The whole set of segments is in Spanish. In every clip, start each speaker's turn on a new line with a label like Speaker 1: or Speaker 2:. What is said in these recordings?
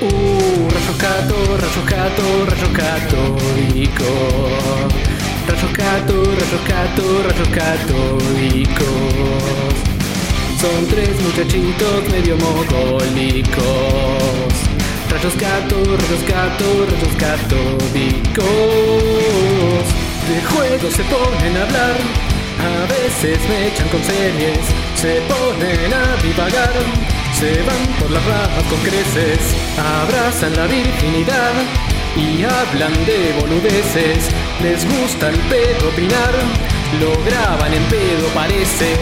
Speaker 1: Uh, rayoscato, rayoscato, católico. Rayoscato, rayoscato, rayos católicos. Son tres muchachitos medio mogólicos. Rayoscato, rayoscato, rayos católicos. De juego se ponen a hablar. A veces me echan con series, se ponen a divagar, se van por las ramas con creces, abrazan la virginidad y hablan de boludeces. Les gusta el pedo opinar, lo graban en pedo parece.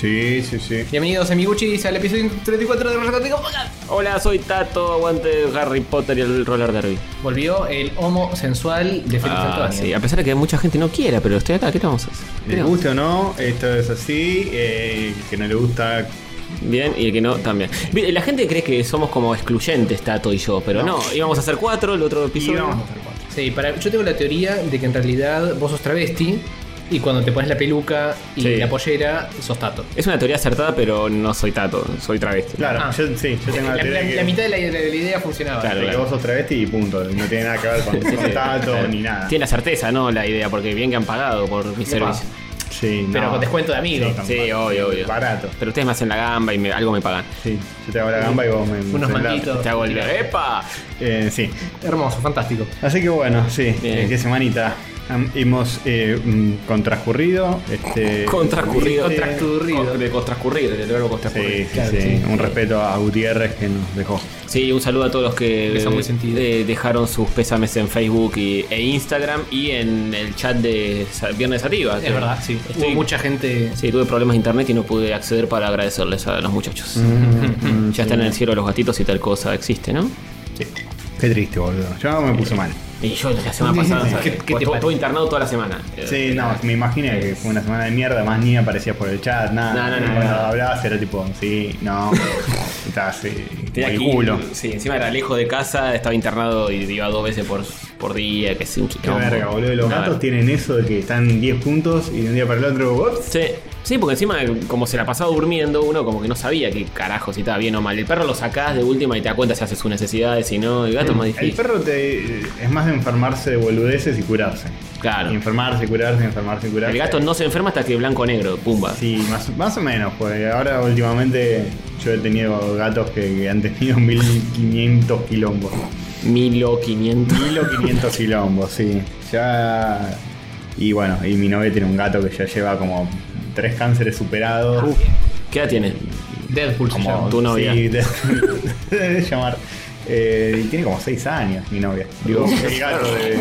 Speaker 2: Sí, sí, sí.
Speaker 1: Bienvenidos a Miguchi, al episodio 34 de Rosacótico Podcast.
Speaker 3: Hola, soy Tato, aguante Harry Potter y el roller derby.
Speaker 1: Volvió el homo sensual de Felipe
Speaker 3: Ah,
Speaker 1: Antonio.
Speaker 3: sí, a pesar de que mucha gente no quiera, pero estoy acá, ¿qué le vamos a hacer? ¿Qué
Speaker 2: Le
Speaker 3: le vamos a
Speaker 2: gusta o no, esto es así. eh, el que no le gusta.
Speaker 3: hacer? Bien, y el que no, también. Bien, La gente cree que somos como excluyentes, Tato y yo, pero no,
Speaker 2: No.
Speaker 3: íbamos a hacer cuatro el otro
Speaker 2: Y
Speaker 3: episodio.
Speaker 2: vamos a hacer cuatro.
Speaker 1: Sí, para, yo tengo la teoría de que en realidad vos sos travesti y cuando te pones la peluca y
Speaker 3: Sí.
Speaker 1: la pollera, sos tato.
Speaker 3: Es una teoría acertada, pero no soy Tato, soy travesti.
Speaker 2: Claro,
Speaker 1: Ah.
Speaker 2: yo, sí, yo tengo
Speaker 1: La,
Speaker 2: la teoría
Speaker 1: la-
Speaker 2: que,
Speaker 1: la mitad de la, de la idea funcionaba.
Speaker 3: Claro.
Speaker 2: de que vos sos travesti y punto. No tiene nada que ver con con tato ni nada.
Speaker 3: Tiene la certeza, ¿no? La idea, porque bien que han pagado por mi
Speaker 1: Epa.
Speaker 3: servicio.
Speaker 2: Sí, no.
Speaker 1: Pero con descuento de amigos.
Speaker 2: tan
Speaker 3: Sí,
Speaker 2: barato.
Speaker 3: obvio, obvio.
Speaker 2: Barato.
Speaker 3: Pero ustedes me hacen la gamba y me- algo me pagan.
Speaker 2: Sí, yo te hago la gamba y vos me.
Speaker 1: Unos
Speaker 2: me la-
Speaker 1: manguitos.
Speaker 3: Te hago el. ¡Epa!
Speaker 2: Eh, sí.
Speaker 1: Hermoso, fantástico.
Speaker 2: Así que bueno, sí.
Speaker 3: Bien.
Speaker 2: eh, qué semanita. Am- hemos eh, mm, contrascurrido. Este,
Speaker 3: Contracurrido.
Speaker 2: Sí,
Speaker 1: Contracurrido.
Speaker 3: Con- De contrascurrir, del verbo
Speaker 2: Sí,
Speaker 3: contrascurrir.
Speaker 2: sí,
Speaker 1: Claro,
Speaker 2: sí.
Speaker 1: sí.
Speaker 2: Un respeto a Gutiérrez que nos dejó.
Speaker 3: Sí, un saludo a todos los que
Speaker 1: Que son muy sentidos.
Speaker 3: eh, dejaron sus pésames en Facebook y- e Instagram y en el chat de Sa- Viernes Sativa. que
Speaker 1: Es verdad, sí. Hubo
Speaker 3: estoy-
Speaker 1: mucha gente.
Speaker 3: Sí, tuve problemas de internet y no pude acceder para agradecerles a los muchachos.
Speaker 1: Mm.
Speaker 3: ya están en el cielo los gatitos y tal cosa existe, ¿no?
Speaker 2: Qué triste, boludo. Yo me puse mal.
Speaker 3: Y yo la semana pasada. ¿sabes?
Speaker 1: ¿Qué- qué te
Speaker 3: Estuve-
Speaker 1: parece?
Speaker 3: estuve internado toda la semana. Eh,
Speaker 2: Sí, no, me imaginé que fue una semana de mierda, más ni aparecías por el chat, nada.
Speaker 3: No, no, no,
Speaker 2: Y cuando
Speaker 3: no.
Speaker 2: hablabas era tipo, sí, no, estás eh, como
Speaker 3: Tenía
Speaker 2: el
Speaker 3: que ir-
Speaker 2: culo.
Speaker 3: Sí, encima era lejos de casa, estaba internado y iba dos veces por, por día, que es un
Speaker 2: Qué
Speaker 3: quilombo.
Speaker 2: verga, boludo. Los
Speaker 3: Nada.
Speaker 2: gatos tienen eso de que están 10 puntos y de un día para el otro, ups.
Speaker 3: Sí, sí, porque encima, como se la pasaba durmiendo, uno como que no sabía qué carajo, si estaba bien o mal. El perro lo sacás de última y te das cuenta si hace sus necesidades, si no, el gato es más
Speaker 2: El
Speaker 3: difícil.
Speaker 2: perro te, es más de enfermarse de boludeces y curarse.
Speaker 3: Claro.
Speaker 2: Y enfermarse, curarse, enfermarse, curarse.
Speaker 3: El gato no se enferma hasta que blanco o negro, pumba.
Speaker 2: Sí, más, más o menos, porque ahora últimamente yo he tenido gatos que, que han tenido 1500 quilombos.
Speaker 3: Milo, 500.
Speaker 2: 1500 quilombos, sí. Ya. Y bueno, y mi novia tiene un gato que ya lleva como tres cánceres superados.
Speaker 3: ¿Qué edad tiene?
Speaker 1: Deadpool se
Speaker 2: como
Speaker 1: llama.
Speaker 3: tu novia.
Speaker 2: Sí, te- debe llamar. Eh, y tiene como seis años mi novia. Digo, el gato de.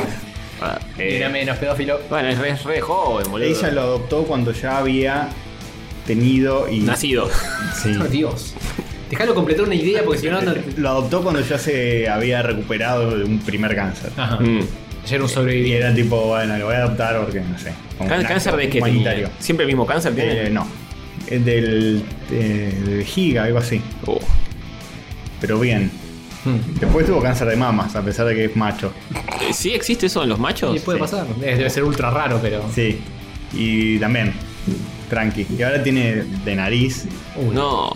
Speaker 3: Ah, eh,
Speaker 1: Era menos pedófilo.
Speaker 3: bueno, es re, es re joven, boludo.
Speaker 2: Ella lo adoptó cuando ya había tenido y.
Speaker 3: Nacido.
Speaker 2: Sí.
Speaker 1: Oh, Dios. Dejalo completar una idea porque si no, no.
Speaker 2: Lo adoptó cuando ya se había recuperado de un primer cáncer.
Speaker 1: Ajá.
Speaker 3: Mm.
Speaker 1: Ayer un
Speaker 2: Y
Speaker 1: sobreviviente.
Speaker 2: era tipo, bueno, lo voy a adoptar porque no sé. como
Speaker 3: Cán-
Speaker 2: un
Speaker 3: ¿Cáncer
Speaker 2: acto
Speaker 3: de qué?
Speaker 2: Humanitario.
Speaker 3: tenía? ¿Siempre el mismo cáncer tiene?
Speaker 2: Eh, no. Es del. eh, de vejiga, algo así.
Speaker 3: Uh,
Speaker 2: Pero bien. Después tuvo cáncer de mamas, a pesar de que es macho.
Speaker 3: eh, ¿Sí existe eso en los machos?
Speaker 1: Y puede
Speaker 2: Sí.
Speaker 1: pasar. Eh, Debe ser ultra raro, pero.
Speaker 2: Sí. Y también. Tranqui. Y ahora tiene de nariz.
Speaker 1: Uy.
Speaker 3: No.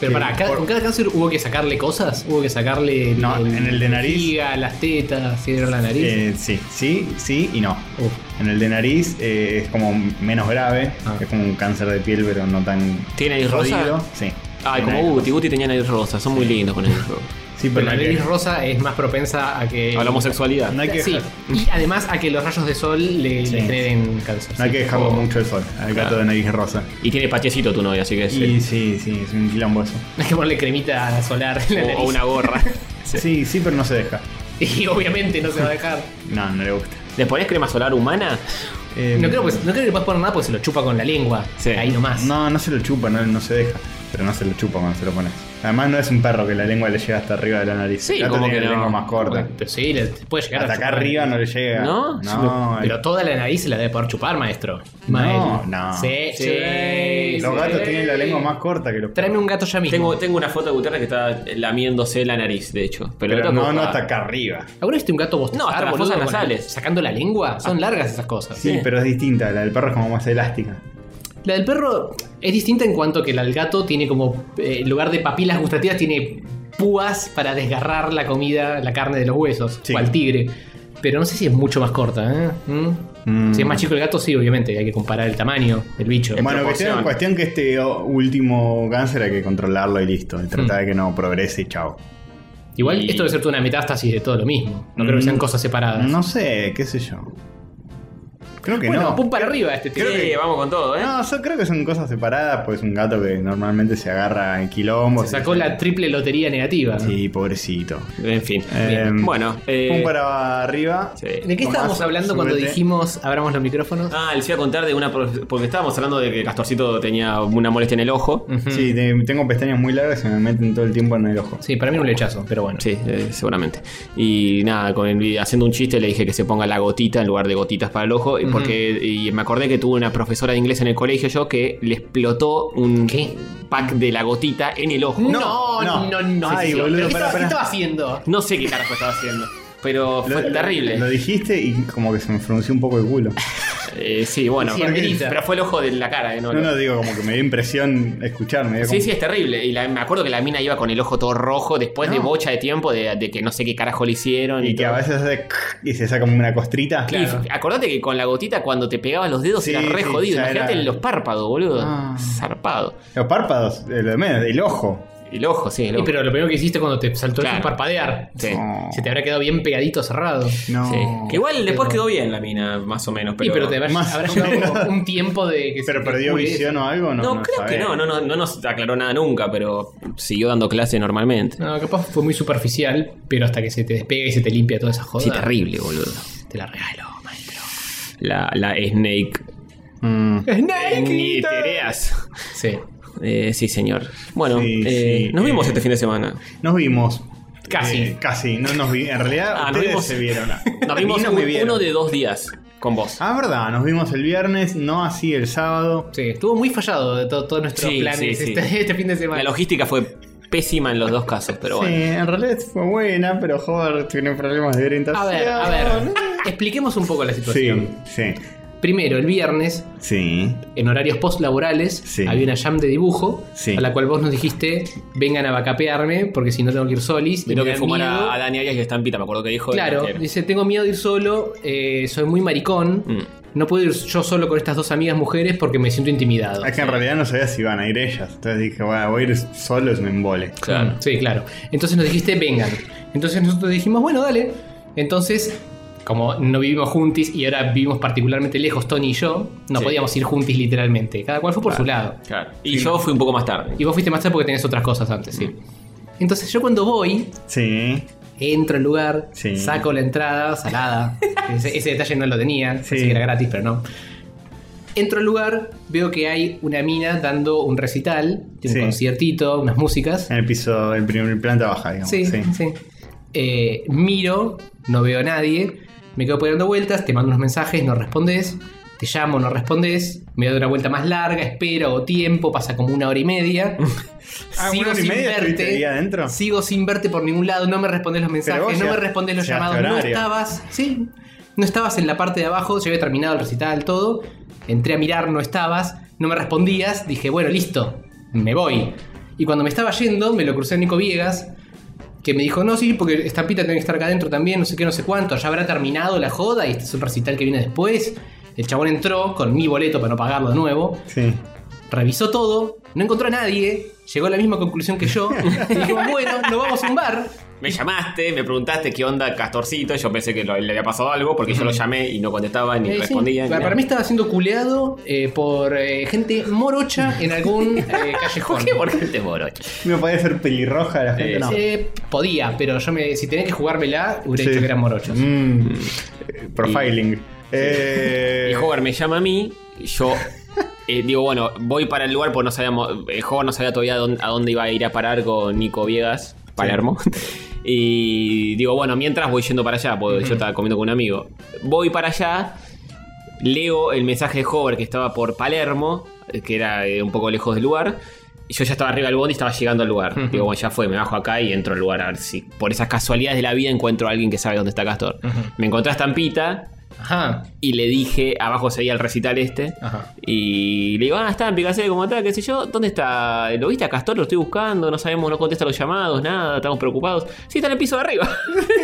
Speaker 1: Pero
Speaker 2: Sí,
Speaker 1: pará, ¿ca-
Speaker 2: por-
Speaker 1: ¿con cada cáncer hubo que sacarle cosas? ¿Hubo que sacarle el-
Speaker 2: No, en el de nariz.
Speaker 1: vejiga, las tetas, fiebre en la nariz?
Speaker 2: Eh, sí, sí, sí y no.
Speaker 1: Uf.
Speaker 2: En el de nariz eh, es como menos grave.
Speaker 1: Ah.
Speaker 2: Es como un cáncer de piel, pero no tan.
Speaker 3: ¿Tiene nariz rosa?
Speaker 2: jodido. Sí.
Speaker 3: Ay,
Speaker 2: Tiene
Speaker 3: como
Speaker 2: nariz
Speaker 3: Guti. Guti tenía nariz rosa. Son muy lindos con el rosa.
Speaker 2: Sí, pero
Speaker 1: Pero la
Speaker 2: no hay que-
Speaker 1: nariz rosa es más propensa a que.
Speaker 3: A la homosexualidad.
Speaker 2: Eh, No hay que,
Speaker 1: Sí,
Speaker 2: dejar-
Speaker 1: y además a que los rayos de sol le,
Speaker 2: Sí.
Speaker 1: le generen cáncer.
Speaker 2: no hay
Speaker 1: sí.
Speaker 2: que dejarlo
Speaker 3: Oh.
Speaker 2: mucho el sol, al gato
Speaker 3: Claro.
Speaker 2: de nariz rosa.
Speaker 3: Y tiene patiecito tu novia, así que es,
Speaker 2: Y sí, sí, es un quilombo eso.
Speaker 1: Hay que ponerle cremita solar en la
Speaker 3: o,
Speaker 1: nariz.
Speaker 3: o una gorra.
Speaker 2: Sí. sí, pero no se deja.
Speaker 1: Y obviamente no se va a dejar.
Speaker 2: No, no le gusta.
Speaker 3: ¿Le ponés crema solar humana?
Speaker 2: Eh,
Speaker 1: No creo, pues, no creo que le puedas poner nada porque se lo chupa con la lengua.
Speaker 3: Sí.
Speaker 1: Ahí nomás.
Speaker 2: No, no se lo chupa, no, no se deja. Pero no se lo chupa cuando se lo pones. Además, no es un perro que la lengua le llega hasta arriba de la nariz.
Speaker 3: Sí,
Speaker 2: El gato
Speaker 3: como
Speaker 2: tiene
Speaker 3: que
Speaker 2: la
Speaker 3: no.
Speaker 2: lengua más corta.
Speaker 1: Pero sí, le te puede llegar
Speaker 2: Hasta
Speaker 1: a
Speaker 2: acá
Speaker 1: chupar.
Speaker 2: arriba no le llega.
Speaker 3: ¿No?
Speaker 2: no.
Speaker 1: Pero toda la nariz se la debe poder chupar, maestro.
Speaker 2: No,
Speaker 1: Mael.
Speaker 2: no.
Speaker 1: Sí, sí,
Speaker 2: el- los
Speaker 1: sí.
Speaker 2: gatos tienen la lengua más corta que los
Speaker 1: Tráeme un gato ya mismo.
Speaker 3: Tengo, tengo una foto de Guterres que está lamiéndose la nariz, de hecho. Pero,
Speaker 2: Pero,
Speaker 3: era como-
Speaker 2: no, no hasta acá arriba.
Speaker 1: ¿Alguna vez viste un gato bostezar?
Speaker 3: No, hasta las
Speaker 1: boludo,
Speaker 3: fosas
Speaker 1: con la-
Speaker 3: nasales.
Speaker 2: Ah.
Speaker 1: sacando la lengua. Son largas esas cosas.
Speaker 2: Sí, pero es distinta. La del perro es como más elástica.
Speaker 1: La del perro es distinta en cuanto que la del gato tiene como, eh, en lugar de papilas gustativas, tiene púas para desgarrar la comida, la carne de los huesos,
Speaker 2: Sí.
Speaker 1: o al tigre. Pero no sé si es mucho más corta, ¿eh? ¿Mm?
Speaker 2: Mm.
Speaker 1: Si es más chico el gato, sí, obviamente, hay que comparar el tamaño del bicho.
Speaker 3: En
Speaker 2: Bueno, cuestión,
Speaker 3: proporción.
Speaker 2: cuestión que este o- último cáncer hay que controlarlo y listo. Y
Speaker 3: Hmm.
Speaker 2: tratar de que no progrese y chao.
Speaker 1: Igual
Speaker 3: y-
Speaker 1: esto debe ser toda una metástasis de todo lo mismo. No creo que sean
Speaker 2: Mm.
Speaker 1: cosas
Speaker 3: Ah,
Speaker 1: separadas.
Speaker 2: No sé, qué sé yo. Creo que
Speaker 1: bueno,
Speaker 2: no.
Speaker 1: pum para arriba este tío.
Speaker 3: Creo que vamos con todo, ¿eh?
Speaker 2: No, yo creo que son cosas separadas, pues un gato que normalmente se agarra en quilombo.
Speaker 1: Se sacó la triple lotería negativa.
Speaker 2: Sí, pobrecito.
Speaker 3: En fin.
Speaker 2: Eh,
Speaker 3: bueno, eh,
Speaker 2: Pum para arriba.
Speaker 3: sí.
Speaker 1: ¿De qué
Speaker 2: Tomás,
Speaker 1: estábamos hablando cuando
Speaker 2: súbete.
Speaker 1: dijimos abramos los micrófonos?
Speaker 3: Ah, les iba a contar de una. pro- Porque estábamos hablando de que Castorcito tenía una molestia en el ojo.
Speaker 1: Ujú.
Speaker 2: Sí, te- tengo pestañas muy largas y se me meten todo el tiempo en el ojo.
Speaker 1: Sí, para mí un lechazo, pero bueno.
Speaker 3: Sí, eh, seguramente. Y nada, con el- haciendo un chiste le dije que se ponga la gotita en lugar de gotitas para el ojo. y Porque y me acordé que tuve una profesora de inglés en el colegio yo que le explotó un
Speaker 1: ¿Qué?
Speaker 3: pack de la gotita en el ojo.
Speaker 1: No, no,
Speaker 2: no.
Speaker 1: no,
Speaker 2: Ay,
Speaker 1: sí, sí,
Speaker 2: boludo,
Speaker 1: ¿pero ¿Qué, estaba,
Speaker 2: pará, pará.
Speaker 1: qué estaba haciendo?
Speaker 3: No sé qué carajo estaba haciendo. Pero fue terrible.
Speaker 2: Lo dijiste y como que se me frunció un poco el culo.
Speaker 3: Eh, sí, bueno.
Speaker 1: Sí,
Speaker 3: porque-
Speaker 1: amerita.
Speaker 3: pero fue el ojo de la cara, eh, no,
Speaker 2: No,
Speaker 3: lo-
Speaker 2: no, digo, como que me dio impresión escucharme.
Speaker 3: Sí, sí, es terrible. Y la- me acuerdo que la mina iba con el ojo todo rojo después de
Speaker 2: No.
Speaker 3: bocha de tiempo, de, de que no sé qué carajo le hicieron. Y,
Speaker 2: Y que a
Speaker 3: todo.
Speaker 2: veces hace y se saca como una costrita.
Speaker 3: Y f- acordate que con la gotita cuando te pegabas los dedos
Speaker 2: Sí,
Speaker 3: era re
Speaker 2: sí,
Speaker 3: jodido.
Speaker 2: ya
Speaker 3: Imagínate
Speaker 2: era-
Speaker 3: en los párpados, boludo.
Speaker 2: Ah.
Speaker 3: Zarpado.
Speaker 2: Los párpados, eh, lo de menos, el ojo.
Speaker 3: El ojo, sí, el
Speaker 1: Sí,
Speaker 3: ojo.
Speaker 1: pero lo primero que hiciste cuando te saltó
Speaker 3: Claro.
Speaker 1: es parpadear.
Speaker 3: Sí.
Speaker 2: No.
Speaker 1: Se te habrá quedado bien pegadito cerrado.
Speaker 2: No.
Speaker 3: Sí. Que igual después
Speaker 1: Pero-
Speaker 3: quedó bien la mina, más o menos. Pero,
Speaker 1: sí, pero te habrá,
Speaker 2: más
Speaker 1: habrá
Speaker 2: o
Speaker 1: llevado
Speaker 2: menos.
Speaker 1: como un tiempo de que se
Speaker 2: ¿Pero
Speaker 1: te
Speaker 2: perdió
Speaker 1: cure.
Speaker 2: visión o algo? No,
Speaker 3: No, creo
Speaker 2: sabés.
Speaker 3: que no, no, no, no nos aclaró nada nunca, pero siguió dando clase normalmente.
Speaker 1: No, capaz fue muy superficial, pero hasta que se te despega y se te limpia toda esa joda.
Speaker 3: Sí, terrible, boludo.
Speaker 1: Te la regalo, maestro.
Speaker 3: La, la Snake.
Speaker 2: Mm.
Speaker 3: Ni
Speaker 1: Eater.
Speaker 3: tereas.
Speaker 1: Sí.
Speaker 3: Eh, sí, señor. Bueno,
Speaker 2: Sí,
Speaker 3: eh,
Speaker 2: sí,
Speaker 3: nos vimos
Speaker 2: eh.
Speaker 3: este fin de semana.
Speaker 2: Nos vimos.
Speaker 1: Casi.
Speaker 2: Eh, casi, no nos vi. En realidad,
Speaker 3: Ah, nos
Speaker 2: ustedes
Speaker 3: vimos-
Speaker 2: se vieron.
Speaker 3: Nos vimos
Speaker 2: A mí no
Speaker 3: un-
Speaker 2: me vieron.
Speaker 3: uno de dos días con vos.
Speaker 2: Ah, verdad, nos vimos el viernes, no así el sábado.
Speaker 1: Sí, estuvo muy fallado de todo, todos nuestros
Speaker 3: Sí,
Speaker 1: planes
Speaker 3: sí, sí.
Speaker 1: Este, este fin de
Speaker 3: La
Speaker 1: semana.
Speaker 3: logística fue pésima en los dos casos, pero
Speaker 2: sí,
Speaker 3: bueno.
Speaker 2: en realidad fue buena, pero joder, tiene problemas de orientación.
Speaker 1: A ver, a ver. Expliquemos un poco la situación.
Speaker 2: Sí, sí,
Speaker 1: Primero, el viernes,
Speaker 2: sí.
Speaker 1: en horarios postlaborales,
Speaker 2: Sí.
Speaker 1: había una jam de dibujo
Speaker 2: Sí.
Speaker 1: a la cual vos nos dijiste, vengan a vacapearme porque si no tengo que ir solis. y
Speaker 3: Tengo
Speaker 1: me
Speaker 3: que
Speaker 1: da
Speaker 3: fumar
Speaker 1: miedo".
Speaker 3: a, a Dani Arias y Estampita, me acuerdo que dijo.
Speaker 1: Claro,
Speaker 3: Que-
Speaker 1: dice, tengo miedo de ir solo, eh, soy muy maricón,
Speaker 3: Mm.
Speaker 1: no puedo ir yo solo con estas dos amigas mujeres porque me siento intimidado.
Speaker 2: Es que en realidad no sabía si iban a ir ellas. Entonces dije, bueno, voy a ir solo, es un embole.
Speaker 3: Claro.
Speaker 1: Sí, claro. Entonces nos dijiste, vengan. Entonces nosotros dijimos, bueno, dale. Entonces, como no vivimos juntis y ahora vivimos particularmente lejos, Tony y yo, no
Speaker 3: Sí.
Speaker 1: podíamos ir juntis literalmente. Cada cual fue por su lado.
Speaker 3: Claro. Y yo fui un poco más tarde.
Speaker 1: Y vos fuiste más tarde porque tenías otras cosas antes, sí. Entonces yo cuando voy,
Speaker 2: Sí,
Speaker 1: entro al lugar,
Speaker 2: Sí.
Speaker 1: saco la entrada, salada. ese, ese detalle no lo tenía,
Speaker 2: Sí.
Speaker 1: pensé que era gratis, pero no. Entro al lugar, veo que hay una mina dando un recital, tiene
Speaker 2: Sí.
Speaker 1: un conciertito, unas músicas.
Speaker 2: en el piso, en primer planta baja, digamos.
Speaker 1: Sí, sí. Eh, miro, no veo a nadie, me quedo poniendo vueltas, te mando unos mensajes, no respondes, te llamo, no respondes, me doy una vuelta más larga, espero o tiempo, pasa como una hora y media.
Speaker 2: Ah, una hora y media estuviste ahí adentro.
Speaker 1: Sigo sin verte por ningún lado, no me respondes los
Speaker 2: Pero
Speaker 1: mensajes,
Speaker 2: vos
Speaker 1: no me
Speaker 2: llegaste-
Speaker 1: respondes los
Speaker 2: llegaste
Speaker 1: llamados, no
Speaker 2: horario.
Speaker 1: estabas, sí, no estabas en la parte de abajo, yo había terminado el recital, todo, entré a mirar, no estabas, no me respondías, dije, bueno, listo, me voy. Y cuando me estaba yendo, me lo crucé a Nico Viegas, que me dijo, no, sí, porque Estampita tiene que estar acá adentro también, no sé qué, no sé cuánto, ya habrá terminado la joda y este es un recital que viene después. El chabón entró con mi boleto para no pagarlo de nuevo,
Speaker 2: Sí.
Speaker 1: revisó todo, no encontró a nadie, llegó a la misma conclusión que yo, y dijo, bueno, nos vamos a un bar.
Speaker 3: Me llamaste, me preguntaste qué onda Castorcito. Yo pensé que lo- le había pasado algo porque yo lo llamé y no contestaba ni
Speaker 1: Eh, sí,
Speaker 3: respondía. ni
Speaker 1: para,
Speaker 3: nada.
Speaker 1: para mí estaba siendo culeado eh, por eh, gente morocha en algún eh, callejón.
Speaker 3: ¿Por qué? ¿Por qué te morocho?
Speaker 2: No podía ser pelirroja la gente,
Speaker 3: Eh,
Speaker 2: no.
Speaker 1: Eh, podía, pero yo me, si tenía que jugármela, hubiera
Speaker 2: Sí.
Speaker 1: dicho que eran morochos.
Speaker 2: Mm. Eh, Profiling. Eh,
Speaker 3: Y Hogar me llama a mí, yo eh, digo, bueno, voy para el lugar porque no sabíamos, eh, Hogar no sabía todavía dónde- a dónde iba a ir a parar con Nico Viegas, Palermo. Y digo, bueno, mientras voy yendo para allá, porque yo estaba comiendo con un amigo. Voy para allá, leo el mensaje de Hover que estaba por Palermo, eh, que era eh, un poco lejos del lugar. Y yo ya estaba arriba del bondi y estaba llegando al lugar.
Speaker 1: Ujú.
Speaker 3: Digo, bueno, ya fue, me bajo acá y entro al lugar a ver si por esas casualidades de la vida encuentro a alguien que sabe dónde está Castor. Me encontré a Estampita,
Speaker 1: Ajá.
Speaker 3: Y le dije, abajo seguía el recital este.
Speaker 2: Ah.
Speaker 1: Ajá.
Speaker 3: Y le digo, ah, está en Picasso como tal, qué sé yo. ¿Dónde está? ¿Lo viste a Castor? Lo estoy buscando, no sabemos, no contesta los llamados, nada, estamos preocupados. Sí, está en el piso de arriba.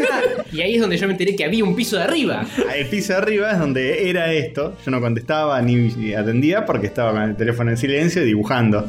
Speaker 1: Y ahí es donde yo me enteré que había un piso de arriba.
Speaker 2: El piso de arriba es donde era esto. Yo no contestaba ni atendía porque estaba con el teléfono en silencio dibujando.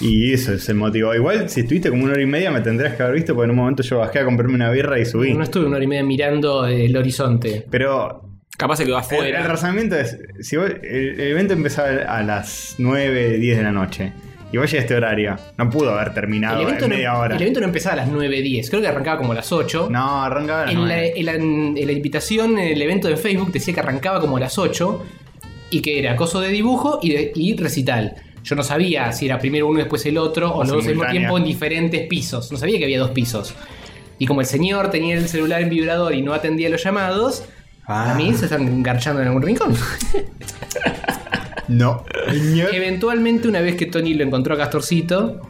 Speaker 2: Y eso es el motivo. Igual, si estuviste como una hora y media, me tendrías que haber visto porque en un momento yo bajé a comprarme una birra y subí.
Speaker 1: No estuve una hora y media mirando el horizonte.
Speaker 2: Pero
Speaker 3: Capaz se quedó
Speaker 2: el, el
Speaker 3: afuera.
Speaker 2: razonamiento es: si vos- el, el evento empezaba a las 9, 10 de la noche. Y vos a este horario. No pudo haber terminado
Speaker 1: el, evento
Speaker 2: en Ah, media
Speaker 1: no,
Speaker 2: hora.
Speaker 1: el evento no empezaba a las 9.10, creo que arrancaba como a las 8.
Speaker 2: No, arrancaba a las
Speaker 1: en, la,
Speaker 2: 9.
Speaker 1: en la- en la invitación, en el evento de Facebook, decía que arrancaba como a las 8 y que era acoso de dibujo y, de- y recital. Yo no sabía si era primero uno y después el otro o los dos al mismo
Speaker 2: Simultánea.
Speaker 1: tiempo en diferentes pisos. No sabía que había dos pisos. Y como el señor tenía el celular en vibrador y no atendía los llamados,
Speaker 2: Ah.
Speaker 1: a mí se están engarchando en algún rincón.
Speaker 2: No.
Speaker 1: Eventualmente, una vez que Tony lo encontró a Castorcito,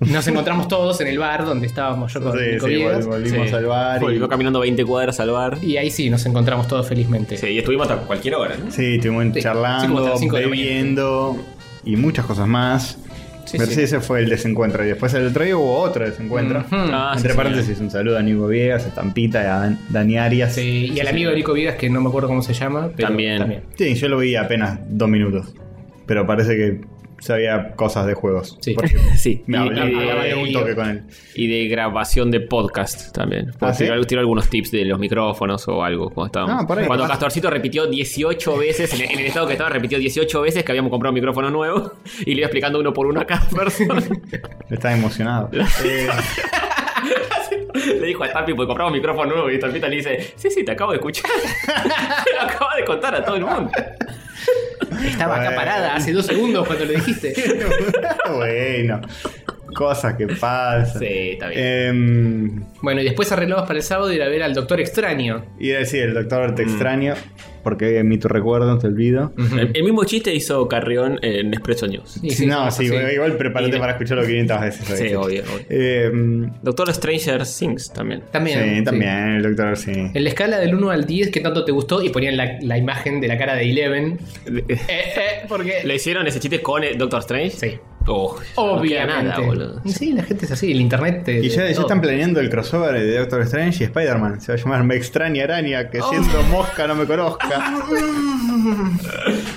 Speaker 1: nos encontramos todos en el bar donde estábamos yo con
Speaker 2: Sí,
Speaker 1: Nico
Speaker 2: sí,
Speaker 1: Viegas.
Speaker 2: vol- volvimos al bar. y-
Speaker 3: Volvió caminando 20 cuadras al bar.
Speaker 1: Y ahí sí, nos encontramos todos felizmente.
Speaker 3: Sí, y estuvimos hasta cualquier hora, ¿no?
Speaker 2: Sí, estuvimos
Speaker 1: Sí, sí, como hasta
Speaker 2: charlando,
Speaker 1: las cinco de la mañana.
Speaker 2: bebiendo y muchas cosas más.
Speaker 1: Sí,
Speaker 2: Pero
Speaker 1: sí.
Speaker 2: sí, ese fue el desencuentro. Y después el otro día hubo otro desencuentro.
Speaker 1: Ujú.
Speaker 3: Ah, sí,
Speaker 2: Entre
Speaker 3: señor.
Speaker 2: paréntesis, un saludo a Nico Viegas, a Tampita, y a Dan- Dani Arias.
Speaker 1: Sí, y al amigo de Nico Vidas, que no me acuerdo cómo se llama, pero
Speaker 3: También.
Speaker 1: también.
Speaker 2: Sí, yo lo vi apenas dos minutos. Pero parece que sabía cosas de juegos.
Speaker 1: Sí.
Speaker 2: Porque
Speaker 3: Sí,
Speaker 2: me
Speaker 3: y- eh,
Speaker 2: hablaba,
Speaker 3: y de-
Speaker 2: hablaba de un toque con él.
Speaker 3: Y de grabación de podcast también.
Speaker 2: ¿Ah, sí?
Speaker 3: tiró, tiró algunos tips de los micrófonos o algo. Cuando, estábamos.
Speaker 2: Ah, por ahí,
Speaker 3: cuando
Speaker 2: capaz.
Speaker 3: Castorcito repitió 18 veces, en el, en el estado que estaba, repitió 18 veces que habíamos comprado un micrófono nuevo y le iba explicando uno por uno a cada persona.
Speaker 2: Estaba emocionado. Eh,
Speaker 3: le dijo a Tapi, pues compramos un micrófono nuevo y Tapita le dice, sí, sí, te acabo de escuchar. Se lo acaba de contar a todo el mundo.
Speaker 1: Estaba acá
Speaker 2: Bueno.
Speaker 1: parada hace dos segundos cuando lo dijiste.
Speaker 2: Eh, bueno, cosas que pasan.
Speaker 3: Sí, está bien.
Speaker 2: Em,
Speaker 1: Bueno, y después arreglamos para el sábado ir a ver al Doctor Extraño.
Speaker 2: Y a decir, el doctor te extraño, porque a mí tu recuerdo, te olvido.
Speaker 3: El, el mismo chiste hizo Carrión en Expresso News.
Speaker 1: Y
Speaker 2: no,
Speaker 1: así.
Speaker 2: sí, igual, igual prepárate
Speaker 3: Y-
Speaker 2: para escucharlo 500 veces.
Speaker 3: Sí, obvio, obvio.
Speaker 2: Eh,
Speaker 3: Doctor Stranger Things también.
Speaker 1: También.
Speaker 2: sí, también, el doctor, sí.
Speaker 1: En la escala del 1 al 10, ¿qué tanto te gustó? Y ponían la, la imagen de la cara de Eleven. Eh, eh, porque...
Speaker 3: ¿Le hicieron ese chiste con el Doctor Strange?
Speaker 1: Sí.
Speaker 3: Oh, no queda
Speaker 1: Obviamente.
Speaker 3: nada, boludo.
Speaker 1: sí, la gente es así, el internet. te-
Speaker 2: Y ya, ya
Speaker 1: todo.
Speaker 2: están planeando el crossover de Doctor Strange y Spider-Man. Se va a llamar Me extraña araña, que siendo mosca no me conozca.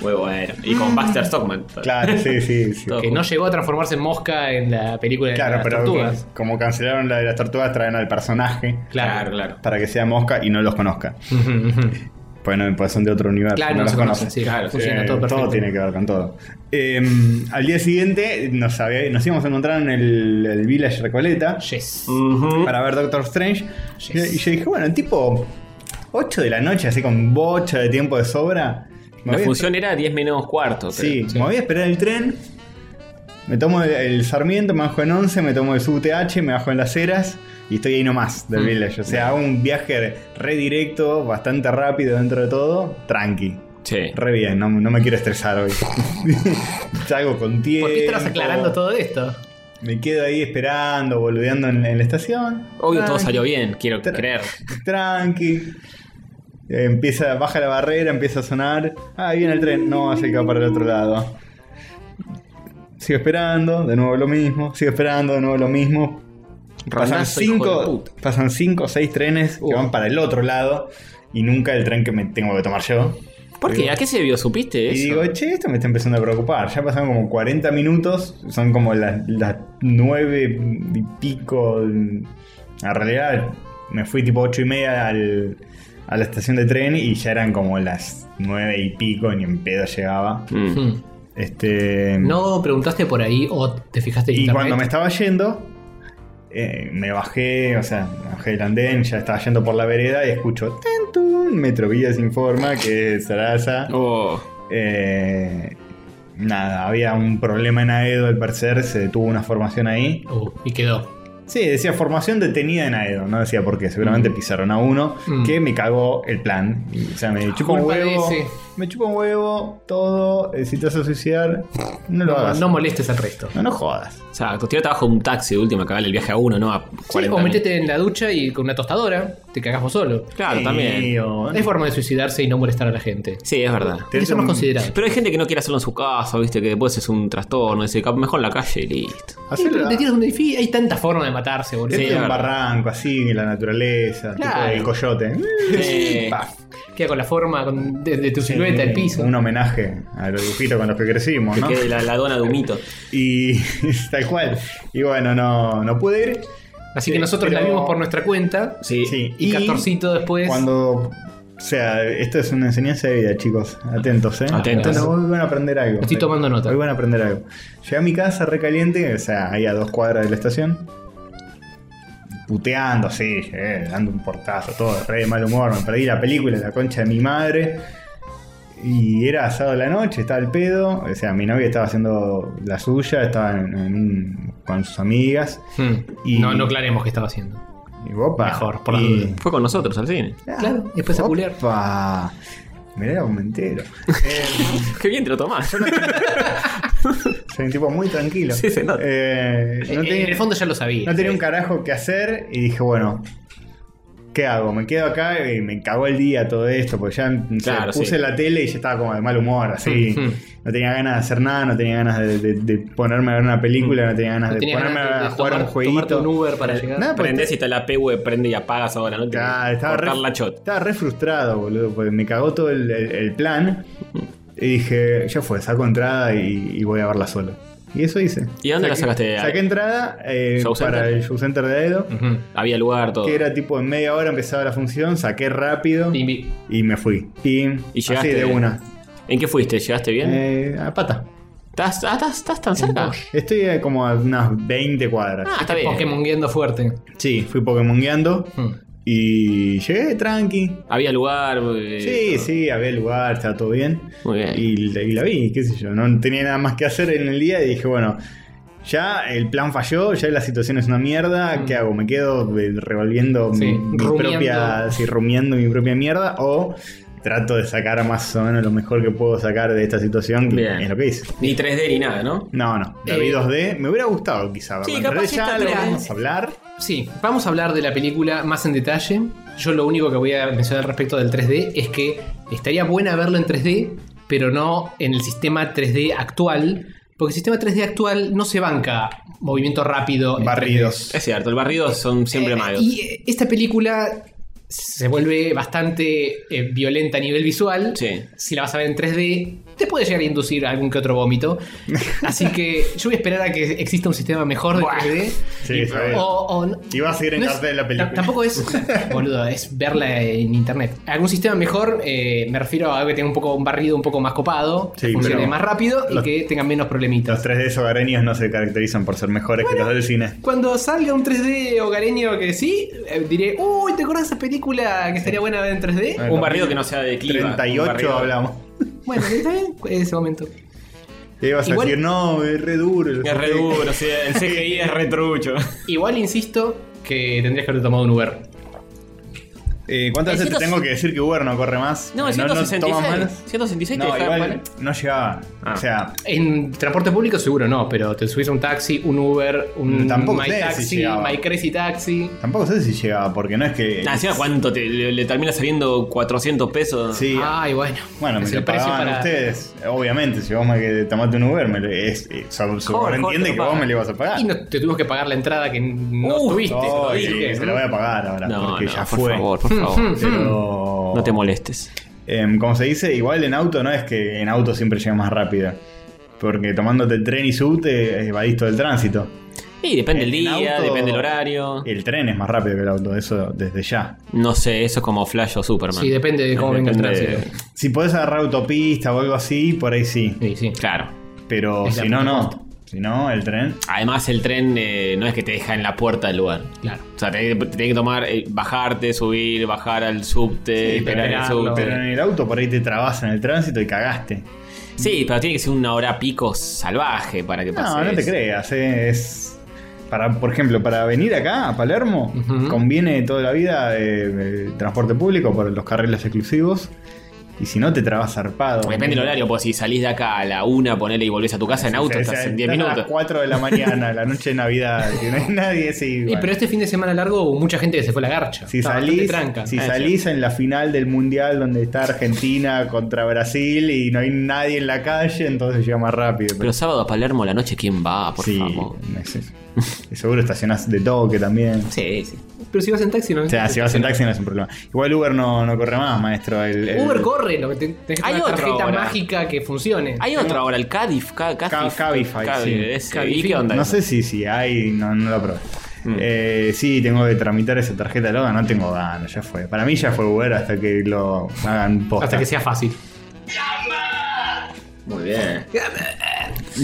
Speaker 3: Muy bueno. Y
Speaker 1: Mm.
Speaker 3: con Baxter Stockman.
Speaker 2: claro, sí, sí. sí.
Speaker 3: Todo.
Speaker 1: Que no llegó a transformarse en mosca en la película de
Speaker 2: Claro,
Speaker 1: las
Speaker 2: pero
Speaker 1: tortugas.
Speaker 2: como cancelaron la de las tortugas, traen al personaje
Speaker 3: Claro, claro.
Speaker 2: para que sea mosca y no los conozca.
Speaker 1: Ujú, ujú.
Speaker 2: Bueno, pues son de otro universo.
Speaker 1: Claro, no
Speaker 2: los
Speaker 1: se conocen,
Speaker 2: conoces.
Speaker 1: sí,
Speaker 3: Claro,
Speaker 1: funciona
Speaker 2: Eh,
Speaker 1: todo perfecto.
Speaker 2: tiene que ver con todo. Eh, al día siguiente nos, había- nos íbamos a encontrar en el, el Village Recoleta
Speaker 1: Yes.
Speaker 3: Ujú.
Speaker 2: para ver Doctor Strange.
Speaker 1: Yes.
Speaker 2: Y yo dije, bueno, tipo 8 de la noche, así con bocha de tiempo de sobra. Me
Speaker 3: La
Speaker 2: voy a-
Speaker 3: función era 10 menos cuarto.
Speaker 2: Sí,
Speaker 3: creo.
Speaker 2: me voy a esperar el tren. Me tomo el, el Sarmiento, me bajo en 11, me tomo el SUTH, me bajo en las Heras y estoy ahí nomás del Village. O sea, hago un viaje re directo, bastante rápido dentro de todo, tranqui.
Speaker 3: Sí.
Speaker 2: Re bien, no, no me quiero estresar hoy. Salgo con tiempo.
Speaker 1: ¿Por qué estabas aclarando todo esto?
Speaker 2: Me quedo ahí esperando, boludeando en, en la estación.
Speaker 3: Obvio todo
Speaker 2: Tranqui,
Speaker 3: salió bien, quiero
Speaker 2: Tra-
Speaker 3: creer.
Speaker 2: Tranqui. Eh, Empieza, baja la barrera, empieza a sonar. Ah, ahí viene el tren. No, se queda para el otro lado. Sigo esperando, de nuevo lo mismo. Sigo esperando, de nuevo lo mismo. Pasan
Speaker 3: Ronazo, hijo de
Speaker 2: cinco,
Speaker 3: puta.
Speaker 2: pasan cinco o seis trenes que van para el otro lado. Y nunca el tren que me tengo que tomar yo.
Speaker 3: ¿Por qué? ¿A qué se debió? ¿Supiste
Speaker 2: Y
Speaker 3: eso?
Speaker 2: digo, che, esto me está empezando a preocupar. Ya pasaron como 40 minutos, son como las, las 9 y pico. En realidad, me fui tipo 8 y media al- a la estación de tren y ya eran como las 9 y pico, ni en pedo llegaba.
Speaker 3: Mm.
Speaker 1: Hmm.
Speaker 2: Este,
Speaker 1: ¿No preguntaste por ahí o te fijaste en
Speaker 2: y
Speaker 1: internet?
Speaker 2: cuando me estaba yendo, eh, me bajé, o sea, me bajé del andén, ya estaba yendo por la vereda y escucho Tentun, Metrovías informa que es Sarasa.
Speaker 3: Oh,
Speaker 2: Eh, nada, había un problema en Aedo al parecer, se detuvo una formación ahí.
Speaker 1: Uh, y quedó.
Speaker 2: Sí, decía formación detenida en Aedo, no decía por qué, seguramente pisaron a uno
Speaker 1: Mm. Ah,
Speaker 2: que me cagó el plan. Y, O sea, me chupó un
Speaker 1: Culpa de
Speaker 2: huevo.
Speaker 1: ese.
Speaker 2: me chupa un huevo, todo, eh, si te vas a suicidar, no lo
Speaker 1: No,
Speaker 2: hagas.
Speaker 1: no molestes al resto.
Speaker 2: no, no jodas.
Speaker 3: Exacto, tirate abajo de un taxi de última, cagale el viaje a uno, no a
Speaker 1: Sí,
Speaker 3: 40.
Speaker 1: o metete en la ducha y con una tostadora te cagás vos solo.
Speaker 3: Claro,
Speaker 2: Eh,
Speaker 3: también.
Speaker 2: o-
Speaker 1: Es forma de suicidarse y no molestar a la gente.
Speaker 3: Sí, es verdad.
Speaker 2: Te-
Speaker 1: Hay que ser más
Speaker 2: un-
Speaker 1: considerado.
Speaker 3: Pero hay gente que no quiere hacerlo en su casa, viste, que después es un trastorno, dice, "Cap- mejor en la calle y listo.
Speaker 1: Sí,
Speaker 2: Hacer
Speaker 1: pero
Speaker 2: la-
Speaker 1: te tiras de un edificio, hay tanta forma de matarse, boludo.
Speaker 2: irte
Speaker 3: Sí,
Speaker 2: a un
Speaker 3: la verdad.
Speaker 2: barranco, así, en la naturaleza,
Speaker 1: Claro.
Speaker 2: tipo el coyote.
Speaker 3: Sí.
Speaker 2: Paf.
Speaker 1: Queda con la forma con- de, de tu silueta, el piso.
Speaker 2: Un homenaje a los dibujitos con los que crecimos,
Speaker 3: Que
Speaker 2: ¿no?
Speaker 3: quede la, la dona de humito.
Speaker 2: Y tal cual. Y bueno, no, no pude ir.
Speaker 1: Así que
Speaker 2: Sí,
Speaker 1: nosotros la
Speaker 2: pero-
Speaker 1: vimos por nuestra cuenta.
Speaker 3: Sí.
Speaker 2: Sí.
Speaker 1: Y,
Speaker 2: Y
Speaker 1: Castorcito después.
Speaker 2: Cuando. O sea, esto es una enseñanza de vida, chicos. Atentos, ¿eh?
Speaker 3: Atentos.
Speaker 2: Entonces, hoy van a aprender algo.
Speaker 1: Estoy tomando nota.
Speaker 2: Hoy van a aprender algo. Llegué a mi casa recaliente, o sea, ahí a dos cuadras de la estación. Puteando, sí, llegué, dando un portazo, todo, re de mal humor. Me perdí la película, la concha de mi madre. Y era sábado de la noche, estaba el pedo. O sea, mi novia estaba haciendo la suya, estaba en- en un- con sus amigas.
Speaker 1: Hmm.
Speaker 2: y-
Speaker 1: No, no aclaremos qué estaba haciendo.
Speaker 2: Y opa.
Speaker 1: Mejor, por las
Speaker 2: y-
Speaker 1: dudas.
Speaker 3: Fue con nosotros al cine.
Speaker 1: Claro, después a culear.
Speaker 2: Ah, Opa. Mirá el aumentero. Eh,
Speaker 3: Qué bien te lo tomás.
Speaker 2: soy un tipo muy tranquilo.
Speaker 3: Sí, se nota.
Speaker 2: Eh, no,
Speaker 1: Eh,
Speaker 2: tenía,
Speaker 1: en el fondo ya lo sabía.
Speaker 2: no tenía un carajo que hacer y dije, bueno, ¿qué hago? Me quedo acá y me cagó el día todo esto, porque ya no sé,
Speaker 3: Claro,
Speaker 2: puse
Speaker 3: sí. Mm,
Speaker 2: la tele y ya estaba como de mal humor, así.
Speaker 1: Ujú.
Speaker 2: No tenía ganas de hacer nada, no tenía ganas de, de- de ponerme a ver una
Speaker 3: Mm.
Speaker 2: película, no tenía ganas
Speaker 1: No
Speaker 2: de
Speaker 1: tenía
Speaker 2: ponerme
Speaker 1: ganas de-
Speaker 2: a
Speaker 1: de
Speaker 2: jugar
Speaker 1: tomar-
Speaker 2: un jueguito.
Speaker 1: tomarte un Uber para llegar.
Speaker 2: Nada, porque
Speaker 3: Prendés y está la PV, prende y apagas ahora, ¿no?
Speaker 2: Claro, estaba re,
Speaker 3: Cortar la chot.
Speaker 2: estaba re frustrado, boludo, porque me cagó todo el, el- el plan. Y dije, ya fue, saco entrada y, y voy a verla solo. Y eso hice.
Speaker 3: ¿Y dónde la sacaste?
Speaker 2: Saqué entrada eh,
Speaker 3: ¿Show
Speaker 2: para
Speaker 3: Center? Mm.
Speaker 2: el show center de Edo,
Speaker 1: Ujú.
Speaker 3: Había lugar, todo.
Speaker 2: que era tipo en media hora empezaba la función, saqué rápido
Speaker 1: Y
Speaker 2: y,
Speaker 1: vi-
Speaker 2: me fui. Y, así
Speaker 3: llegaste
Speaker 2: de una.
Speaker 3: ¿En qué fuiste? ¿Llegaste bien?
Speaker 2: Eh, a pata.
Speaker 3: ¿Estás, ah, estás, estás tan cerca?
Speaker 2: Estoy eh, como a unas 20 cuadras.
Speaker 3: Ah, está bien.
Speaker 1: Pokémon guiando fuerte.
Speaker 2: Sí, fui Pokémongueando
Speaker 1: Hmm.
Speaker 2: y llegué tranqui.
Speaker 3: Había lugar. eh,
Speaker 2: Sí,
Speaker 3: todo.
Speaker 2: sí, había lugar, estaba todo bien.
Speaker 3: Muy bien.
Speaker 2: Y, la- y la vi, qué sé yo. No tenía nada más que hacer en el día y dije, bueno, ya el plan falló, ya la situación es una mierda. ¿Qué hago? ¿Me quedo eh, revolviendo
Speaker 1: Mm. Sí,
Speaker 2: mi, mi
Speaker 1: rumiando.
Speaker 2: propia, sí, rumiando mi propia mierda? ¿O trato de sacar más o menos lo mejor que puedo sacar de esta situación? que
Speaker 3: Bien.
Speaker 2: Es lo que hice.
Speaker 3: Ni 3D ni nada, ¿no?
Speaker 2: No, no, la
Speaker 1: Eh.
Speaker 2: vi 2D. Me hubiera gustado, quizá.
Speaker 3: Sí,
Speaker 2: verla en
Speaker 3: capaz
Speaker 2: 3D,
Speaker 3: que
Speaker 2: ya
Speaker 3: está
Speaker 2: lo
Speaker 3: atrás.
Speaker 2: vamos a hablar.
Speaker 1: Sí, vamos a hablar de la película más en detalle. Yo lo único que voy a mencionar respecto del 3D es que estaría buena verlo en 3D, pero no en el sistema 3D actual, porque el sistema 3D actual no se banca movimiento rápido. en 3D.
Speaker 2: Barridos.
Speaker 3: Es cierto, el barrido son siempre
Speaker 1: Eh,
Speaker 3: malos.
Speaker 1: Y eh, esta película se vuelve bastante eh, violenta a nivel visual.
Speaker 3: Sí.
Speaker 1: Si la vas a ver en 3D, te puede llegar a inducir algún que otro vómito. Así que yo voy a esperar a que exista un sistema mejor de 3D.
Speaker 2: Sí, está bien.
Speaker 1: O, o no-
Speaker 2: Y va a seguir en
Speaker 1: no es-
Speaker 2: cartel la
Speaker 1: t-
Speaker 2: película.
Speaker 1: Tampoco es, boludo, es verla en internet. Algún sistema mejor, eh, me refiero a algo que tenga un poco un barrido un poco más copado,
Speaker 2: Sí,
Speaker 1: que funcione
Speaker 2: pero
Speaker 1: más rápido y
Speaker 2: los-
Speaker 1: que tenga menos problemitas.
Speaker 2: Los 3D hogareños no se caracterizan por ser mejores que los del cine.
Speaker 1: Cuando salga un 3D hogareño que sí, eh, diré, uy, ¿te acuerdas de esa película que estaría buena ver en 3D?
Speaker 2: Bueno.
Speaker 3: un barrido que no sea de clima.
Speaker 2: 38 hablamos.
Speaker 1: Bueno, está bien, en ese momento.
Speaker 2: Y ibas
Speaker 1: Igual-
Speaker 2: a decir, no, es re duro.
Speaker 3: Es re duro, o sea, el CGI es re trucho.
Speaker 1: Igual insisto que tendrías que haber tomado un Uber.
Speaker 2: Eh, ¿Cuántas
Speaker 3: El
Speaker 2: veces te
Speaker 3: ciento-
Speaker 2: tengo que decir que Uber no corre más?
Speaker 3: No, el
Speaker 2: toma
Speaker 3: 166.
Speaker 2: más?
Speaker 3: 166 te
Speaker 2: No,
Speaker 3: dejaban
Speaker 2: igual no llegaba.
Speaker 3: Ah.
Speaker 2: O sea,
Speaker 1: En transporte público seguro no, pero te subís a un taxi, un Uber, un
Speaker 2: Mm, Tampoco sé si
Speaker 1: MyTaxi,
Speaker 2: llegaba.
Speaker 1: MyCrazy Taxi.
Speaker 2: tampoco sé si llegaba, porque no es que.
Speaker 3: Ah, encima cuánto te- le, le termina saliendo 400 pesos.
Speaker 2: Sí,
Speaker 1: Ay, bueno.
Speaker 2: bueno, me
Speaker 1: Ah, Es
Speaker 2: lo
Speaker 1: el precio
Speaker 2: pagaban
Speaker 1: para-
Speaker 2: ustedes. Obviamente, si vos me que tomate un Uber, me lo, es, eh, so-
Speaker 3: te
Speaker 2: sobreentiende
Speaker 3: lo
Speaker 2: que vos
Speaker 3: pagan.
Speaker 2: me lo ibas a pagar.
Speaker 1: Y no, te tuvimos que pagar la entrada que no
Speaker 3: Uh,
Speaker 1: tuviste.
Speaker 2: Ay,
Speaker 1: te lo dije,
Speaker 2: se
Speaker 1: ¿no? Mm,
Speaker 2: lo voy a pagar ahora,
Speaker 3: No,
Speaker 2: porque
Speaker 3: no,
Speaker 2: ya
Speaker 3: por
Speaker 2: fue.
Speaker 3: favor, por favor.
Speaker 2: Pero.
Speaker 3: no te molestes.
Speaker 2: Em, como se dice, igual en auto no es que en auto siempre llegas más rápido. Porque tomándote el tren y subte, eh, evadís todo el tránsito.
Speaker 3: Y depende del
Speaker 2: En
Speaker 3: día,
Speaker 2: auto- eh,
Speaker 3: depende del horario.
Speaker 2: El tren es más rápido que el auto, eso desde ya.
Speaker 3: No sé, eso es como Flash o Superman.
Speaker 1: Sí, depende de cómo venga el
Speaker 3: Depende-
Speaker 1: tránsito.
Speaker 2: Si podés agarrar autopista o algo así, por ahí sí.
Speaker 1: Sí, sí.
Speaker 3: Claro.
Speaker 2: Pero
Speaker 1: Es la
Speaker 2: si no,
Speaker 1: puta
Speaker 2: no. Si no, el tren.
Speaker 3: Además, el tren eh, no es que te deja en la puerta del lugar.
Speaker 1: Claro.
Speaker 3: O sea, tenés, tenés que tomar, eh, bajarte, subir, bajar al subte, esperar en el
Speaker 1: esperarlo.
Speaker 3: subte.
Speaker 2: Pero en el auto por ahí te trabas en el tránsito y cagaste.
Speaker 3: Sí, pero tiene que ser una hora pico salvaje para que pase.
Speaker 2: No, no te
Speaker 3: eso.
Speaker 2: creas, eh, es. Para, por ejemplo, para venir acá a Palermo,
Speaker 1: Ujú.
Speaker 2: conviene toda la vida eh, el transporte público por los carriles exclusivos. Y si no, te trabas zarpado.
Speaker 3: Depende del horario, pues si salís de acá a la una, ponele y volvés a tu casa en auto,
Speaker 2: O sea,
Speaker 3: estás en 10
Speaker 2: A
Speaker 3: minutos.
Speaker 2: las 4 de la mañana, la noche de Navidad, que no hay nadie ese
Speaker 1: Y pero este fin de semana largo hubo mucha gente que se fue a la garcha.
Speaker 2: Si
Speaker 1: Estaba bastante
Speaker 2: salís,
Speaker 1: tranca.
Speaker 2: si
Speaker 3: Ah,
Speaker 2: salís en la final del mundial donde está Argentina contra Brasil y no hay nadie en la calle, entonces llega más rápido.
Speaker 3: Pero sábado a Palermo la noche, ¿quién va? Por
Speaker 2: sí,
Speaker 3: favor.
Speaker 2: no es eso. Y seguro estacionás de toque también.
Speaker 3: Sí, sí.
Speaker 1: Pero si vas en taxi, no
Speaker 2: O sea, si vas en taxi no es un problema. Igual Uber no, no corre más, maestro. El, el-
Speaker 1: Uber corre, lo que te, tenés que
Speaker 3: Hay
Speaker 1: tener una
Speaker 3: otro
Speaker 1: tarjeta
Speaker 3: ahora.
Speaker 1: mágica que funcione.
Speaker 3: Hay otro ahora, el Cadif. Ca- Cadif-
Speaker 2: Cabify,
Speaker 3: Cadi-
Speaker 2: sí.
Speaker 3: ese. ¿Y
Speaker 1: Cadify.
Speaker 3: qué onda?
Speaker 2: No
Speaker 3: eso? Mm.
Speaker 2: sé si, si hay, no, no lo probé. Eh, sí, tengo que tramitar esa tarjeta loca, no tengo ganas, ya fue. Para mí ya fue Uber hasta que lo hagan posta.
Speaker 1: Hasta que sea fácil.
Speaker 3: Muy bien.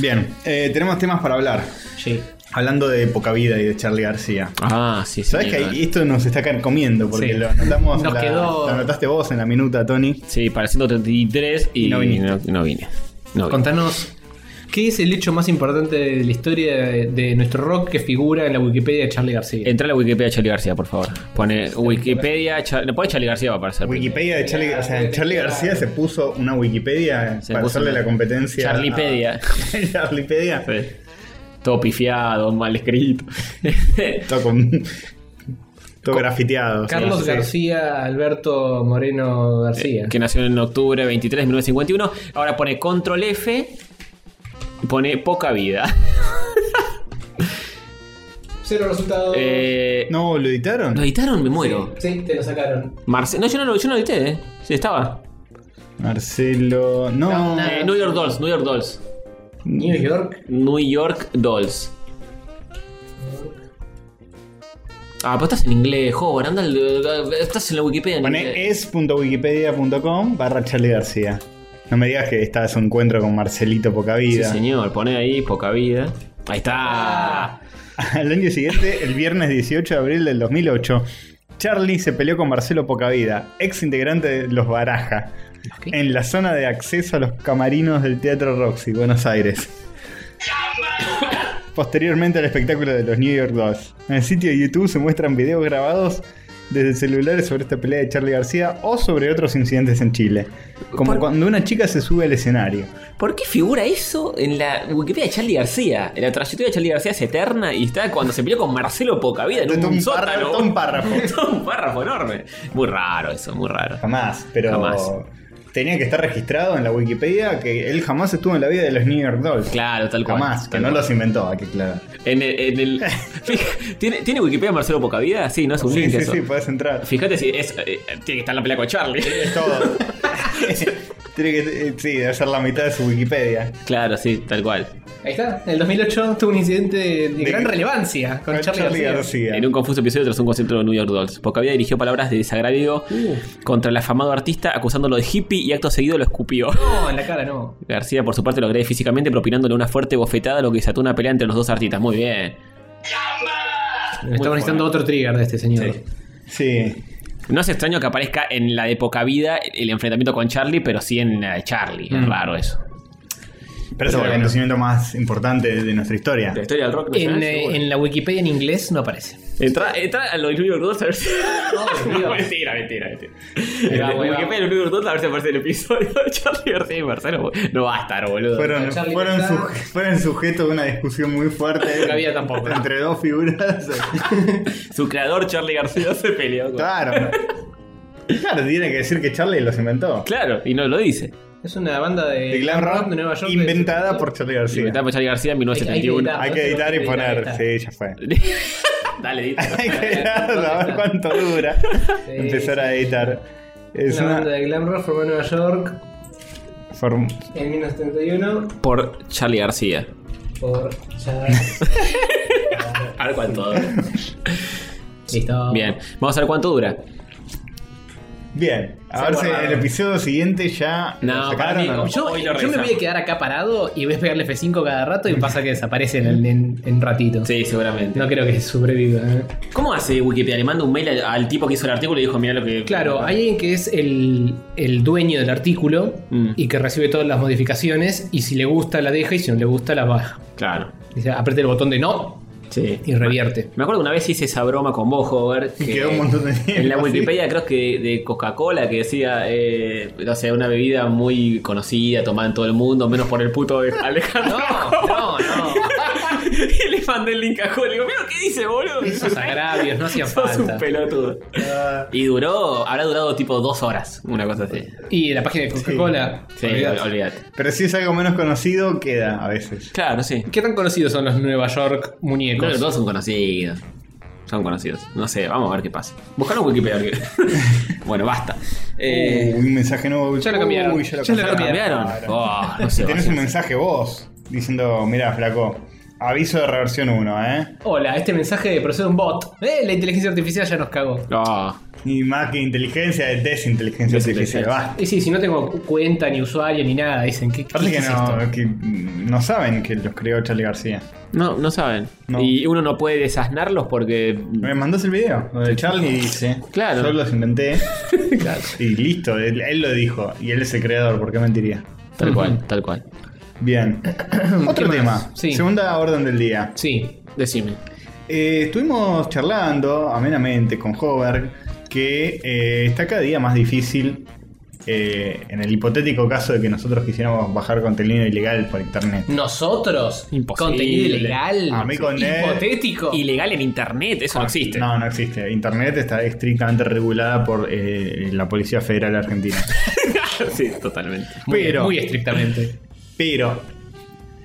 Speaker 2: Bien, eh, tenemos temas para hablar.
Speaker 1: Sí.
Speaker 2: Hablando de poca vida y de Charlie García.
Speaker 3: Ah, sí, sí.
Speaker 2: Sabes que
Speaker 3: mierda.
Speaker 2: ahí- esto nos está comiendo porque
Speaker 1: Sí.
Speaker 2: lo anotamos.
Speaker 1: Nos
Speaker 2: la-
Speaker 1: quedó-
Speaker 2: Lo anotaste vos en la minuta, Tony.
Speaker 3: Sí, para 133 y
Speaker 2: No viniste.
Speaker 3: no, no vine. No vine.
Speaker 1: Contanos, ¿qué es el hecho más importante de la historia de, de nuestro rock que figura en la Wikipedia de Charlie García?
Speaker 3: Entra a la Wikipedia de Charlie García, por favor. Pone Wikipedia. Char... No, pone Charlie García va a aparecer.
Speaker 2: Wikipedia de Charlie, o sea, Charlie García se puso una Wikipedia
Speaker 3: Se
Speaker 2: para
Speaker 3: puso
Speaker 2: hacerle
Speaker 3: una-
Speaker 2: la competencia.
Speaker 3: Charlipedia.
Speaker 2: a- Charlipedia.
Speaker 3: Sí. Todo pifiado, mal escrito.
Speaker 2: Todo con. Todo grafiteado.
Speaker 1: Carlos
Speaker 2: Sí, sí.
Speaker 1: García, Alberto Moreno García.
Speaker 3: Eh, que nació en octubre 23 de 1951. Ahora pone Control F. y Pone poca vida.
Speaker 1: Cero resultados.
Speaker 3: Eh,
Speaker 2: No, ¿lo editaron?
Speaker 3: ¿Lo editaron? Me muero.
Speaker 1: Sí, te lo sacaron.
Speaker 3: Marce- No, yo no, lo- yo no lo edité, ¿eh? Sí, estaba.
Speaker 2: Marcelo. No.
Speaker 1: No,
Speaker 3: Eh, New York Dolls, New York Dolls.
Speaker 1: New York.
Speaker 3: New York Dolls. Ah, pero estás en inglés, joven. Anda, al- estás en la Wikipedia. en
Speaker 2: Pone
Speaker 3: inglés.
Speaker 2: es.wikipedia.com barra Charlie García. No me digas que está su encuentro con Marcelito Poca
Speaker 3: Sí,
Speaker 2: E Vida.
Speaker 3: señor, pone ahí, poca vida. Ahí está.
Speaker 2: Al año siguiente, el viernes 18 de abril del 2008, Charlie se peleó con Marcelo Pocavida, ex integrante de Los Baraja,
Speaker 3: qué?
Speaker 2: en la zona de acceso a los camarinos del Teatro Roxy, Buenos Aires. Posteriormente al espectáculo de los New York Dolls. En el sitio de YouTube se muestran videos grabados desde celulares sobre esta pelea de Charlie García o sobre otros incidentes en Chile. Como
Speaker 3: Por-
Speaker 2: cuando una chica se sube al escenario.
Speaker 3: ¿Por qué figura eso en la Wikipedia de Charlie García? La trayectoria de Charlie García es eterna y está cuando se peleó con Marcelo Pocavida en
Speaker 2: Todo
Speaker 3: un,
Speaker 2: un
Speaker 3: sótano.
Speaker 2: párrafo- todo un párrafo.
Speaker 3: Todo un párrafo enorme. Muy raro eso, muy raro.
Speaker 2: Jamás, pero
Speaker 3: Jamás.
Speaker 2: tenía que estar registrado en la Wikipedia que él jamás estuvo en la vida de los New York Dolls.
Speaker 3: Claro, tal cual.
Speaker 2: jamás, que
Speaker 3: tal
Speaker 2: no
Speaker 3: cual.
Speaker 2: los inventó, hay que claro.
Speaker 3: En el. en el- Fija- ¿Tiene, ¿Tiene Wikipedia Marcelo Pocavida? Sí, no es un
Speaker 2: Sí,
Speaker 3: link
Speaker 2: sí,
Speaker 3: eso.
Speaker 2: sí, puedes entrar.
Speaker 3: Fíjate si es, eh, tiene que estar en la pelea con Charlie.
Speaker 2: Es todo. Tiene que, eh, sí, debe ser la mitad de su Wikipedia.
Speaker 3: claro, sí, tal cual.
Speaker 1: Ahí está. En el 2008 tuvo un incidente de,
Speaker 2: De-
Speaker 1: gran relevancia con, Charlie, García.
Speaker 3: En un confuso episodio tras un concierto de New York Dolls, Pocavida dirigió palabras de desagravio
Speaker 1: Uh.
Speaker 3: contra el afamado artista acusándolo de hippie y acto seguido lo escupió.
Speaker 1: No, en la cara no.
Speaker 3: García, por su parte, lo agrede físicamente propinándole una fuerte bofetada, lo que desató una pelea entre los dos artistas. Muy bien.
Speaker 1: Estamos necesitando otro trigger de este señor.
Speaker 3: Sí.
Speaker 2: Sí.
Speaker 3: No es extraño que aparezca en la de Pocavida el enfrentamiento con Charlie, pero sí en la de Charlie.
Speaker 1: Mm.
Speaker 3: Es raro eso.
Speaker 2: Pero es el
Speaker 3: bueno.
Speaker 2: acontecimiento más importante de nuestra historia.
Speaker 3: La historia del rock
Speaker 1: En, eh, en la Wikipedia en inglés no aparece.
Speaker 3: Entra, entra a lo de New York Dolls a ver si.
Speaker 1: Dios.
Speaker 3: mentira, mentira, mentira.
Speaker 1: Era
Speaker 3: En la
Speaker 1: hueva.
Speaker 3: Wikipedia de New York Dolls a ver si aparece el episodio de Charlie García y Marcelo. No va a estar, boludo.
Speaker 2: Fueron,
Speaker 1: Charlie
Speaker 2: fueron,
Speaker 1: García.
Speaker 2: suje- fueron sujetos de una discusión muy fuerte.
Speaker 1: No había tampoco.
Speaker 2: Entre dos figuras.
Speaker 3: Su creador, Charlie García, se peleó con.
Speaker 2: claro. Claro, tiene que decir que Charlie los inventó.
Speaker 3: Claro, y no lo dice.
Speaker 1: Es una banda de,
Speaker 2: de glam rock
Speaker 1: Eh, de Nueva York. ¿eh?
Speaker 2: inventada por Charlie
Speaker 3: Sí.
Speaker 2: García.
Speaker 3: Inventamos Charlie García en
Speaker 1: Hay
Speaker 3: 1971.
Speaker 2: Hay que editar y
Speaker 1: Ahí
Speaker 2: poner.
Speaker 1: está.
Speaker 2: Sí, ya fue.
Speaker 3: Dale,
Speaker 2: Hay
Speaker 3: dita.
Speaker 2: que editar, a ver cuánto dura. Empezar a editar. Es
Speaker 1: Es una,
Speaker 2: una.
Speaker 1: banda de glam rock formada en Nueva York
Speaker 2: form-
Speaker 1: en 1971
Speaker 3: Por Charlie García.
Speaker 1: por Charlie.
Speaker 3: A ver cuánto
Speaker 1: Listo.
Speaker 3: Bien, vamos a ver cuánto dura.
Speaker 2: Bien.
Speaker 1: Se
Speaker 2: A ver si
Speaker 1: guardaron.
Speaker 2: el episodio siguiente ya.
Speaker 3: No,
Speaker 2: lo
Speaker 3: para mí-
Speaker 2: o no.
Speaker 1: Yo,
Speaker 3: Hoy lo
Speaker 1: yo me
Speaker 3: revisamos.
Speaker 1: voy a quedar acá parado y voy a pegarle F5 cada rato y pasa que desaparece en, en- en un ratito.
Speaker 3: Sí, seguramente.
Speaker 1: No creo que sobreviva. ¿eh?
Speaker 3: ¿Cómo hace Wikipedia? Le manda un mail al, al tipo que hizo el artículo y dijo, mira lo que.
Speaker 1: Claro, hay alguien que es el, el dueño del artículo
Speaker 3: Mm.
Speaker 1: y que recibe todas las modificaciones y si le gusta la deja y si no le gusta la baja.
Speaker 3: Claro.
Speaker 1: Dice, apriete el botón de no
Speaker 3: Sí.
Speaker 1: y revierte.
Speaker 3: Me acuerdo que una vez hice esa broma con vos, Hover.
Speaker 2: Y
Speaker 3: que
Speaker 2: quedó un montón de
Speaker 3: En la
Speaker 2: tiempo,
Speaker 3: Wikipedia creo que de Coca-Cola que decía, eh, o sea, una bebida muy conocida, tomada en todo el mundo, menos por el puto de Alejandro.
Speaker 1: No, no, no.
Speaker 3: y le mandé el link a Hover. Digo, mira, ¿qué dice, boludo?
Speaker 1: Esos agravios no hacían
Speaker 3: Sos un
Speaker 1: falta.
Speaker 3: pelotudo.
Speaker 2: Ah,
Speaker 3: Y duró, habrá durado tipo dos horas, una cosa así.
Speaker 1: Y la página de Coca-Cola.
Speaker 3: Sí,
Speaker 1: olvidate.
Speaker 3: ol- olvídate.
Speaker 2: pero si es algo menos conocido, queda a veces.
Speaker 3: Claro, sí.
Speaker 1: ¿Qué tan conocidos son los Nueva York
Speaker 3: Creo que
Speaker 1: muñecos?
Speaker 3: todos son conocidos. Son conocidos. No sé, vamos a ver qué pasa. Buscar en Wikipedia. que- bueno, basta. Eh,
Speaker 2: Uy, un mensaje nuevo.
Speaker 1: ya lo cambiaron.
Speaker 2: Uy, ya lo
Speaker 1: Ya lo
Speaker 3: ¿ya lo
Speaker 2: cambiaron.
Speaker 3: cambiaron?
Speaker 2: Claro.
Speaker 3: Oh, no sé.
Speaker 2: Si tenés
Speaker 3: vaya.
Speaker 2: un mensaje vos diciendo, mira, flaco, aviso de reversión 1, ¿eh?
Speaker 1: Hola, este mensaje procede de un bot. Eh, la inteligencia artificial ya nos cagó.
Speaker 3: Oh,
Speaker 2: Y más que inteligencia, es desinteligencia
Speaker 3: Desinteligencia.
Speaker 2: artificial. Basta.
Speaker 1: Ah, Y sí, si no tengo cuenta ni usuario ni nada, dicen que
Speaker 2: Aparte que no, eh. que no saben que los creó Charlie García.
Speaker 3: no, no saben.
Speaker 2: No.
Speaker 3: Y uno no puede desasnarlos porque.
Speaker 2: Me mandás el video donde Charlie dice,
Speaker 3: Claro.
Speaker 2: yo los inventé y listo, él, él lo dijo y él es el creador, ¿por qué mentiría?
Speaker 3: Tal cual, tal cual.
Speaker 2: Bien. Otro
Speaker 1: ¿Qué más?
Speaker 2: tema,
Speaker 1: Sí.
Speaker 2: segunda orden del día.
Speaker 1: Sí.
Speaker 3: Decime.
Speaker 2: Eh, estuvimos charlando amenamente con Hover que eh, está cada día más difícil eh, en el hipotético caso de que nosotros quisiéramos bajar contenido ilegal por internet.
Speaker 1: Nosotros,
Speaker 3: Imposible.
Speaker 1: contenido ilegal,
Speaker 2: A mí con él.
Speaker 1: hipotético.
Speaker 3: Ilegal en internet, eso no existe.
Speaker 2: No, no existe. Internet está estrictamente regulada por eh, la Policía Federal Argentina.
Speaker 3: sí, totalmente.
Speaker 1: muy,
Speaker 2: pero-
Speaker 1: muy estrictamente.
Speaker 2: Pero,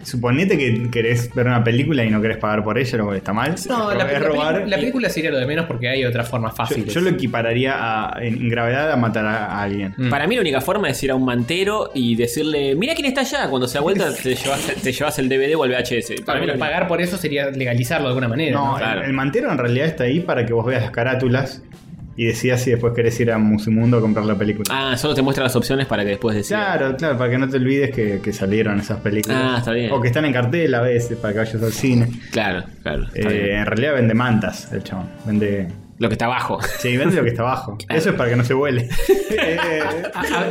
Speaker 2: suponete que querés ver una película y no querés pagar por ella, lo cual está mal.
Speaker 1: No,
Speaker 2: Lo
Speaker 1: la,
Speaker 2: querés
Speaker 1: la
Speaker 2: robar.
Speaker 1: película- la película sería lo de menos porque hay otras formas
Speaker 2: Yo,
Speaker 1: fáciles.
Speaker 2: yo lo equipararía a- en, en gravedad a matar a alguien.
Speaker 1: Mm.
Speaker 3: Para mí la única forma es ir a un mantero y decirle, mira quién está allá. Cuando se da vuelta te llevas, te llevas el DVD o el VHS. Para mí
Speaker 1: Para
Speaker 3: la única-
Speaker 1: pagar por eso sería legalizarlo de alguna manera.
Speaker 2: No,
Speaker 1: No,
Speaker 2: el-
Speaker 3: claro.
Speaker 2: el, mantero en realidad está ahí para que vos veas las carátulas y decidas si después querés ir a Musimundo a comprar la película.
Speaker 3: Ah, solo te muestra las opciones para que después decidas.
Speaker 2: Claro, claro, para que no te olvides que, que salieron esas películas.
Speaker 3: Ah, está bien.
Speaker 2: O que están en cartel a veces, para que vayas al cine.
Speaker 3: Claro, claro. está
Speaker 2: Eh,
Speaker 3: bien.
Speaker 2: en realidad vende mantas el chabón. Vende.
Speaker 3: Lo que está abajo.
Speaker 2: Sí, vende lo que está abajo. Eso es para que no se vuele. Eh,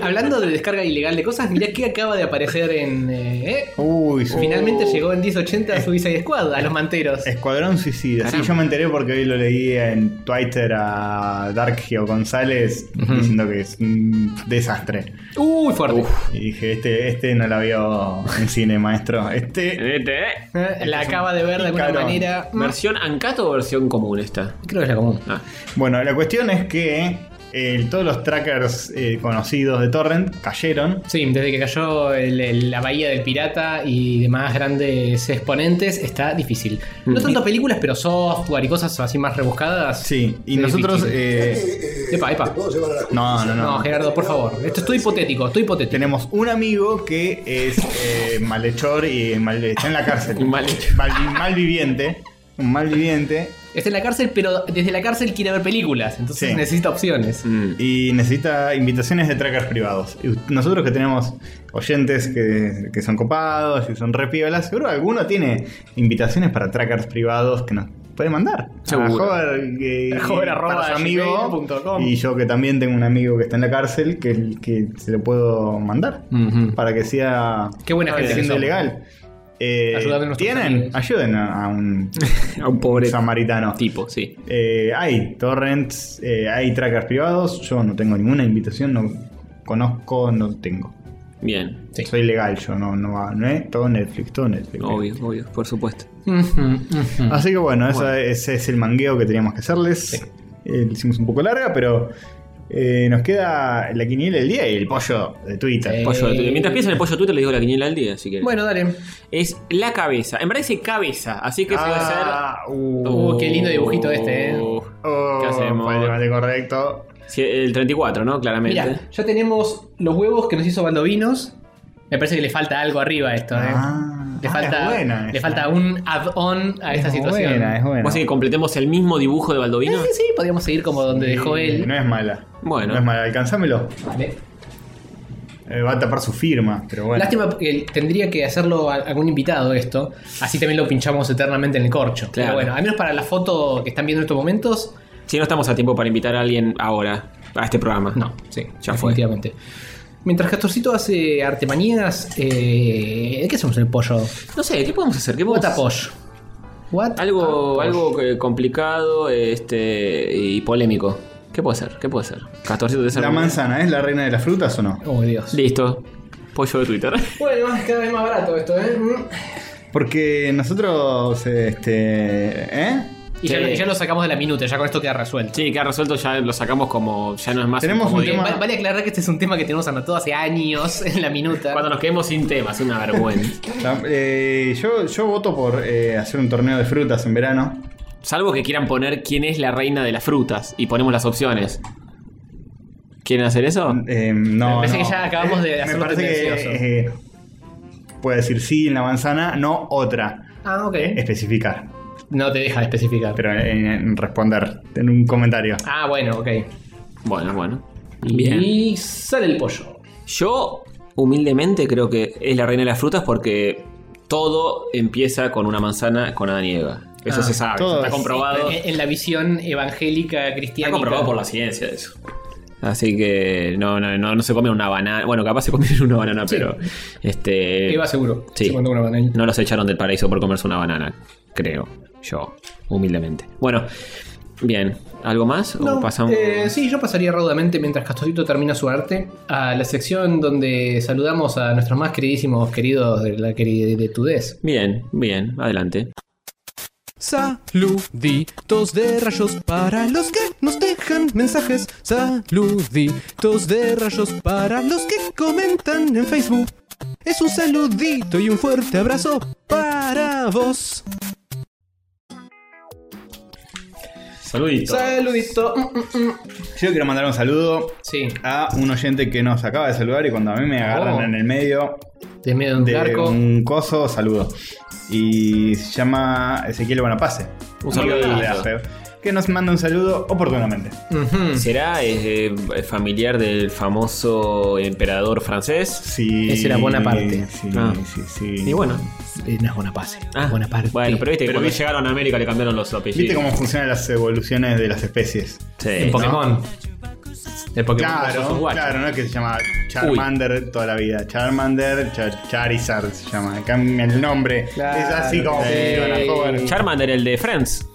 Speaker 1: hablando de descarga ilegal de cosas, mirá que acaba de aparecer en. eh, ¿eh?
Speaker 2: Uy,
Speaker 1: Finalmente
Speaker 2: Uh.
Speaker 1: llegó en 1080 a Suicide Squad, a los manteros.
Speaker 2: Escuadrón Suicida.
Speaker 3: Caramba.
Speaker 2: Sí, yo me enteré porque hoy lo leí en Twitter a Darkio González diciendo que es un desastre.
Speaker 1: Uy, fuerte.
Speaker 2: Y dije, este, este no la vio en cine, maestro. Este.
Speaker 3: ¿Eh?
Speaker 1: Eh, La acaba de ver de alguna
Speaker 2: Picaron.
Speaker 1: manera. Mm.
Speaker 3: ¿Versión Ancato o versión común esta?
Speaker 1: Creo que es la común.
Speaker 3: Ah,
Speaker 2: Bueno, la cuestión es que eh, todos los trackers eh, conocidos de Torrent cayeron.
Speaker 1: Sí, desde que cayó el- el- la bahía del pirata y demás grandes exponentes, está difícil. No
Speaker 3: Mm.
Speaker 1: tanto películas, pero software y cosas así más rebuscadas.
Speaker 2: Sí, y
Speaker 1: es
Speaker 2: nosotros.
Speaker 1: difícil.
Speaker 2: eh,
Speaker 1: Epa, epa.
Speaker 4: ¿Te puedo llevar a la
Speaker 2: no, no,
Speaker 1: No,
Speaker 2: no.
Speaker 1: Gerardo, por favor. Esto es todo hipotético, estoy hipotético.
Speaker 2: Tenemos un amigo que es eh, malhechor y mal- está en la cárcel.
Speaker 3: Mal-
Speaker 2: Mal- malviviente. Un malviviente.
Speaker 1: Está en la cárcel, pero desde la cárcel quiere ver películas, entonces
Speaker 2: Sí.
Speaker 1: necesita opciones.
Speaker 3: mm.
Speaker 2: Y necesita invitaciones de trackers privados. Y nosotros que tenemos oyentes que, que son copados y son re piolas, seguro alguno tiene invitaciones para trackers privados que nos puede mandar.
Speaker 3: Seguro.
Speaker 2: A Hover, eh,
Speaker 1: A Hover
Speaker 2: para
Speaker 1: arroba
Speaker 2: su amigo.
Speaker 1: gmail.com.
Speaker 2: Y yo que también tengo un amigo que está en la cárcel que, que se lo puedo mandar.
Speaker 1: Ujú.
Speaker 2: Para que sea...
Speaker 1: Qué buena gente que
Speaker 2: siendo
Speaker 1: somos.
Speaker 2: legal. Eh,
Speaker 1: Ayudando a nuestros
Speaker 2: ¿Tienen?
Speaker 1: amigos.
Speaker 2: Ayuden a, a un,
Speaker 3: A un pobre
Speaker 2: samaritano.
Speaker 3: tipo, sí.
Speaker 2: Eh, hay torrents, eh, hay trackers privados. Yo no tengo ninguna invitación, no conozco, no tengo.
Speaker 3: Bien.
Speaker 1: Sí.
Speaker 2: Soy legal, yo no, no, no eh, todo Netflix, todo Netflix.
Speaker 3: Obvio, obvio, por supuesto.
Speaker 1: Ujú, ujú.
Speaker 2: Así que bueno, eso es- ese es el mangueo que teníamos que hacerles. Eh, lo hicimos un poco larga, pero eh, nos queda la quiniela del día y el pollo de Twitter.
Speaker 1: Eh,
Speaker 3: Pollo de Twitter. Mientras pienso en el pollo de Twitter, le digo la quiniela al día, así que.
Speaker 1: Bueno, dale.
Speaker 3: Es la cabeza. En verdad dice cabeza, así que se va a hacer.
Speaker 2: Ah, uh,
Speaker 1: Uh, qué lindo dibujito este, eh.
Speaker 2: oh,
Speaker 3: ¿Qué hacemos?
Speaker 2: fue el debate correcto.
Speaker 3: Sí, El 34, ¿no? Claramente.
Speaker 1: Mira, ya tenemos los huevos que nos hizo Baldovinos. Me parece que le falta algo arriba a esto, ¿eh?
Speaker 2: Ah,
Speaker 1: le
Speaker 2: ah,
Speaker 1: falta,
Speaker 2: es buena
Speaker 1: le
Speaker 2: esa.
Speaker 1: falta un add-on a
Speaker 2: Es
Speaker 1: esta situación.
Speaker 2: buena, es buena.
Speaker 3: ¿Vos decís que completemos el mismo dibujo de Baldovino?
Speaker 1: Sí, sí, podríamos seguir como donde dejó
Speaker 2: Eh,
Speaker 1: él.
Speaker 2: No es mala.
Speaker 3: Bueno.
Speaker 2: No es mala, alcanzámelo.
Speaker 1: Vale.
Speaker 2: Eh, va a tapar su firma, pero bueno.
Speaker 1: Lástima que tendría que hacerlo a- algún invitado esto, así también lo pinchamos eternamente en el corcho.
Speaker 3: Claro.
Speaker 1: Pero bueno, al menos para la foto que están viendo en estos momentos,
Speaker 3: Si no estamos a tiempo para invitar a alguien ahora a este programa.
Speaker 1: no, sí,
Speaker 3: Ya fue.
Speaker 1: definitivamente. Mientras Castorcito hace artemanías, eh, ¿qué hacemos en el pollo?
Speaker 3: No sé, ¿qué podemos hacer? ¿Qué podemos
Speaker 1: Bota pollo. What?
Speaker 3: Algo,
Speaker 1: Ah,
Speaker 3: algo eh, complicado este, y polémico. ¿Qué puede ser? ¿Qué puede ser? Castorcito de
Speaker 2: ¿La manzana es la reina de las frutas o no?
Speaker 1: Oh, Dios.
Speaker 3: Listo. Pollo de Twitter.
Speaker 1: Bueno, es cada vez más barato esto, ¿eh? Mm.
Speaker 2: Porque nosotros, este. ¿Eh?
Speaker 1: Y ya,
Speaker 3: Sí.
Speaker 1: y ya lo sacamos de la minuta, ya con esto queda resuelto.
Speaker 3: Sí, que ha resuelto, ya lo sacamos como. Ya no es más.
Speaker 2: Tenemos
Speaker 3: como
Speaker 2: un
Speaker 3: diez.
Speaker 2: tema-
Speaker 1: Va- Vale aclarar que este es un tema que tenemos anotado hace años en la minuta.
Speaker 3: Cuando nos quedemos sin temas, una vergüenza.
Speaker 2: La- eh, yo, yo voto por eh, hacer un torneo de frutas en verano.
Speaker 3: Salvo que quieran poner quién es la reina de las frutas y ponemos las opciones. ¿Quieren hacer eso?
Speaker 2: Eh, no,
Speaker 1: Me parece
Speaker 2: no.
Speaker 1: que ya acabamos de
Speaker 2: Eh, Me
Speaker 1: hacerlo
Speaker 2: parece
Speaker 1: tendencioso.
Speaker 2: que. eh, puede decir sí en la manzana, no otra.
Speaker 1: Ah, ok.
Speaker 3: Eh,
Speaker 2: Especificar,
Speaker 1: No te deja especificar.
Speaker 2: pero en, en responder en un comentario.
Speaker 1: Ah, bueno, ok.
Speaker 3: Bueno, bueno. Bien.
Speaker 1: Y sale el pollo.
Speaker 3: Yo, humildemente, creo que es la reina de las frutas porque todo empieza con una manzana con Adanieva. Eso
Speaker 1: Ah,
Speaker 3: se sabe,
Speaker 2: todo.
Speaker 3: está comprobado.
Speaker 1: En, en la visión evangélica cristiana.
Speaker 3: Está comprobado por la ciencia eso. Así que no, no, no, no se come una banana. Bueno, capaz se comieron una banana, pero. Este.
Speaker 1: Eva seguro.
Speaker 3: Sí.
Speaker 1: Se mandó una bananita.
Speaker 3: No los echaron del paraíso por comerse una banana, creo. Yo, humildemente. Bueno, bien. ¿Algo más? ¿O
Speaker 1: No,
Speaker 3: pasamos?
Speaker 1: eh, sí, yo pasaría raudamente mientras Castorcito termina su arte a la sección donde saludamos a nuestros más queridísimos queridos de la queridez.
Speaker 3: Bien, bien, adelante.
Speaker 4: Saluditos de rayos para los que nos dejan mensajes. Saluditos de rayos para los que comentan en Facebook. Es un saludito y un fuerte abrazo para vos.
Speaker 3: Saludito.
Speaker 1: Saludito. Mm,
Speaker 2: Yo quiero mandar un saludo
Speaker 1: Sí,
Speaker 2: a un oyente que nos acaba de saludar y cuando a mí me agarran
Speaker 1: Oh.
Speaker 2: en el medio
Speaker 1: de medio de un
Speaker 2: de
Speaker 1: arco.
Speaker 2: un coso, saludo. Y se llama Ezequiel Bonapase.
Speaker 3: Un saludo.
Speaker 2: de Aspe, Que nos manda un saludo oportunamente.
Speaker 1: Ujú.
Speaker 3: ¿Será eh, eh, familiar del famoso emperador francés?
Speaker 2: Sí,
Speaker 1: Ese era Bonaparte.
Speaker 2: Sí,
Speaker 3: Ah.
Speaker 2: sí, sí.
Speaker 3: Y bueno.
Speaker 1: Eh, No es buena pase.
Speaker 3: Ah,
Speaker 1: buena parte.
Speaker 3: Bueno, pero viste que
Speaker 2: Pero
Speaker 3: cuando
Speaker 2: vi-
Speaker 3: llegaron a América le cambiaron los apellidos.
Speaker 2: ¿Viste cómo funcionan las evoluciones de las especies?
Speaker 3: Sí.
Speaker 1: el Pokémon.
Speaker 3: El Pokémon sos un
Speaker 2: Claro,
Speaker 3: guacho.
Speaker 2: claro, no es que se llama Charmander toda la vida. Charmander, Char- Charizard se llama. Cambian el nombre.
Speaker 1: Claro,
Speaker 2: es así como
Speaker 1: sí.
Speaker 2: funciona, joven.
Speaker 3: Charmander, el de Friends.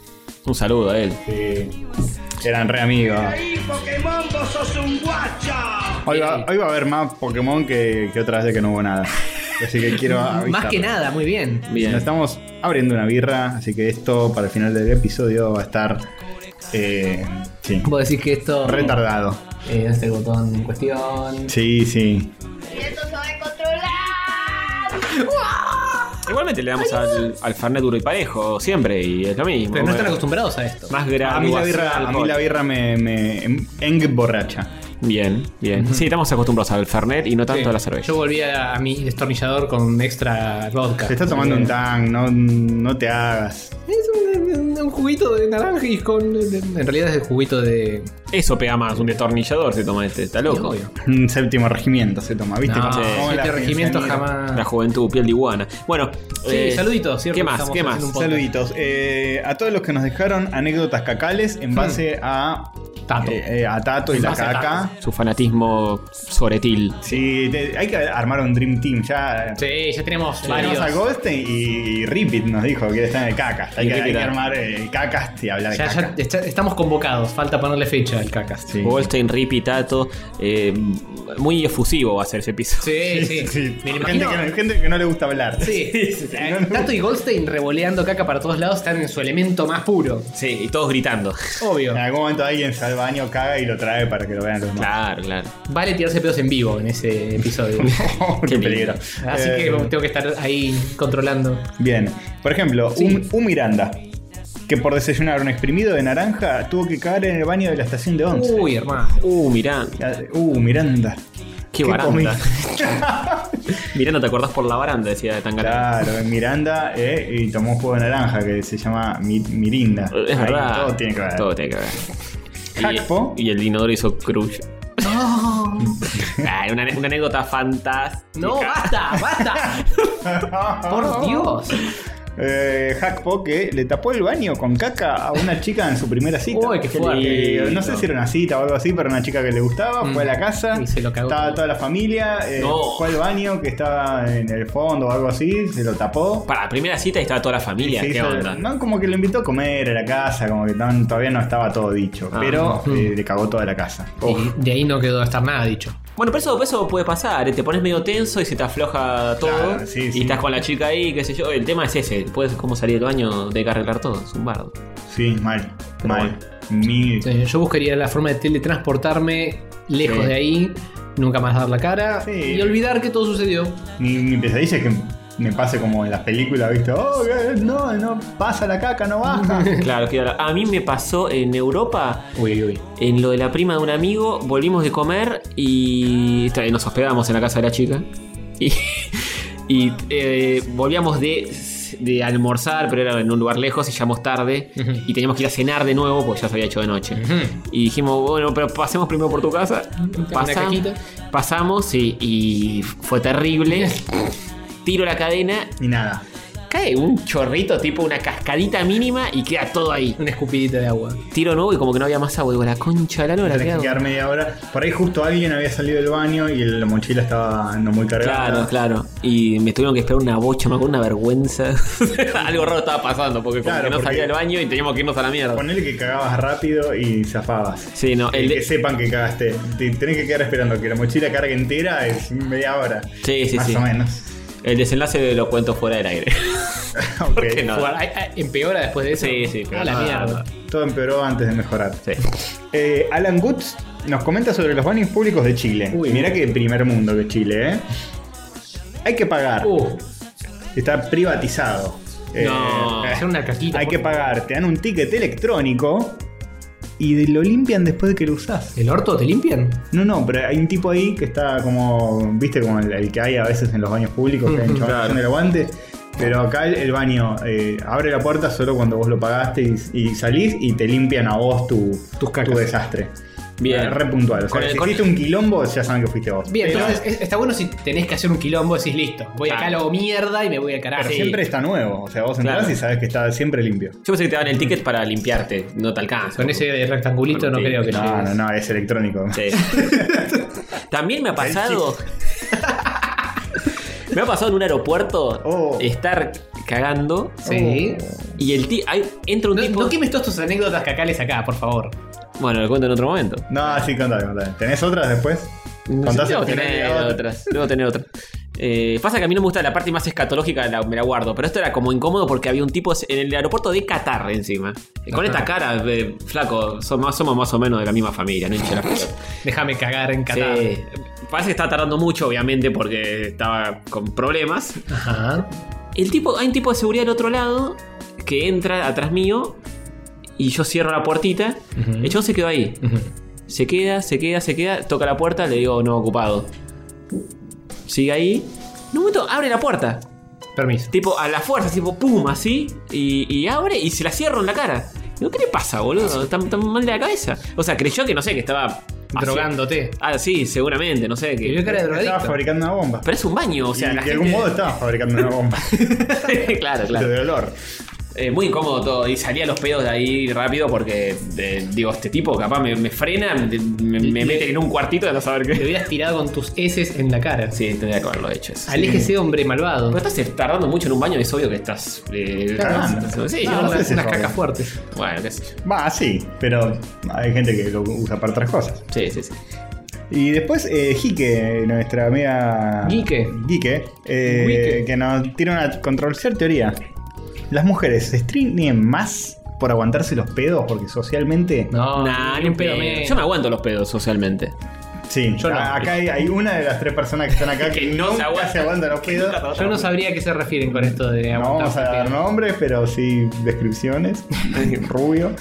Speaker 3: Un saludo a él.
Speaker 2: Sí. Eh, Eran re amigos. Hoy va, hoy va a haber más Pokémon que, que otra vez de que no hubo nada. Así que quiero avisar.
Speaker 1: Más que nada, muy bien.
Speaker 3: Bien.
Speaker 2: Nos estamos abriendo una birra, así que esto para el final del episodio va a estar. eh, sí.
Speaker 1: Vos decís que esto
Speaker 2: Retardado.
Speaker 1: eh, es el botón en cuestión.
Speaker 2: Sí, sí.
Speaker 5: Y esto se va a controlar.
Speaker 3: Igualmente le damos al, al Fernet duro y parejo siempre y es lo mismo.
Speaker 1: Pero no están acostumbrados a esto.
Speaker 3: Más grave.
Speaker 2: A mí la birra, a mí la birra me, me engborracha.
Speaker 3: Bien, bien. Sí, estamos acostumbrados al Fernet y no tanto
Speaker 1: Sí.
Speaker 3: a la cerveza.
Speaker 1: Yo volví a, a mi destornillador con extra vodka.
Speaker 2: Se está tomando un tang, no, no te hagas.
Speaker 1: Es un, un- un juguito de naranja y con. de- en realidad es el juguito de.
Speaker 3: Eso pega más, un destornillador se toma este, está loco.
Speaker 1: obvio.
Speaker 2: Un séptimo regimiento se toma, ¿viste?
Speaker 1: No,
Speaker 2: Como-
Speaker 3: sí.
Speaker 2: como
Speaker 1: siete
Speaker 2: la
Speaker 1: regimientos
Speaker 2: quinceañera.
Speaker 1: jamás.
Speaker 3: La juventud, piel de iguana. Bueno, eh,
Speaker 1: Sí, saluditos, cierto,
Speaker 3: ¿Qué más?
Speaker 1: estamos
Speaker 3: ¿Qué más?
Speaker 1: haciendo un podcast.
Speaker 2: Saluditos. Eh, a todos los que nos dejaron anécdotas cacales en base a
Speaker 1: Hmm. Tato.
Speaker 2: eh, eh, a Tato y
Speaker 1: En
Speaker 2: la
Speaker 1: base a
Speaker 2: caca.
Speaker 1: Tato.
Speaker 3: Su fanatismo soretil.
Speaker 2: Sí, te- hay que armar un Dream Team ya.
Speaker 1: Sí, ya tenemos
Speaker 2: Vamos
Speaker 1: varios.
Speaker 2: a Goldstein y, y Ripit nos dijo que está en el cacas. Hay
Speaker 3: Y
Speaker 2: que, hay
Speaker 3: Ripit,
Speaker 2: que
Speaker 3: ah.
Speaker 2: armar eh, cacas y hablar de
Speaker 1: Ya, ya
Speaker 2: caca.
Speaker 1: está- estamos convocados, falta ponerle fecha al cacas.
Speaker 2: Sí.
Speaker 3: Goldstein, Rippy, Tato. eh, muy efusivo va a ser ese episodio.
Speaker 1: Sí, sí.
Speaker 2: Sí,
Speaker 1: Me lo
Speaker 2: gente,
Speaker 1: imagino.
Speaker 2: que no, gente que no le gusta hablar.
Speaker 1: Sí. Eh, Tato y Goldstein revoleando caca para todos lados están en su elemento más puro.
Speaker 3: Sí, y todos gritando.
Speaker 1: Obvio.
Speaker 2: En algún momento alguien se va al baño, caga y lo trae para que lo vean los demás.
Speaker 3: Claro, claro.
Speaker 1: Vale tirarse pedos en vivo en ese episodio.
Speaker 2: Qué
Speaker 3: lindo.
Speaker 2: peligro.
Speaker 1: Así
Speaker 2: Eh,
Speaker 1: que tengo que estar ahí controlando.
Speaker 2: Bien. Por ejemplo, un, un Miranda que por desayunar un exprimido de naranja tuvo que cagar en el baño de la estación de Once.
Speaker 1: Uy, hermano.
Speaker 3: Uh, mirá,
Speaker 2: Uh, Miranda.
Speaker 3: qué, baranda.
Speaker 2: comida.
Speaker 3: mirá, no te acordás por la baranda, decía Tangana.
Speaker 2: Claro, en Miranda eh, y tomó un jugo de naranja que se llama Mi- Mirinda.
Speaker 3: Es
Speaker 2: Ahí
Speaker 3: verdad.
Speaker 2: Todo tiene que ver.
Speaker 3: Todo tiene que ver.
Speaker 2: Jacpo.
Speaker 3: Y, y el inodoro hizo cruz. Ah, una, una anécdota fantástica.
Speaker 1: No, basta, basta. Por Dios.
Speaker 2: eh, Hackpo que le tapó el baño con caca a una chica en su primera cita.
Speaker 1: Uy, qué fuerte.
Speaker 2: Y no sé si era una cita o algo así, pero una chica que le gustaba, fue a la casa,
Speaker 1: Mm. Y se lo cagó.
Speaker 2: estaba toda la familia, eh,
Speaker 3: No.
Speaker 2: fue al baño que estaba en el fondo o algo así, se lo tapó.
Speaker 3: Para la primera cita y estaba toda la familia.
Speaker 2: Se
Speaker 3: ¿Qué
Speaker 2: hizo-
Speaker 3: onda?
Speaker 2: No, como que lo invitó a comer a la casa, como que tan- todavía no estaba todo dicho,
Speaker 3: Ah,
Speaker 2: pero eh, le cagó toda la casa.
Speaker 1: Y de ahí no quedó a estar nada dicho.
Speaker 3: Bueno, pero eso, eso puede pasar. eh, Te pones medio tenso y se te afloja todo.
Speaker 2: Claro, sí,
Speaker 3: y
Speaker 2: sí.
Speaker 3: estás con la chica ahí, qué sé yo. El tema es ese. Puedes como salir del baño, de que arreglar todo. Es un bardo.
Speaker 2: Sí, mal,
Speaker 3: Pero
Speaker 2: mal. Mil.
Speaker 1: Sí, Eh, Yo buscaría la forma de teletransportarme lejos
Speaker 2: Sí.
Speaker 1: de ahí, nunca más dar la cara
Speaker 2: Sí.
Speaker 1: y olvidar que todo sucedió.
Speaker 2: Mi, mi pesadilla es que me pase como en las películas, ¿viste? Oh, eh, no, no, pasa la caca, no baja.
Speaker 3: Claro, que a mí me pasó en Europa,
Speaker 1: Uy, uy, uy.
Speaker 3: en lo de la prima de un amigo, volvimos de comer y está bien, nos hospedamos en la casa de la chica. Y, y, eh, volvíamos de, de almorzar, pero era en un lugar lejos y llegamos tarde.
Speaker 1: Ujú.
Speaker 3: Y teníamos que ir a cenar de nuevo porque ya se había hecho de noche. Y dijimos, bueno, pero pasemos primero por tu casa. Pasam-
Speaker 1: cajita.
Speaker 3: pasamos y, y fue terrible. Tiro la cadena,
Speaker 2: Y nada.
Speaker 3: cae un chorrito, tipo una cascadita mínima y queda todo ahí.
Speaker 1: Una escupidita de agua.
Speaker 3: Tiro nuevo y como que no había más agua. Digo, la concha de la lora, ¿qué
Speaker 2: Tenés que
Speaker 3: hago?
Speaker 2: quedar media hora. Por ahí justo alguien había salido del baño y la mochila estaba no muy cargada.
Speaker 3: Claro, claro. Y me tuvieron que esperar una bocha, me acuerdo, una vergüenza. Algo raro estaba pasando porque como
Speaker 2: Claro,
Speaker 3: que no
Speaker 2: porque-
Speaker 3: salía del baño y teníamos que irnos a la mierda.
Speaker 2: Ponele que cagabas rápido y zafabas.
Speaker 3: Sí, no, el
Speaker 2: El
Speaker 3: de-
Speaker 2: que sepan que cagaste. Te- Tenés que quedar esperando que la mochila cargue entera es media hora.
Speaker 3: Sí, sí,
Speaker 2: Más
Speaker 3: sí.
Speaker 2: o menos.
Speaker 3: el desenlace lo cuento fuera del aire.
Speaker 2: Ok.
Speaker 3: Porque no.
Speaker 1: Jugar, ay, ay, ¿Empeora después de eso?
Speaker 3: Sí, sí, pero
Speaker 1: A la
Speaker 3: no,
Speaker 1: mierda.
Speaker 2: Todo empeoró antes de mejorar.
Speaker 3: Sí.
Speaker 2: Eh, Alan Goods nos comenta sobre los baños públicos de Chile.
Speaker 1: Uy.
Speaker 2: Mirá que primer mundo que Chile, ¿eh? Hay que pagar.
Speaker 1: Uh,
Speaker 2: Está privatizado. Eh,
Speaker 3: No.
Speaker 1: hacer una caquita.
Speaker 2: hay
Speaker 1: por
Speaker 2: que
Speaker 1: favor.
Speaker 2: pagar. Te dan un ticket electrónico y de- lo limpian después de que lo usás.
Speaker 1: ¿El orto te limpian?
Speaker 2: No, no, pero hay un tipo ahí que está como, viste, como el, el que hay a veces en los baños públicos, que hay un chabón
Speaker 3: Claro.
Speaker 2: haciendo el aguante. Pero acá el, el baño eh, abre la puerta solo cuando vos lo pagaste y, y salís y te limpian a vos tu,
Speaker 1: Tus cacas.
Speaker 2: tu desastre.
Speaker 3: Bien.
Speaker 2: Eh, Re puntual. O sea,
Speaker 3: Con el-
Speaker 2: si
Speaker 3: con-
Speaker 2: hiciste un quilombo, ya saben que fuiste vos.
Speaker 1: Bien,
Speaker 2: pero,
Speaker 1: entonces es- está bueno si tenés que hacer un quilombo, decís listo. Voy acá,
Speaker 3: Claro.
Speaker 1: lo hago mierda y me voy al carajo.
Speaker 2: pero
Speaker 1: Sí.
Speaker 2: siempre está nuevo. O sea, vos entrás
Speaker 3: Claro.
Speaker 2: y sabés que está siempre limpio.
Speaker 3: Yo pensé que te daban el ticket para limpiarte, no te alcanza.
Speaker 1: Con ese rectangulito no
Speaker 3: Sí.
Speaker 1: creo que
Speaker 2: No,
Speaker 1: llegues.
Speaker 2: no, no, es electrónico.
Speaker 3: Sí. También me ha pasado. me ha pasado en un aeropuerto
Speaker 2: Oh.
Speaker 3: estar cagando
Speaker 1: Sí.
Speaker 3: y el ti hay- entra un
Speaker 1: No,
Speaker 3: tipo.
Speaker 1: no quemes todas tus anécdotas cacales acá, por favor.
Speaker 3: Bueno, lo cuento en otro momento.
Speaker 2: No, sí, contame, contame. ¿Tenés otras después?
Speaker 3: No sé,
Speaker 2: Contás
Speaker 3: Debo
Speaker 2: el final y
Speaker 3: tener
Speaker 2: la otra.
Speaker 3: otras. Debo tener otras. Eh, pasa que a mí no me gusta la parte más escatológica, la- me la guardo. Pero esto era como incómodo porque había un tipo en el aeropuerto de Qatar encima. Con esta cara, eh, flaco, somos, somos más o menos de la misma familia, no hinche la pelota.
Speaker 1: Déjame cagar en Qatar.
Speaker 3: Sí. Parece que estaba tardando mucho, obviamente, porque estaba con problemas.
Speaker 1: Ajá.
Speaker 3: El tipo, hay un tipo de seguridad del otro lado que entra atrás mío y yo cierro la puertita.
Speaker 1: Ujú.
Speaker 3: El chabón se quedó ahí.
Speaker 1: Ujú.
Speaker 3: Se queda, se queda, se queda. Toca la puerta, le digo no ocupado. Sigue ahí. En un momento abre la puerta.
Speaker 1: Permiso.
Speaker 3: Tipo a la fuerza, tipo pum, así. Y, y abre y se la cierro en la cara. Digo, ¿qué le pasa, boludo? ¿Tan, tan mal de la cabeza? O sea, creyó que no sé, que estaba. hacia-
Speaker 1: Drogándote.
Speaker 3: Ah, sí, seguramente, no sé.
Speaker 1: Te vio
Speaker 3: Que...
Speaker 1: cara de
Speaker 2: Estaba
Speaker 1: drogadicto.
Speaker 2: fabricando una bomba.
Speaker 3: Pero es un baño, o sea,
Speaker 2: Y
Speaker 3: la
Speaker 2: de algún
Speaker 3: gente-
Speaker 2: modo estaba fabricando una bomba.
Speaker 3: claro,
Speaker 2: Pero
Speaker 3: claro.
Speaker 2: De olor.
Speaker 3: Eh, muy incómodo todo. Y salía los pedos de ahí rápido porque, eh, digo, este tipo capaz me, me frena, me, me- me mete en un cuartito de no saber
Speaker 1: Te
Speaker 3: qué.
Speaker 1: hubieras tirado con tus heces en la cara.
Speaker 3: Sí, tendría que haberlo hecho eso.
Speaker 1: Aléjese, hombre malvado.
Speaker 3: Pero estás eh, tardando mucho en un baño, es obvio que estás. eh,
Speaker 2: Cagando.
Speaker 3: Sí,
Speaker 2: No,
Speaker 3: yo-
Speaker 2: no sé si
Speaker 1: unas
Speaker 2: es
Speaker 1: cacas
Speaker 2: obvio.
Speaker 1: fuertes.
Speaker 3: Bueno, qué sé yo.
Speaker 2: Va, sí, pero hay gente que lo usa para otras cosas.
Speaker 3: Sí, sí, sí.
Speaker 2: Y después, eh, Jique, nuestra amiga.
Speaker 1: Quique.
Speaker 2: Quique, eh,
Speaker 1: Quique.
Speaker 2: que nos tiene una controversial teoría. Las mujeres se streamen más por aguantarse los pedos porque socialmente.
Speaker 1: No,
Speaker 3: Nah,
Speaker 1: ni un pedo menos.
Speaker 3: Yo me aguanto los pedos socialmente.
Speaker 2: Sí,
Speaker 1: Yo no.
Speaker 2: a- acá hay, hay una de las tres personas que están acá que,
Speaker 3: Que no se
Speaker 2: nunca
Speaker 3: aguanta.
Speaker 2: se aguanta los pedos.
Speaker 1: Yo no sabría a qué se refieren con esto de
Speaker 2: No
Speaker 1: aguantar
Speaker 2: vamos a dar
Speaker 1: pedo.
Speaker 2: nombres, pero sí descripciones. Rubio.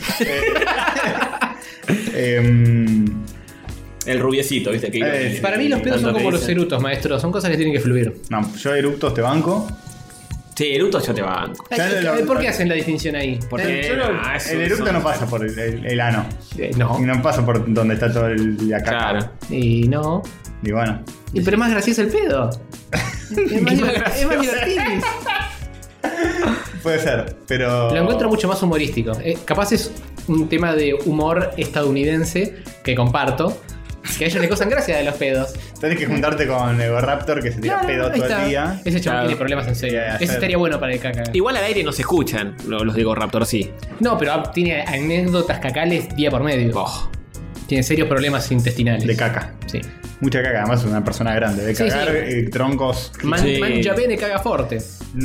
Speaker 2: Eh, em,
Speaker 3: El rubiecito, ¿viste? Que-
Speaker 2: Eh,
Speaker 1: Para mí los pedos son
Speaker 3: tanto que
Speaker 1: como los
Speaker 3: dicen.
Speaker 1: erutos, maestro. Son cosas que tienen que fluir.
Speaker 2: no, yo eructos te banco.
Speaker 3: Sí, erutos yo te banco.
Speaker 2: Ya
Speaker 1: Ay,
Speaker 2: lo-
Speaker 1: ay, Eh, ¿Por qué hacen la distinción ahí?
Speaker 3: Porque
Speaker 2: Yo no-
Speaker 3: ah, eso-
Speaker 2: el eructo
Speaker 3: eso-
Speaker 2: no pasa por el, el- el ano.
Speaker 1: Eh, no.
Speaker 2: Y no pasa por donde está todo el la caca.
Speaker 3: Claro.
Speaker 1: Y no.
Speaker 2: Y bueno.
Speaker 1: Y pero más gracioso el pedo. es más,
Speaker 3: más
Speaker 1: divertido. es más divertido.
Speaker 2: Puede ser, pero.
Speaker 1: Lo encuentro mucho más humorístico. Eh, capaz es un tema de humor estadounidense que comparto. Que a ellos les causan gracia de los pedos.
Speaker 2: Tenés que juntarte con Ego Raptor que se tira
Speaker 1: Claro,
Speaker 2: pedo
Speaker 1: ahí
Speaker 2: todo
Speaker 1: está.
Speaker 2: el día.
Speaker 1: Ese chaval
Speaker 3: Claro.
Speaker 1: tiene problemas en serio.
Speaker 2: Sí, ayer.
Speaker 1: Ese estaría bueno para el caca.
Speaker 3: Igual al aire no se escuchan, lo- los digo Raptor sí.
Speaker 1: No, pero ah, tiene anécdotas cacales día por medio.
Speaker 3: Oh.
Speaker 1: Tiene serios problemas intestinales.
Speaker 2: De caca.
Speaker 1: Sí.
Speaker 2: Mucha caca, además es una persona grande. De
Speaker 1: Sí,
Speaker 2: cagar
Speaker 1: sí.
Speaker 2: eh, troncos.
Speaker 1: Man,
Speaker 3: Sí.
Speaker 1: Mangia bene, caga forte.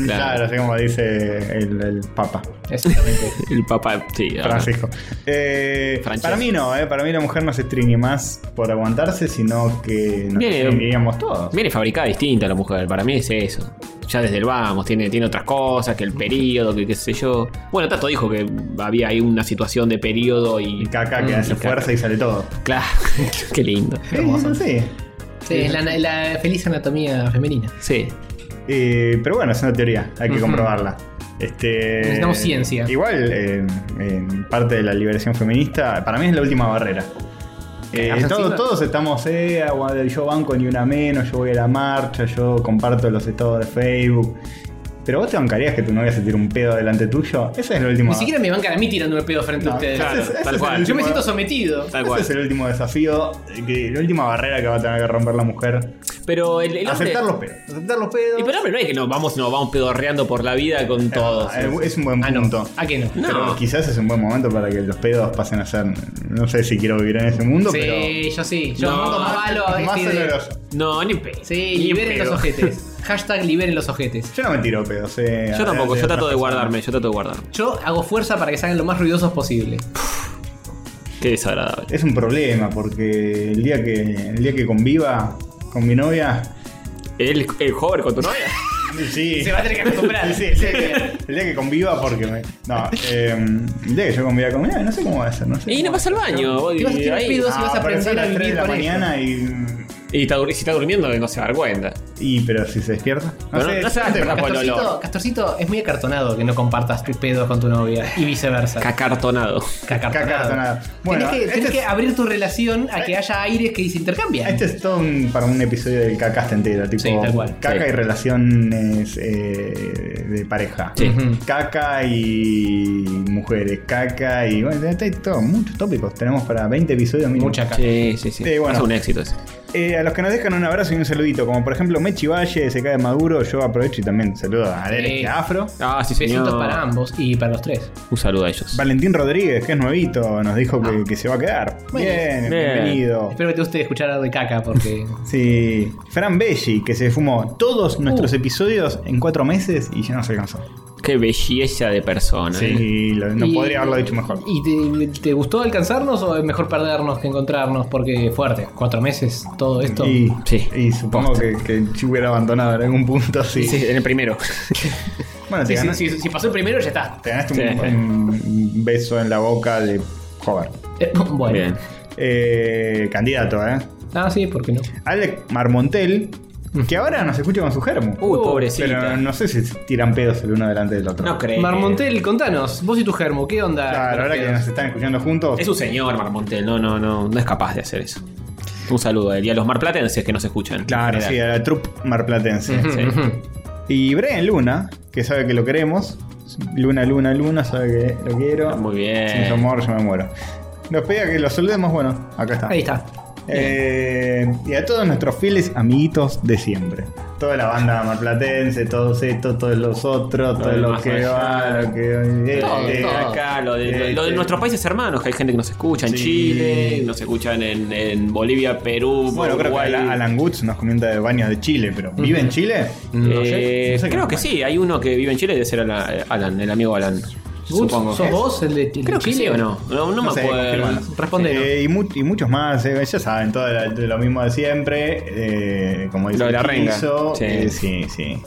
Speaker 2: Claro, así como dice el, el Papa
Speaker 1: Exactamente.
Speaker 3: El papá, sí. ahora.
Speaker 2: Francisco. Eh,
Speaker 3: Francesco.
Speaker 2: para mí no, eh, para mí la mujer no se estriñe más por aguantarse, sino que nos
Speaker 3: Bien.
Speaker 2: estriñiríamos todos.
Speaker 3: Viene fabricada distinta la mujer, para mí es eso. Ya desde el vamos, tiene, tiene otras cosas, que el periodo, que qué sé yo. Bueno, Tato dijo que había ahí una situación de periodo y.
Speaker 2: Y caca que hace
Speaker 3: Mm, caca.
Speaker 2: fuerza y sale todo.
Speaker 3: Claro, qué lindo.
Speaker 2: Sí, sí, sí.
Speaker 1: Sí, es la, la feliz anatomía femenina.
Speaker 3: Sí.
Speaker 2: Eh, pero bueno, es una teoría, hay que
Speaker 1: Ujú.
Speaker 2: comprobarla. Este,
Speaker 1: Necesitamos ciencia.
Speaker 2: Igual, eh, en parte de la liberación feminista, para mí es la última barrera. Eh,
Speaker 1: ¿Argentina?
Speaker 2: todos, todos estamos, eh, agua- yo banco ni una menos, yo voy a la marcha, yo comparto los estados de Facebook. Pero vos te bancarías que tu novia se tire un pedo delante tuyo. Esa es la última.
Speaker 1: Ni siquiera me bancan a mí tirándome pedo frente a
Speaker 2: No,
Speaker 1: ustedes.
Speaker 2: ese es-
Speaker 3: Claro,
Speaker 2: ese
Speaker 3: tal
Speaker 2: es
Speaker 3: cual.
Speaker 2: el
Speaker 1: Yo me
Speaker 2: último-
Speaker 1: siento sometido.
Speaker 3: Tal
Speaker 2: Ese
Speaker 3: cual.
Speaker 2: es el último desafío, que- la última barrera que va a tener que romper la mujer.
Speaker 3: Pero el, el hombre.
Speaker 2: aceptar los pedos. Aceptar los pedos.
Speaker 3: Y pero el hombre no es que nos vamos, nos vamos pedorreando por la vida con todos.
Speaker 2: Eh, Es un buen
Speaker 1: Ah, no.
Speaker 2: punto.
Speaker 1: ¿A qué no?
Speaker 3: No.
Speaker 2: Pero quizás es un buen momento para que los pedos pasen a ser. No sé si quiero vivir en ese mundo,
Speaker 1: sí,
Speaker 2: pero.
Speaker 1: yo sí. Yo
Speaker 3: No,
Speaker 1: mando más malo a
Speaker 2: Más
Speaker 1: este de-
Speaker 2: oloroso.
Speaker 3: No, ni pe.
Speaker 1: Sí,
Speaker 3: ni
Speaker 1: liberen
Speaker 3: pedo.
Speaker 1: los ojetes. Hashtag liberen los ojetes.
Speaker 2: Yo no me tiro pedos. eh,
Speaker 3: Yo tampoco, yo
Speaker 2: otras
Speaker 3: trato de
Speaker 2: personas.
Speaker 3: guardarme, yo trato de guardarme.
Speaker 1: Yo hago fuerza para que salgan lo más ruidosos posible.
Speaker 3: Qué desagradable.
Speaker 2: Es un problema porque el día que el día que conviva con mi novia.
Speaker 3: ¿El, el hover con tu novia?
Speaker 2: Sí.
Speaker 1: Se va a tener que acostumbrar.
Speaker 2: Sí, sí, sí. El día que conviva porque me. No, eh, el día que yo conviva con mi novia, no sé cómo va a ser, no sé.
Speaker 3: Y no
Speaker 2: cómo
Speaker 3: pasa al baño. vos
Speaker 1: Te vas a tirar
Speaker 3: ahí.
Speaker 1: pedos y vas a
Speaker 2: pero
Speaker 1: aprender
Speaker 2: son las
Speaker 1: a vivir
Speaker 2: tres de la
Speaker 1: con
Speaker 2: mañana y.
Speaker 3: Y está dur- si está durmiendo no se va a dar cuenta.
Speaker 2: Y pero si se despierta.
Speaker 3: Pero no- no se va a
Speaker 2: sé, este
Speaker 3: despertar por el
Speaker 1: Castorcito,
Speaker 3: olor.
Speaker 1: Castorcito, es muy acartonado que no compartas tus pedos con tu novia y viceversa.
Speaker 3: Cacartonado.
Speaker 1: Cacartonado.
Speaker 2: Cacartonado. Bueno,
Speaker 1: Tenés que, tenés
Speaker 2: este
Speaker 1: que
Speaker 2: es-
Speaker 1: abrir tu relación a que haya aires que se intercambian.
Speaker 2: Este es todo un- para un episodio del cacaste entero, tipo
Speaker 1: Sí, tal cual,
Speaker 2: caca
Speaker 1: sí.
Speaker 2: y relaciones eh, de pareja.
Speaker 3: Sí.
Speaker 1: Ujú.
Speaker 2: Caca y mujeres, caca y bueno, hay todo, muchos tópicos. Tenemos para 20 episodios mínimo.
Speaker 1: Mucha caca.
Speaker 3: Sí, sí, sí.
Speaker 2: Sí, bueno.
Speaker 3: Es un éxito ese.
Speaker 2: Eh, a los que nos dejan un abrazo y un saludito, como por ejemplo Mechi Valle, se cae Maduro, yo aprovecho y también saludo a Alex
Speaker 1: Sí.
Speaker 2: Afro.
Speaker 3: Ah, sí,
Speaker 1: Besitos
Speaker 3: señor.
Speaker 1: para ambos y para los tres.
Speaker 3: Un saludo a ellos.
Speaker 2: Valentín Rodríguez, que es nuevito, nos dijo
Speaker 1: Ah.
Speaker 2: que, que se va a quedar.
Speaker 1: Muy
Speaker 2: Bien,
Speaker 3: bien.
Speaker 2: bienvenido.
Speaker 1: Espero que te guste escuchar algo de caca porque.
Speaker 2: Sí, Fran Belli, que se fumó todos
Speaker 1: Uh.
Speaker 2: nuestros episodios en cuatro meses y ya no se alcanzó.
Speaker 3: Qué belleza de persona. ¿eh?
Speaker 2: Sí, lo- no
Speaker 1: Y-
Speaker 2: podría haberlo dicho mejor.
Speaker 1: ¿Y te, te gustó alcanzarnos o es mejor perdernos que encontrarnos? Porque fuerte, cuatro meses, todo esto.
Speaker 2: Y,
Speaker 3: Sí.
Speaker 2: y supongo que, que Chi hubiera abandonado en algún punto, sí.
Speaker 3: ¿eh? Sí, en el primero.
Speaker 2: Bueno, te,
Speaker 1: Sí, sí,
Speaker 2: ganas-
Speaker 1: sí, si pasó el primero, ya está.
Speaker 2: te ganaste
Speaker 3: Sí.
Speaker 2: un, un beso en la boca de Hover.
Speaker 1: Eh, bueno.
Speaker 3: Bien.
Speaker 2: Eh, candidato, ¿eh?
Speaker 1: Ah, sí, ¿por qué no?
Speaker 2: Alex Marmontel, que ahora nos escucha con su germo.
Speaker 3: Uy, pobrecita.
Speaker 2: Pero no sé si se tiran pedos el uno delante del otro.
Speaker 3: No creo.
Speaker 1: Marmontel, contanos, vos y tu germo, ¿qué onda?
Speaker 2: Claro, ahora que nos están escuchando juntos.
Speaker 3: Es un señor, Marmontel. No, no, no. No es capaz de hacer eso. Un saludo a él. Y a los marplatenses que nos escuchan.
Speaker 2: Claro,
Speaker 3: En
Speaker 2: sí, a
Speaker 3: general.
Speaker 2: la troupe marplatense.
Speaker 1: Ujú,
Speaker 3: sí.
Speaker 1: ujú.
Speaker 2: Y Brian Luna, que sabe que lo queremos. Luna, Luna, Luna, sabe que lo quiero.
Speaker 3: Ah, Muy bien.
Speaker 2: Sin su amor yo me muero. Nos pedía que lo saludemos, bueno, acá está.
Speaker 1: Ahí está.
Speaker 2: Eh, y a todos nuestros fieles amiguitos de siempre. Toda la banda marplatense, todos estos, todos los otros, todos
Speaker 3: del
Speaker 2: los
Speaker 3: más
Speaker 2: que
Speaker 3: allá.
Speaker 2: va, lo que... eh,
Speaker 3: Lo de
Speaker 2: eh,
Speaker 3: acá, lo de, lo- lo de
Speaker 2: eh,
Speaker 3: nuestros países hermanos, que hay gente que nos escucha en
Speaker 2: Sí.
Speaker 3: Chile, nos escuchan en, en Bolivia, Perú,
Speaker 2: Bueno, creo que
Speaker 3: Uruguay.
Speaker 2: Alan Alan Woods nos comenta de baños de Chile, pero ¿vive en Chile? No sé,
Speaker 3: Eh,
Speaker 2: no sé
Speaker 3: creo
Speaker 2: cómo
Speaker 3: que
Speaker 2: es.
Speaker 3: sí, hay uno que vive en Chile, debe ser Alan, Alan, el amigo Alan.
Speaker 1: Gut,
Speaker 3: supongo.
Speaker 1: ¿Sos vos el de el de
Speaker 3: Creo que
Speaker 1: Chile
Speaker 3: sí o no. No, no me
Speaker 2: sé,
Speaker 3: acuerdo.
Speaker 2: confirmalo.
Speaker 1: Responde, ¿no?
Speaker 2: Eh, y, mu- y muchos más, eh, ya saben, todo la- de lo mismo de siempre. eh, como dice
Speaker 3: Lo de la renga.
Speaker 2: Rizzo,
Speaker 3: Sí.
Speaker 2: eh, sí, sí.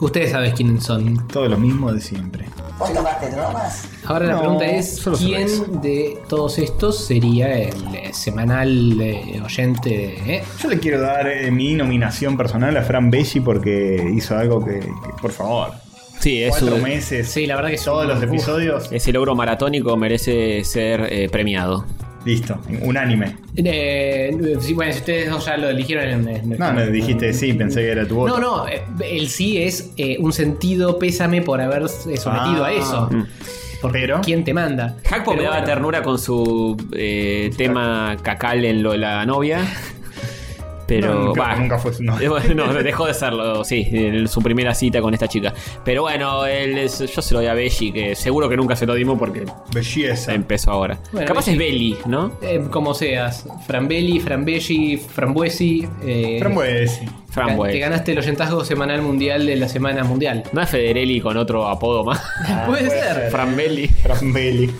Speaker 1: Ustedes saben quiénes son.
Speaker 2: Todo lo mismo de siempre.
Speaker 6: ¿Vos tomaste drogas?
Speaker 1: Ahora la
Speaker 2: No,
Speaker 1: pregunta es:
Speaker 2: solo cerveza.
Speaker 1: ¿quién de todos estos sería el eh, semanal eh, oyente? de- eh?
Speaker 2: Yo le quiero dar eh, mi nominación personal a Fran Belli porque hizo algo que, que, por favor,
Speaker 3: Sí, es,
Speaker 2: cuatro
Speaker 3: un-
Speaker 2: meses,
Speaker 1: Sí, la verdad que es
Speaker 2: todos
Speaker 1: un-
Speaker 2: los
Speaker 1: uf.
Speaker 2: episodios.
Speaker 3: ese logro maratónico merece ser eh, premiado.
Speaker 2: Listo, un anime.
Speaker 1: Eh, sí, bueno, si ustedes dos ya lo eligieron en, en el-
Speaker 2: No, me dijiste sí, pensé que era tu
Speaker 1: No,
Speaker 2: voto.
Speaker 1: no, eh, el sí es eh, un sentido pésame por haber eh, sometido
Speaker 2: Ah.
Speaker 1: a eso. Porque
Speaker 2: Pero-
Speaker 1: ¿quién te manda?
Speaker 3: Hackpo me
Speaker 1: Pero
Speaker 3: daba
Speaker 1: bueno.
Speaker 3: ternura con su eh, tema cacal en lo de la novia. Pero.
Speaker 2: No, nunca-
Speaker 3: bah.
Speaker 2: nunca fue su novia.
Speaker 3: Eh, bueno, no, dejó de serlo, sí, en su primera cita con esta chica. Pero bueno, él es- yo se lo di a Belly, que seguro que nunca se lo dimos porque
Speaker 2: Belleza.
Speaker 3: empezó ahora.
Speaker 1: Bueno,
Speaker 3: Capaz es Belly, ¿no?
Speaker 1: Eh, como seas, Frambelli, Frambelli, Frambuesi. Eh,
Speaker 2: Frambuesi.
Speaker 3: Fran,
Speaker 1: Te
Speaker 3: pues.
Speaker 1: ganaste el oyentazgo semanal mundial de la semana mundial.
Speaker 3: ¿No es Federelli con otro apodo más?
Speaker 1: puede,
Speaker 2: Ah, puede
Speaker 1: ser.
Speaker 2: ser.
Speaker 3: Fran Belli.
Speaker 2: Frambelli.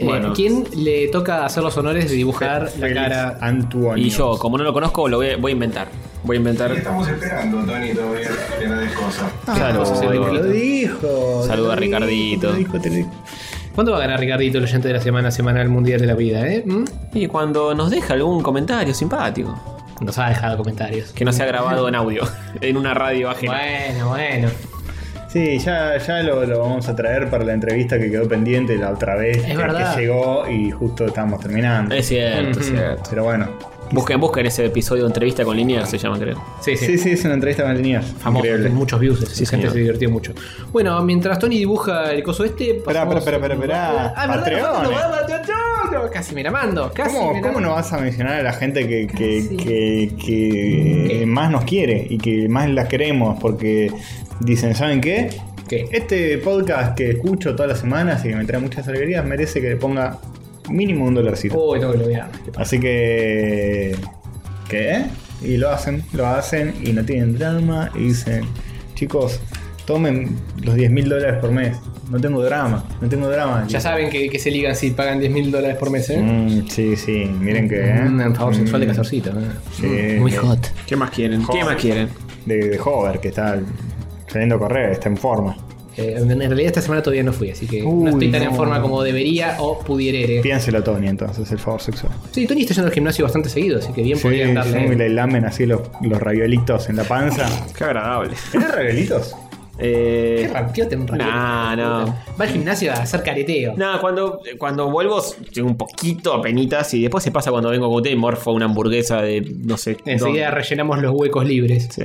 Speaker 1: Eh,
Speaker 3: Bueno.
Speaker 1: ¿Quién le toca hacer los honores de dibujar la
Speaker 2: Félix
Speaker 1: cara?
Speaker 2: Antuonis.
Speaker 3: Y yo, como no lo conozco, lo voy a, voy a inventar. Voy a
Speaker 6: ¿Qué
Speaker 3: inventar.
Speaker 6: estamos esperando, Tony? Todavía que no des cosas.
Speaker 1: Ah.
Speaker 3: Claro,
Speaker 1: vos sos el
Speaker 3: digo,
Speaker 1: único.
Speaker 2: Lo dijo.
Speaker 3: Saluda
Speaker 2: lo
Speaker 3: a
Speaker 2: dijo,
Speaker 3: Ricardito.
Speaker 2: lo dijo, te lo dijo.
Speaker 1: ¿Cuándo va a ganar Ricardito el oyente de la semana semanal mundial de la vida? Eh? ¿Mm?
Speaker 3: y cuando nos deja algún comentario simpático.
Speaker 1: Nos ha dejado comentarios.
Speaker 3: Que no se ha grabado en audio, en una radio ajena.
Speaker 1: Bueno, bueno.
Speaker 2: Sí, ya, ya lo, lo vamos a traer para la entrevista que quedó pendiente la otra vez. que-
Speaker 1: verdad.
Speaker 2: Que llegó y justo estábamos terminando.
Speaker 3: Es cierto, es
Speaker 1: Ujú.
Speaker 3: cierto.
Speaker 2: Pero bueno.
Speaker 3: Busquen, busquen ese episodio de entrevista con Linier, se llama, creo.
Speaker 1: Sí, sí.
Speaker 2: Sí, sí, es una entrevista con Liniers.
Speaker 1: Famoso,
Speaker 2: Increíble.
Speaker 1: tiene muchos views, sí, gente
Speaker 3: señor.
Speaker 1: se divirtió mucho. Bueno, mientras Tony dibuja el coso este.
Speaker 2: Esperá,
Speaker 1: pasamos-
Speaker 2: esperá, esperá, esperá,
Speaker 1: Ah, ¿verdad?
Speaker 2: Patreones.
Speaker 1: Nos falta lo- Patreon, no, Casi me la mando. Casi
Speaker 2: eh. ¿Cómo,
Speaker 1: me la
Speaker 2: cómo no
Speaker 1: mando.
Speaker 2: vas a mencionar a la gente que, que- que- que eh, más nos quiere y que más la queremos? Porque dicen, ¿saben qué?
Speaker 1: ¿Qué?
Speaker 2: Este podcast que escucho todas las semanas y que me trae muchas alegrías merece que le ponga mínimo un dolarcito.
Speaker 1: Uy, no, lo voy a.
Speaker 2: Así que. ¿Qué? Y lo hacen, lo hacen y no tienen drama y dicen, chicos, tomen los 10 mil dólares por mes. No tengo drama, no tengo drama.
Speaker 1: Ya saben que, que se ligan si pagan 10 mil dólares por mes, ¿eh?
Speaker 2: Mm, sí, sí, miren que. ¿eh?
Speaker 1: Un favor sexual de
Speaker 2: Mm,
Speaker 1: casorcito. ¿eh?
Speaker 2: sí,
Speaker 1: Muy
Speaker 2: de-
Speaker 1: hot.
Speaker 3: ¿Qué más quieren? ¿Qué más quieren?
Speaker 2: De, de Hover, que está saliendo a correr, está en forma.
Speaker 1: Eh, en realidad esta semana todavía no fui, así que no
Speaker 2: Uy,
Speaker 1: estoy tan en
Speaker 2: no.
Speaker 1: forma como debería o pudiera.
Speaker 2: Piénselo, Tony, entonces, el favor sexual.
Speaker 1: Sí, Tony está yendo al gimnasio bastante seguido, así que bien
Speaker 2: Sí,
Speaker 1: podrían darle.
Speaker 2: sí, le lamen así los, los raviolitos en la panza.
Speaker 3: Qué agradable.
Speaker 2: ¿Tenés raviolitos?
Speaker 1: Qué
Speaker 3: Eh,
Speaker 1: rapiote un rapiote.
Speaker 3: nah, no.
Speaker 1: Va al gimnasio a hacer careteo.
Speaker 3: Nada, cuando, cuando vuelvo tengo un poquito a penitas y después se pasa cuando vengo con usted y morfo una hamburguesa de no sé.
Speaker 1: Enseguida
Speaker 3: dónde.
Speaker 1: rellenamos los huecos libres.
Speaker 3: Sí.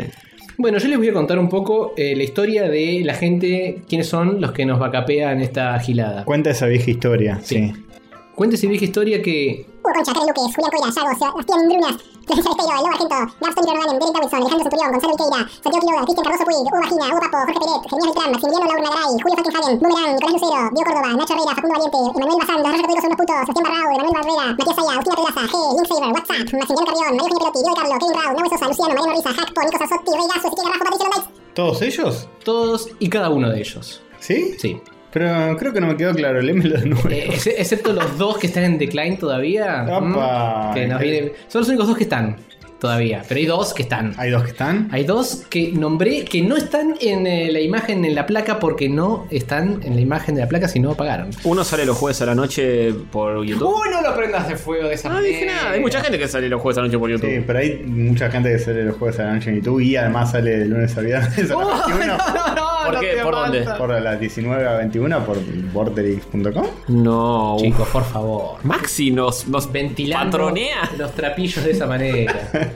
Speaker 1: Bueno, yo les voy a contar un poco eh, la historia de la gente, quiénes son los que nos vacapean esta gilada.
Speaker 2: Cuenta esa vieja historia,
Speaker 1: Sí.
Speaker 2: sí.
Speaker 1: Cuéntese vieja historia que
Speaker 7: Urconcha, Karen Luque, Julián Cuira, Yago, Sebastián Brunas, Florencia Esteiro, Lobo Argento, Gaps Tony Rodanen, Derek Robinson, Alejandro Centurión, Gonzalo Iqueira, Santiago Quiroga, Cristian Cardoso Puig, Hugo Vagina, Hugo Papo, Jorge Pérez, Jeremías Beltrán, Maximiliano Laura Nagaray, Julio Falkenhagen, Boomerang, Nicolás Lucero, Diego Córdoba, Nacho Herrera, Facundo Valiente, Emanuel Bazán, Los Rayos Católicos son unos putos, Sebastián Barrao, Emanuel Barrera, Matías Saya, Agustina Pedraza, G, Linksaber, WhatsApp, Maximiliano Carrión, María Eugenia Perotti, Diego de Carlo, Kevin Rao, Nahuel Sosa, Luciano, Mariano Risa, Hackpo, Nico Sarsotti, Rey Gaso, Ezequiel Garrajo, Patricio Londaitz.
Speaker 2: ¿Todos ellos?
Speaker 1: todos y cada uno de ellos.
Speaker 2: ¿Sí?
Speaker 1: Sí.
Speaker 2: Pero creo que no me quedó claro, léemelo de nuevo.
Speaker 1: Eh, ex- excepto los dos que están en decline todavía.
Speaker 2: Opa.
Speaker 1: Mm, que nos viene- Son los únicos dos que están todavía. Pero hay dos que están.
Speaker 2: Hay dos que están.
Speaker 1: Hay dos que nombré que no están en eh, la imagen, en la placa, porque no están en la imagen de la placa si no pagaron.
Speaker 3: Uno sale los jueves a la noche por YouTube.
Speaker 1: ¡Uy, no lo prendas de fuego de esa
Speaker 3: no dije nada. Hay mucha gente que sale los jueves a la noche por YouTube.
Speaker 2: Sí, pero hay mucha gente que sale los jueves a la noche en YouTube y además sale de lunes a viernes a
Speaker 1: Oh,
Speaker 2: las 21
Speaker 3: ¿Por qué? ¿Por dónde?
Speaker 2: por las 19 a 21 por borderix.com.
Speaker 3: No.
Speaker 1: Chicos, por favor.
Speaker 3: Maxi nos, nos
Speaker 1: Ventilando
Speaker 3: patronea.
Speaker 1: los trapillos de esa manera.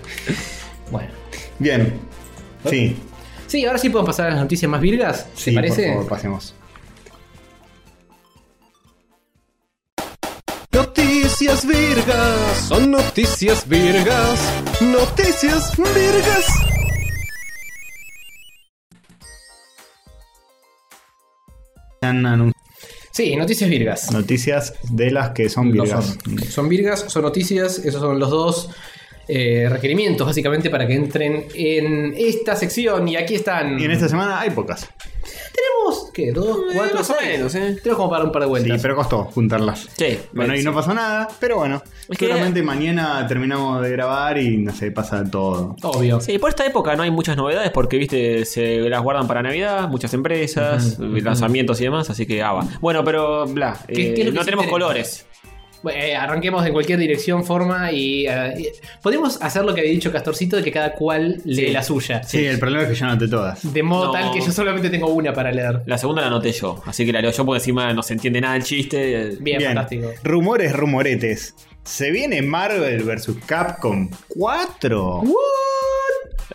Speaker 1: bueno.
Speaker 2: Bien.
Speaker 1: ¿Eh?
Speaker 2: Sí,
Speaker 1: Sí, ahora sí podemos pasar a las noticias más virgas. ¿Te
Speaker 2: sí,
Speaker 1: parece?
Speaker 2: por favor, pasemos.
Speaker 4: Noticias virgas, son noticias virgas, noticias virgas.
Speaker 2: Han anunciado
Speaker 1: Sí, noticias virgas.
Speaker 2: noticias de las que son
Speaker 1: Lo
Speaker 2: virgas.
Speaker 1: son. Son virgas, son noticias, esos son los dos eh, requerimientos básicamente para que entren en esta sección y aquí están.
Speaker 2: Y en este- esta semana hay pocas.
Speaker 1: Tenemos, ¿qué? Dos, cuatro,
Speaker 3: más o
Speaker 1: seis.
Speaker 3: menos, ¿eh?
Speaker 1: Tenemos como para un par de
Speaker 2: Sí,
Speaker 1: vueltas.
Speaker 2: pero costó juntarlas.
Speaker 3: Sí,
Speaker 2: Bueno, y no pasó nada, pero bueno.
Speaker 3: Es que-
Speaker 2: Seguramente mañana terminamos de grabar y no sé, pasa todo.
Speaker 1: Obvio.
Speaker 3: Sí, por esta época no hay muchas novedades porque, viste, se las guardan para Navidad, muchas empresas, lanzamientos y demás, así que ah, va. Bueno, pero bla,
Speaker 1: ¿Qué-
Speaker 3: eh,
Speaker 1: qué es lo que
Speaker 3: no
Speaker 1: se
Speaker 3: tenemos
Speaker 1: interesa?
Speaker 3: colores.
Speaker 1: Bueno, eh, arranquemos en cualquier dirección, forma y, eh, y- Podemos hacer lo que había dicho Castorcito de que cada cual lee la suya.
Speaker 2: Sí, el problema es que yo no anoté todas.
Speaker 1: De modo
Speaker 3: No.
Speaker 1: tal que yo solamente tengo una para leer.
Speaker 3: La segunda la anoté yo, así que la leo yo porque encima no se entiende nada el chiste.
Speaker 1: Bien, fantástico.
Speaker 2: Rumores, rumoretes. ¿Se viene Marvel vs. Capcom 4?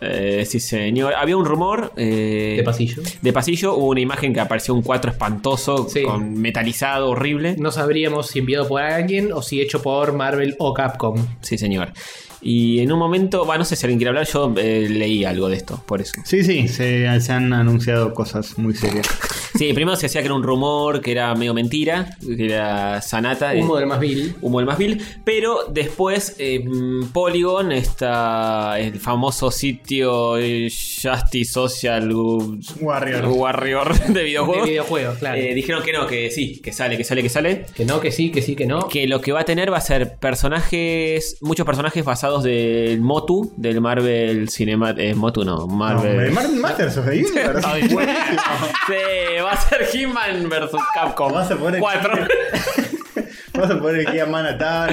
Speaker 3: Eh, sí, señor. Había un rumor. eh,
Speaker 1: De pasillo.
Speaker 3: De pasillo hubo una imagen que apareció un 4 espantoso,
Speaker 1: Sí.
Speaker 3: con metalizado, horrible.
Speaker 1: No sabríamos si enviado por alguien o si hecho por Marvel o Capcom.
Speaker 3: Sí, señor. Y en un momento, va, no sé si alguien quiere hablar, yo eh, leí algo de esto, por eso.
Speaker 2: Sí, sí, se, se han anunciado cosas muy serias.
Speaker 3: Sí, primero se hacía que era un rumor, que era medio mentira, que era Sanata. eh,
Speaker 1: Humo del más vil.
Speaker 3: humo del más vil. Pero después, eh, mm, Polygon, está el famoso sitio eh, Justice Social Gu-
Speaker 2: Warrior.
Speaker 3: Warrior de
Speaker 1: De
Speaker 3: videojuegos.
Speaker 1: videojuegos, claro.
Speaker 3: Eh, dijeron que no, que sí, que sale, que sale, que sale.
Speaker 1: que no, que sí, que sí, que no.
Speaker 3: Que lo que va a tener va a ser personajes, muchos personajes basados del Motu, del Marvel Cinema. eh, Motu no, Marvel.
Speaker 2: No, Mar- Masters of the Universe.
Speaker 3: Ay, bueno. Sí, va a ser He-Man vs Capcom.
Speaker 2: Vas a poner-
Speaker 3: 4.
Speaker 2: Vas a poner aquí a Manatar.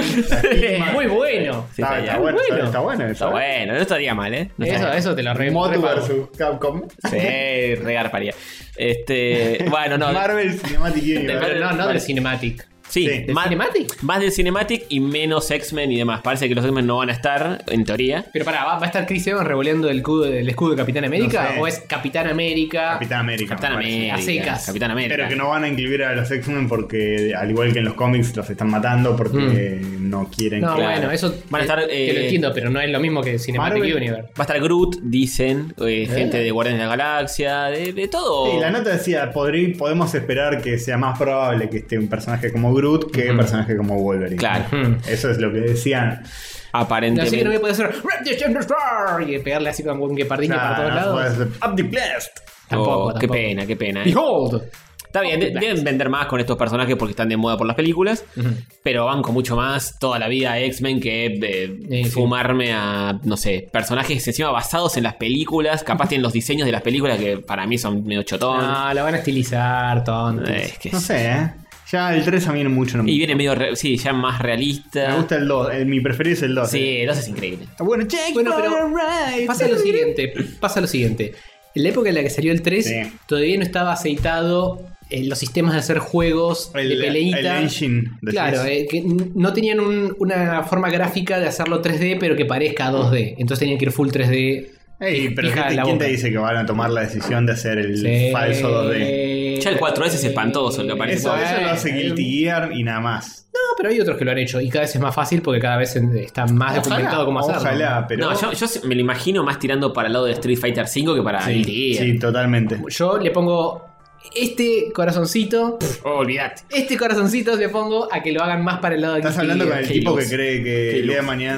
Speaker 1: Muy bueno.
Speaker 2: Está, está bueno, está, está bueno. ¿eh?
Speaker 3: Está bueno, no estaría mal, ¿eh? No
Speaker 1: Eso,
Speaker 3: estaría
Speaker 1: eso te lo re-
Speaker 2: Motu
Speaker 1: repago.
Speaker 2: vs. Capcom.
Speaker 3: Sí, regarparía. Este, bueno, no.
Speaker 2: Marvel Cinematic
Speaker 1: Pero
Speaker 2: Universe.
Speaker 1: no, no
Speaker 3: Vale.
Speaker 1: del Cinematic.
Speaker 2: sí.
Speaker 3: sí,
Speaker 1: ¿Del
Speaker 3: más,
Speaker 1: Cinematic?
Speaker 3: más del Cinematic y menos X-Men y demás. Parece que los X-Men no van a estar, en teoría.
Speaker 1: Pero pará, ¿va, va a estar Chris Evans revoleando el escudo, el escudo de Capitán América?
Speaker 2: No sé.
Speaker 1: ¿O es Capitán América?
Speaker 2: Capitán América. me
Speaker 3: Capitán
Speaker 2: parece.
Speaker 3: América.
Speaker 1: A secas.
Speaker 3: Capitán América.
Speaker 2: Pero que no van a incluir a los X-Men porque, al igual que en los cómics, los están matando porque no quieren
Speaker 1: No,
Speaker 2: que.
Speaker 3: Claro.
Speaker 1: bueno, eso
Speaker 3: Van a estar,
Speaker 1: que- que lo
Speaker 3: eh,
Speaker 1: entiendo, pero no es lo mismo que Cinematic
Speaker 2: Marvel.
Speaker 1: Universe.
Speaker 3: Va a estar Groot, dicen, eh, gente de Guardianes de la Galaxia, de, de todo.
Speaker 2: Sí, la nota decía, podrí- podemos esperar que sea más probable que esté un personaje como Groot que un personaje como Wolverine.
Speaker 3: Claro.
Speaker 1: Hmm.
Speaker 2: Eso es lo que decían.
Speaker 3: Aparentemente.
Speaker 1: Así que no voy a poder hacer "Rap the Chamber Star", y pegarle así con un guepardiño
Speaker 2: Nah,
Speaker 1: para todos
Speaker 2: no,
Speaker 1: lados.
Speaker 2: puede ser, Up the blast.
Speaker 1: Tampoco,
Speaker 3: Oh,
Speaker 1: tampoco.
Speaker 3: Qué pena, qué pena. eh.
Speaker 1: Behold.
Speaker 3: Está bien, de- deben vender más con estos personajes porque están de moda por las películas. Pero banco mucho más toda la vida a X-Men que eh,
Speaker 1: Sí, sí.
Speaker 3: fumarme a, no sé, personajes encima basados en las películas, capaz tienen los diseños de las películas que para mí son medio chotón.
Speaker 1: No, lo van a estilizar, tonto.
Speaker 3: Oh. Eh, es que
Speaker 2: Ah, No
Speaker 3: es-
Speaker 2: sé, ¿eh? Ya el 3 a mí no mucho no me
Speaker 3: Y
Speaker 2: gusta.
Speaker 3: viene medio, re- sí, ya más realista.
Speaker 2: Me gusta el 2. el- mi preferido es el 2.
Speaker 3: Sí, el 2 es increíble.
Speaker 2: Bueno, Jake,
Speaker 1: Bueno, pero
Speaker 2: Paul, right.
Speaker 1: Pasa lo siguiente, pasa lo siguiente. En la época en la que salió el 3,
Speaker 2: Sí.
Speaker 1: todavía no estaba aceitado en los sistemas de hacer juegos de
Speaker 2: El, e-
Speaker 1: peleita.
Speaker 2: el engine de
Speaker 1: Claro,
Speaker 2: Fizz.
Speaker 1: eh, que n- no tenían un- una forma gráfica de hacerlo 3D, pero que parezca 2D. Entonces tenían que ir full 3D.
Speaker 2: Ey, pero
Speaker 1: fija
Speaker 2: ¿quién
Speaker 1: la
Speaker 2: te- ¿quién te
Speaker 1: boca.
Speaker 2: dice que van a tomar la decisión de hacer el falso 2D?
Speaker 3: Ya el 4S es espantoso, lo que parece.
Speaker 2: Eso,
Speaker 1: Bueno,
Speaker 2: eso lo hace Guilty Gear y nada más.
Speaker 1: No, Eh, pero hay otros que lo han hecho y cada vez es más fácil porque cada vez en- está más documentado cómo hacerlo.
Speaker 2: Ojalá, pero.
Speaker 3: No, yo, yo me lo imagino más tirando para el lado de Street Fighter 5 que para
Speaker 2: Sí,
Speaker 3: el día.
Speaker 2: sí, totalmente.
Speaker 1: Yo le pongo este corazoncito,
Speaker 3: Oh, olvidate.
Speaker 1: este corazoncito le pongo a que lo hagan más para el lado de
Speaker 2: Estás
Speaker 1: Guilty
Speaker 2: hablando con
Speaker 1: Gear.
Speaker 2: el
Speaker 3: qué
Speaker 2: tipo
Speaker 3: luz.
Speaker 2: que cree que
Speaker 3: Qué
Speaker 2: el día de
Speaker 3: luz.
Speaker 2: mañana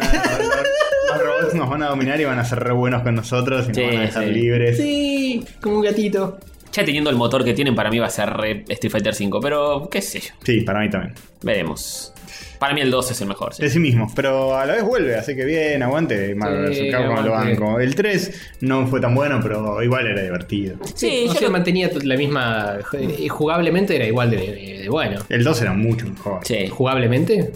Speaker 2: los robots nos van a dominar y van a ser re buenos con nosotros y
Speaker 3: Sí,
Speaker 2: nos van a dejar
Speaker 3: sí.
Speaker 2: libres.
Speaker 1: Sí, como un gatito.
Speaker 3: Ya teniendo el motor que tienen, para mí va a ser re Street Fighter 5, pero qué sé yo.
Speaker 2: Sí, para mí también.
Speaker 3: Veremos. Para mí el 2 es el mejor. sí.
Speaker 2: De sí mismo, pero a la vez vuelve, así que bien, aguante. Marvel
Speaker 1: Sí,
Speaker 2: vs. Capcom lo
Speaker 1: aguante.
Speaker 2: banco. El 3 no fue tan bueno, pero igual era divertido.
Speaker 3: Sí,
Speaker 1: o
Speaker 3: yo
Speaker 1: sea,
Speaker 3: lo-
Speaker 1: mantenía la misma. eh, Jugablemente era igual de, de- de bueno.
Speaker 2: El 2 era mucho mejor.
Speaker 3: Sí.
Speaker 1: ¿Jugablemente?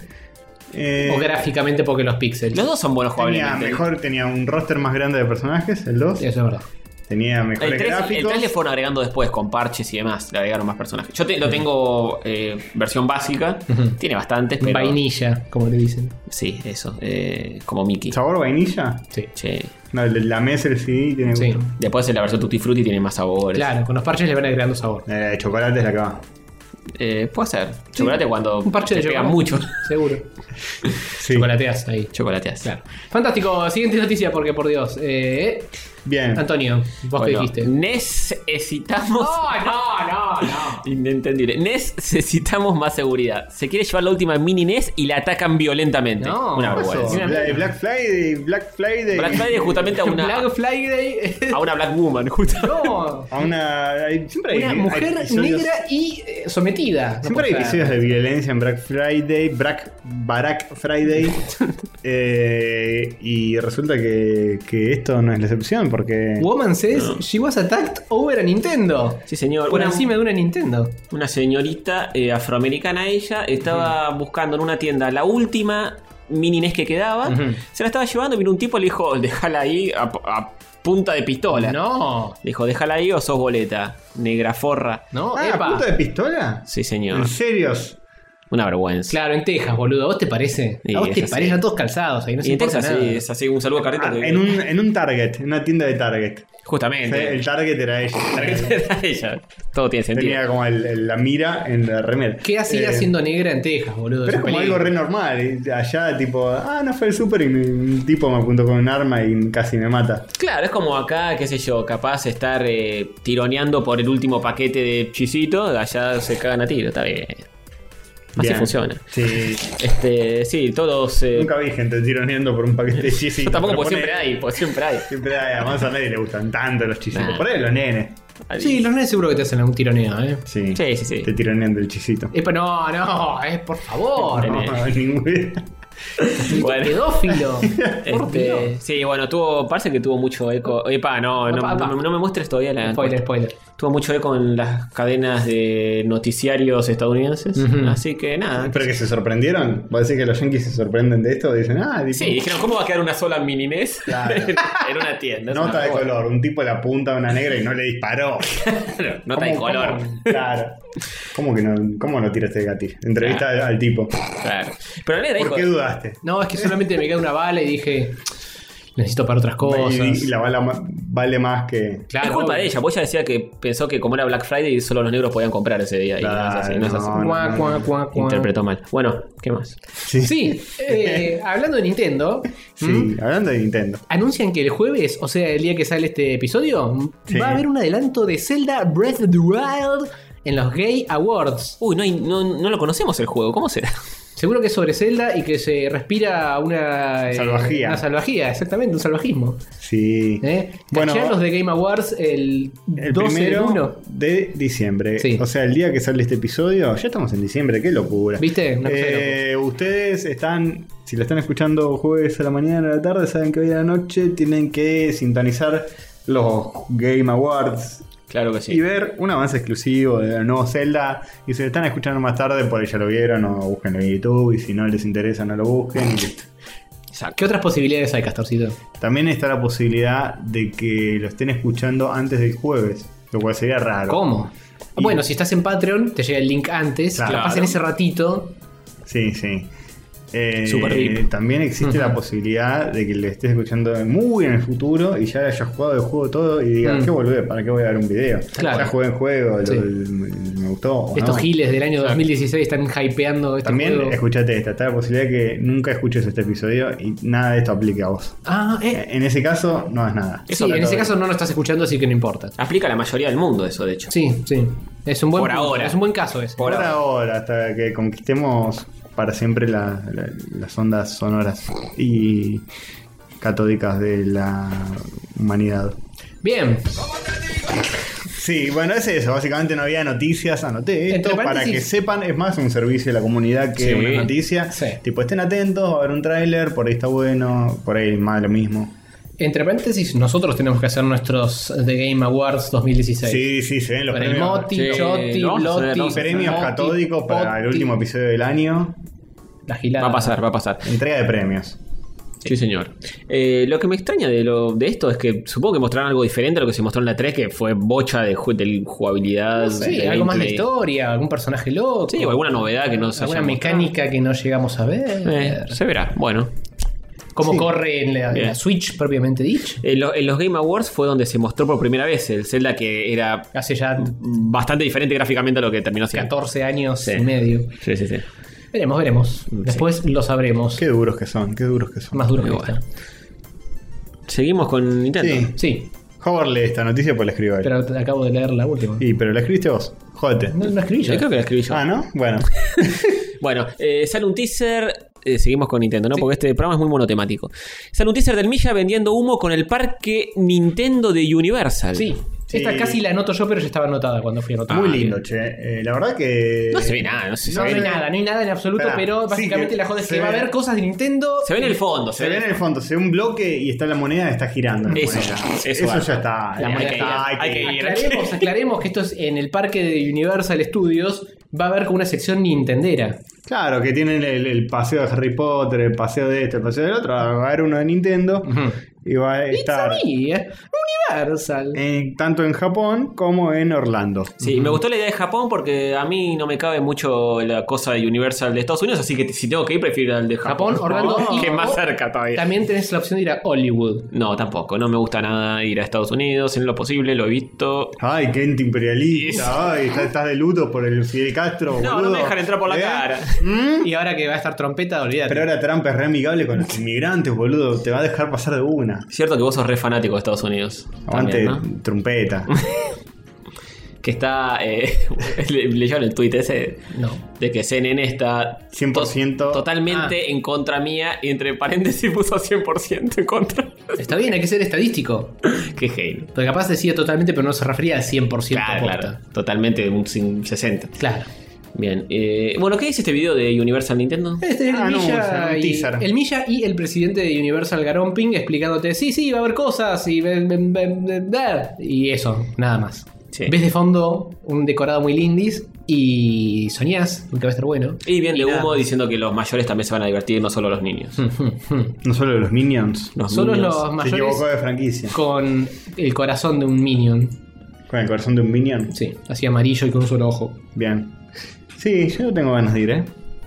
Speaker 2: Eh,
Speaker 1: o gráficamente porque los píxeles.
Speaker 3: Los dos son buenos
Speaker 2: tenía
Speaker 3: jugablemente.
Speaker 2: mejor, tenía un roster más grande de personajes, el 2.
Speaker 1: Eso es verdad.
Speaker 2: Tenía
Speaker 3: El
Speaker 2: mejores
Speaker 3: 3, el
Speaker 2: gráficos.
Speaker 3: 3 le fueron agregando después con parches y demás. Le agregaron más personajes. Yo te- lo tengo eh, versión básica. Tiene bastantes, pero.
Speaker 1: Vainilla, como le dicen.
Speaker 3: Sí, eso. eh, como Mickey.
Speaker 2: ¿Sabor vainilla?
Speaker 1: Sí.
Speaker 3: Sí.
Speaker 2: No, el de la mesa el CD tiene
Speaker 1: Sí.
Speaker 2: gusto.
Speaker 3: Después en la versión Tutti Frutti tiene más sabores.
Speaker 1: Claro, con los parches le van agregando sabor.
Speaker 2: La de chocolate es la que va.
Speaker 3: Eh, puede ser. Chocolate cuando
Speaker 1: Un parche
Speaker 3: te
Speaker 1: de
Speaker 3: pega
Speaker 1: chocolate.
Speaker 3: mucho.
Speaker 1: Seguro. Chocolateas ahí.
Speaker 3: Chocolateas.
Speaker 1: Claro. Fantástico. Siguiente noticia, porque por Dios. Eh,
Speaker 2: Bien.
Speaker 1: Antonio, vos qué
Speaker 3: Bueno,
Speaker 1: dijiste. Oh,
Speaker 3: necesitamos.
Speaker 1: no, no, no.
Speaker 3: Inentendible. Necesitamos más seguridad. Se quiere llevar la última mini NES y la atacan violentamente.
Speaker 1: No,
Speaker 3: una
Speaker 1: ¿qué pasó?
Speaker 3: vergüenza.
Speaker 2: Bla- Black Friday, Black Friday.
Speaker 3: Black Friday justamente a una,
Speaker 1: Black Friday.
Speaker 3: a una Black Woman, justo.
Speaker 1: no.
Speaker 2: A una. hay- siempre hay,
Speaker 1: Una
Speaker 2: hay
Speaker 1: mujer
Speaker 2: episodios-
Speaker 1: negra y eh, sometida. No
Speaker 2: Siempre hay
Speaker 1: puedo creer.
Speaker 2: episodios de violencia en Black Friday, Black Barack Friday. Eh, y resulta que, que esto no es la excepción, porque.
Speaker 1: Woman says she was attacked over a Nintendo.
Speaker 3: Sí, señor.
Speaker 1: Por
Speaker 3: Una,
Speaker 1: encima de una Nintendo.
Speaker 3: una señorita eh, afroamericana, ella estaba buscando en una tienda la última mini NES que quedaba.
Speaker 1: Ujú.
Speaker 3: Se la estaba llevando y vino un tipo y le dijo: Déjala ahí a, a punta de pistola.
Speaker 1: No,
Speaker 3: Le dijo: Déjala ahí o sos boleta, negra forra.
Speaker 1: no,
Speaker 2: ah,
Speaker 1: epa.
Speaker 2: ¿punta de pistola?
Speaker 3: Sí, señor.
Speaker 2: ¿En serio?
Speaker 3: Una vergüenza.
Speaker 1: Claro, en Texas, boludo. ¿A vos te parece?
Speaker 3: Sí,
Speaker 1: ¿A vos
Speaker 3: es
Speaker 1: te
Speaker 3: así.
Speaker 1: parecen todos calzados ahí? No se
Speaker 3: y en
Speaker 1: importa
Speaker 3: Texas
Speaker 1: nada.
Speaker 3: sí, es así, un saludo a Carlito.
Speaker 2: Ah,
Speaker 3: que-
Speaker 2: en, un, en un Target, en una tienda de Target. O sea,
Speaker 3: Justamente.
Speaker 2: el Target era ella.
Speaker 3: Era ella. Todo tiene sentido.
Speaker 2: Tenía como el- el- la mira en la remera.
Speaker 1: ¿Qué hacía
Speaker 2: Eh,
Speaker 1: siendo negra en Texas, boludo?
Speaker 2: Pero
Speaker 1: Esa
Speaker 2: es como algo
Speaker 1: película.
Speaker 2: re normal. y Allá, tipo, ah, no fue el súper y un tipo me apuntó con un arma y casi me mata.
Speaker 3: Claro, es como acá, qué sé yo, capaz de estar eh, tironeando por el último paquete de chisito, allá se cagan a tiro, está bien. Así
Speaker 2: Bien.
Speaker 3: funciona.
Speaker 2: Sí.
Speaker 3: Este, sí, todos. eh,
Speaker 2: Nunca vi gente tironeando por un paquete de chisis.
Speaker 3: yo tampoco,
Speaker 2: Pero
Speaker 3: porque
Speaker 2: pone-
Speaker 3: siempre hay, porque siempre hay.
Speaker 2: Siempre hay, además a nadie le gustan tanto los chisitos.
Speaker 3: Nah.
Speaker 2: Por ahí los nenes.
Speaker 1: Sí, los nenes seguro que te hacen algún tironeo, ¿eh?
Speaker 2: Sí.
Speaker 3: Sí, sí, sí.
Speaker 2: Te tironean del chisito.
Speaker 1: Epa, no, no, es por favor.
Speaker 3: Nene.
Speaker 2: No, ningún-
Speaker 3: Bueno,
Speaker 1: Pedófilo. Por Dios.
Speaker 3: este, sí, bueno, tuvo, parece que tuvo mucho eco. Epa, no, no,
Speaker 1: Epa, epa.
Speaker 3: no me- no me muestres todavía la.
Speaker 1: Spoiler, spoiler.
Speaker 3: Tuvo mucho eco en las cadenas de noticiarios estadounidenses.
Speaker 1: Ujú.
Speaker 3: Así que nada.
Speaker 2: Pero que se sorprendieron. ¿Vos decís que los yankees se sorprenden de esto? Dicen, ah, tipo,
Speaker 3: Sí, dijeron, ¿cómo va a quedar una sola mini NES
Speaker 2: Claro.
Speaker 3: en una tienda? Es
Speaker 2: nota
Speaker 3: una
Speaker 2: de
Speaker 3: joda.
Speaker 2: color. Un tipo le apunta a una negra y no le disparó.
Speaker 3: Claro, nota de
Speaker 2: ¿Cómo-
Speaker 3: color.
Speaker 2: cómo? Claro. ¿Cómo que no, cómo no tiraste el gatillo? Entrevista
Speaker 3: Ah.
Speaker 2: al, al tipo.
Speaker 3: Claro. Pero la negra
Speaker 2: ¿Por
Speaker 3: dijo.
Speaker 2: qué dudaste?
Speaker 1: No, es que solamente me quedó una bala y dije, necesito para otras cosas.
Speaker 2: Y, y la bala ma- vale más que.
Speaker 1: Claro,
Speaker 3: es culpa
Speaker 1: obvio.
Speaker 3: de ella, porque ella decía que pensó que como era Black Friday solo los negros podían comprar ese día. Y no es así, no es
Speaker 2: Claro,
Speaker 3: así.
Speaker 2: no,
Speaker 1: Cuá,
Speaker 2: no,
Speaker 1: cuá,
Speaker 2: no.
Speaker 1: cuá, cuá.
Speaker 3: Interpretó mal. Bueno, ¿qué más?
Speaker 2: Sí.
Speaker 1: Sí, eh, hablando de Nintendo,
Speaker 2: Sí,
Speaker 1: ¿m?
Speaker 3: ¿Mm?
Speaker 2: hablando de Nintendo.
Speaker 1: anuncian que el jueves, o sea, el día que sale este episodio,
Speaker 2: Sí.
Speaker 1: va a haber un adelanto de Zelda Breath of the Wild en los Gay Awards.
Speaker 3: Uy, no, hay- no, no lo conocemos el juego, ¿cómo será?
Speaker 1: Seguro que es sobre Zelda y que se respira una eh,
Speaker 2: Salvajía.
Speaker 1: Una salvajía, exactamente, un salvajismo.
Speaker 2: Sí.
Speaker 1: ¿eh?
Speaker 2: Bueno,
Speaker 1: Bueno, los de Game Awards el, 12
Speaker 2: El
Speaker 1: del
Speaker 2: primero
Speaker 1: 1.
Speaker 2: de diciembre.
Speaker 1: Sí.
Speaker 2: O sea, el día que sale este episodio, ya estamos en diciembre, qué locura.
Speaker 1: ¿Viste? Una cosa de
Speaker 2: Eh, ustedes están, si lo están escuchando jueves a la mañana a la tarde, saben que hoy a la noche tienen que sintonizar los Game Awards
Speaker 3: Claro que
Speaker 2: y ver un avance exclusivo de la nueva Zelda. Y si lo están escuchando más tarde, por ahí ya lo vieron o búsquenlo en YouTube. Y si no les interesa, no lo busquen. y listo.
Speaker 1: ¿Qué otras posibilidades hay, Castorcito?
Speaker 2: También está la posibilidad de que lo estén escuchando antes del jueves, lo cual sería raro.
Speaker 1: ¿Cómo?
Speaker 2: Y-
Speaker 1: Bueno, si estás en Patreon, te llega el link antes,
Speaker 2: Claro.
Speaker 1: capaz en ese ratito.
Speaker 2: Sí, sí. Eh,
Speaker 3: Super VIP.
Speaker 2: También existe la posibilidad de que le estés escuchando muy en el futuro y ya hayas jugado el juego todo y digas,
Speaker 1: Mm.
Speaker 2: qué volver, ¿para qué voy a ver un video?
Speaker 1: Claro.
Speaker 2: Ya jugué el juego, lo-
Speaker 1: Sí.
Speaker 2: me gustó. o
Speaker 1: Estos
Speaker 2: no.
Speaker 1: giles del año 2016 están hypeando este
Speaker 2: También
Speaker 1: juego.
Speaker 2: escuchate esta, está la posibilidad que nunca escuches este episodio y nada de esto aplique a vos.
Speaker 1: Ah, eh.
Speaker 2: En ese caso, no es nada.
Speaker 3: Eso
Speaker 1: sí,
Speaker 3: me
Speaker 1: en ese
Speaker 3: acabo
Speaker 1: caso no lo estás escuchando, así que no importa.
Speaker 3: Aplica a la mayoría del mundo eso, de hecho.
Speaker 1: Sí, sí. Es un buen
Speaker 3: Por
Speaker 1: punto,
Speaker 3: ahora.
Speaker 1: Es un buen caso ese.
Speaker 2: Por ahora, hasta que conquistemos para siempre la- la- las ondas sonoras y catódicas de la humanidad.
Speaker 1: Bien.
Speaker 2: Sí, bueno, es eso. Básicamente no había noticias. Anoté esto
Speaker 1: Entre
Speaker 2: para
Speaker 1: paréntesis-
Speaker 2: que sepan. Es más un servicio a la comunidad que
Speaker 3: Sí.
Speaker 2: una noticia.
Speaker 1: Sí.
Speaker 2: Tipo, estén atentos, va a haber un tráiler, por ahí está bueno, por ahí más lo mismo.
Speaker 1: Entre paréntesis, nosotros tenemos que hacer nuestros The Game Awards 2016.
Speaker 2: Sí, sí, se ven los
Speaker 1: Con el
Speaker 2: premios.
Speaker 1: Moti,
Speaker 3: Sí,
Speaker 1: Choti,
Speaker 3: lo vamos a hacer,
Speaker 1: Loti.
Speaker 3: lo vamos a hacer.
Speaker 2: Premios
Speaker 1: Moti,
Speaker 2: catódicos para el
Speaker 1: Poti.
Speaker 2: último episodio del año.
Speaker 1: La gilada.
Speaker 3: Va a pasar, va a pasar.
Speaker 2: Entrega de premios.
Speaker 3: Sí, señor. Eh, lo que me extraña de, lo, de esto es que supongo que mostraron algo diferente a lo que se mostró en la 3, que fue bocha de, ju- de jugabilidad.
Speaker 1: Sí,
Speaker 3: de
Speaker 1: algo más de
Speaker 3: gameplay.
Speaker 1: historia, algún personaje loco.
Speaker 3: Sí, o alguna novedad que no se
Speaker 1: alguna
Speaker 3: haya
Speaker 1: mecánica que no llegamos a ver.
Speaker 3: mostrado. Eh, se verá. Bueno.
Speaker 1: Cómo corre en la, en la
Speaker 3: Bien.
Speaker 1: Switch propiamente dicho.
Speaker 3: En, lo- en los Game Awards fue donde se mostró por primera vez el Zelda que era
Speaker 1: Hace ya
Speaker 3: bastante diferente gráficamente a lo que terminó siendo.
Speaker 1: 14 años
Speaker 3: Sí.
Speaker 1: y medio.
Speaker 3: Sí, sí, sí.
Speaker 1: Veremos, veremos. Después lo sabremos.
Speaker 2: Qué duros que son, qué duros que son.
Speaker 1: Más duro que
Speaker 3: Muy bueno.
Speaker 1: esta.
Speaker 3: Seguimos con Nintendo.
Speaker 2: Sí.
Speaker 1: Sí,
Speaker 2: Howard lee esta noticia pues la escribo él.
Speaker 1: pero te- acabo de leer la última.
Speaker 2: Y, pero la escribiste vos. Jódete.
Speaker 1: No, no escribí yo.
Speaker 3: Yo creo que la escribí yo.
Speaker 2: Ah, ¿no? Bueno.
Speaker 3: Bueno, eh, sale un teaser. eh, seguimos con Nintendo, ¿no? Porque este programa es muy monotemático. Sale un teaser del Milla vendiendo humo con el parque Nintendo de Universal.
Speaker 1: Sí. Esta casi la anoto yo, pero ya estaba anotada cuando fui anotada.
Speaker 2: Muy lindo, che. Eh, la verdad que.
Speaker 3: Ah, No se ve nada, no se,
Speaker 1: No
Speaker 3: ve
Speaker 1: hay nada, no hay nada en absoluto,
Speaker 2: Pará,
Speaker 1: pero
Speaker 2: sí,
Speaker 1: básicamente
Speaker 2: que
Speaker 1: la joda es
Speaker 2: se
Speaker 1: que va a
Speaker 2: ve.
Speaker 1: haber cosas de Nintendo.
Speaker 3: Se ve en el fondo, se,
Speaker 2: Se ve en el fondo, se ve un bloque y está la moneda, está girando.
Speaker 3: Eso
Speaker 2: Bueno,
Speaker 3: ya, eso
Speaker 2: eso
Speaker 3: basta.
Speaker 2: ya está.
Speaker 3: La
Speaker 2: Ya
Speaker 3: moneda
Speaker 2: está,
Speaker 3: hay que ir.
Speaker 1: Aclaremos, aclaremos que esto es en el parque de Universal Studios. Va a haber como una sección Nintendera.
Speaker 2: Claro, que tienen el, el paseo de Harry Potter, el paseo de este, el paseo del otro. Va a haber uno de Nintendo y va a estar
Speaker 1: It's a me, eh. Universal.
Speaker 3: Eh,
Speaker 2: en- tanto en Japón como en Orlando.
Speaker 3: Sí, me gustó la idea de Japón porque a mí no me cabe mucho la cosa de Universal de Estados Unidos, así que si tengo que ir prefiero el de Japón.
Speaker 1: Japón, Orlando y-
Speaker 3: oh, que es más cerca todavía.
Speaker 1: También tenés la opción de ir a Hollywood.
Speaker 3: No, tampoco. No me gusta nada ir a Estados Unidos en lo posible, lo he visto.
Speaker 2: Ay, qué imperialista. Ay, estás, estás de luto por el Fidel Castro.
Speaker 3: No,
Speaker 2: boludo.
Speaker 3: no me dejan entrar por la
Speaker 2: ¿Eh?
Speaker 3: cara.
Speaker 2: ¿Mm?
Speaker 1: Y ahora que va a estar trompeta, olvídate.
Speaker 2: Pero ahora Trump es re amigable con los inmigrantes, boludo. Te va a dejar pasar de una.
Speaker 3: Cierto que vos sos re fanático de Estados Unidos.
Speaker 2: Aguante,
Speaker 3: También, ¿no?
Speaker 2: trompeta.
Speaker 3: Que está. Eh, le- leyeron el tuit ese.
Speaker 1: No.
Speaker 3: De que CNN está.
Speaker 2: 100%.
Speaker 3: totalmente en contra mía. Y entre paréntesis puso 100% en contra.
Speaker 1: Está bien, hay que ser estadístico.
Speaker 3: Qué genial.
Speaker 1: Porque capaz decía totalmente, pero no se refería al 100%
Speaker 3: Claro,
Speaker 1: aposta.
Speaker 3: claro. Totalmente un sin- 60.
Speaker 1: Claro.
Speaker 3: Bien. eh, bueno, ¿qué dice este video de Universal Nintendo?
Speaker 1: Este es el,
Speaker 2: Ah, no,
Speaker 1: Milla
Speaker 2: un
Speaker 1: y,
Speaker 2: teaser.
Speaker 1: el Milla y el presidente de Universal Garomping explicándote, sí, sí, va a haber cosas y... ve- ve- ve- ve- ve", Y eso, nada más.
Speaker 3: Sí.
Speaker 1: Ves de fondo un decorado muy lindis y soñás que va a estar bueno.
Speaker 3: Y bien de
Speaker 1: nada
Speaker 3: humo
Speaker 1: más.
Speaker 3: diciendo que los mayores también se van a divertir, no solo los niños.
Speaker 2: No solo los Minions.
Speaker 3: Hmm. Los
Speaker 1: Solo
Speaker 3: niños-
Speaker 1: los
Speaker 2: Se
Speaker 1: mayores
Speaker 2: equivocó de franquicia.
Speaker 1: con el corazón de un minion.
Speaker 2: Con el corazón de un Minion.
Speaker 1: Sí, así amarillo y con un solo ojo.
Speaker 2: Bien. Sí, yo no tengo ganas de ir, ¿eh?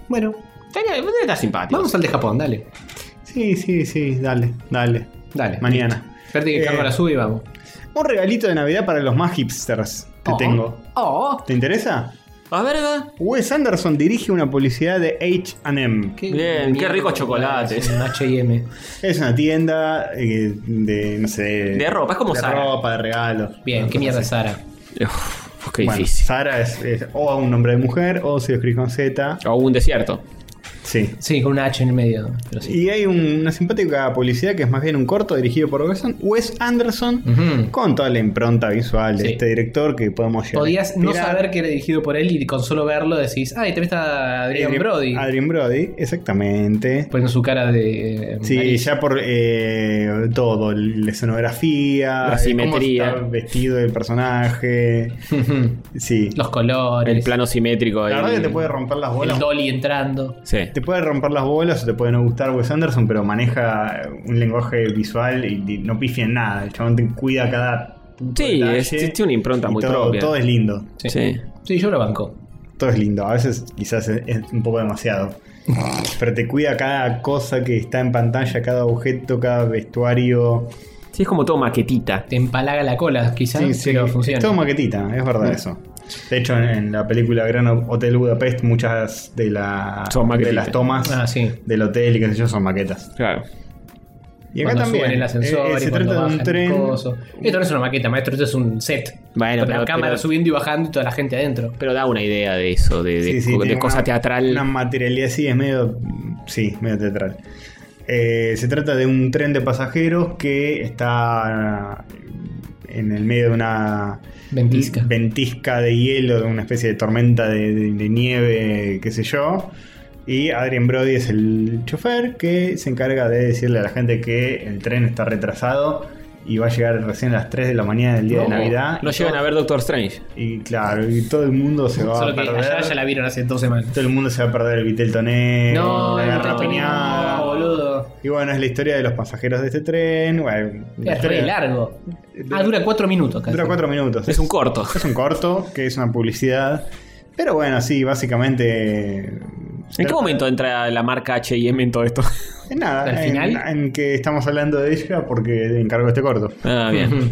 Speaker 1: Bueno,
Speaker 3: Estaría- Está simpático.
Speaker 1: vamos al de Japón, dale.
Speaker 2: Sí, sí, sí, dale, dale.
Speaker 1: Dale.
Speaker 2: Mañana.
Speaker 1: Espérate que
Speaker 2: Eh,
Speaker 1: Carlos la sube y vamos.
Speaker 2: Un regalito de Navidad para los más hipsters. Te
Speaker 1: Oh.
Speaker 2: tengo.
Speaker 1: Oh,
Speaker 2: ¿Te interesa?
Speaker 3: A verga.
Speaker 2: Wes Anderson dirige una publicidad de HM.
Speaker 1: qué
Speaker 3: Bien, qué rico chocolate.
Speaker 1: Es un HM.
Speaker 2: Es una tienda eh, de, no sé.
Speaker 3: De ropa, es como
Speaker 2: de
Speaker 3: Zara.
Speaker 2: ropa, de regalos.
Speaker 1: Bien, qué mierda Sara.
Speaker 3: Uf, qué
Speaker 2: Bueno,
Speaker 3: difícil.
Speaker 2: Zara es, es o a un nombre de mujer o se lo escribís con Z.
Speaker 3: O un desierto.
Speaker 2: Sí.
Speaker 1: Sí, con una H en el medio. Pero sí.
Speaker 2: Y hay un- una simpática publicidad que es más bien un corto dirigido por Wes Wes Anderson
Speaker 1: Ujú.
Speaker 2: con toda la impronta visual de
Speaker 1: Mm. Sí.
Speaker 2: este director que podemos llegar. a
Speaker 1: Podías no
Speaker 2: inspirar.
Speaker 1: saber que era dirigido por él y con solo verlo decís, ay, también está Adrian Brody. Pues,
Speaker 2: Adrian Brody, exactamente.
Speaker 1: Poniendo su cara de. eh,
Speaker 2: Sí,
Speaker 1: nariz.
Speaker 2: ya por eh, todo, la escenografía,
Speaker 3: La
Speaker 2: eh,
Speaker 3: simetría.
Speaker 2: cómo está vestido el personaje. Sí.
Speaker 1: Los colores.
Speaker 3: El plano simétrico.
Speaker 2: la
Speaker 3: el-
Speaker 2: verdad que te puede romper las
Speaker 1: el
Speaker 2: bolas.
Speaker 1: dolly entrando.
Speaker 3: Sí.
Speaker 2: Te puede romper las bolas o te puede no gustar Wes Anderson, pero maneja un lenguaje visual y y no pifia en nada. El chabón te cuida cada puto
Speaker 3: Sí,
Speaker 2: detalle
Speaker 3: es- tiene una impronta
Speaker 2: y
Speaker 3: muy
Speaker 2: todo,
Speaker 3: propia.
Speaker 2: Todo es lindo.
Speaker 1: Sí.
Speaker 3: Sí.
Speaker 1: Sí, yo lo banco.
Speaker 2: Todo es lindo. A veces quizás es, es un poco demasiado. Pero te cuida cada cosa que está en pantalla, cada objeto, cada vestuario.
Speaker 3: Sí, es como todo maquetita.
Speaker 1: Te empalaga la cola, quizás,
Speaker 2: Sí, sí,
Speaker 1: pero
Speaker 2: es
Speaker 1: funciona. Mm.
Speaker 2: todo maquetita, es verdad eso. De hecho, en, en la película Gran Hotel Budapest, muchas de, la-
Speaker 3: Son
Speaker 2: de
Speaker 3: maquetitas.
Speaker 2: las tomas
Speaker 1: Ah, sí.
Speaker 2: del hotel y qué sé yo son maquetas.
Speaker 3: Claro.
Speaker 2: Y acá
Speaker 1: Cuando
Speaker 2: también.
Speaker 1: suben el ascensor
Speaker 2: eh,
Speaker 1: y
Speaker 2: se
Speaker 1: cuando
Speaker 2: trata de
Speaker 1: bajan
Speaker 2: un
Speaker 1: el
Speaker 2: tren.
Speaker 1: coso. Esto no es una maqueta, maestro, esto es un set.
Speaker 3: Bueno,
Speaker 1: Con la
Speaker 3: pero-
Speaker 1: cámara
Speaker 3: pero-
Speaker 1: subiendo y bajando y toda la gente adentro.
Speaker 3: Pero da una idea de eso, de, de,
Speaker 2: Sí, sí,
Speaker 3: de
Speaker 2: tiene
Speaker 3: cosa
Speaker 2: una-
Speaker 3: teatral.
Speaker 2: Una materialidad así es medio. Sí, medio teatral. Eh, se trata de un tren de pasajeros que está en el medio de una
Speaker 1: Ventisca.
Speaker 2: ventisca de hielo, de una especie de tormenta de, de- de nieve, qué sé yo. Y Adrien Brody es el chofer que se encarga de decirle a la gente que el tren está retrasado y va a llegar recién a las 3 de la mañana del día de
Speaker 3: No,
Speaker 2: Navidad.
Speaker 3: No
Speaker 2: Y
Speaker 3: llegan
Speaker 2: todo-
Speaker 3: a ver Doctor Strange.
Speaker 2: Y claro, y todo el mundo se va
Speaker 1: Solo
Speaker 2: a
Speaker 1: que
Speaker 2: perder.
Speaker 1: allá ya la vieron hace dos semanas.
Speaker 2: Todo el mundo se va a perder el Vitel Toné,
Speaker 1: No,
Speaker 2: Eh, la
Speaker 1: el
Speaker 2: garra
Speaker 1: Vitel Toné,
Speaker 2: piñada.
Speaker 1: no, boludo.
Speaker 2: Y bueno, es la historia de los pasajeros de este tren. Bueno, la
Speaker 1: Es re
Speaker 2: historia-
Speaker 1: largo.
Speaker 2: Dura-
Speaker 1: Ah, dura cuatro minutos casi.
Speaker 2: Dura cuatro minutos.
Speaker 3: Es un corto.
Speaker 2: Es un corto, que es una publicidad. Pero bueno, sí, básicamente.
Speaker 3: ¿En qué momento entra la marca HM en todo esto?
Speaker 2: En nada.
Speaker 1: ¿Al
Speaker 2: en-
Speaker 1: final?
Speaker 2: En, que estamos hablando de ella porque encargo este corto.
Speaker 3: Ah, bien.
Speaker 1: Ujú.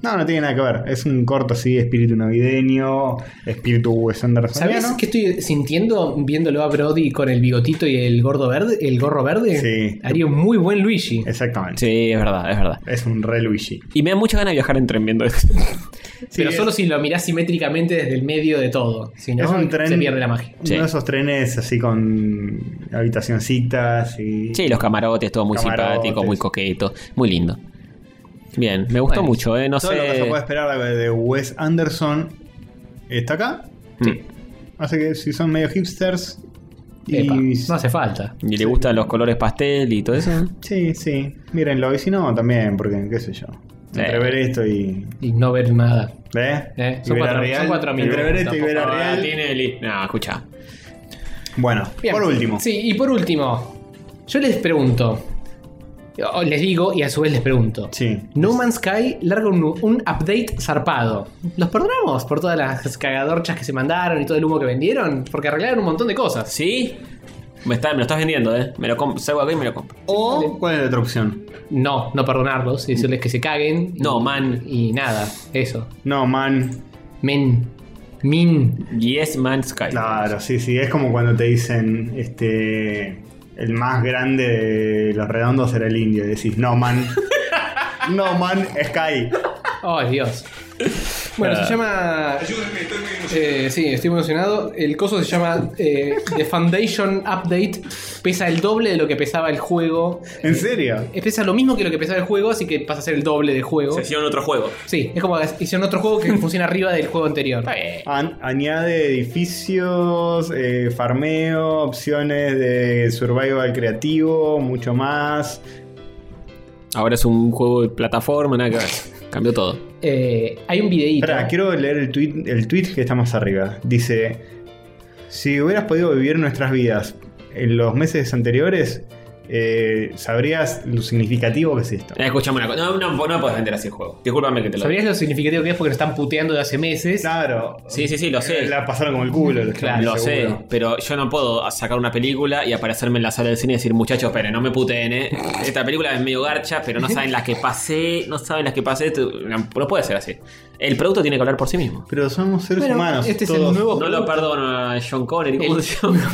Speaker 2: No, no tiene nada que ver. Es un corto así, espíritu navideño, espíritu Wes
Speaker 1: ¿Sabés
Speaker 2: Andersoniano.
Speaker 1: qué estoy sintiendo viéndolo a Brody con el bigotito y el gordo verde, el gorro verde?
Speaker 2: Sí.
Speaker 1: Haría un muy buen Luigi.
Speaker 2: Exactamente.
Speaker 3: Sí, es verdad, es verdad.
Speaker 2: Es un re Luigi.
Speaker 3: Y me da mucha ganas de viajar en tren viendo esto.
Speaker 1: pero
Speaker 2: Sí,
Speaker 1: solo si lo mirás simétricamente desde el medio de todo. Si no,
Speaker 2: es un tren.
Speaker 1: se pierde la magia.
Speaker 2: Uno
Speaker 3: Sí.
Speaker 2: de esos trenes así con habitacioncitas y.
Speaker 3: Sí, los camarotes, todo muy
Speaker 2: Camarotes.
Speaker 3: simpático, muy coqueto, muy lindo. Bien, me gustó
Speaker 1: Bueno,
Speaker 3: mucho, ¿eh? No
Speaker 2: Todo lo que se puede
Speaker 3: sé.
Speaker 2: esperar de Wes Anderson está acá.
Speaker 3: Mm.
Speaker 2: Así que si son medio hipsters.
Speaker 1: Epa,
Speaker 2: y...
Speaker 1: no hace falta.
Speaker 3: Y le gustan los colores pastel y todo eso.
Speaker 2: Sí, sí. Mírenlo. Y si no, también, porque qué sé yo.
Speaker 3: Sí.
Speaker 2: Entre ver esto y.
Speaker 1: Y no ver nada.
Speaker 2: ¿Ves?
Speaker 1: Eh,
Speaker 2: Y
Speaker 1: son
Speaker 2: ver a
Speaker 1: cuatro-
Speaker 2: Real.
Speaker 1: son cuatro amigos,
Speaker 2: Entre ver esto y ver a
Speaker 1: tampoco-
Speaker 2: Real.
Speaker 3: Ah, tiene li- No, escucha.
Speaker 2: Bueno,
Speaker 1: Bien.
Speaker 2: por último.
Speaker 1: Sí, y por último, yo les pregunto, o les digo y a su vez les pregunto.
Speaker 2: Sí.
Speaker 1: No Man's Sky larga un, un update zarpado. ¿Los perdonamos por todas las cagadorchas que se mandaron y todo el humo que vendieron? Porque arreglaron un montón de cosas.
Speaker 3: ¿Sí? Me, está, me lo estás vendiendo, ¿eh? Me lo compro. Salgo acá y me lo compro.
Speaker 2: O, ¿cuál es la otra opción?
Speaker 1: No, no perdonarlos y decirles que se caguen. y-
Speaker 3: No, man.
Speaker 1: Y nada, eso.
Speaker 2: No, man.
Speaker 1: Men. Min.
Speaker 3: Yes Man Sky.
Speaker 2: Claro, sí, sí. Es como cuando te dicen, este. El más grande de los redondos era el indio. Y decís, no, man. no, man, Sky.
Speaker 1: Oh, Dios. Bueno, se llama. Eh, sí, estoy emocionado. El coso se llama eh, The Foundation Update. Pesa el doble de lo que pesaba el juego.
Speaker 2: ¿En serio?
Speaker 1: Eh, Pesa lo mismo que lo que pesaba el juego, así que pasa a ser el doble de juego.
Speaker 3: Se hicieron otro juego.
Speaker 1: Sí, es como que hicieron otro juego que funciona arriba del juego anterior.
Speaker 2: An- añade edificios, eh, farmeo, opciones de survival creativo, mucho más.
Speaker 3: Ahora es un juego de plataforma, nada que ver. Cambió todo.
Speaker 1: Eh, hay un videíto.
Speaker 2: Pará, quiero leer el tweet, el tweet que está más arriba. Dice: Si hubieras podido vivir nuestras vidas en los meses anteriores, eh, sabrías lo significativo que es esto.
Speaker 3: Eh, escuchame una cosa. No, no, no me puedes vender así el juego. Discúlpame que te lo
Speaker 1: ¿Sabías lo significativo que es porque lo están puteando de hace meses?
Speaker 2: Claro.
Speaker 3: Sí, sí, sí, lo sé.
Speaker 2: La pasaron como el culo. los
Speaker 1: Claro,
Speaker 3: Lo
Speaker 2: chavales, seguro.
Speaker 3: sé, pero yo no puedo sacar una película y aparecerme en la sala del cine y decir, muchachos, pero no me puteen, ¿eh? Esta película es medio garcha, pero no saben las que pasé, no saben las que pasé. tú- No, no puede ser así. El producto tiene que hablar por sí mismo.
Speaker 2: Pero somos seres
Speaker 1: Bueno,
Speaker 2: humanos.
Speaker 1: este es el
Speaker 2: todos.
Speaker 1: nuevo-
Speaker 3: No lo perdono a John Connery. ¿cómo
Speaker 1: El-
Speaker 3: se llama?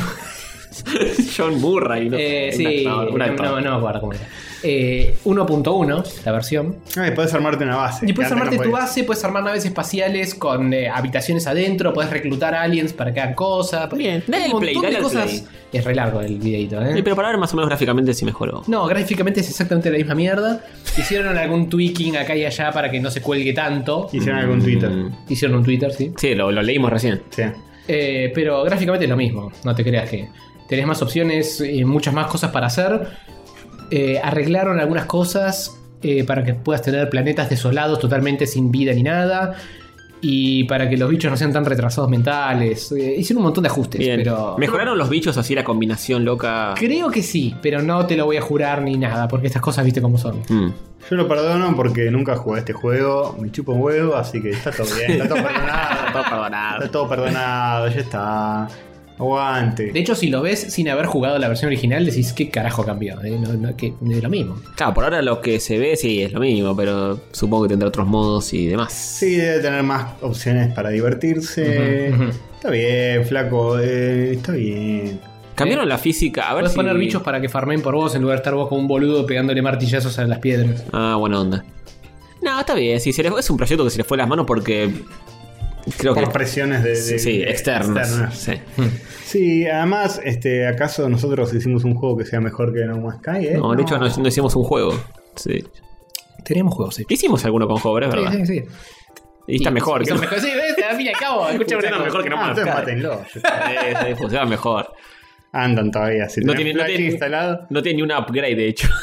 Speaker 3: John Murray. No,
Speaker 1: Eh,
Speaker 3: Un
Speaker 1: sí,
Speaker 3: actor, un actor.
Speaker 1: no, no me acuerdo cómo era. Eh, 1.1, la versión.
Speaker 2: Ay, podés armarte una base.
Speaker 1: Y puedes
Speaker 2: que antes
Speaker 1: armarte
Speaker 2: no
Speaker 1: tu
Speaker 2: podías.
Speaker 1: base, puedes armar naves espaciales con eh, habitaciones adentro, puedes reclutar aliens para que hagan cosas.
Speaker 3: Bien,
Speaker 1: Hay
Speaker 3: dale
Speaker 1: un
Speaker 3: el
Speaker 1: montón
Speaker 3: play, dale
Speaker 1: de
Speaker 3: el
Speaker 1: cosas.
Speaker 3: play.
Speaker 1: Es re largo el videito,
Speaker 3: Eh,
Speaker 1: ¿eh?
Speaker 3: Pero para ver más o menos gráficamente si mejoró.
Speaker 1: No, gráficamente es exactamente la misma mierda. Hicieron algún tweaking acá y allá para que no se cuelgue tanto.
Speaker 2: Hicieron algún Twitter.
Speaker 3: Mm.
Speaker 1: Hicieron un Twitter, sí.
Speaker 3: Sí, lo, lo leímos recién.
Speaker 2: Sí.
Speaker 1: Eh, pero gráficamente es lo mismo, no te creas que. Tenés más opciones, eh, muchas más cosas para hacer. Eh, arreglaron algunas cosas eh, para que puedas tener planetas desolados totalmente sin vida ni nada. Y para que los bichos no sean tan retrasados mentales. Eh, hicieron un montón de ajustes,
Speaker 3: Bien.
Speaker 1: pero.
Speaker 3: ¿Mejoraron los bichos así la combinación loca?
Speaker 1: Creo que sí, pero no te lo voy a jurar ni nada, porque estas cosas viste cómo son.
Speaker 3: Mm.
Speaker 2: Yo lo perdono porque nunca jugué a este juego. Me chupo un huevo, así que está todo bien. Está todo perdonado.
Speaker 3: Todo perdonado.
Speaker 2: Está todo perdonado, ya está.
Speaker 1: De
Speaker 2: Aguante.
Speaker 1: hecho, si lo ves sin haber jugado la versión original, decís qué carajo cambió. Eh, No, no, que, es lo mismo.
Speaker 3: Claro, por ahora lo que se ve sí es lo mismo, pero supongo que tendrá otros modos y demás.
Speaker 2: Sí, debe tener más opciones para divertirse.
Speaker 1: Ujú, ujú.
Speaker 2: Está bien, flaco. eh, está bien.
Speaker 3: Cambiaron la física, a
Speaker 1: Eh,
Speaker 3: ver
Speaker 1: Puedes
Speaker 3: si...
Speaker 1: poner bichos para que farmen por vos en lugar de estar vos como un boludo pegándole martillazos a las piedras.
Speaker 3: Ah, buena onda. No, está bien, sí, se les- es un proyecto que se le fue las manos porque... Creo
Speaker 2: Por
Speaker 3: que...
Speaker 2: presiones de, de-
Speaker 3: sí, sí,
Speaker 2: de-
Speaker 3: externos.
Speaker 2: externas.
Speaker 3: Sí.
Speaker 2: Sí, además, este, ¿acaso nosotros hicimos un juego que sea mejor que No Man's Sky? eh?
Speaker 3: No, de hecho no, no hicimos un juego. Sí.
Speaker 1: Tenemos juegos, sí.
Speaker 3: Hicimos alguno con Hover, es verdad.
Speaker 1: Sí, sí, sí.
Speaker 3: Y está mejor.
Speaker 1: Eso
Speaker 3: que-
Speaker 1: es mejor. Sí, ves, al fin y al cabo, escucha una
Speaker 3: Funciona
Speaker 1: cosa.
Speaker 3: mejor que no
Speaker 2: Ah,
Speaker 3: Man's
Speaker 2: entonces
Speaker 3: Sky.
Speaker 2: mátenlo.
Speaker 3: Sí, sí, funciona mejor.
Speaker 2: Andan todavía. Si
Speaker 3: No
Speaker 2: tenés
Speaker 3: tiene- no
Speaker 2: Flash
Speaker 3: tiene-
Speaker 2: instalado.
Speaker 3: No tiene ni un upgrade, de hecho.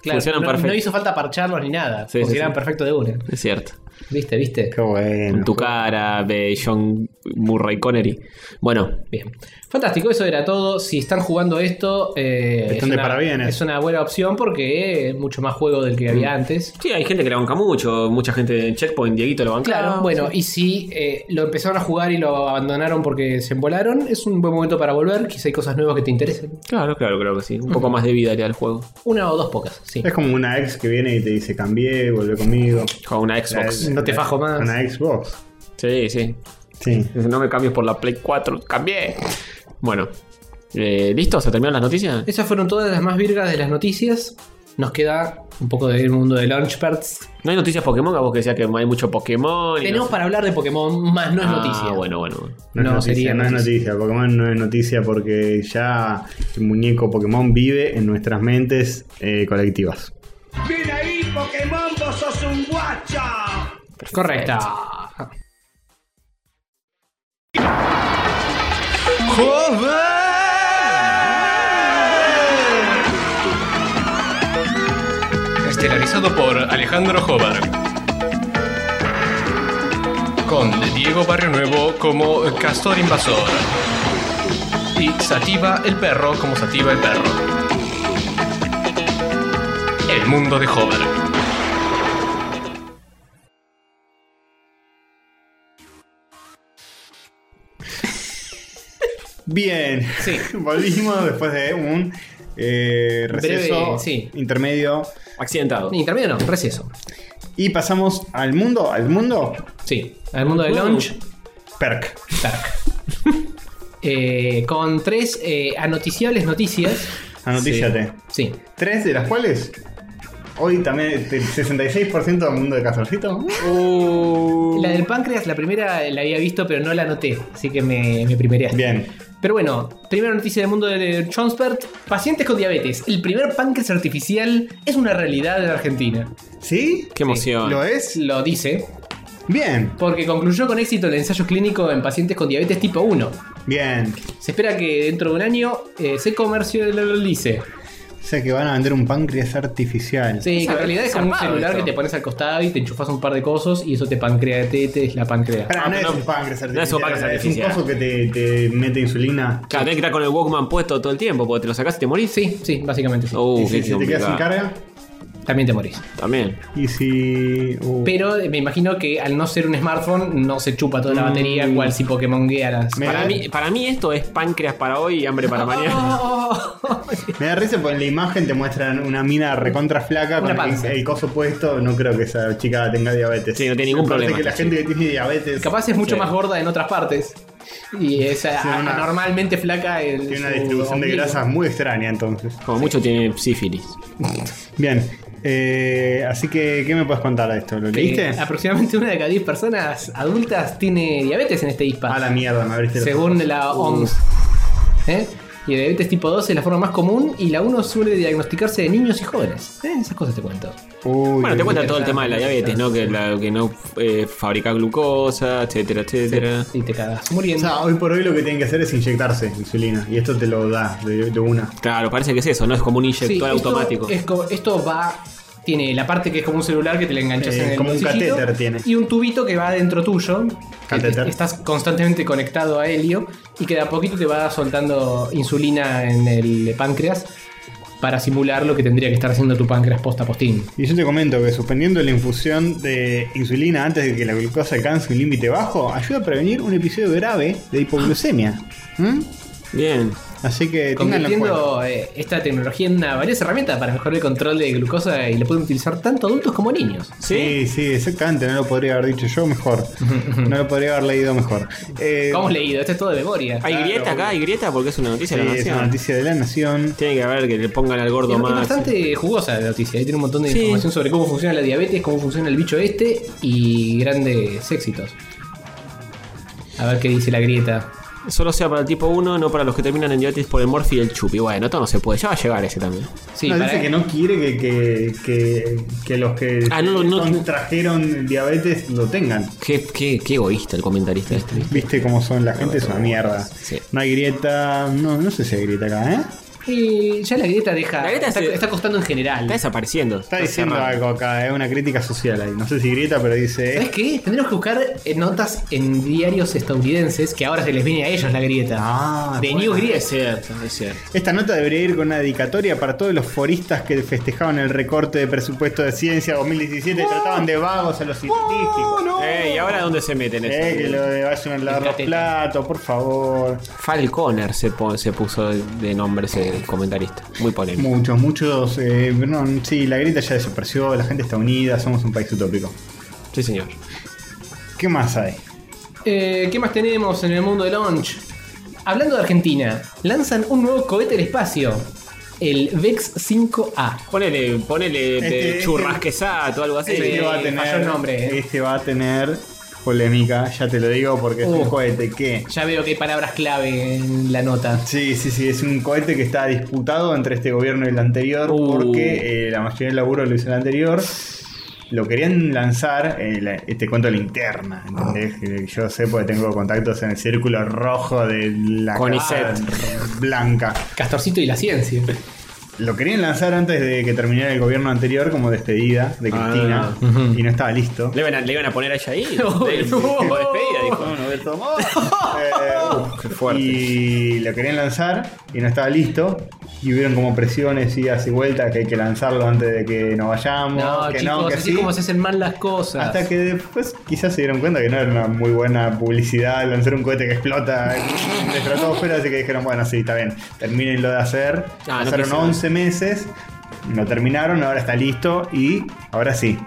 Speaker 1: Claro,
Speaker 3: Funcionan
Speaker 1: no,
Speaker 3: perfecto.
Speaker 1: no hizo falta parcharlos ni nada.
Speaker 3: Sí,
Speaker 1: porque
Speaker 3: sí,
Speaker 1: eran
Speaker 3: sí.
Speaker 1: perfecto de una.
Speaker 3: Es cierto.
Speaker 1: ¿Viste, viste?
Speaker 2: Qué bueno.
Speaker 3: En tu cara, de John Murray Connery. Bueno,
Speaker 1: Bien. Fantástico, eso era todo. Si están jugando esto, eh,
Speaker 2: Están
Speaker 1: es,
Speaker 2: de
Speaker 1: una,
Speaker 2: parabienes.
Speaker 1: es una buena opción porque es mucho más juego del que había antes.
Speaker 3: Sí, hay gente que la banca mucho, mucha gente en Checkpoint, Dieguito lo banca.
Speaker 1: Claro, Ah, bueno, y si eh, lo empezaron a jugar y lo abandonaron porque se embolaron, es un buen momento para volver. Quizá hay cosas nuevas que te interesen.
Speaker 3: Claro, claro, creo que sí. Un poco más de vida le da al juego.
Speaker 1: Una o dos pocas, sí.
Speaker 2: Es como una ex que viene y te dice, cambié, volvé conmigo.
Speaker 3: Con una Xbox.
Speaker 2: La-
Speaker 1: No te
Speaker 2: la-
Speaker 1: fajo más.
Speaker 2: Una Xbox.
Speaker 3: Sí, sí.
Speaker 2: Sí.
Speaker 3: No me cambies por la Play 4. Cambié. Bueno. Eh, ¿Listo? ¿Se terminaron las noticias?
Speaker 1: Esas fueron todas las más virgas de las noticias. Nos queda un poco del mundo de Launchpads.
Speaker 3: ¿No hay noticias Pokémon? A vos que decías que hay mucho Pokémon. y no
Speaker 1: Tenemos
Speaker 3: sé.
Speaker 1: para hablar de Pokémon, más no es
Speaker 3: Ah,
Speaker 1: noticia.
Speaker 3: Bueno, bueno. bueno.
Speaker 2: No,
Speaker 1: No,
Speaker 2: es noticia,
Speaker 1: sería
Speaker 2: no es
Speaker 1: noticia.
Speaker 2: noticia. Pokémon no es noticia porque ya el muñeco Pokémon vive en nuestras mentes eh, colectivas.
Speaker 8: ¡Ven ahí, Pokémon! ¡Vos sos un
Speaker 1: Correcta.
Speaker 8: Estelarizado por Alejandro Jobar. Con Diego Barrio Nuevo como Castor Invasor. Y Sativa el Perro como Sativa el Perro. El mundo de Jobar.
Speaker 2: Bien.
Speaker 1: Sí.
Speaker 2: Volvimos después de un eh, receso
Speaker 1: Breve, sí.
Speaker 2: intermedio.
Speaker 3: Accidentado.
Speaker 1: Intermedio no, receso.
Speaker 2: Y pasamos al mundo, al mundo
Speaker 1: Sí, al mundo del launch.
Speaker 2: perk.
Speaker 1: Stark. Eh, con tres eh, anoticiables noticias.
Speaker 2: Anotíciate.
Speaker 1: Sí.
Speaker 2: Tres de las cuales hoy también el 66% del mundo de Castorcito.
Speaker 1: La del páncreas, la primera la había visto, pero no la anoté, así que me, me primereaste.
Speaker 2: Bien.
Speaker 1: Pero bueno, primera noticia del mundo de Chonspert. Pacientes con diabetes. El primer páncreas artificial es una realidad en Argentina.
Speaker 2: ¿Sí?
Speaker 3: Qué emoción.
Speaker 2: ¿Lo es?
Speaker 1: Lo dice,
Speaker 2: Bien.
Speaker 1: porque concluyó con éxito el ensayo clínico en pacientes con diabetes tipo 1.
Speaker 2: Bien.
Speaker 1: Se espera que dentro de un año eh, se comercialice.
Speaker 2: O sea que van a vender un páncreas artificial.
Speaker 1: Sí, que en realidad es como un
Speaker 3: zarpado
Speaker 1: celular
Speaker 3: esto.
Speaker 1: que te pones al costado y te enchufas un par de cosos y eso te pancrea, te, te- la pancrea.
Speaker 2: Pará,
Speaker 3: Ah,
Speaker 2: no,
Speaker 3: pero
Speaker 2: es
Speaker 3: no-
Speaker 2: un páncreas artificial.
Speaker 3: no es un páncreas artificial.
Speaker 2: Es un coso que te, te mete insulina.
Speaker 3: Claro, tenés que estar con el Walkman puesto todo el tiempo, porque te lo sacás y te morís.
Speaker 1: Sí, sí, básicamente sí.
Speaker 3: Uh,
Speaker 2: y si,
Speaker 3: qué
Speaker 2: si te quedas sin
Speaker 3: complicado.
Speaker 2: carga.
Speaker 1: También te morís.
Speaker 3: También.
Speaker 2: Y si. uh,
Speaker 1: Pero eh, me imagino que al no ser un smartphone no se chupa toda la batería, cual si Pokémon guiaras.
Speaker 2: me,
Speaker 3: Para
Speaker 2: da,
Speaker 3: mí, para mí esto es páncreas para hoy y hambre para
Speaker 1: Oh,
Speaker 3: mañana.
Speaker 2: me da risa porque en la imagen te muestran una mina recontra
Speaker 1: Una
Speaker 2: flaca con el,
Speaker 1: panza.
Speaker 2: el coso puesto. No creo que esa chica tenga diabetes.
Speaker 3: Sí, no tiene ningún
Speaker 2: Aparte
Speaker 3: problema,
Speaker 2: que la
Speaker 3: sí.
Speaker 2: gente que tiene diabetes
Speaker 1: Capaz es mucho
Speaker 3: Sí.
Speaker 1: más gorda en otras partes. Y es eh,
Speaker 2: Sí, una-
Speaker 1: anormalmente flaca en
Speaker 2: tiene una
Speaker 1: su
Speaker 2: distribución de
Speaker 1: ombligo.
Speaker 2: grasas muy extraña entonces.
Speaker 3: Como mucho tiene sífilis.
Speaker 2: Bien. eh, así que, ¿qué me puedes contar de esto? ¿Lo
Speaker 1: Eh,
Speaker 2: leíste?
Speaker 1: aproximadamente una de cada 10 personas adultas tiene diabetes en este ISPA.
Speaker 2: A Ah, la mierda, Uh. me abriste los-
Speaker 1: según la OMS. ¿Eh? Y el diabetes tipo 2 es la forma más común y la 1 suele diagnosticarse de niños y jóvenes. Eh, Esas cosas te cuento.
Speaker 2: Uy,
Speaker 3: Bueno, te
Speaker 2: uy,
Speaker 3: cuenta todo el tema de la diabetes, ¿no? Que, la, que no eh, fabrica glucosa, etcétera, etcétera.
Speaker 1: Y te cagas
Speaker 2: O
Speaker 1: muriendo.
Speaker 2: sea, hoy por hoy lo que tienen que hacer es inyectarse insulina. Y esto te lo da de, de una.
Speaker 3: Claro, parece que es eso, ¿no? Es como un
Speaker 1: Sí,
Speaker 3: inyector
Speaker 1: esto
Speaker 3: automático.
Speaker 1: es co- esto va. Tiene la parte que es como un celular que te le enganchas
Speaker 2: Eh,
Speaker 1: en el
Speaker 2: como un
Speaker 1: bolsillito,
Speaker 2: catéter tiene.
Speaker 1: Y un tubito que va dentro tuyo. que
Speaker 2: Catéter.
Speaker 1: te- Estás constantemente conectado a helio y que de a poquito te va soltando insulina en el páncreas para simular lo que tendría que estar haciendo tu páncreas posta postín.
Speaker 2: Y yo te comento que suspendiendo la infusión de insulina antes de que la glucosa alcance un límite bajo, ayuda a prevenir un episodio grave de hipoglucemia. ¿Mm?
Speaker 3: Bien.
Speaker 2: Así que tenganlo en cuenta.
Speaker 1: Convirtiendo eh, esta tecnología en una varias herramientas para mejorar el control de glucosa y la pueden utilizar tanto adultos como niños.
Speaker 2: Eh, Sí,
Speaker 3: ¿Sí?
Speaker 2: sí, exactamente, no lo podría haber dicho yo mejor. No lo podría haber leído mejor. Eh,
Speaker 1: Como hemos leído, esto es todo de memoria.
Speaker 3: ¿Hay
Speaker 2: Claro,
Speaker 3: grieta acá? ¿Hay grieta? Porque es una
Speaker 2: sí,
Speaker 3: noticia de la
Speaker 2: es una
Speaker 3: nación.
Speaker 2: noticia de la nación.
Speaker 3: Tiene que haber que le pongan al
Speaker 1: Es-
Speaker 3: gordo
Speaker 1: es
Speaker 3: más.
Speaker 1: bastante jugosa la noticia, ahí tiene un montón de
Speaker 3: Sí.
Speaker 1: información sobre cómo funciona la diabetes, cómo funciona el bicho este y grandes éxitos. A ver qué dice la grieta.
Speaker 3: Solo sea para el tipo 1, no para los que terminan en diabetes por el morfi y el chupi. Bueno, todo no se puede. Ya va a llegar ese también.
Speaker 1: Sí,
Speaker 2: no,
Speaker 1: para-
Speaker 2: dice que no quiere que, que, que- que los que
Speaker 3: Ah, no, no-
Speaker 2: contrajeron diabetes lo tengan.
Speaker 3: Qué, qué, qué egoísta el comentarista este. ¿viste?
Speaker 2: Viste cómo son, la gente es una mierda.
Speaker 3: Sí.
Speaker 2: No hay grieta, no, no sé si hay grieta acá, ¿eh?
Speaker 1: Y ya la grieta deja.
Speaker 3: La grieta
Speaker 1: está,
Speaker 3: se-
Speaker 1: está costando en general.
Speaker 3: Está desapareciendo.
Speaker 2: Está diciendo
Speaker 3: cerrado.
Speaker 2: algo acá, es una crítica social ahí. No sé si grieta, pero dice. eh,
Speaker 1: ¿Sabes qué? Tendremos que buscar eh, notas en diarios estadounidenses que ahora se les viene a ellos la grieta.
Speaker 2: Ah,
Speaker 1: de New
Speaker 3: Es
Speaker 1: Grieta.
Speaker 3: cierto, es cierto.
Speaker 2: Esta nota debería ir con una dedicatoria para todos los foristas que festejaban el recorte de presupuesto de ciencia 2017 y trataban de vagos a los científicos.
Speaker 3: Eh, ¿y ahora dónde se meten
Speaker 2: Eh, que lo de vayan a lavar los
Speaker 1: Fíjate.
Speaker 2: platos, por favor.
Speaker 3: Falconer se, po- se puso de nombre ese comentarista. Muy polémico.
Speaker 2: Muchos, muchos. eh, no, sí, la grieta ya desapareció, la gente está unida, somos un país utópico.
Speaker 3: Sí, señor.
Speaker 2: ¿Qué más hay?
Speaker 1: Eh, ¿Qué más tenemos en el mundo de launch? Hablando de Argentina, lanzan un nuevo cohete al espacio, el E VEX 5A.
Speaker 3: Ponele, ponele
Speaker 2: Este,
Speaker 3: de
Speaker 2: este-
Speaker 3: churrasquesato o algo así.
Speaker 2: Este va a
Speaker 1: eh,
Speaker 2: tener.
Speaker 1: falló el nombre, eh.
Speaker 2: Este va a tener polémica, ya te lo digo, porque es
Speaker 1: Uh.
Speaker 2: un cohete que.
Speaker 1: Ya veo que hay palabras clave en la nota.
Speaker 2: Sí, sí, sí, es un cohete que está disputado entre este gobierno y el anterior,
Speaker 3: Uh.
Speaker 2: porque eh, la mayoría del laburo lo hizo el anterior. lo querían lanzar, eh, la- este cuento de linterna, ¿entendés? Que yo sé porque tengo contactos en el círculo rojo de la
Speaker 3: Conicet.
Speaker 2: cara blanca.
Speaker 1: Castorcito y la ciencia.
Speaker 2: Lo querían lanzar antes de que terminara el gobierno anterior como despedida de Cristina y no estaba listo.
Speaker 3: ¿Le iban a, le iban a poner a ella ahí? De- como despedida, dijo.
Speaker 2: Eh, Y lo querían lanzar y no estaba listo. Y hubieron como presiones, idas y vueltas, que hay que lanzarlo antes de que nos vayamos.
Speaker 1: No,
Speaker 2: que
Speaker 1: chicos,
Speaker 2: no, que
Speaker 1: así
Speaker 2: sí.
Speaker 1: como se hacen mal las cosas.
Speaker 2: Hasta que después quizás se dieron cuenta que no era una muy buena publicidad lanzar un cohete que explota en la estratosfera, así que dijeron, bueno, sí, está bien, terminenlo de hacer.
Speaker 3: Ah, no
Speaker 2: Pasaron
Speaker 3: quisieron.
Speaker 2: 11 meses, no terminaron, ahora está listo y ahora sí,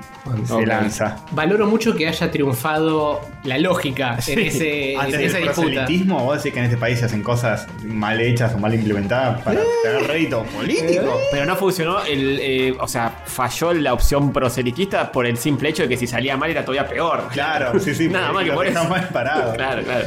Speaker 2: se
Speaker 3: Ok.
Speaker 2: lanza.
Speaker 1: Valoro mucho que haya triunfado la lógica en,
Speaker 3: Eh,
Speaker 1: ese, en
Speaker 2: Antes
Speaker 1: esa
Speaker 2: del
Speaker 1: disputa.
Speaker 2: proselitismo, Ah, vos decís que en este país se hacen cosas mal hechas o mal implementadas
Speaker 3: Eh.
Speaker 2: para tener rédito político.
Speaker 3: Pero no funcionó, el, eh, o sea, falló la opción proselitista por el simple hecho de que si salía mal era todavía peor.
Speaker 2: Claro, sí, sí,
Speaker 3: Nada
Speaker 2: porque
Speaker 3: más que
Speaker 2: lo
Speaker 3: por
Speaker 2: dejan
Speaker 3: eso.
Speaker 2: mal parado.
Speaker 3: Claro, claro.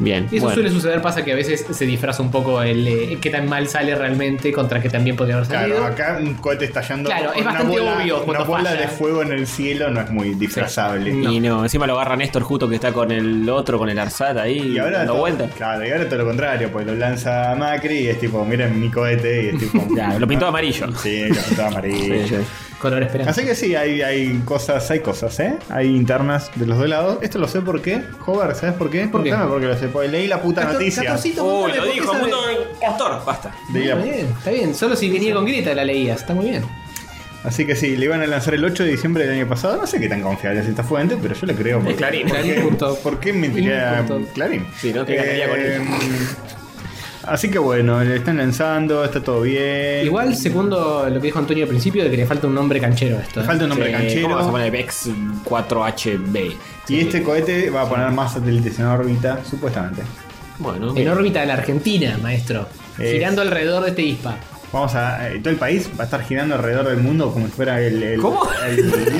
Speaker 3: Bien.
Speaker 1: Y eso
Speaker 3: bueno.
Speaker 1: suele suceder, pasa que a veces se disfraza un poco el eh, qué tan mal sale realmente contra qué tan bien podría haber salido.
Speaker 2: Claro, acá un cohete estallando.
Speaker 1: Claro, es
Speaker 2: una
Speaker 1: bastante
Speaker 2: bola-
Speaker 1: obvio
Speaker 2: Una
Speaker 1: cuando
Speaker 2: bola
Speaker 1: falla.
Speaker 2: de fuego en el cielo no es muy disfrazable.
Speaker 3: Y no, encima lo agarra Néstor justo que está con el otro, con el Arsat ahí,
Speaker 2: Y ahora,
Speaker 3: dando
Speaker 2: todo,
Speaker 3: vueltas.
Speaker 2: claro, y ahora todo lo contrario, pues lo lanza Macri y es tipo, miren mi cohete y es tipo.
Speaker 3: Claro, lo pintó amarillo.
Speaker 2: Sí, lo pintó amarillo.
Speaker 3: Sí, sí.
Speaker 1: Color esperanza.
Speaker 2: Así que sí, hay, hay cosas, hay cosas, ¿eh? Hay internas de los dos lados. Esto lo sé por qué, Hover, ¿sabes por qué?
Speaker 1: ¿Por qué?
Speaker 2: Preguntame, porque lo sé, porque leí la puta noticia.
Speaker 3: Uy, lo dijo, mundo castor, basta.
Speaker 2: Leí la-
Speaker 1: Está
Speaker 3: eh.
Speaker 1: bien, está bien. Solo si venía con Greta la leías, está muy bien.
Speaker 2: Así que sí, le iban a lanzar el 8 de diciembre del año pasado. No sé qué tan confiable es esta fuente, pero yo le creo. porque-
Speaker 3: Clarín.
Speaker 2: ¿por
Speaker 1: Clarín
Speaker 2: qué-
Speaker 1: punto.
Speaker 2: ¿Por qué mentiría
Speaker 1: Punto.
Speaker 2: Clarín? Eh, mm,
Speaker 3: Sí, no, que ganaría con él.
Speaker 2: Así que bueno, le están lanzando, está todo bien.
Speaker 1: Igual, segundo lo que dijo Antonio al principio, de que le falta un nombre canchero a esto.
Speaker 2: Le
Speaker 1: ¿eh?
Speaker 2: falta un nombre
Speaker 3: Sí,
Speaker 2: canchero.
Speaker 3: ¿Cómo vas a poner Bex 4HB?
Speaker 2: Y este cohete va a poner más satélites en órbita, supuestamente.
Speaker 3: Bueno,
Speaker 1: En
Speaker 3: bien.
Speaker 1: órbita de la Argentina, maestro.
Speaker 2: Es-
Speaker 1: Girando alrededor de este ISPA.
Speaker 2: Vamos a. eh, todo el país va a estar girando alrededor del mundo como si fuera el. el-
Speaker 3: ¿Cómo?
Speaker 2: el- el-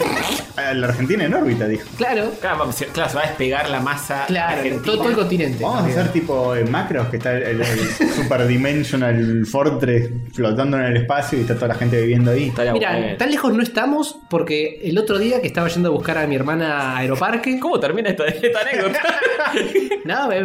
Speaker 2: a la Argentina en órbita, dijo.
Speaker 1: Claro,
Speaker 3: Claro, vamos, claro, se va a despegar la masa.
Speaker 1: claro.
Speaker 3: argentina.
Speaker 1: Todo, todo el continente.
Speaker 2: Vamos a hacer tipo eh, macros, que está el, el- el Super Dimensional Fortress flotando en el espacio y está toda la gente viviendo ahí.
Speaker 3: Estaría bueno.
Speaker 1: Mira, tan lejos no estamos porque el otro día que estaba yendo a buscar a mi hermana a Aeroparque.
Speaker 3: ¿Cómo termina esta, esta anécdota?
Speaker 1: Nada, ve,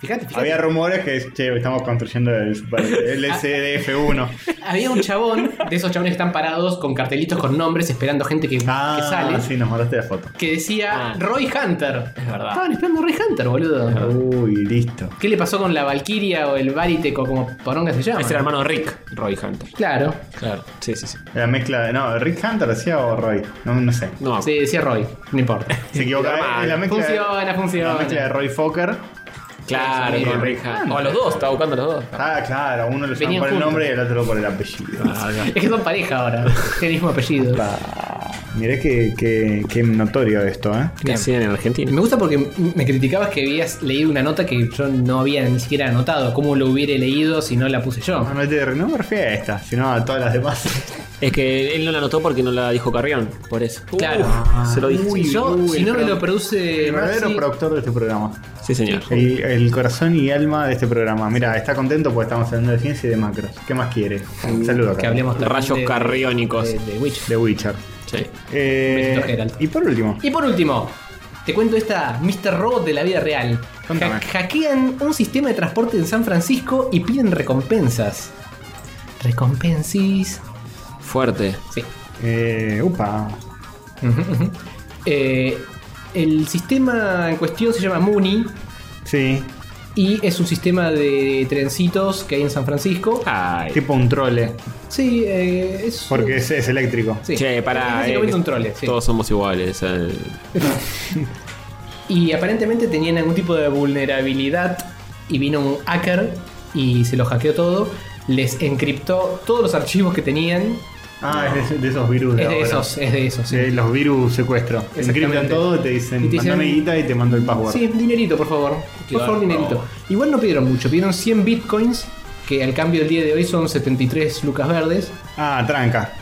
Speaker 1: fíjate, fíjate.
Speaker 2: Había rumores que, che, estamos construyendo el Super LCDF1.
Speaker 1: Había un chabón de esos chabones que están parados con cartelitos con nombres esperando gente que, que
Speaker 2: Ah,
Speaker 1: sale.
Speaker 2: sí, nos mandaste la foto.
Speaker 1: Que decía
Speaker 3: Ah.
Speaker 1: Roy Hunter.
Speaker 3: Es verdad.
Speaker 1: Estaban esperando a Roy Hunter, boludo.
Speaker 2: Uy, listo.
Speaker 1: ¿Qué le pasó con la Valkyria o el Bariteco como poronga se llama?
Speaker 3: es el hermano de Rick, Roy Hunter.
Speaker 1: Claro.
Speaker 3: Claro, sí, sí, sí.
Speaker 2: La mezcla de. No, Rick Hunter decía o Roy. No, no sé.
Speaker 3: No,
Speaker 1: Sí, decía Roy, no importa.
Speaker 2: Se equivocaba.
Speaker 3: Normal.
Speaker 2: Es la mezcla,
Speaker 1: Funciona, funciona.
Speaker 2: La mezcla de Roy Fokker.
Speaker 3: claro,
Speaker 1: Sí,
Speaker 3: con
Speaker 1: sí,
Speaker 3: Rick Hunter. O a los dos, estaba buscando a los dos.
Speaker 2: Ah, claro, a uno lo llama
Speaker 1: Venían
Speaker 2: por el
Speaker 1: juntos.
Speaker 2: nombre y al otro por el apellido.
Speaker 1: Es que son pareja ahora, tienen el mismo apellido.
Speaker 2: Pa. Mirá que, que, que notorio esto, ¿eh?
Speaker 3: Que hacían en Argentina.
Speaker 1: Me gusta porque me criticabas que habías leído una nota que yo no había ni siquiera anotado. ¿Cómo lo hubiera leído si no la puse yo?
Speaker 2: No, no, te, no me refiero a esta, sino a todas las demás.
Speaker 3: Es que él no la anotó porque no la dijo Carrión, por eso.
Speaker 1: Claro.
Speaker 3: Uf, se lo dije.
Speaker 1: Si yo- si no me lo produce.
Speaker 2: El verdadero
Speaker 1: Maxi-
Speaker 2: productor de este programa.
Speaker 3: Sí, señor.
Speaker 2: El, el corazón y alma de este programa. Mira, está contento porque estamos hablando de ciencia y de macros. ¿Qué más quiere? Saludos.
Speaker 1: que hablemos también
Speaker 3: Rayos
Speaker 1: de-
Speaker 3: carriónicos.
Speaker 1: de- de Witcher.
Speaker 2: De Witcher.
Speaker 3: Sí.
Speaker 2: Eh,
Speaker 1: besito, Geralt.
Speaker 2: y por último,
Speaker 1: Y por último, te cuento esta Mr. Robot de la vida real.
Speaker 2: Contame.
Speaker 1: Ha- hackean un sistema de transporte en San Francisco y piden recompensas. Recompensis.
Speaker 3: Fuerte.
Speaker 1: Sí.
Speaker 2: eh, upa,
Speaker 1: Eh, el sistema en cuestión se llama Muni
Speaker 2: sí,
Speaker 1: y es un sistema de trencitos que hay en San Francisco.
Speaker 3: Ay.
Speaker 2: tipo un trole,
Speaker 1: Sí, eh, es.
Speaker 2: porque es, es eléctrico.
Speaker 1: sí.
Speaker 3: Che, pará. eh,
Speaker 1: Es básicamente un trole. sí.
Speaker 3: Todos somos iguales. eh.
Speaker 1: Y aparentemente tenían algún tipo de vulnerabilidad y vino un hacker y se lo hackeó todo. Les encriptó todos los archivos que tenían.
Speaker 2: Ah, es de, de esos virus. de
Speaker 1: es de
Speaker 2: ahora.
Speaker 1: esos, es de esos. Sí.
Speaker 2: Eh, los virus secuestro.
Speaker 1: Exactamente.
Speaker 2: Encriptan todo, te dicen,
Speaker 1: Y te dicen-
Speaker 2: mandame guita y te mando el password.
Speaker 1: Sí, dinerito, por favor. Por favor, dinerito. Igual no pidieron mucho, pidieron 100 bitcoins, que al cambio del día de hoy son 73 lucas verdes.
Speaker 2: Ah, tranca.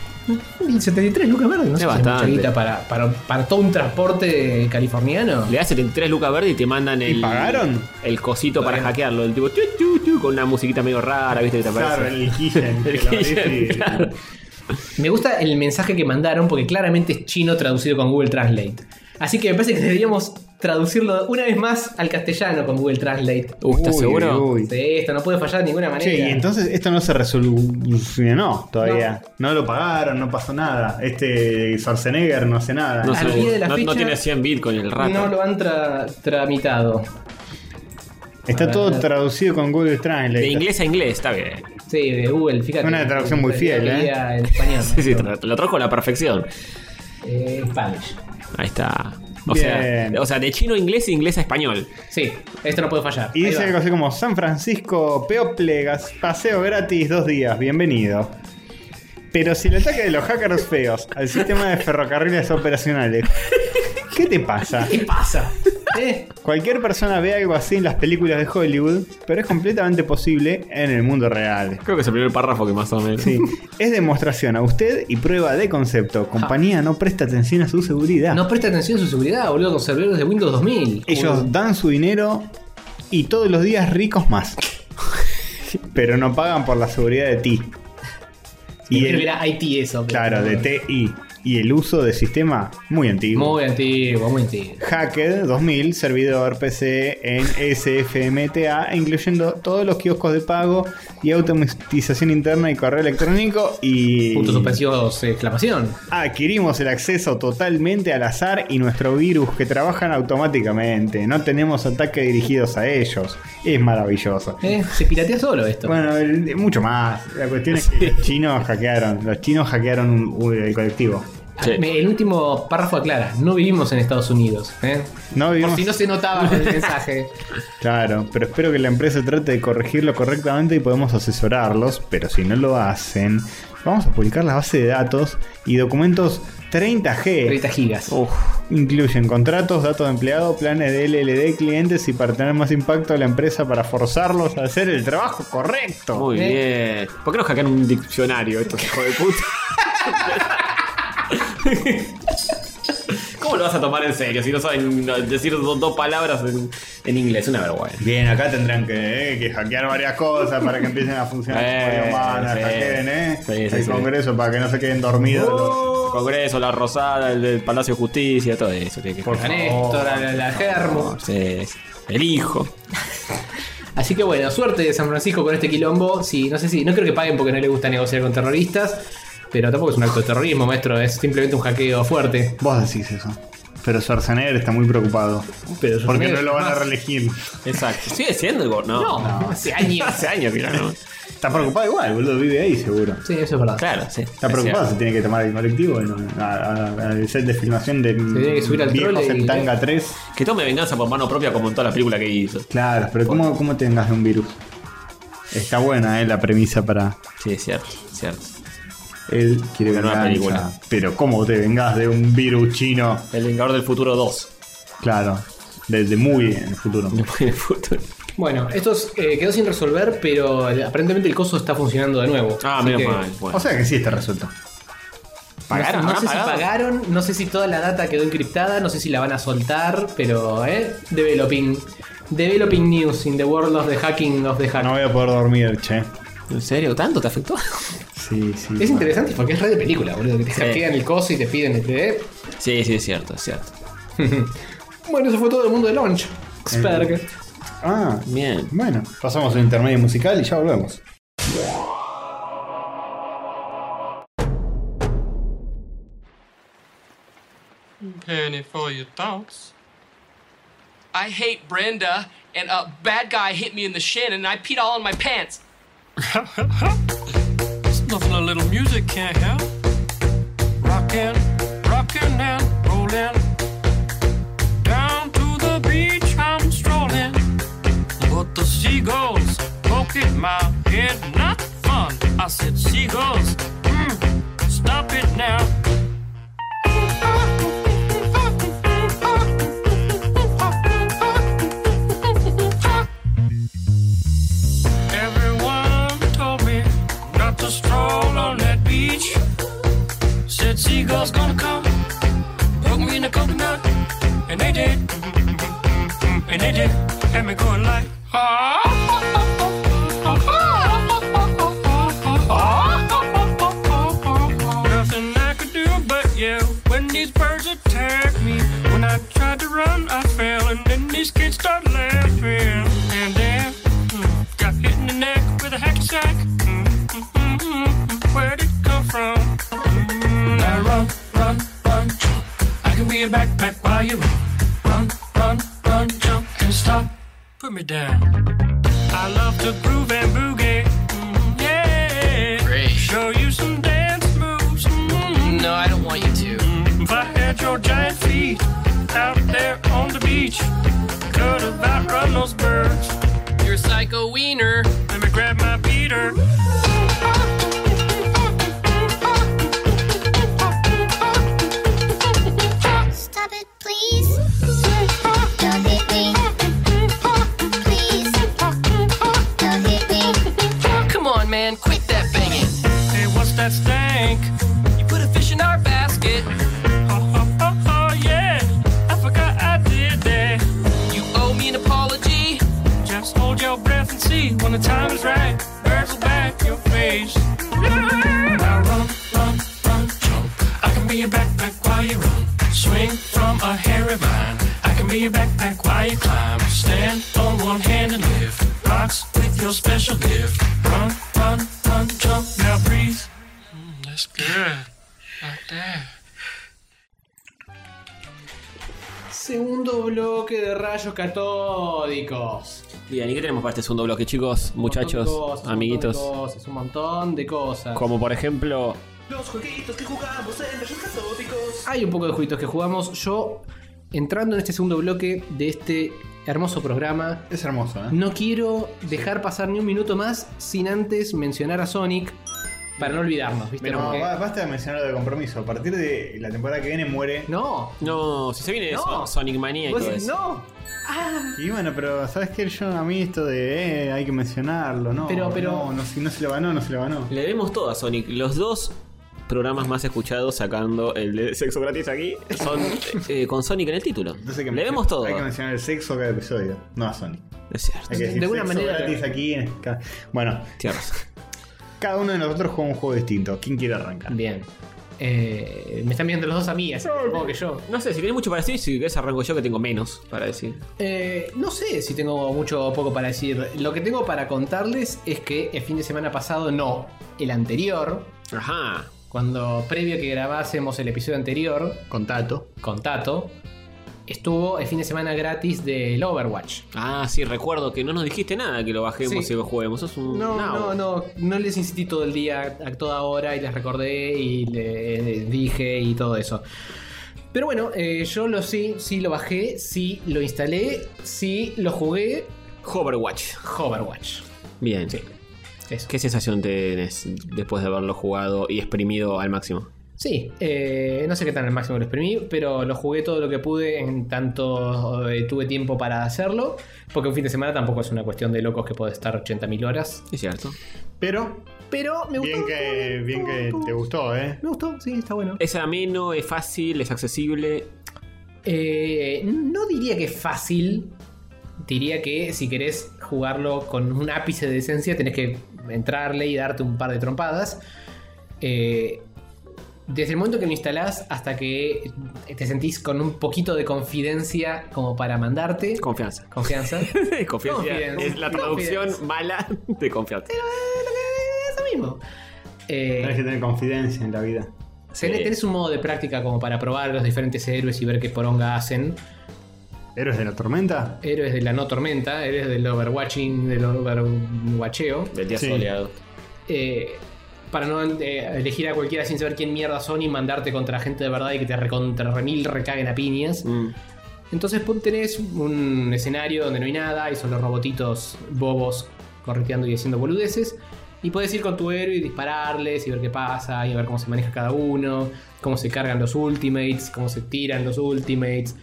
Speaker 1: Y 73 lucas verdes, no
Speaker 3: Es
Speaker 1: sé, si es mucha
Speaker 3: bastante.
Speaker 1: guita para, para, para todo un transporte californiano.
Speaker 3: Le das 73 lucas verde y te mandan el.
Speaker 2: pagaron?
Speaker 3: El cosito para hackearlo. El tipo. tu, tu, tu, con una musiquita medio rara, ¿viste? Que te
Speaker 2: Claro,
Speaker 3: aparece.
Speaker 2: el Kishen. que
Speaker 3: El
Speaker 2: lo abrís
Speaker 3: Kishen,
Speaker 2: y-
Speaker 3: claro.
Speaker 1: Me gusta el mensaje que mandaron porque claramente es chino traducido con Google Translate. Así que me parece que deberíamos traducirlo una vez más al castellano con Google Translate.
Speaker 3: Uh, ¿Estás
Speaker 2: Uy,
Speaker 3: seguro?
Speaker 2: uy.
Speaker 1: Sí, esto no puede fallar de ninguna manera.
Speaker 2: Che, y entonces esto no se resolucionó todavía. No. lo pagaron, no pasó nada. Este Schwarzenegger no hace nada.
Speaker 3: No,
Speaker 1: Al
Speaker 3: sé,
Speaker 1: día de la
Speaker 3: no, no
Speaker 1: fecha-
Speaker 3: tiene 100 Bitcoin el rato.
Speaker 1: No lo han tra- tramitado.
Speaker 2: Está
Speaker 1: A ver,
Speaker 2: todo
Speaker 1: a ver.
Speaker 2: traducido con Google Translate.
Speaker 3: de inglés a inglés, está bien.
Speaker 1: Sí, de Google, fíjate.
Speaker 2: Una traducción muy fiel,
Speaker 1: Lo leía En español.
Speaker 3: Sí, sí, tra- lo trajo a la perfección.
Speaker 1: Eh, Spanish.
Speaker 3: Ahí está. O
Speaker 2: Bien.
Speaker 3: sea, o sea, de chino a inglés, inglés a español.
Speaker 1: Sí, esto no puede fallar.
Speaker 2: Y
Speaker 1: Ahí
Speaker 2: dice
Speaker 1: va.
Speaker 2: algo así como San Francisco, Peoplegas, paseo gratis dos días, bienvenido. Pero si el ataque de los hackers feos al sistema de ferrocarriles operacionales, ¿qué te pasa?
Speaker 1: ¿Qué pasa? ¿Eh?
Speaker 2: Cualquier persona ve algo así en las películas de Hollywood, pero es completamente posible en el mundo real.
Speaker 3: Creo que es el primer párrafo que más o menos.
Speaker 2: Sí, es demostración a usted y prueba de concepto. Compañía no presta atención a su seguridad.
Speaker 1: No presta atención a su seguridad, boludo, con servidores de Windows 2000.
Speaker 2: Ellos dan su dinero y todos los días ricos más. Pero no pagan por la seguridad de ti.
Speaker 1: Y
Speaker 2: Y
Speaker 1: creo que
Speaker 2: el,
Speaker 1: era IT eso. pero-
Speaker 2: claro, de TI. Y el uso de sistema muy antiguo.
Speaker 1: Muy antiguo, muy antiguo.
Speaker 2: Hacked 2000, servidor PC en SFMTA, incluyendo todos los kioscos de pago y automatización interna y correo electrónico y...
Speaker 1: Puntos suspensivos, exclamación.
Speaker 2: Adquirimos el acceso totalmente al azar y nuestro virus que trabajan automáticamente. No tenemos ataques dirigidos a ellos. Es maravilloso.
Speaker 1: Eh, Se piratea solo esto.
Speaker 2: Bueno, el- mucho más. La cuestión es que los chinos hackearon. Los chinos hackearon un- un- el colectivo.
Speaker 3: Sí.
Speaker 1: Me- El último párrafo aclara, no vivimos en Estados Unidos. ¿eh?
Speaker 2: No
Speaker 1: Por
Speaker 2: vivimos-
Speaker 1: si no se notaba con el mensaje.
Speaker 2: Claro, pero espero que la empresa trate de corregirlo correctamente y podemos asesorarlos, pero si no lo hacen, vamos a publicar la base de datos y documentos 30G.
Speaker 1: 30 gigas.
Speaker 2: Uf, incluyen contratos, datos de empleado, planes de LLD, clientes y para tener más impacto a la empresa para forzarlos a hacer el trabajo correcto.
Speaker 3: Muy bien. ¿Por qué no hackean un diccionario estos hijos de puta? ¿Cómo lo vas a tomar en serio si no saben no, decir do- dos palabras en, en inglés? Una vergüenza.
Speaker 2: Bien, acá tendrán que, eh, que hackear varias cosas para que empiecen a funcionar
Speaker 3: Eh,
Speaker 2: como Dios manda,
Speaker 3: sí.
Speaker 2: hackeen, eh,
Speaker 3: Sí, sí,
Speaker 2: el
Speaker 3: sí.
Speaker 2: Congreso para que no se queden dormidos.
Speaker 3: Congreso, la Rosada, el, del Palacio de Justicia, todo eso. tiene que
Speaker 2: Por
Speaker 1: La
Speaker 3: hackear.
Speaker 1: Néstor, la, la- la Germo.
Speaker 3: Sí, sí. El hijo.
Speaker 1: Así que bueno, suerte de San Francisco con este quilombo. Sí, no sé si, no creo que paguen porque no le gusta negociar con terroristas. Pero tampoco es un acto de terrorismo, maestro. Es simplemente un hackeo fuerte.
Speaker 2: Vos decís eso. Pero Schwarzenegger está muy preocupado.
Speaker 1: Pero
Speaker 2: Porque no
Speaker 1: Schwarzenegger
Speaker 2: lo van a
Speaker 1: jamás-
Speaker 2: reelegir.
Speaker 3: Exacto. Sigue siendo el gobernador.
Speaker 1: No, hace años.
Speaker 3: Hace años que ya no.
Speaker 2: Está preocupado igual, boludo, vive ahí seguro.
Speaker 1: Sí, eso es verdad.
Speaker 3: Claro, sí.
Speaker 2: Está preocupado, se tiene que tomar el colectivo bueno, a- a- al set de filmación de
Speaker 1: tiene que subir al
Speaker 2: Viejos
Speaker 1: trole
Speaker 2: en
Speaker 1: y-
Speaker 2: Tanga 3.
Speaker 3: Que tome venganza por mano propia como en toda la película que hizo.
Speaker 2: Claro, pero ¿cómo, cómo te vengas de un virus? Está buena, eh, la premisa para
Speaker 3: Sí, es cierto, es cierto.
Speaker 2: él quiere
Speaker 3: Una
Speaker 2: venganza.
Speaker 3: película.
Speaker 2: Pero ¿cómo te vengas de un virus chino?
Speaker 3: El Vengador del Futuro 2.
Speaker 2: Claro, desde muy en el futuro.
Speaker 3: El futuro.
Speaker 1: Bueno, esto es, eh, quedó sin resolver, pero el- aparentemente el coso está funcionando de nuevo.
Speaker 3: Ah,
Speaker 1: Así
Speaker 3: menos
Speaker 1: que-
Speaker 3: mal. Bueno.
Speaker 2: O sea que sí está resuelto.
Speaker 3: ¿Pagaron?
Speaker 1: No,
Speaker 3: ¿Habrán
Speaker 1: sé si
Speaker 3: pagado?
Speaker 1: pagaron, no sé si toda la data quedó encriptada, no sé si la van a soltar, pero eh, developing. Developing news in the world of the hacking of the hack.
Speaker 2: No voy a poder dormir, che.
Speaker 3: ¿En serio? ¿Tanto te afectó?
Speaker 2: Sí, sí.
Speaker 1: es
Speaker 2: bueno.
Speaker 1: interesante porque es red de película, boludo, que te
Speaker 3: Sí.
Speaker 1: hackean el coso y te piden el eh.
Speaker 3: Sí, sí, es cierto, es cierto.
Speaker 1: Bueno, eso fue todo el mundo de launch. Xperg.
Speaker 2: Ah,
Speaker 3: Bien.
Speaker 2: bueno. Pasamos un intermedio musical y ya volvemos.
Speaker 9: Penny for your thoughts. I hate Brenda, and a bad guy hit me in the shin, and I peed all in my pants.
Speaker 10: It's nothing a little music can't help. Rockin', rockin' and rollin'. Down to the beach I'm strolling. But the seagulls poking my head, not fun. I said, Seagulls, mm, stop it now. Everyone told me not to stroll on that beach. Said seagulls gonna come, poke me in the coconut, and they did, and they did, had me going like. "Ah." hmm, jack. Where'd it come from? Mm, I run, run, run, jump. I can be a backpack while you run. Run, run, run, jump, and stop. Put me down. I love to groove and boogie. Mm, yeah. Show you some dance moves. Mm.
Speaker 11: No, I don't want you to.
Speaker 10: If I had your giant feet out there on the beach, could about run those birds.
Speaker 11: You're a psycho wiener.
Speaker 10: Let me grab my beater.
Speaker 5: Stop it, please. Don't hit me. Please. Don't hit me.
Speaker 11: Come on, man, quit that banging.
Speaker 10: Hey, what's that stank?
Speaker 11: You put a fish in our basket.
Speaker 10: Oh, oh, oh, yeah, I forgot I did that.
Speaker 11: You owe me an apology.
Speaker 10: Just hold your breath and see when the time is right. Birds will back your face. Now run, run, run, jump. I can be your backpack while you run. Swing from a hairy vine. I can be your backpack while you climb. Stand on one hand and lift. Rocks with your special gift. Run, run, run, jump. Now breathe. Mm, that's good. Like that.
Speaker 1: Segundo bloque de rayos catódicos.
Speaker 3: Bien, ¿y qué tenemos para este segundo bloque, chicos, muchachos,
Speaker 1: Cosas,
Speaker 3: amiguitos?
Speaker 1: Un montón de cosas, un montón de cosas.
Speaker 3: Como por ejemplo,
Speaker 12: Los jueguitos que jugamos en Rayos Catódicos.
Speaker 1: Hay un poco de jueguitos que jugamos. Yo, entrando en este segundo bloque de este hermoso programa,
Speaker 2: Es hermoso, ¿eh?
Speaker 1: no quiero dejar pasar ni un minuto más sin antes mencionar a Sonic para no olvidarnos, ¿viste?
Speaker 2: Pero
Speaker 1: Como que-
Speaker 2: ba- basta de mencionarlo de compromiso. A partir de la temporada que viene muere.
Speaker 1: No,
Speaker 3: no, Pues si se viene
Speaker 1: No.
Speaker 3: eso, Sonic Manía y
Speaker 1: vos
Speaker 3: todo
Speaker 1: decís,
Speaker 3: eso.
Speaker 1: no.
Speaker 2: Y bueno, pero ¿sabes qué? Yo a mí esto de eh, hay que mencionarlo, ¿no?
Speaker 1: Pero- pero-
Speaker 2: No, no, si no se lo ganó, no se lo ganó.
Speaker 3: Le debemos todo a Sonic. Los dos programas más escuchados sacando el de sexo gratis aquí son eh, con Sonic en el título.
Speaker 2: Entonces hay que
Speaker 3: Le
Speaker 2: mencionar-
Speaker 3: debemos todo.
Speaker 2: Hay que mencionar el sexo cada episodio, no a Sonic.
Speaker 3: Es cierto.
Speaker 2: Hay que decir
Speaker 1: De alguna
Speaker 2: sexo
Speaker 1: manera-
Speaker 2: gratis aquí. en- ca- Bueno,
Speaker 3: Tienes razón.
Speaker 2: cada uno de nosotros juega un juego distinto. ¿Quién quiere arrancar?
Speaker 1: Bien. Eh, me están viendo los dos amigas, supongo que yo.
Speaker 3: No sé, si tenés mucho para decir, si querés arranco yo que tengo menos para decir.
Speaker 1: Eh, no sé si tengo mucho o poco para decir. Lo que tengo para contarles es que el fin de semana pasado, no, el anterior,
Speaker 3: Ajá.
Speaker 1: cuando previo que grabásemos el episodio anterior
Speaker 2: Con Tato.
Speaker 1: con Tato, estuvo el fin de semana gratis del Overwatch.
Speaker 3: Ah, sí, recuerdo que no nos dijiste nada que lo bajemos
Speaker 1: Sí.
Speaker 3: y lo juguemos. Sos un
Speaker 1: No,
Speaker 3: nabo.
Speaker 1: no, no, no les insistí todo el día, a toda hora, y les recordé y les dije y todo eso. Pero bueno, eh, yo lo sí, sí lo bajé, sí lo instalé, sí lo jugué,
Speaker 3: Hoverwatch.
Speaker 1: Overwatch.
Speaker 3: Bien.
Speaker 1: Eso.
Speaker 3: ¿Qué sensación tenés después de haberlo jugado y exprimido al máximo?
Speaker 1: Sí, eh, no sé qué tan al máximo lo exprimí, pero lo jugué todo lo que pude en tanto eh, tuve tiempo para hacerlo, porque un fin de semana tampoco es una cuestión de locos que puede estar 80.000 horas.
Speaker 3: Es cierto.
Speaker 2: Pero,
Speaker 1: Pero me gustó.
Speaker 2: bien que,
Speaker 1: estuvo
Speaker 2: bien que
Speaker 1: estuvo-
Speaker 2: te gustó, ¿eh?
Speaker 1: Me gustó, sí, está bueno.
Speaker 3: Es ameno, es fácil, es accesible.
Speaker 1: Eh, no diría que es fácil. Diría que si querés jugarlo con un ápice de decencia, tenés que entrarle y darte un par de trompadas. Eh, desde el momento que lo instalás hasta que te sentís con un poquito de confidencia como para mandarte.
Speaker 3: Confianza.
Speaker 1: Confianza.
Speaker 3: Confianza.
Speaker 1: Confidence.
Speaker 3: Es la traducción mala de confianza.
Speaker 1: Eso mismo. Eh,
Speaker 2: Tienes que tener confidencia en la vida.
Speaker 1: tenés- tenés un modo de práctica como para probar los diferentes héroes y ver qué poronga hacen.
Speaker 2: ¿Héroes de la tormenta?
Speaker 1: Héroes de la no tormenta, héroes del overwatching, del overwatcheo.
Speaker 3: Del día
Speaker 2: Sí.
Speaker 3: soleado.
Speaker 1: eh, para no eh, elegir a cualquiera sin saber quién mierda son y mandarte contra gente de verdad y que te recontra remil recaguen a piñas.
Speaker 3: Mm.
Speaker 1: Entonces pum, tenés un escenario donde no hay nada y son los robotitos bobos correteando y haciendo boludeces. Y puedes ir con tu héroe y dispararles y ver qué pasa y ver cómo se maneja cada uno, cómo se cargan los ultimates, cómo se tiran los ultimates.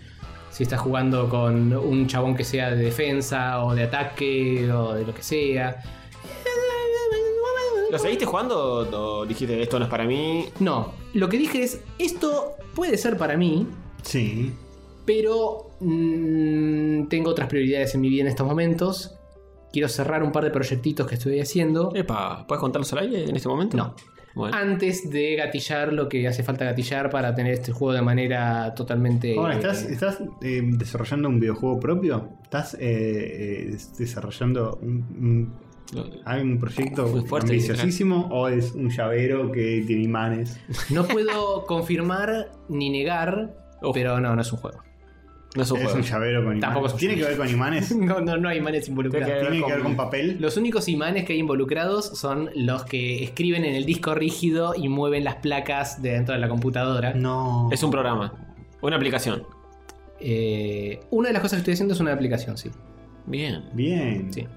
Speaker 1: Si estás jugando con un chabón que sea de defensa o de ataque o de lo que sea.
Speaker 3: ¿Lo seguiste jugando o o dijiste esto no es para mí?
Speaker 1: No, lo que dije es, esto puede ser para mí,
Speaker 2: Sí.
Speaker 1: pero mm, tengo otras prioridades en mi vida en estos momentos. Quiero cerrar un par de proyectitos que estoy haciendo
Speaker 3: Epa, ¿puedes contarlos al aire en este momento?
Speaker 1: No.
Speaker 3: Bueno.
Speaker 1: antes de gatillar lo que hace falta gatillar para tener este juego de manera totalmente...
Speaker 2: Ahora, ¿estás, estás eh, desarrollando un videojuego propio? ¿Estás eh, eh, desarrollando un, un ¿Hay un proyecto
Speaker 3: fuerte,
Speaker 2: ambiciosísimo o es un llavero que tiene imanes?
Speaker 1: No puedo confirmar ni negar, pero no, no es un juego.
Speaker 3: No
Speaker 2: Es un llavero con imanes.
Speaker 1: Tampoco es un
Speaker 2: ¿Tiene que
Speaker 1: juego.
Speaker 2: ver con imanes?
Speaker 1: No, no, no hay imanes involucrados.
Speaker 2: ¿Tiene que ver, con... papel?
Speaker 1: Los únicos imanes que hay involucrados son los que escriben en el disco rígido y mueven las placas de dentro de la computadora.
Speaker 2: No.
Speaker 3: Es un programa. Una aplicación.
Speaker 1: Eh, una de las cosas que estoy haciendo es una aplicación, sí.
Speaker 3: Bien.
Speaker 2: Bien.
Speaker 1: Sí.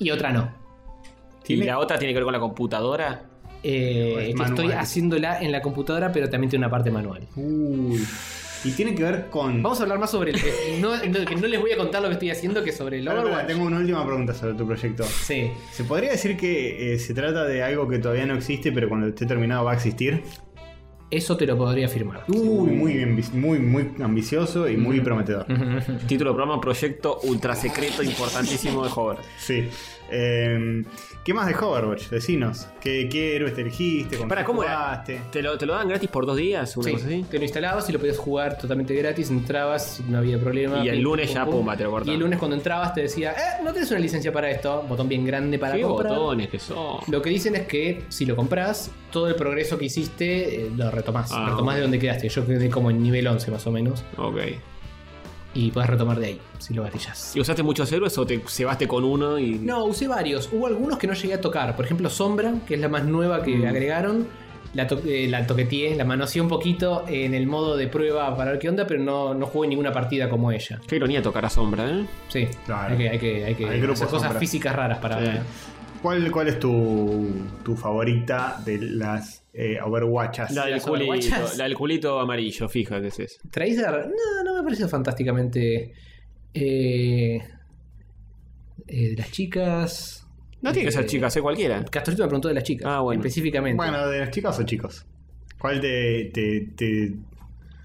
Speaker 1: Y otra no.
Speaker 3: ¿Y la otra tiene que ver con la computadora?
Speaker 1: Eh,
Speaker 3: O es
Speaker 1: que
Speaker 3: manual.
Speaker 1: estoy haciéndola en la computadora, pero también tiene una parte manual.
Speaker 2: Uy. Y tiene que ver con.
Speaker 1: Vamos a hablar más sobre el. eh, no, no, que no les voy a contar lo que estoy haciendo, que sobre el
Speaker 2: Ahora,
Speaker 1: Overwatch.
Speaker 2: tengo una última pregunta sobre tu proyecto.
Speaker 1: Sí.
Speaker 2: ¿Se podría decir que eh, se trata de algo que todavía no existe, pero cuando esté terminado va a existir?
Speaker 1: Eso te lo podría afirmar.
Speaker 3: Uh,
Speaker 2: Uy, muy, ambi- muy, muy ambicioso y muy prometedor.
Speaker 3: Título del programa Proyecto Ultra Secreto Importantísimo de Hover.
Speaker 2: Sí. Eh, ¿Qué más de Hoverwatch? Decinos. ¿Qué, qué héroes te elegiste? ¿Con
Speaker 3: Para,
Speaker 2: qué
Speaker 3: ¿cómo era?
Speaker 2: jugaste?
Speaker 3: ¿Te lo, ¿Te lo dan gratis por dos días? Una
Speaker 1: Sí,
Speaker 3: cosa así.
Speaker 1: te lo instalabas y lo podías jugar totalmente gratis, entrabas, no había problema.
Speaker 3: Y el
Speaker 1: pim,
Speaker 3: lunes
Speaker 1: pum,
Speaker 3: ya,
Speaker 1: pum.
Speaker 3: pumba, te lo cortaban.
Speaker 1: Y el lunes cuando entrabas te decía, eh, no tienes una licencia para esto, botón bien grande para
Speaker 3: Qué
Speaker 1: comprar.
Speaker 3: botones que son.
Speaker 1: Lo que dicen es que si lo compras, todo el progreso que hiciste eh, lo retomás.
Speaker 3: Ah,
Speaker 1: retomás de donde quedaste. Yo quedé como en nivel 11 más o menos.
Speaker 3: Ok.
Speaker 1: Y podés retomar de ahí, si lo gatillas.
Speaker 3: ¿Y usaste muchos héroes o te cebaste con uno y.?
Speaker 1: No, usé varios. Hubo algunos que no llegué a tocar. Por ejemplo, Sombra, que es la más nueva
Speaker 2: Mm.
Speaker 1: que agregaron. La, to- eh, la toqueteé, la manoseé un poquito en el modo de prueba para ver qué onda, pero no, no jugué ninguna partida como ella.
Speaker 3: Qué ironía tocar a sombra, ¿eh?
Speaker 1: Sí,
Speaker 2: Claro.
Speaker 1: hay que, hay que, hay que
Speaker 2: Hay grupos
Speaker 1: hacer cosas
Speaker 2: Sombra.
Speaker 1: físicas raras para
Speaker 2: Sí. ¿Cuál, ¿Cuál es tu, tu favorita de las eh, Overwatchas?
Speaker 3: La del,
Speaker 1: las
Speaker 3: culito,
Speaker 1: overwatchas.
Speaker 3: la del culito amarillo, fija que es ese.
Speaker 1: Tracer, no, no me pareció fantásticamente. Eh, eh, de las chicas.
Speaker 3: No tiene que ser chica, ser cualquiera.
Speaker 1: Castorito me preguntó de las chicas.
Speaker 3: Ah, bueno.
Speaker 1: Específicamente.
Speaker 2: Bueno, ¿de las chicas o chicos? ¿Cuál te, te- te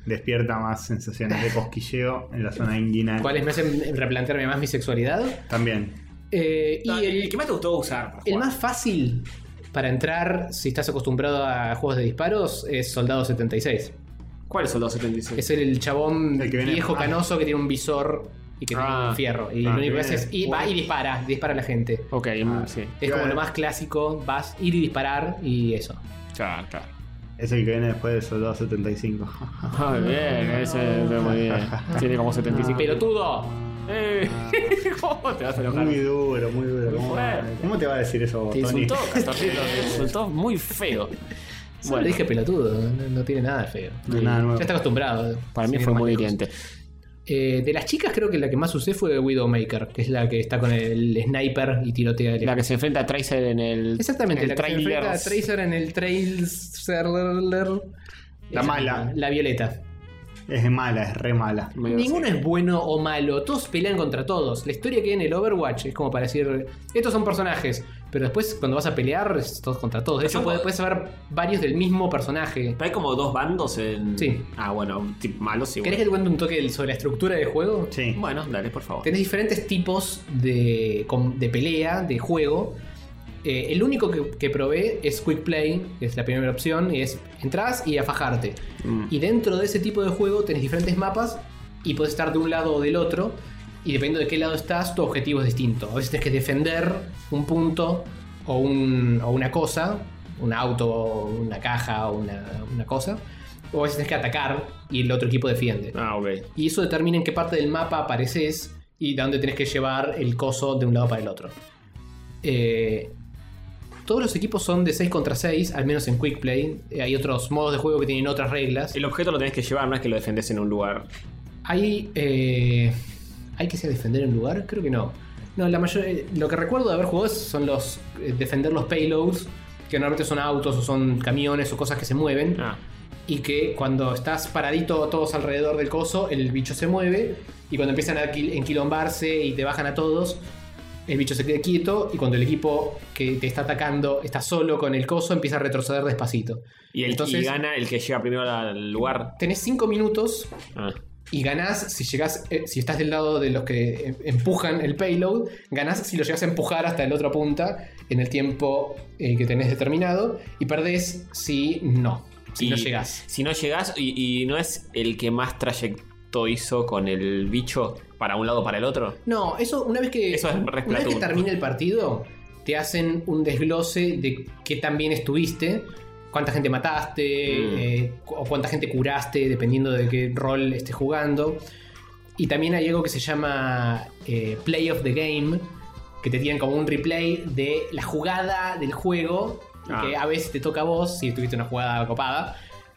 Speaker 2: despierta más sensaciones de cosquilleo en la zona inguinal?
Speaker 1: ¿Cuáles me hacen replantearme más mi sexualidad?
Speaker 2: También.
Speaker 1: Eh, y el,
Speaker 3: Ah, que más te gustó usar. para
Speaker 1: el
Speaker 3: jugar?
Speaker 1: más fácil para entrar, si estás acostumbrado a juegos de disparos, es Soldado 76.
Speaker 3: ¿Cuál es el 276?
Speaker 1: Es el chabón
Speaker 2: El que viene-
Speaker 1: viejo
Speaker 2: ah.
Speaker 1: canoso que tiene un visor y que tiene
Speaker 3: Ah.
Speaker 1: un fierro. Y
Speaker 2: Ah,
Speaker 1: lo único que
Speaker 2: que
Speaker 1: hace es
Speaker 2: viene-
Speaker 1: y va y dispara, dispara a la gente.
Speaker 3: Ok, sí.
Speaker 1: Es
Speaker 2: Claro.
Speaker 1: como lo más clásico, vas ir y disparar y eso.
Speaker 3: Claro, claro.
Speaker 2: Es el que viene después del Soldado 75.
Speaker 3: Muy bien, ese es muy bien. Tiene como 75.
Speaker 1: ¡Pelotudo!
Speaker 3: ¡Eh! ¿Cómo te vas a enojar?
Speaker 2: muy duro, muy duro. ¿Cómo,
Speaker 3: fuerte.
Speaker 2: cómo te va a decir eso vos,
Speaker 3: Te
Speaker 2: Tony?
Speaker 3: insultó, Castorcito. Te insultó muy feo.
Speaker 1: Bueno,
Speaker 3: Bueno,
Speaker 1: dije pelotudo, no, no tiene nada de feo.
Speaker 2: No, nada nuevo.
Speaker 1: Ya está acostumbrado.
Speaker 3: para mí
Speaker 1: Sin ir
Speaker 3: fue
Speaker 1: más
Speaker 3: muy
Speaker 1: lejos.
Speaker 3: hiriente.
Speaker 1: Eh, de las chicas creo que la que más usé fue Widowmaker, que es la que está con el sniper y tirotea. de
Speaker 3: La que se enfrenta a Tracer en el.
Speaker 1: Exactamente,
Speaker 3: el
Speaker 1: la que se
Speaker 3: trailer.
Speaker 1: enfrenta a Tracer en el trailer.
Speaker 2: La mala.
Speaker 1: La violeta.
Speaker 2: Es mala, es re mala.
Speaker 3: Medio
Speaker 1: Ninguno es bueno o malo, todos pelean contra todos. La historia que hay en el Overwatch es como para decir, estos son personajes, pero después cuando vas a pelear es todos contra todos. De hecho,
Speaker 3: Son-
Speaker 1: puedes, puedes saber varios del mismo personaje.
Speaker 3: Pero Hay como dos bandos en.
Speaker 1: Sí.
Speaker 3: Ah, bueno, tip- malos y
Speaker 1: ¿Querés que te cuente un toque del- sobre la estructura del juego?
Speaker 2: Sí.
Speaker 3: Bueno, dale, por favor.
Speaker 1: Tenés diferentes tipos de, com- de pelea, de juego. Eh, el único que, que probé es Quick Play, que es la primera opción, y es entras y a fajarte.
Speaker 3: Mm.
Speaker 1: Y dentro de ese tipo de juego tenés diferentes mapas y podés estar de un lado o del otro. Y dependiendo de qué lado estás, tu objetivo es distinto. A veces tenés que defender un punto o, un- o una cosa, un auto, una caja o una, una cosa. O a veces tenés que atacar y el otro equipo defiende.
Speaker 3: Ah, ok.
Speaker 1: Y eso determina en qué parte del mapa apareces y de dónde tenés que llevar el coso de un lado para el otro. Eh, todos los equipos son de 6 contra 6, al menos en Quick Play. Eh, hay otros modos de juego que tienen otras reglas.
Speaker 3: El objeto lo tenés que llevar, no es que lo defendés en un lugar.
Speaker 1: Hay. eh, ¿Hay que ser defender en lugar? Creo que no. No, la mayor, eh, lo que recuerdo de haber jugado es- son los. eh, defender los payloads, que normalmente son autos o son camiones o cosas que se mueven.
Speaker 3: Ah.
Speaker 1: Y que cuando estás paradito todos alrededor del coso, el bicho se mueve. Y cuando empiezan a qui- enquilombarse y te bajan a todos, el bicho se queda quieto. Y cuando el equipo que te está atacando está solo con el coso, empieza a retroceder despacito.
Speaker 3: Y el
Speaker 1: Entonces-
Speaker 3: y gana el que llega primero al lugar.
Speaker 1: Tenés 5 minutos
Speaker 3: Ah.
Speaker 1: y ganás si llegás, eh, si estás del lado de los que eh, empujan el payload, ganás si lo llegas a empujar hasta el otro punta en el tiempo eh, que tenés determinado y perdés si no, si
Speaker 3: Y
Speaker 1: no llegás.
Speaker 3: Si no llegás, y, y no es el que más trayecto hizo con el bicho para un lado o para el otro.
Speaker 1: No, eso una vez que
Speaker 3: Eso es re
Speaker 1: una vez que
Speaker 3: Splatoon.
Speaker 1: termina el partido, te hacen un desglose de qué tan bien estuviste, cuánta gente mataste
Speaker 3: Mm.
Speaker 1: eh, cu- o cuánta gente curaste, dependiendo de qué rol estés jugando. Y también hay algo que se llama eh, Play of the Game, que te tienen como un replay de la jugada del juego,
Speaker 3: Ah.
Speaker 1: que a veces te toca a vos si tuviste una jugada copada.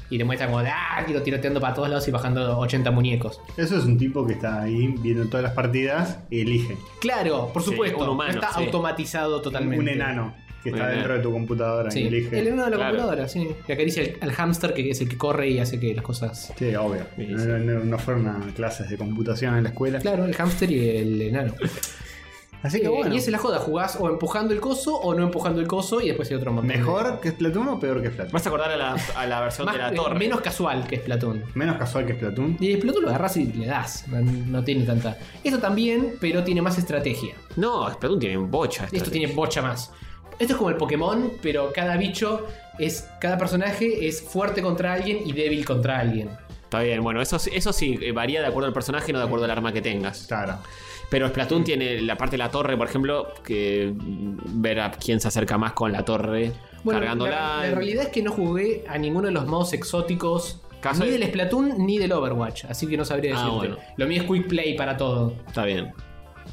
Speaker 1: Y te muestra como, ah, tiro- tiroteando para todos lados y bajando 80 muñecos.
Speaker 2: Eso es un tipo que está ahí viendo todas las partidas y elige.
Speaker 1: Claro, por
Speaker 2: Sí,
Speaker 1: supuesto.
Speaker 2: un
Speaker 1: no
Speaker 2: humano,
Speaker 1: está
Speaker 2: sí.
Speaker 1: automatizado totalmente.
Speaker 2: Un enano que está
Speaker 1: Un
Speaker 2: dentro de tu computadora
Speaker 1: Sí,
Speaker 2: y elige.
Speaker 1: el enano de la computadora, sí. Que acaricia al, al hámster que es el que corre y hace que las cosas.
Speaker 2: Sí, obvio. No, no- no fueron a clases de computación en la escuela.
Speaker 1: Claro, el hámster y el enano.
Speaker 2: Así que
Speaker 1: Eh,
Speaker 2: bueno.
Speaker 1: Y esa es la joda, jugás o empujando el coso o no empujando el coso y después hay otro montón.
Speaker 2: ¿Mejor que Splatoon o peor que Splatoon?
Speaker 3: Vas a acordar a la, a la versión
Speaker 1: Más-
Speaker 3: de la
Speaker 1: eh,
Speaker 3: torre.
Speaker 1: Menos casual que Splatoon.
Speaker 2: Menos casual que Splatoon.
Speaker 1: Y Splatoon lo agarras y le das. No, no tiene tanta. Esto también, pero tiene más estrategia.
Speaker 3: No, Splatoon tiene bocha.
Speaker 1: Esto tiene bocha más. Esto es como el Pokémon, pero cada bicho es. Cada personaje es fuerte contra alguien y débil contra alguien.
Speaker 3: Está bien, bueno, eso, sí- eso sí eh, varía de acuerdo al personaje, no de acuerdo al arma que tengas.
Speaker 2: Claro.
Speaker 3: Pero Splatoon tiene la parte de la torre, por ejemplo, que mm, ver a quién se acerca más con la torre,
Speaker 1: Bueno,
Speaker 3: cargándola.
Speaker 1: La, la realidad es que no jugué a ninguno de los modos exóticos.
Speaker 3: Caso
Speaker 1: ni
Speaker 3: de-
Speaker 1: del Splatoon ni del Overwatch, así que no sabría
Speaker 3: Ah,
Speaker 1: decirte.
Speaker 3: bueno.
Speaker 1: Lo mío es quick play para todo.
Speaker 3: Está bien.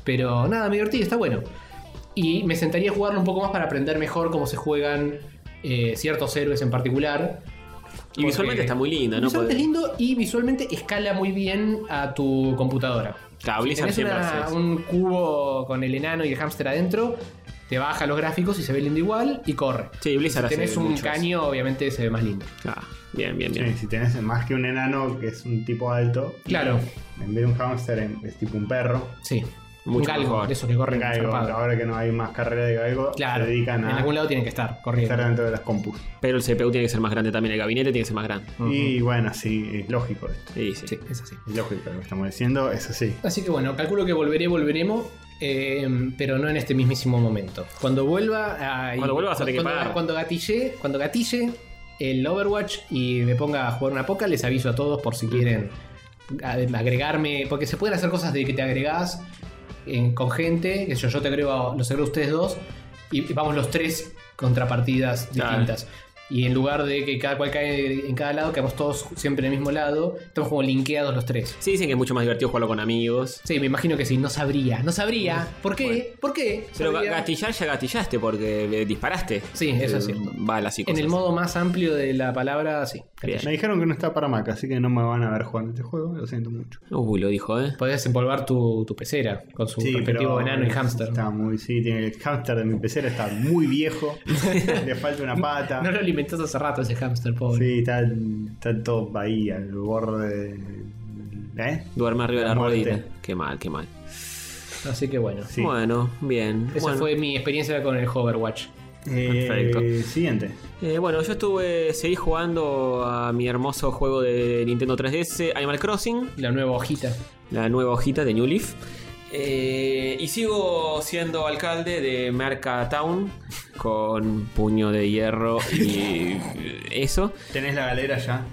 Speaker 1: Pero nada, me divertí, está bueno. Y me sentaría a jugarlo un poco más para aprender mejor cómo se juegan eh, ciertos héroes en particular.
Speaker 3: Y visualmente está muy lindo, ¿no?
Speaker 1: Visualmente es
Speaker 3: Porque-
Speaker 1: lindo y visualmente escala muy bien a tu computadora.
Speaker 3: Claro,
Speaker 1: Si
Speaker 3: Blizzard
Speaker 1: tenés
Speaker 3: siempre
Speaker 1: una-
Speaker 3: hace eso.
Speaker 1: un cubo con el enano y el hámster adentro, te baja los gráficos y se ve lindo igual y corre.
Speaker 3: Sí, Blizzard
Speaker 1: si
Speaker 3: hace
Speaker 1: tenés un
Speaker 3: mucho eso.
Speaker 1: caño, obviamente se ve más lindo.
Speaker 3: Ah, bien, bien,
Speaker 2: Sí,
Speaker 3: bien.
Speaker 2: Eh, si tenés más que un enano que es un tipo alto.
Speaker 1: Claro.
Speaker 2: En vez de un hámster en- es tipo un perro.
Speaker 1: Sí.
Speaker 2: Mucho
Speaker 1: un galgo,
Speaker 2: mejor.
Speaker 1: de esos que corren
Speaker 2: Galgo,
Speaker 1: zarpado.
Speaker 2: ahora que no hay más carrera de galgo,
Speaker 1: Claro,
Speaker 2: se dedican a
Speaker 1: en algún lado tienen que estar corriendo.
Speaker 2: estar dentro de las compus.
Speaker 3: Pero el CPU tiene que ser más grande también, el gabinete tiene que ser más grande.
Speaker 2: Y bueno, sí, es lógico esto.
Speaker 3: Sí, sí.
Speaker 1: es así.
Speaker 2: Es lógico lo que estamos diciendo, es así.
Speaker 1: Así que bueno, calculo que volveré, volveremos, eh, pero no en este mismísimo momento. Cuando vuelva a...
Speaker 3: Cuando vuelva vas a tener que
Speaker 1: cuando,
Speaker 3: pagar.
Speaker 1: cuando gatille, cuando gatille el Overwatch y me ponga a jugar una poca, les aviso a todos por si quieren a- agregarme, porque se pueden hacer cosas de que te agregás en- con gente, que yo, yo te agrego, a- los agrego a ustedes dos, y, y vamos los tres contrapartidas
Speaker 3: Claro.
Speaker 1: distintas. Y en lugar de que cada cual cae en cada lado, quedamos todos siempre en el mismo lado, estamos como linkeados los tres.
Speaker 3: Sí, dicen que es mucho más divertido jugarlo con amigos.
Speaker 1: Sí, me imagino que sí, no sabría, no sabría. ¿Por qué? ¿Por qué?
Speaker 3: Pero ga-
Speaker 1: Sabría.
Speaker 3: gatillar ya gatillaste porque le disparaste.
Speaker 1: Sí, eso
Speaker 3: Eh,
Speaker 1: es cierto.
Speaker 3: Balas y
Speaker 1: en
Speaker 3: cosas.
Speaker 1: el modo más amplio de la palabra, sí.
Speaker 2: Me dijeron que no está para Mac, así que no me van a ver jugando este juego, lo siento mucho.
Speaker 3: Uy, lo dijo, ¿eh?
Speaker 1: Podías empolvar tu, tu pecera con su respectivo enano y hámster.
Speaker 2: Está muy, sí, tiene el hámster de mi pecera está muy viejo. le falta una pata.
Speaker 1: No lo alimentás hace rato ese hámster, pobre.
Speaker 2: Sí, está, está todo ahí al borde. de- ¿Eh?
Speaker 3: Duerme arriba de la
Speaker 2: Muerte.
Speaker 3: ruedita. Qué mal, qué mal.
Speaker 1: Así que bueno.
Speaker 2: Sí.
Speaker 3: Bueno, bien.
Speaker 1: Esa
Speaker 3: bueno.
Speaker 1: fue mi experiencia con el Hoverwatch.
Speaker 2: Eh,
Speaker 3: Perfecto.
Speaker 2: Siguiente.
Speaker 3: Eh, bueno, yo estuve, seguí jugando a mi hermoso juego de Nintendo 3DS, Animal Crossing,
Speaker 1: La nueva hojita.
Speaker 3: la nueva hojita de New Leaf. Eh, y sigo siendo alcalde de Merca Town con puño de hierro y eso.
Speaker 2: ¿Tenés la galera ya?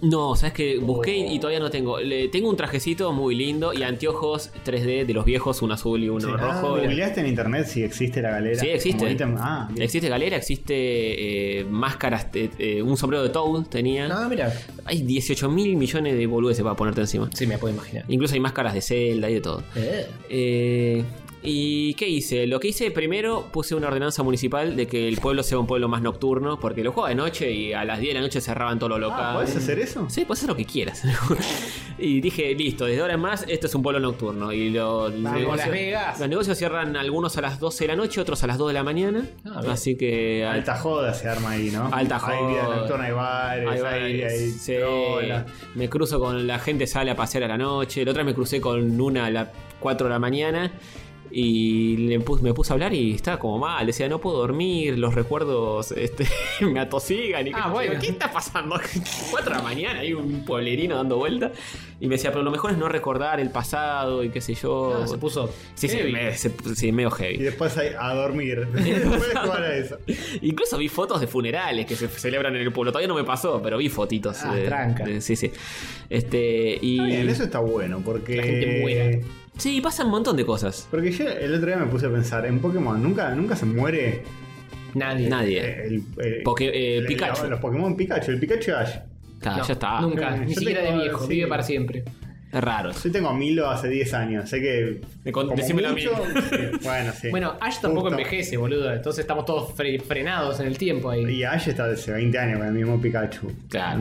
Speaker 3: No, sabes que busqué y todavía no tengo. Le, tengo un trajecito muy lindo y anteojos 3D de los viejos, un azul y uno
Speaker 2: Sí. Ah,
Speaker 3: rojo.
Speaker 2: ¿Googleaste en internet si existe la galera?
Speaker 3: Sí, existe.
Speaker 2: Como ítem- Ah, bien.
Speaker 3: Existe galera, existe eh, máscaras, eh, eh, un sombrero de Toad tenía.
Speaker 1: Ah, mira.
Speaker 3: Hay 18 mil millones de boludeces para ponerte encima.
Speaker 1: Sí, me puedo imaginar.
Speaker 3: Incluso hay máscaras de Zelda y de todo.
Speaker 1: Eh.
Speaker 3: Eh, ¿Y qué hice? Lo que hice primero puse una ordenanza municipal de que el pueblo sea un pueblo más nocturno, porque lo jugaba de noche y a las 10 de la noche cerraban todo lo
Speaker 2: Ah,
Speaker 3: local.
Speaker 2: ¿Podés hacer eso?
Speaker 3: Sí, puedes hacer lo que quieras. y dije, listo, desde ahora en más, esto es un pueblo nocturno. Y lo- los,
Speaker 1: Vamos, Las Vegas.
Speaker 3: los negocios cierran algunos a las 12 de la noche, otros a las 2 de la mañana.
Speaker 1: Ah, bien.
Speaker 3: Así que. al-
Speaker 2: Alta joda se arma ahí, ¿no?
Speaker 3: Alta joda.
Speaker 2: Hay vida nocturna, hay bares, hay,
Speaker 3: Ahí va, ahí,
Speaker 2: hay
Speaker 3: sí.
Speaker 2: trolas.
Speaker 3: Me cruzo con la gente, sale a pasear a la noche. La otra vez me crucé con una a las 4 de la mañana. Y le pus- me puse a hablar y estaba como mal. Decía, no puedo dormir, los recuerdos este, me atosigan. Y
Speaker 1: Ah,
Speaker 3: que-
Speaker 1: bueno.
Speaker 3: ¿Qué está pasando? 4 de la mañana, hay un pueblerino dando vuelta. Y me decía, pero lo mejor es no recordar el pasado y qué sé yo.
Speaker 1: Ah, se puso.
Speaker 3: Oh, Sí, sí,
Speaker 1: heavy.
Speaker 3: me- se- sí, medio
Speaker 2: Y
Speaker 3: heavy.
Speaker 2: después hay a dormir. Después jugar a eso.
Speaker 3: Incluso vi fotos de funerales que se celebran en el pueblo. Todavía no me pasó, pero vi fotitos. eh,
Speaker 1: Ah,
Speaker 3: de-
Speaker 1: tranca.
Speaker 3: de- sí, sí. Este, y.
Speaker 2: Está bien, eso está bueno porque.
Speaker 1: La gente muera.
Speaker 3: Sí, pasa un montón de cosas.
Speaker 2: Porque yo el otro día me puse a pensar, en Pokémon nunca, nunca se muere
Speaker 1: nadie.
Speaker 3: Nadie.
Speaker 2: el, el-
Speaker 3: Poké- eh,
Speaker 2: el-
Speaker 3: Pikachu.
Speaker 2: Los Pokémon Pikachu, el Pikachu Ash.
Speaker 3: Claro,
Speaker 2: No,
Speaker 3: ya está.
Speaker 1: Nunca,
Speaker 2: Yo
Speaker 1: ni siquiera
Speaker 2: tengo-
Speaker 1: de viejo,
Speaker 2: sí.
Speaker 1: vive para siempre.
Speaker 3: Es raro.
Speaker 2: Yo tengo a Milo hace 10 años, sé que. como
Speaker 1: decímelo a mí.
Speaker 2: sí, Bueno, sí.
Speaker 1: Bueno, Ash tampoco
Speaker 2: Justo.
Speaker 1: envejece, boludo. Entonces estamos todos fre- frenados en el tiempo ahí.
Speaker 2: Y Ash está hace 20 años con el mismo Pikachu. Mm,
Speaker 3: Claro.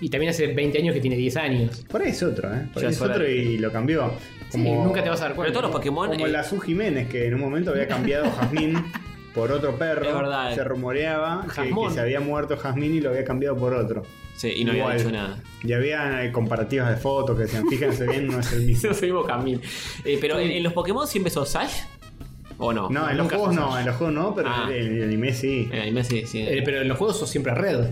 Speaker 1: Y también hace 20 años que tiene 10 años.
Speaker 2: Por ahí es otro, ¿eh? Por
Speaker 1: Ya
Speaker 2: ahí
Speaker 1: es
Speaker 2: es
Speaker 1: hora
Speaker 2: otro
Speaker 1: de-
Speaker 2: y lo cambió.
Speaker 1: Sí, nunca te vas a dar cuenta.
Speaker 3: Pero todos los Pokémon,
Speaker 2: Como
Speaker 3: eh,
Speaker 2: la Su Jiménez, que en un momento había cambiado Jazmín por otro perro.
Speaker 3: Es verdad.
Speaker 2: Se rumoreaba que- que,
Speaker 3: Jazmón.
Speaker 2: se había muerto Jazmín y lo había cambiado por otro.
Speaker 3: Sí, y no
Speaker 2: Igual.
Speaker 3: había dicho nada.
Speaker 2: Y había eh, comparativas de fotos que decían, fíjense bien, no es el mismo.
Speaker 3: Yo soy Boca Mil. Eh, pero en, en los Pokémon siempre sos Sash. ¿O no?
Speaker 2: No, en los
Speaker 3: Nunca
Speaker 2: juegos
Speaker 3: sos
Speaker 2: no,
Speaker 3: Ash.
Speaker 2: en los juegos no, pero
Speaker 3: Ah.
Speaker 2: en el anime sí.
Speaker 3: En anime sí, sí.
Speaker 1: Eh, pero en los juegos sos siempre red.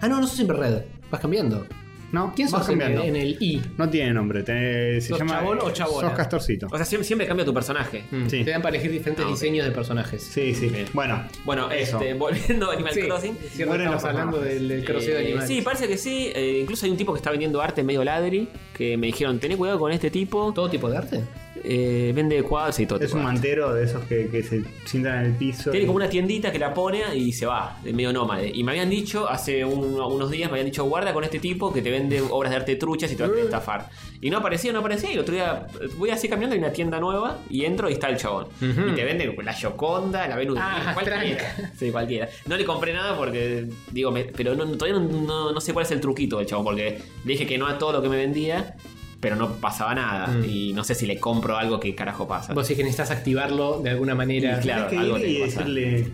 Speaker 1: Ah, no, no sos siempre red. Vas cambiando.
Speaker 2: No,
Speaker 1: ¿Quién
Speaker 2: vas
Speaker 1: sos en el,
Speaker 2: cambiando.
Speaker 1: en el I?
Speaker 2: No tiene nombre, tenés- se
Speaker 1: ¿Sos
Speaker 2: llama. eh,
Speaker 1: chabón o chabona?
Speaker 2: Sos castorcito.
Speaker 3: O sea, siempre, siempre cambia tu personaje.
Speaker 2: Sí.
Speaker 1: Te dan para elegir diferentes diseños de personajes.
Speaker 2: Sí, sí. Bueno,
Speaker 3: eh, Bueno,
Speaker 2: Eso.
Speaker 3: este, volviendo a Animal
Speaker 1: Sí,
Speaker 3: Crossing.
Speaker 1: es cierto, estamos hablando del, del croseo de
Speaker 3: Eh,
Speaker 1: animales.
Speaker 3: sí, parece que sí. Eh, incluso hay un tipo que está vendiendo arte medio ladri. Que me dijeron, tené cuidado con este tipo.
Speaker 1: ¿Todo tipo de arte?
Speaker 3: Eh, vende cuadros y todo.
Speaker 2: es
Speaker 3: tipo
Speaker 2: un
Speaker 3: de arte.
Speaker 2: mantero de esos que, que se sientan en el piso.
Speaker 3: Tiene
Speaker 2: y-
Speaker 3: como una tiendita que la pone y se va, de medio nómade. Y me habían dicho, hace un- unos días, me habían dicho, guarda con este tipo que te vende obras de arte truchas y te va a estafar. Y no aparecía, no aparecía. Y el otro día eh, voy así caminando, hay una tienda nueva y entro y está el chabón. Y te vende la Yoconda, la Venus. de
Speaker 1: Ah,
Speaker 3: Milo, cualquiera. Sí, cualquiera. No le compré nada porque, digo, me- pero no- todavía no, no- no sé cuál es el truquito del chabón, porque le dije que no a todo lo que me vendía. Pero no pasaba nada. Y no sé si le compro algo que carajo pasa.
Speaker 1: Vos decís que necesitas activarlo de alguna manera.
Speaker 3: Y claro,
Speaker 2: Tenés que
Speaker 3: algo
Speaker 2: ir
Speaker 3: tiene
Speaker 2: y
Speaker 3: que pasar.
Speaker 2: decirle.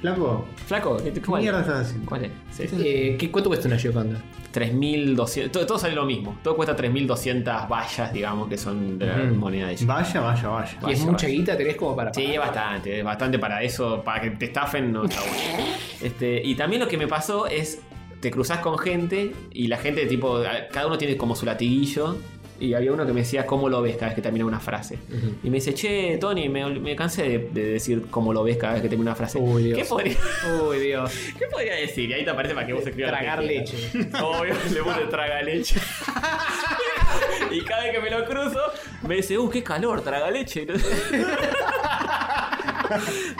Speaker 2: Flaco,
Speaker 3: Flaco, ¿qué
Speaker 2: ¿qué
Speaker 3: cuál?
Speaker 2: mierda estás haciendo?
Speaker 3: ¿Cuál es? Sí.
Speaker 1: Eh, ¿qué, ¿Cuánto cuesta una Gioconda?
Speaker 3: 3.200. Todo, todo sale lo mismo. Todo cuesta 3.200 vallas, digamos, que son de la
Speaker 1: Ujú.
Speaker 3: moneda de ellos.
Speaker 2: Mm. Vaya, vaya, vaya.
Speaker 1: ¿Y es
Speaker 3: Vaya,
Speaker 1: mucha
Speaker 3: vaya.
Speaker 1: guita? ¿Tenés como para.?
Speaker 3: Sí, es bastante, es bastante para eso, para que te estafen, no está bueno. Este, y también lo que me pasó es, te cruzas con gente y la gente, tipo, a- cada uno tiene como su latiguillo. Y había uno que me decía, ¿cómo lo ves cada vez que termina una frase? Y me dice, che, Tony, me, ol- me cansé de, de decir cómo lo ves cada vez que termina una frase.
Speaker 1: Uy, Dios.
Speaker 3: ¿Qué, podría,
Speaker 1: Uy, Dios.
Speaker 3: ¿Qué podría decir? Y ahí te aparece para que vos escribas. lo que
Speaker 1: Tragar
Speaker 3: quieras.
Speaker 1: leche.
Speaker 3: Obvio, le pone traga leche. y cada vez que me lo cruzo, me dice, uh, qué calor, traga leche.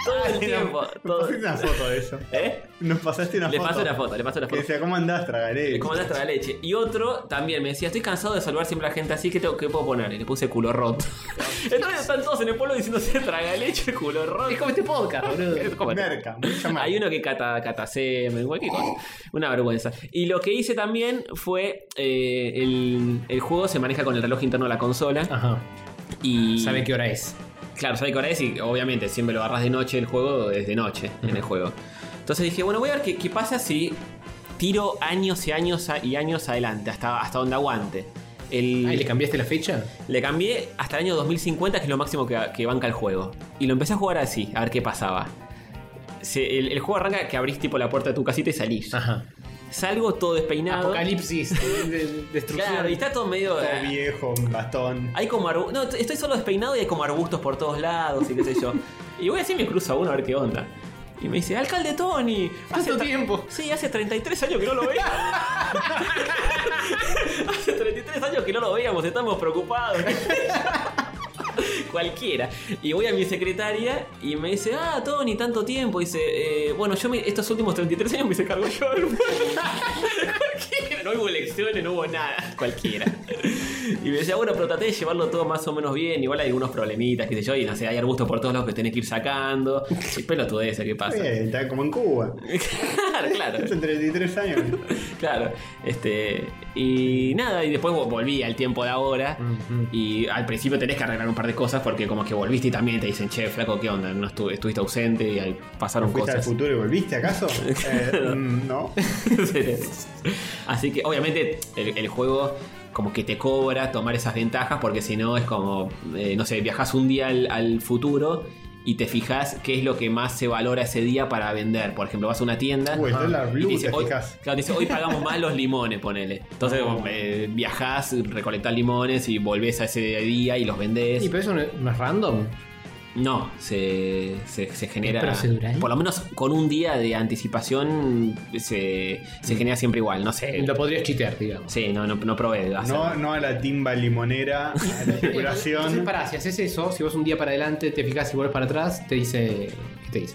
Speaker 3: todo el tiempo.
Speaker 2: Nos
Speaker 3: todo-
Speaker 2: pasaste una foto de eso.
Speaker 3: ¿Eh?
Speaker 2: Nos pasaste una
Speaker 3: Le
Speaker 2: foto.
Speaker 3: paso una foto, le paso una
Speaker 2: Que
Speaker 3: foto.
Speaker 2: decía, ¿cómo andás, tragaré?
Speaker 3: ¿Cómo andás traga leche? Y otro también me decía, estoy cansado de salvar siempre a la gente así, ¿qué, tengo, qué puedo poner? Y le puse culo roto. Entonces están todos en el pueblo diciéndose traga leche, culo roto.
Speaker 1: Es como este podcast, boludo.
Speaker 3: ¿Cómo
Speaker 1: este
Speaker 3: te-
Speaker 2: Merca, mucha merca.
Speaker 3: Hay uno que cata, cata semen, cualquier cosa. Una vergüenza. Y lo que hice también fue. eh, el, el juego se maneja con el reloj interno de la consola.
Speaker 1: Ajá.
Speaker 3: Y.
Speaker 1: Ah, ¿Sabe qué hora es?
Speaker 3: Claro, sabe qué hora es y obviamente siempre lo agarras de noche el juego, desde noche en el juego. Entonces dije, bueno, voy a ver qué, qué pasa si tiro años y años a- y años adelante, hasta, hasta donde aguante. El,
Speaker 1: Ah, ¿y le cambiaste la fecha?
Speaker 3: le cambié hasta el año 2050, que es lo máximo que, que banca el juego. Y lo empecé a jugar así, a ver qué pasaba. Se- el, el juego arranca que abrís tipo la puerta de tu casita y salís.
Speaker 1: Ajá.
Speaker 3: Salgo todo despeinado.
Speaker 1: Ah. Apocalipsis, de- de- destrucción.
Speaker 3: Claro, y está todo medio. eh,
Speaker 2: Todo viejo, un bastón.
Speaker 3: Hay como arbustos. No, estoy solo despeinado y hay como arbustos por todos lados y qué sé yo. y voy así me cruzo a uno a ver qué onda. Y me dice, alcalde Tony.
Speaker 1: ¿Cuánto
Speaker 3: tre-
Speaker 1: tiempo?
Speaker 3: Sí, hace 33 años que no lo veíamos. hace 33 años que no lo veíamos, estamos preocupados. Cualquiera. Y voy a mi secretaria y me dice, ah, Tony, tanto tiempo. Y dice, "Eh, bueno, yo me- estos últimos 33 años me hice cargo yo. Cualquiera. No hubo elecciones, no hubo nada. Cualquiera. Y me decía, bueno, pero traté de llevarlo todo más o menos bien. Igual hay algunos problemitas, qué sé yo. Y no sé, hay arbustos por todos lados que tenés que ir sacando. Y pelotudeza, ¿qué pasa?
Speaker 2: Bien, está como en Cuba.
Speaker 3: claro, claro.
Speaker 2: Hace 33 años.
Speaker 3: Claro, este. Y nada, y después vo- volví al tiempo de ahora. Y al principio tenés que arreglar un par de cosas porque, como que volviste y también te dicen, che, flaco, ¿qué onda? No estu- estuviste ausente y ahí pasaron
Speaker 2: ¿Fuiste al
Speaker 3: cosas.
Speaker 2: futuro y volviste acaso? Eh, mm, no.
Speaker 3: Así que, obviamente, el, el juego. Como que te cobra tomar esas ventajas porque si no es como, eh, no sé, viajas un día al, al futuro y te fijas qué es lo que más se valora ese día para vender. Por ejemplo, vas a una tienda
Speaker 2: Uy, el dólar
Speaker 3: Ah. y
Speaker 2: blue,
Speaker 3: te dice,
Speaker 2: te
Speaker 3: hoy,
Speaker 2: fijas.
Speaker 3: claro, te dice, hoy pagamos más los limones, ponele. Entonces vos, eh, viajás, recolectás limones y volvés a ese día y los vendés.
Speaker 1: ¿Y pero eso no no es random?
Speaker 3: No, se, se- se genera.
Speaker 1: ¿Es procedural?
Speaker 3: Por lo menos con un día de anticipación se,
Speaker 2: Mm.
Speaker 3: se genera siempre igual, no sé. Lo
Speaker 1: Eh, podrías chitear, digamos.
Speaker 3: Sí, no, no, no probé. de hacerlo.
Speaker 2: No, no a la timba limonera, a la
Speaker 1: Entonces
Speaker 2: decoración.
Speaker 1: pará, si haces eso, si vas un día para adelante, te fijas y vuelves para atrás, te dice. ¿Qué te dice?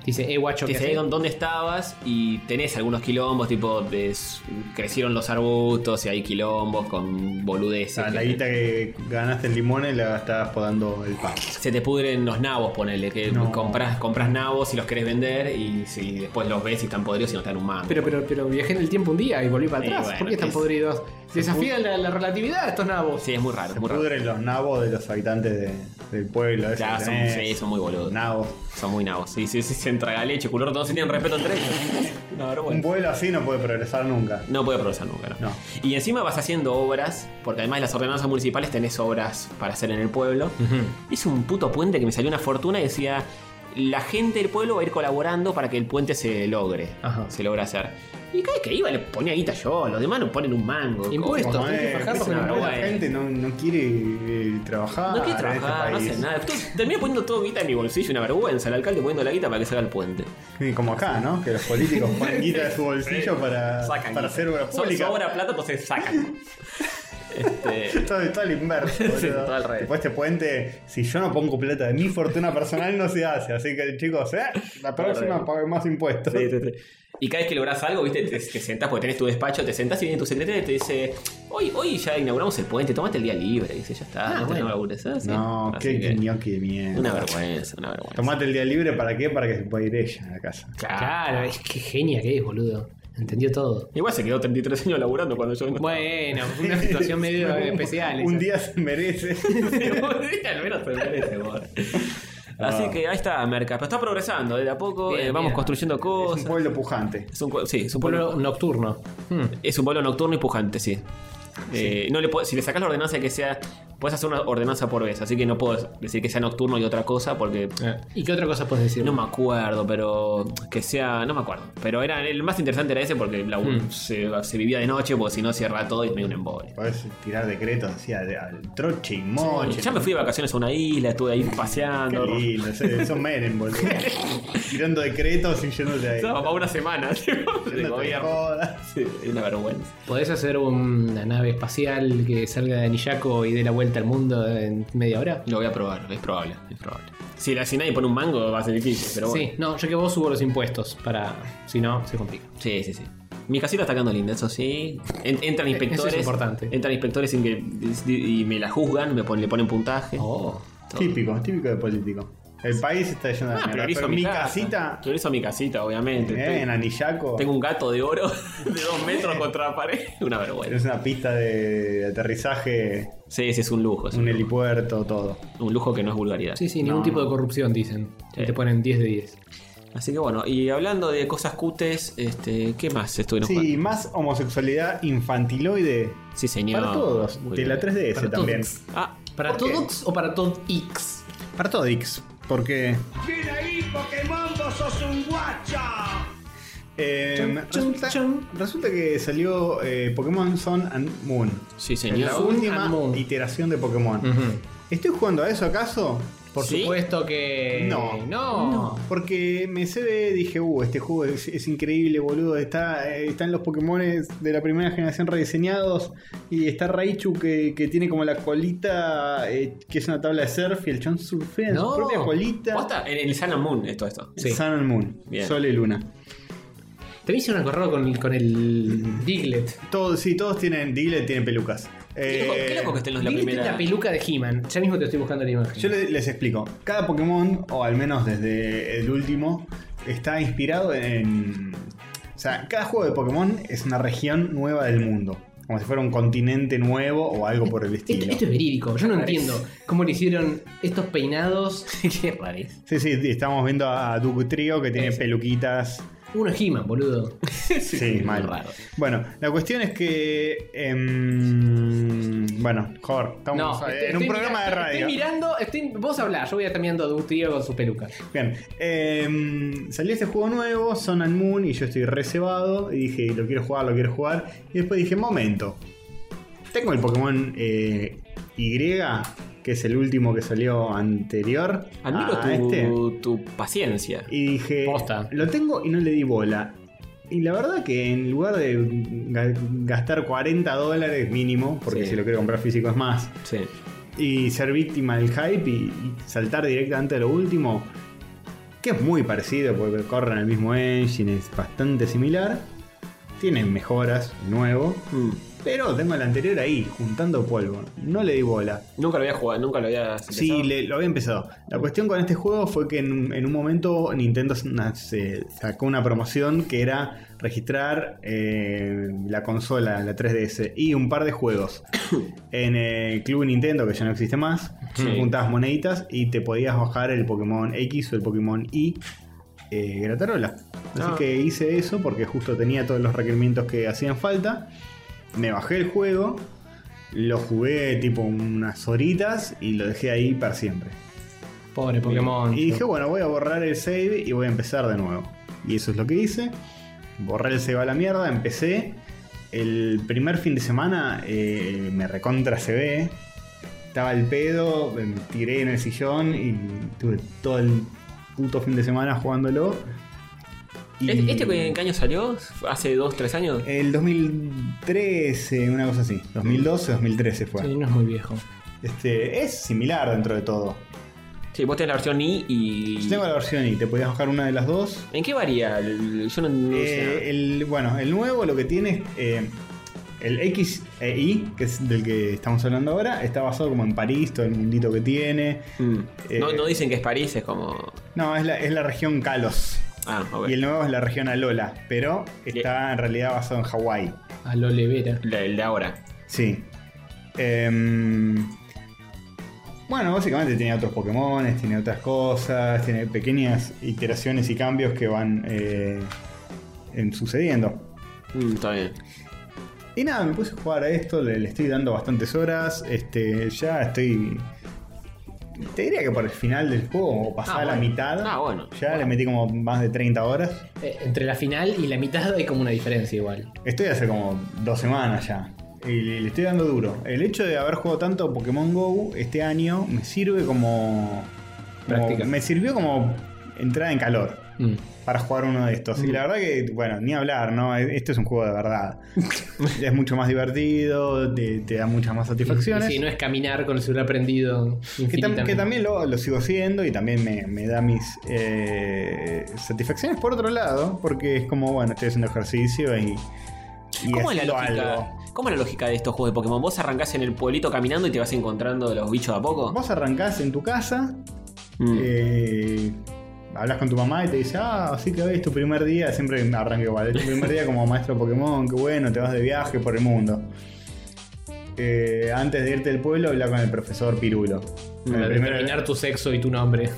Speaker 1: Te dice, eh, guacho,
Speaker 3: Te
Speaker 1: ¿qué
Speaker 3: dice
Speaker 1: haces?".
Speaker 3: "Dónde- dónde estabas y tenés algunos quilombos, tipo de- s- crecieron los arbustos y hay quilombos con boludeces.
Speaker 2: Ah, la guita que ganaste en limones la gastabas podando el pan.
Speaker 3: Se te pudren los nabos, ponele, que
Speaker 2: No.
Speaker 3: compras, compras nabos y los querés vender y si después los ves y están podridos y no están humanos.
Speaker 1: Pero, pero, pero viajé en el tiempo un día y volví para
Speaker 3: Sí,
Speaker 1: atrás.
Speaker 3: bueno,
Speaker 1: ¿Por qué están
Speaker 3: es-
Speaker 1: podridos? Desafían la, la relatividad estos nabos.
Speaker 3: Sí, es muy raro.
Speaker 2: Se pudren los nabos de los habitantes de- del pueblo. eso
Speaker 3: Ya, son,
Speaker 2: tenés.
Speaker 3: sí, son muy boludos.
Speaker 2: Nabos.
Speaker 3: Son muy nabos. Sí, sí, sí, se entrega leche, color, todos tienen respeto entre ellos. No, pero
Speaker 2: Un
Speaker 3: bueno.
Speaker 2: pueblo así no puede progresar nunca.
Speaker 3: No puede progresar nunca, ¿no? Y encima vas haciendo obras, porque además de las ordenanzas municipales tenés obras para hacer en el pueblo. Hice un puto puente que me salió una fortuna y decía, la gente del pueblo va a ir colaborando para que el puente se logre, se logre hacer. Y cada vez que iba le ponía guita yo, los demás no ponen un mango.
Speaker 2: Como
Speaker 3: ¿cómo?
Speaker 2: es,
Speaker 3: Es
Speaker 2: como
Speaker 3: una
Speaker 2: la
Speaker 3: vergüenza.
Speaker 2: gente no, no quiere eh, trabajar.
Speaker 3: No quiere
Speaker 2: en este
Speaker 3: trabajar, no
Speaker 2: país.
Speaker 3: hace nada. Estoy- Terminé poniendo todo guita en mi bolsillo, una vergüenza. El alcalde poniendo la guita para que se haga el puente.
Speaker 2: Sí, Como acá, ¿no? Que los políticos ponen guita de su bolsillo para,
Speaker 3: Sacan
Speaker 2: Ah, para
Speaker 3: guita.
Speaker 2: hacer obra
Speaker 3: So-
Speaker 2: pública.
Speaker 3: Sobra plata, entonces sacan. Este,
Speaker 2: Todo, todo al inverso.
Speaker 3: Sí,
Speaker 2: boludo.
Speaker 3: todo al revés.
Speaker 2: Después este puente, si yo no pongo plata de mi fortuna personal, no se hace. Así que chicos, eh, la próxima
Speaker 3: revés.
Speaker 2: pague más impuestos.
Speaker 3: Y cada vez que logras algo, viste, te, te sentás porque tenés tu despacho, te sentás y viene tu secretaria y te dice, hoy, hoy ya inauguramos el puente, tomate el día libre, dice, ya está, no tenemos labures, ¿ah? Sí.
Speaker 2: No,
Speaker 3: Así
Speaker 2: qué
Speaker 3: que,
Speaker 2: ñoqui de mierda.
Speaker 3: Una vergüenza, una vergüenza.
Speaker 2: Tomate el día libre para qué? Para que se pueda ir ella a la casa.
Speaker 1: Claro, es que genia que es, boludo. Entendió todo.
Speaker 3: Igual se quedó 33 años laburando cuando yo
Speaker 1: Bueno, una situación medio especial.
Speaker 2: Un
Speaker 1: esa.
Speaker 2: día se merece.
Speaker 3: Al menos te merece, vos. Así que ahí está, Merca. Pero está progresando, de a poco
Speaker 1: Bien,
Speaker 3: eh, vamos
Speaker 1: bien.
Speaker 3: construyendo cosas.
Speaker 2: Es un pueblo pujante.
Speaker 3: Es un, cue- sí, es un pueblo,
Speaker 1: Pueblo nocturno.
Speaker 3: es un pueblo nocturno y pujante, sí. Eh, no le puedo- si le sacas la ordenanza que sea. Puedes hacer una ordenanza por vez, así que no puedo decir que sea nocturno y otra cosa porque.
Speaker 1: ¿Y qué otra cosa puedes decir?
Speaker 3: No me acuerdo, pero. Que sea. No me acuerdo. Pero era el más interesante era ese porque la-
Speaker 1: Mm.
Speaker 3: se, se vivía de noche, porque si no cierra todo y me un embole.
Speaker 2: Podés tirar decretos así al, al troche y moche.
Speaker 3: Ya me fui de vacaciones a una isla, estuve ahí
Speaker 2: Qué
Speaker 3: paseando.
Speaker 2: lindo, ese- esos meren, boludo. Tirando decretos y yéndose ahí.
Speaker 3: Estaba para una semana tipo, de gobierno. Sí, es una vergüenza.
Speaker 1: ¿Podés hacer una nave espacial que salga de Niyaco y dé la vuelta al mundo en media hora?
Speaker 3: Lo voy a probar, es probable, es probable. Si, la, si nadie pone un mango va a ser difícil, pero bueno.
Speaker 1: Sí, no, yo que vos subo los impuestos para. Si no, se complica.
Speaker 3: Sí, sí, sí. Mi casita está quedando linda, eso sí. En- entran
Speaker 1: Eh,
Speaker 3: inspectores.
Speaker 1: eso es importante.
Speaker 3: Entran inspectores sin que, y me la juzgan, me pon- le ponen puntaje.
Speaker 1: Oh,
Speaker 2: Típico, típico de político. El país está yendo a la
Speaker 3: Ah,
Speaker 2: mierda.
Speaker 3: priorizo
Speaker 2: Pero
Speaker 3: mi,
Speaker 2: mi
Speaker 3: casa.
Speaker 2: casita,
Speaker 3: Priorizo mi casita, obviamente.
Speaker 2: eh, en Anillaco,
Speaker 3: Tengo un gato de oro de dos metros contra la pared. Una vergüenza.
Speaker 2: es una pista de aterrizaje,
Speaker 3: Sí, sí, es un lujo. es
Speaker 2: un helipuerto, todo.
Speaker 3: un lujo que no es vulgaridad.
Speaker 1: Sí, sí, ningún
Speaker 2: No.
Speaker 1: tipo de corrupción, dicen.
Speaker 3: Sí.
Speaker 1: Y te ponen 10 de 10.
Speaker 3: Así que bueno, y hablando de cosas cutes, este, ¿qué más estuvieron
Speaker 2: Sí,
Speaker 3: jugando?
Speaker 2: más homosexualidad infantiloide
Speaker 3: Sí, señor.
Speaker 2: para todos.
Speaker 3: Muy
Speaker 2: De la
Speaker 3: bien.
Speaker 2: 3DS
Speaker 1: Para
Speaker 2: también.
Speaker 1: todos.
Speaker 3: Ah,
Speaker 1: ¿Para
Speaker 2: ¿Por qué?
Speaker 1: todos o para todos X?
Speaker 2: Para todos, Dix, porque
Speaker 10: Mira ahí, Pokémon, vos sos un guacha.
Speaker 2: Eh,
Speaker 1: Chum, chum,
Speaker 2: resulta,
Speaker 1: chum.
Speaker 2: resulta que salió eh, Pokémon Sun and Moon.
Speaker 3: sí,
Speaker 2: La
Speaker 3: señor.
Speaker 1: Sun
Speaker 2: última
Speaker 1: and Moon.
Speaker 2: iteración de Pokémon. ¿Estoy jugando a eso acaso?
Speaker 1: Por
Speaker 3: Sí.
Speaker 1: supuesto que.
Speaker 2: No.
Speaker 1: No.
Speaker 2: Porque me ve dije, uh, este juego es, es increíble, boludo. Está, eh, están los Pokémon de la primera generación rediseñados. Y está Raichu que, que tiene como la colita, eh, que es una tabla de surf. Y el chon surfea en
Speaker 1: No.
Speaker 2: su propia colita.
Speaker 3: Posta, En el Sun and Moon, esto, esto.
Speaker 1: Sí.
Speaker 2: Sun and Moon,
Speaker 3: Bien.
Speaker 2: Sol y Luna.
Speaker 1: También hicieron un correo con, con el Diglett.
Speaker 2: Todos, sí, todos tienen, Diglett tiene pelucas.
Speaker 3: Qué loco, qué
Speaker 2: Eh,
Speaker 3: loco que estén los de la
Speaker 1: Diglett
Speaker 3: primera.
Speaker 1: es la peluca de He-Man. Ya mismo te estoy buscando la imagen.
Speaker 2: Yo le- les explico. Cada Pokémon, o al menos desde el último, está inspirado en. O sea, cada juego de Pokémon es una región nueva del mundo. Como si fuera un continente nuevo o algo por el
Speaker 1: Esto,
Speaker 2: estilo.
Speaker 1: esto es verídico. Yo no
Speaker 3: Parece.
Speaker 1: entiendo cómo le hicieron estos peinados.
Speaker 3: Qué rareza.
Speaker 2: Sí, sí, estamos viendo a Duke Trio que tiene
Speaker 1: Ese.
Speaker 2: peluquitas.
Speaker 1: Uno es He-Man, boludo.
Speaker 2: Sí, mal.
Speaker 3: raro.
Speaker 2: Bueno, la cuestión es que. em, bueno, Jor, estamos eh,
Speaker 1: No, este,
Speaker 2: en
Speaker 1: estoy-
Speaker 2: un
Speaker 1: estoy
Speaker 2: programa
Speaker 1: mira-
Speaker 2: de radio.
Speaker 1: Estoy mirando, estoy, vos hablás, yo voy a estar mirando a Duke Trio con su peluca.
Speaker 2: Bien, eh, salió este juego nuevo, Sun and Moon, y yo estoy reservado. Y dije, lo quiero jugar, lo quiero jugar. Y después dije, momento. Tengo el Pokémon eh, Y, que es el último que salió anterior
Speaker 3: Admiro
Speaker 2: a
Speaker 3: tu,
Speaker 2: este.
Speaker 3: tu paciencia.
Speaker 2: Y dije, lo tengo y no le di bola. Y la verdad que en lugar de ga- gastar 40 dólares mínimo, porque
Speaker 3: Sí.
Speaker 2: si lo quiero comprar físico es más, y ser víctima del hype y, y saltar directamente a lo último, que es muy parecido porque corren el mismo engine, es bastante similar, tienen mejoras, nuevo, pero tengo el anterior ahí, juntando polvo, no le di bola.
Speaker 3: Nunca lo había jugado, nunca lo había
Speaker 2: Sí, le- lo había empezado. La cuestión con este juego fue que en, un- en un momento Nintendo s- na- se sacó una promoción que era registrar eh, la consola, la 3DS, y un par de juegos. en el Club Nintendo, que ya no existe más,
Speaker 3: Sí.
Speaker 2: juntabas moneditas y te podías bajar el Pokémon X o el Pokémon Y eh, Gratarola. Así
Speaker 3: Ah.
Speaker 2: que hice eso porque justo tenía todos los requerimientos que hacían falta. Me bajé el juego, lo jugué tipo unas horitas y lo dejé ahí para siempre.
Speaker 1: Pobre Pokémon.
Speaker 2: Y dije, bueno, voy a borrar el save y voy a empezar de nuevo. Y eso es lo que hice. Borré el save a la mierda, empecé. El primer fin de semana eh, me recontra se ve. Estaba el pedo, me tiré en el sillón y tuve todo el puto fin de semana jugándolo. Y-
Speaker 3: ¿Es- ¿Este en qué año salió? ¿Hace 2, 3 años?
Speaker 2: El 2013, una cosa así. 2012, 2013 fue.
Speaker 1: no es muy viejo.
Speaker 2: Este, es similar dentro de todo.
Speaker 3: Sí, vos tenés la versión I y.
Speaker 2: Yo tengo la versión y te podías bajar una de las dos.
Speaker 3: ¿En qué varía? El- Yo no, no sé
Speaker 2: Eh,
Speaker 3: nada.
Speaker 2: el, bueno, el nuevo lo que tiene es. eh, el X e Y, que es del que estamos hablando ahora, está basado como en París, todo el mundito que tiene. Eh,
Speaker 3: Mm. no, no dicen que es París, es como.
Speaker 2: No, es la, es la región Kalos.
Speaker 3: Ah, ok.
Speaker 2: Y el nuevo es la región Alola, pero está en realidad basado en Hawái.
Speaker 1: Alolevera.
Speaker 3: El de ahora.
Speaker 2: Sí. Em, bueno, básicamente tiene otros Pokémon, tiene otras cosas, tiene pequeñas iteraciones y cambios que van eh, em, sucediendo.
Speaker 3: Mm, está bien.
Speaker 2: Y nada, me puse a jugar a esto, le, le estoy dando bastantes horas, este, ya estoy... Te diría que por el final del juego, o pasada
Speaker 1: Ah,
Speaker 2: la
Speaker 1: bueno.
Speaker 2: mitad,
Speaker 1: Ah, bueno.
Speaker 2: ya le metí como más de 30 horas.
Speaker 1: Eh, entre la final y la mitad hay como una diferencia igual.
Speaker 2: Estoy hace como dos semanas ya. Y le le estoy dando duro. El hecho de haber jugado tanto Pokémon Go este año me sirve como. como-
Speaker 1: Práctica.
Speaker 2: me sirvió como entrada en calor
Speaker 1: Mm.
Speaker 2: para jugar uno de estos. Y la verdad que, bueno, ni hablar, ¿no? E- Este es un juego de verdad. es mucho más divertido, te, te da muchas más satisfacciones.
Speaker 1: Mm. Y sí, no es caminar con el celular prendido.
Speaker 2: Que, tam- que
Speaker 1: infinitamente.
Speaker 2: también lo, lo sigo haciendo y también me, me da mis eh, satisfacciones por otro lado, porque es como, bueno, estoy haciendo ejercicio y. y
Speaker 3: ¿Cómo es, la
Speaker 2: haciendo
Speaker 3: lógica, ¿Cómo es la lógica de estos juegos de Pokémon? ¿Vos arrancás en el pueblito caminando y te vas encontrando los bichos de a poco? Mm.
Speaker 2: Vos arrancás en tu casa, eh, hablas con tu mamá y te dice, ah, así que hoy es tu primer día, siempre arranca igual, es tu primer día como maestro Pokémon, qué bueno, te vas de viaje por el mundo. Eh, antes de irte del pueblo, habla con el profesor Pirulo.
Speaker 3: Mm.
Speaker 1: Para
Speaker 2: El primer-
Speaker 1: determinar tu sexo y tu nombre.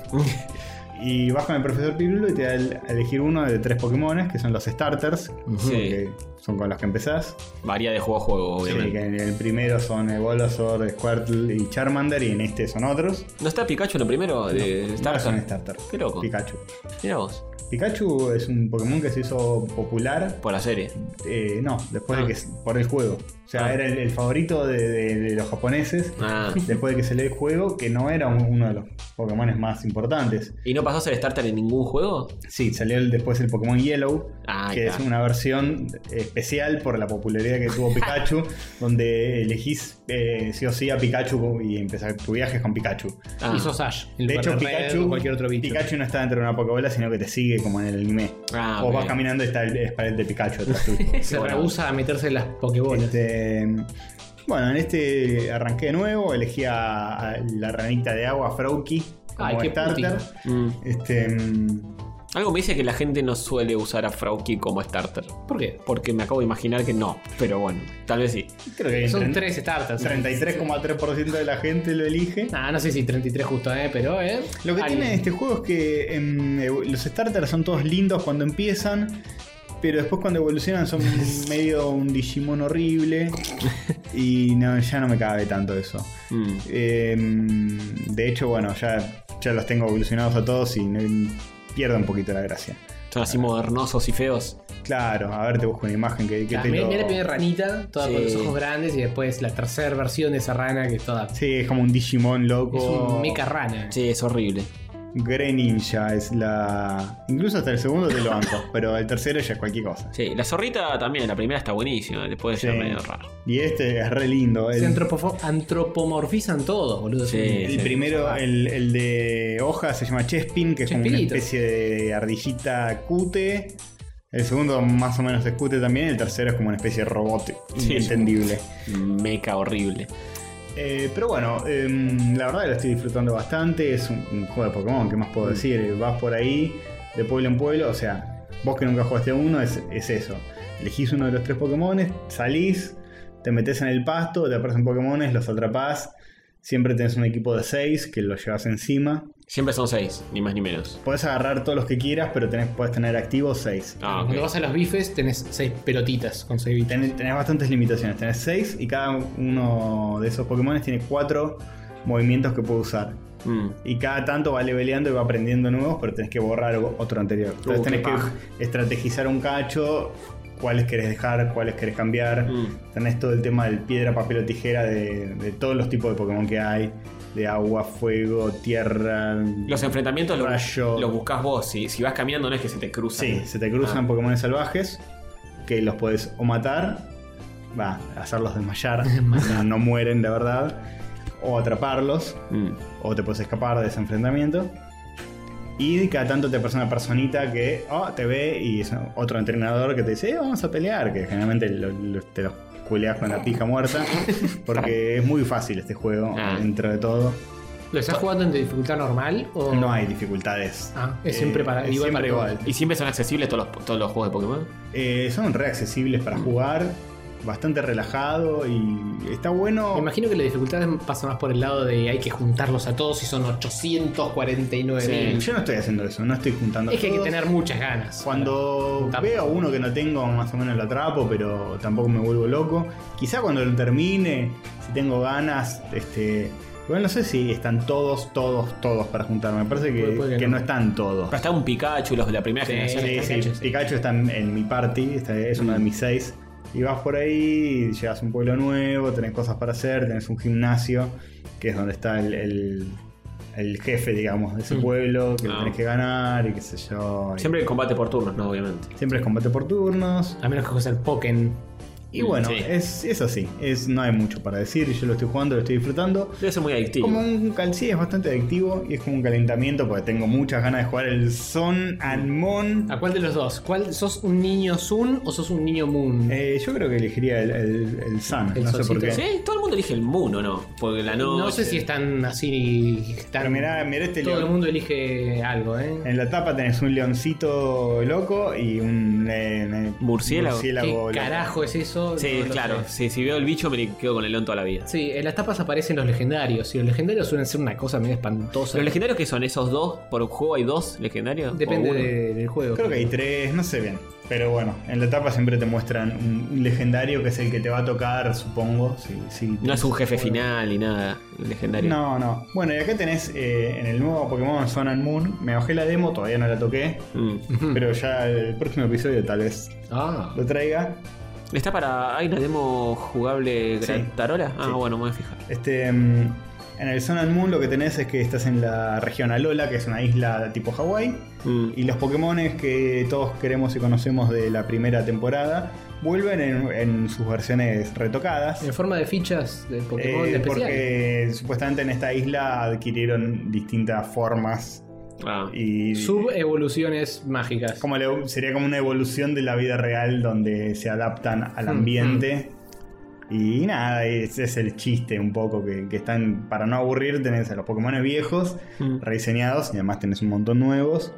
Speaker 2: y vas con el profesor Pirulo y te da el- a elegir uno de tres Pokémones, que son los starters, que son con los que empezás.
Speaker 3: Varía de juego a juego,
Speaker 2: Sí,
Speaker 3: obviamente.
Speaker 2: que en el primero son Golosor, Squirtle y Charmander, y en este son otros.
Speaker 3: ¿No está Pikachu en lo primero? De
Speaker 2: No,
Speaker 3: Starter.
Speaker 2: no es un starter.
Speaker 3: Qué loco.
Speaker 2: Pikachu.
Speaker 3: Mira vos.
Speaker 2: Pikachu es un Pokémon que se hizo popular. eh,
Speaker 3: Por la serie.
Speaker 2: no, después de que. por el juego. O sea,
Speaker 3: Ah.
Speaker 2: era el, el favorito de, de- de los japoneses.
Speaker 3: Ah.
Speaker 2: Después de que salió el juego, que no era un- uno de los Pokémon más importantes.
Speaker 3: ¿Y no pasó a ser starter en ningún juego?
Speaker 2: Sí, salió el- después el Pokémon Yellow,
Speaker 3: Ah,
Speaker 2: que es
Speaker 3: claro.
Speaker 2: una versión especial por la popularidad que tuvo Pikachu, donde elegís eh, sí o sí a Pikachu y empezás tu viaje con Pikachu.
Speaker 1: Ah. Y sos Ash, en
Speaker 2: De
Speaker 1: lugar
Speaker 2: hecho,
Speaker 1: de Red
Speaker 2: Pikachu,
Speaker 1: o cualquier otro bicho.
Speaker 2: Pikachu no está dentro de una Pokébola, sino que te sigue como en el anime.
Speaker 1: Ah,
Speaker 2: o
Speaker 1: ok.
Speaker 2: vas caminando y está el espalet de Pikachu atrás tuyo.
Speaker 1: Se rehúsa a meterse en las pokebolas.
Speaker 2: Este, bueno, en este arranqué de nuevo, elegí a, a la ranita de agua, Froakie, como
Speaker 3: Ay, qué
Speaker 2: starter. Este, mm,
Speaker 3: Algo me dice que la gente no suele usar a Frauki como starter.
Speaker 1: ¿Por qué?
Speaker 3: Porque me acabo de imaginar que no. Pero bueno, tal vez sí.
Speaker 2: creo que hay
Speaker 1: Son
Speaker 2: tren-
Speaker 1: tres starters.
Speaker 2: 33,3% de la gente lo elige.
Speaker 1: Ah, no sé si 33 justo, eh, pero eh.
Speaker 2: Lo que
Speaker 1: alguien.
Speaker 2: tiene este juego es que em, evo- los starters son todos lindos cuando empiezan, pero después cuando evolucionan son medio un Digimon horrible. Y no, ya no me cabe tanto eso.
Speaker 3: Mm.
Speaker 2: Em, de hecho, bueno, ya, ya los tengo evolucionados a todos y no- pierdo un poquito la gracia.
Speaker 3: Son así modernosos y feos.
Speaker 2: Claro, a ver, te busco una imagen que, que
Speaker 1: Claro,
Speaker 2: te
Speaker 1: mirá,
Speaker 2: lo-
Speaker 1: mirá la primera ranita, toda con
Speaker 2: Sí.
Speaker 1: los ojos grandes, y después la tercera versión de esa rana que es toda.
Speaker 2: Sí, es como un Digimon loco.
Speaker 1: Es un mecha rana.
Speaker 3: Sí, es horrible.
Speaker 2: Greninja es la. Incluso hasta el segundo te lo banco, pero el tercero ya es cualquier cosa.
Speaker 3: Sí, la zorrita también, la primera está buenísima, después ya
Speaker 2: Sí.
Speaker 3: medio raro.
Speaker 2: Y este es re lindo.
Speaker 1: Se
Speaker 2: El,
Speaker 1: antropofo- antropomorfizan todo, boludo. Es un-
Speaker 2: el primero, el, el de hoja se llama Chespin, que es como una
Speaker 1: Chespirito.
Speaker 2: especie de ardillita cute. El segundo más o menos es cute también. El tercero es como una especie de robot
Speaker 3: Sí, es un
Speaker 2: inentendible.
Speaker 3: Meca horrible.
Speaker 2: Eh, pero bueno, em, la verdad que lo estoy disfrutando bastante. Es un, un juego de Pokémon, ¿qué más puedo decir? Eh, Vas por ahí, de pueblo en pueblo. O sea, vos que nunca jugaste a uno, es, es eso. Elegís uno de los tres Pokémon, salís, te metes en el pasto, te aparecen Pokémones, los atrapás. Siempre tenés un equipo de seis que los llevas encima.
Speaker 3: Siempre son seis, ni más ni menos.
Speaker 2: Podés agarrar todos los que quieras, pero tenés, podés tener activos seis.
Speaker 3: Ah,
Speaker 1: Cuando vas a los bifes, tenés seis pelotitas con seis bichos.
Speaker 2: Tenés, tenés bastantes limitaciones. Tenés 6 y cada uno de esos Pokémon tiene 4 movimientos que puede usar.
Speaker 3: Mm.
Speaker 2: Y cada tanto va leveleando y va aprendiendo nuevos, pero tenés que borrar o- otro anterior. Entonces
Speaker 3: Uh, qué
Speaker 2: tenés que
Speaker 3: paja.
Speaker 2: estrategizar un cacho, cuáles querés dejar, cuáles querés cambiar.
Speaker 3: Mm.
Speaker 2: Tenés todo el tema del piedra, papel o tijera de, de todos los tipos de Pokémon que hay. De agua, fuego, tierra.
Speaker 3: Los enfrentamientos los,
Speaker 2: Rayo.
Speaker 3: los buscás vos. Si, si vas caminando, no es que se te cruzan.
Speaker 2: Sí, se te cruzan
Speaker 3: Ah.
Speaker 2: Pokémon salvajes que los podés o matar, va, hacerlos desmayar, no, no mueren la verdad, o atraparlos, o te puedes escapar de ese enfrentamiento. Y cada tanto te aparece una personita que oh, te ve y es otro entrenador que te dice, "Eh, vamos a pelear, que generalmente lo- lo- te los culeas
Speaker 1: Oh.
Speaker 2: con la pija muerta, porque es muy fácil este juego dentro de todo.
Speaker 1: ¿Lo estás jugando en dificultad normal o.?
Speaker 2: No hay dificultades.
Speaker 1: Oh.
Speaker 2: Eh,
Speaker 1: Ah, es siempre para-
Speaker 2: es
Speaker 1: igual para
Speaker 2: siempre
Speaker 1: todos.
Speaker 2: igual.
Speaker 3: ¿Y siempre son accesibles todos los, todos los juegos de Pokémon?
Speaker 2: Eh, son re accesibles para jugar, bastante relajado y está bueno.
Speaker 1: Me imagino que la dificultad pasa más por el lado de hay que juntarlos a todos y son 849
Speaker 2: Sí, yo no estoy haciendo eso, no estoy juntando.
Speaker 1: Es que hay que
Speaker 2: todos.
Speaker 1: tener muchas ganas.
Speaker 2: Cuando veo uno que no tengo, más o menos lo atrapo, pero tampoco me vuelvo loco. Quizá cuando lo termine, si tengo ganas, este. Igual no sé si están todos, todos, todos para juntarme. Me parece que,
Speaker 3: Puede- puede que
Speaker 2: que no. están todos.
Speaker 3: Pero está un Pikachu, los de la primera generación.
Speaker 2: Sí,
Speaker 3: están
Speaker 2: sí,
Speaker 3: hechos.
Speaker 2: Pikachu está en, en mi party, está- es uno de mis seis. Y vas por ahí, llegas a un pueblo nuevo, tenés cosas para hacer, tenés un gimnasio, que es donde está el, el- el jefe, digamos, de ese pueblo, que lo
Speaker 3: Ah.
Speaker 2: tenés que ganar y qué sé yo. y-
Speaker 3: Siempre el combate por turnos, ¿no? Obviamente.
Speaker 2: siempre es combate por turnos.
Speaker 1: A menos que juegues al Pokémon.
Speaker 2: Y bueno,
Speaker 3: Sí.
Speaker 2: es, es así, es, no hay mucho para decir, yo lo estoy jugando, lo estoy disfrutando.
Speaker 3: Debe ser muy adictivo.
Speaker 2: Como un cal- sí, es bastante adictivo y es como un calentamiento porque tengo muchas ganas de jugar el Son and Moon.
Speaker 1: ¿A cuál de los dos? ¿Cuál, ¿Sos un niño Sun o sos un niño Moon?
Speaker 2: Eh, yo creo que elegiría el, el, el Sun,
Speaker 1: El
Speaker 2: no sé por
Speaker 1: solcito.
Speaker 2: qué.
Speaker 3: Sí, todo el mundo elige el Moon, ¿o no? este- Porque la noche.
Speaker 1: no sé si están así. Están,
Speaker 2: Pero mirá, mirá este
Speaker 1: todo
Speaker 2: león.
Speaker 1: el mundo elige algo, ¿eh?
Speaker 2: En la tapa tenés un leoncito loco y un eh, eh,
Speaker 3: Murciélago.
Speaker 1: ¿Qué
Speaker 2: loco.
Speaker 1: carajo es eso?
Speaker 3: Sí,
Speaker 1: No lo
Speaker 3: claro.
Speaker 1: sé.
Speaker 3: Sí, si veo el bicho, me quedo con el león toda la vida.
Speaker 1: Sí, en las tapas aparecen los legendarios y los legendarios suelen ser una cosa medio espantosa.
Speaker 3: ¿Los legendarios que son? ¿Esos dos? ¿Por juego hay dos legendarios?
Speaker 1: Depende
Speaker 3: ¿O uno?
Speaker 1: de- del juego.
Speaker 2: Creo que hay tres, no sé bien. Pero bueno, en la tapa siempre te muestran un, un legendario que es el que te va a tocar, supongo. si- si-
Speaker 3: No es un jefe final ni nada. El legendario.
Speaker 2: No, no. Bueno, y acá tenés eh, en el nuevo Pokémon Sun and Moon. Me bajé la demo, todavía no la toqué.
Speaker 3: Mm.
Speaker 1: Hmm.
Speaker 2: Pero ya el próximo episodio tal vez
Speaker 1: Ah.
Speaker 2: lo traiga.
Speaker 3: ¿Está para. ¿Hay una demo jugable
Speaker 2: Sí.
Speaker 3: Tarola? Ah,
Speaker 2: Sí.
Speaker 3: bueno, me voy a fijar.
Speaker 2: Este, mm, en el Sun and Moon lo que tenés es que estás en la región Alola, que es una isla tipo Hawái. Y los Pokémones que todos queremos y conocemos de la primera temporada vuelven en, en sus versiones retocadas.
Speaker 1: En forma de fichas de Pokémon
Speaker 2: Eh,
Speaker 1: de especial.
Speaker 2: porque supuestamente en esta isla adquirieron distintas formas.
Speaker 3: Ah.
Speaker 1: Ah,
Speaker 2: Y
Speaker 1: Sub-evoluciones mágicas.
Speaker 2: como la- sería como una evolución de la vida real donde se adaptan
Speaker 1: Mm,
Speaker 2: al ambiente. Y nada, ese es el chiste un poco que, que están, para no aburrir, tenés a los Pokémon viejos,
Speaker 1: Mm.
Speaker 2: rediseñados, y además tenés un montón nuevos.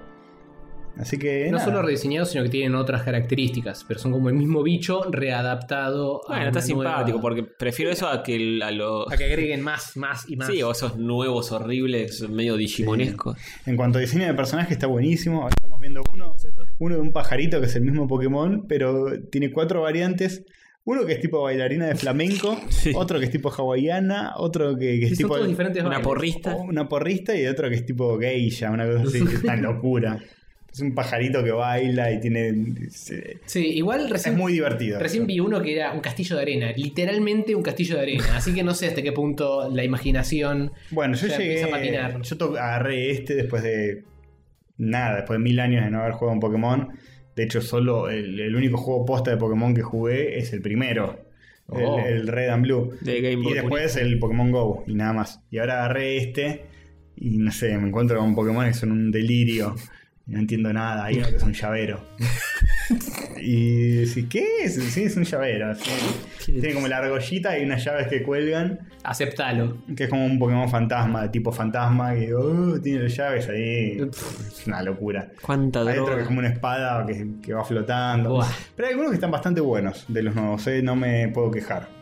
Speaker 2: Así que...
Speaker 1: No
Speaker 2: nada.
Speaker 1: solo rediseñados, sino que tienen otras características, pero son como el mismo bicho readaptado
Speaker 3: Bueno,
Speaker 1: a
Speaker 3: está
Speaker 1: una nueva-
Speaker 3: simpático, porque prefiero eso a que el- a los.
Speaker 1: A que agreguen más, más y más.
Speaker 3: Sí, o esos nuevos horribles, medio digimonescos.
Speaker 2: En cuanto a diseño de personaje está buenísimo. Ahora estamos viendo uno, uno de un pajarito que es el mismo Pokémon, pero tiene cuatro variantes. Uno que es tipo bailarina de flamenco, otro que es tipo hawaiana, otro que, que es
Speaker 1: Sí, son
Speaker 2: tipo
Speaker 1: todos diferentes
Speaker 3: Una
Speaker 1: bailes.
Speaker 3: porrista.
Speaker 2: una porrista y otro que es tipo geisha, una cosa así, que es una locura. Es un pajarito que baila y tiene. se-
Speaker 1: Sí, igual recién.
Speaker 2: muy divertido.
Speaker 1: Recién vi uno que era un castillo de arena, literalmente un castillo de arena. Así que no sé hasta qué punto la imaginación.
Speaker 2: Bueno, yo
Speaker 1: ya
Speaker 2: llegué.
Speaker 1: empieza a patinar.
Speaker 2: Yo to- agarré este después de. Nada, después de mil años de no haber jugado un Pokémon. De hecho, solo el, el único juego posta de Pokémon que jugué es el primero. El-
Speaker 3: Oh.
Speaker 2: El, Red and Blue.
Speaker 3: De Game
Speaker 2: y
Speaker 3: Boy
Speaker 2: después el Pokémon Go y nada más. Y ahora agarré este y no sé, me encuentro con Pokémon que son un delirio. Y no entiendo nada. Hay uno que es un llavero. y decís, ¿qué es? Sí, es un llavero. sí. Tiene como la argollita y unas llaves que cuelgan.
Speaker 1: Aceptalo.
Speaker 2: Que es como un Pokémon fantasma, de tipo fantasma, que "Uh, tiene las llaves ahí. Es una locura.
Speaker 3: ¿Cuánta
Speaker 2: Hay otro
Speaker 3: droga?
Speaker 2: que es como una espada que, que va flotando. Pero hay algunos que están bastante buenos de los nuevos, ¿eh? no me puedo quejar.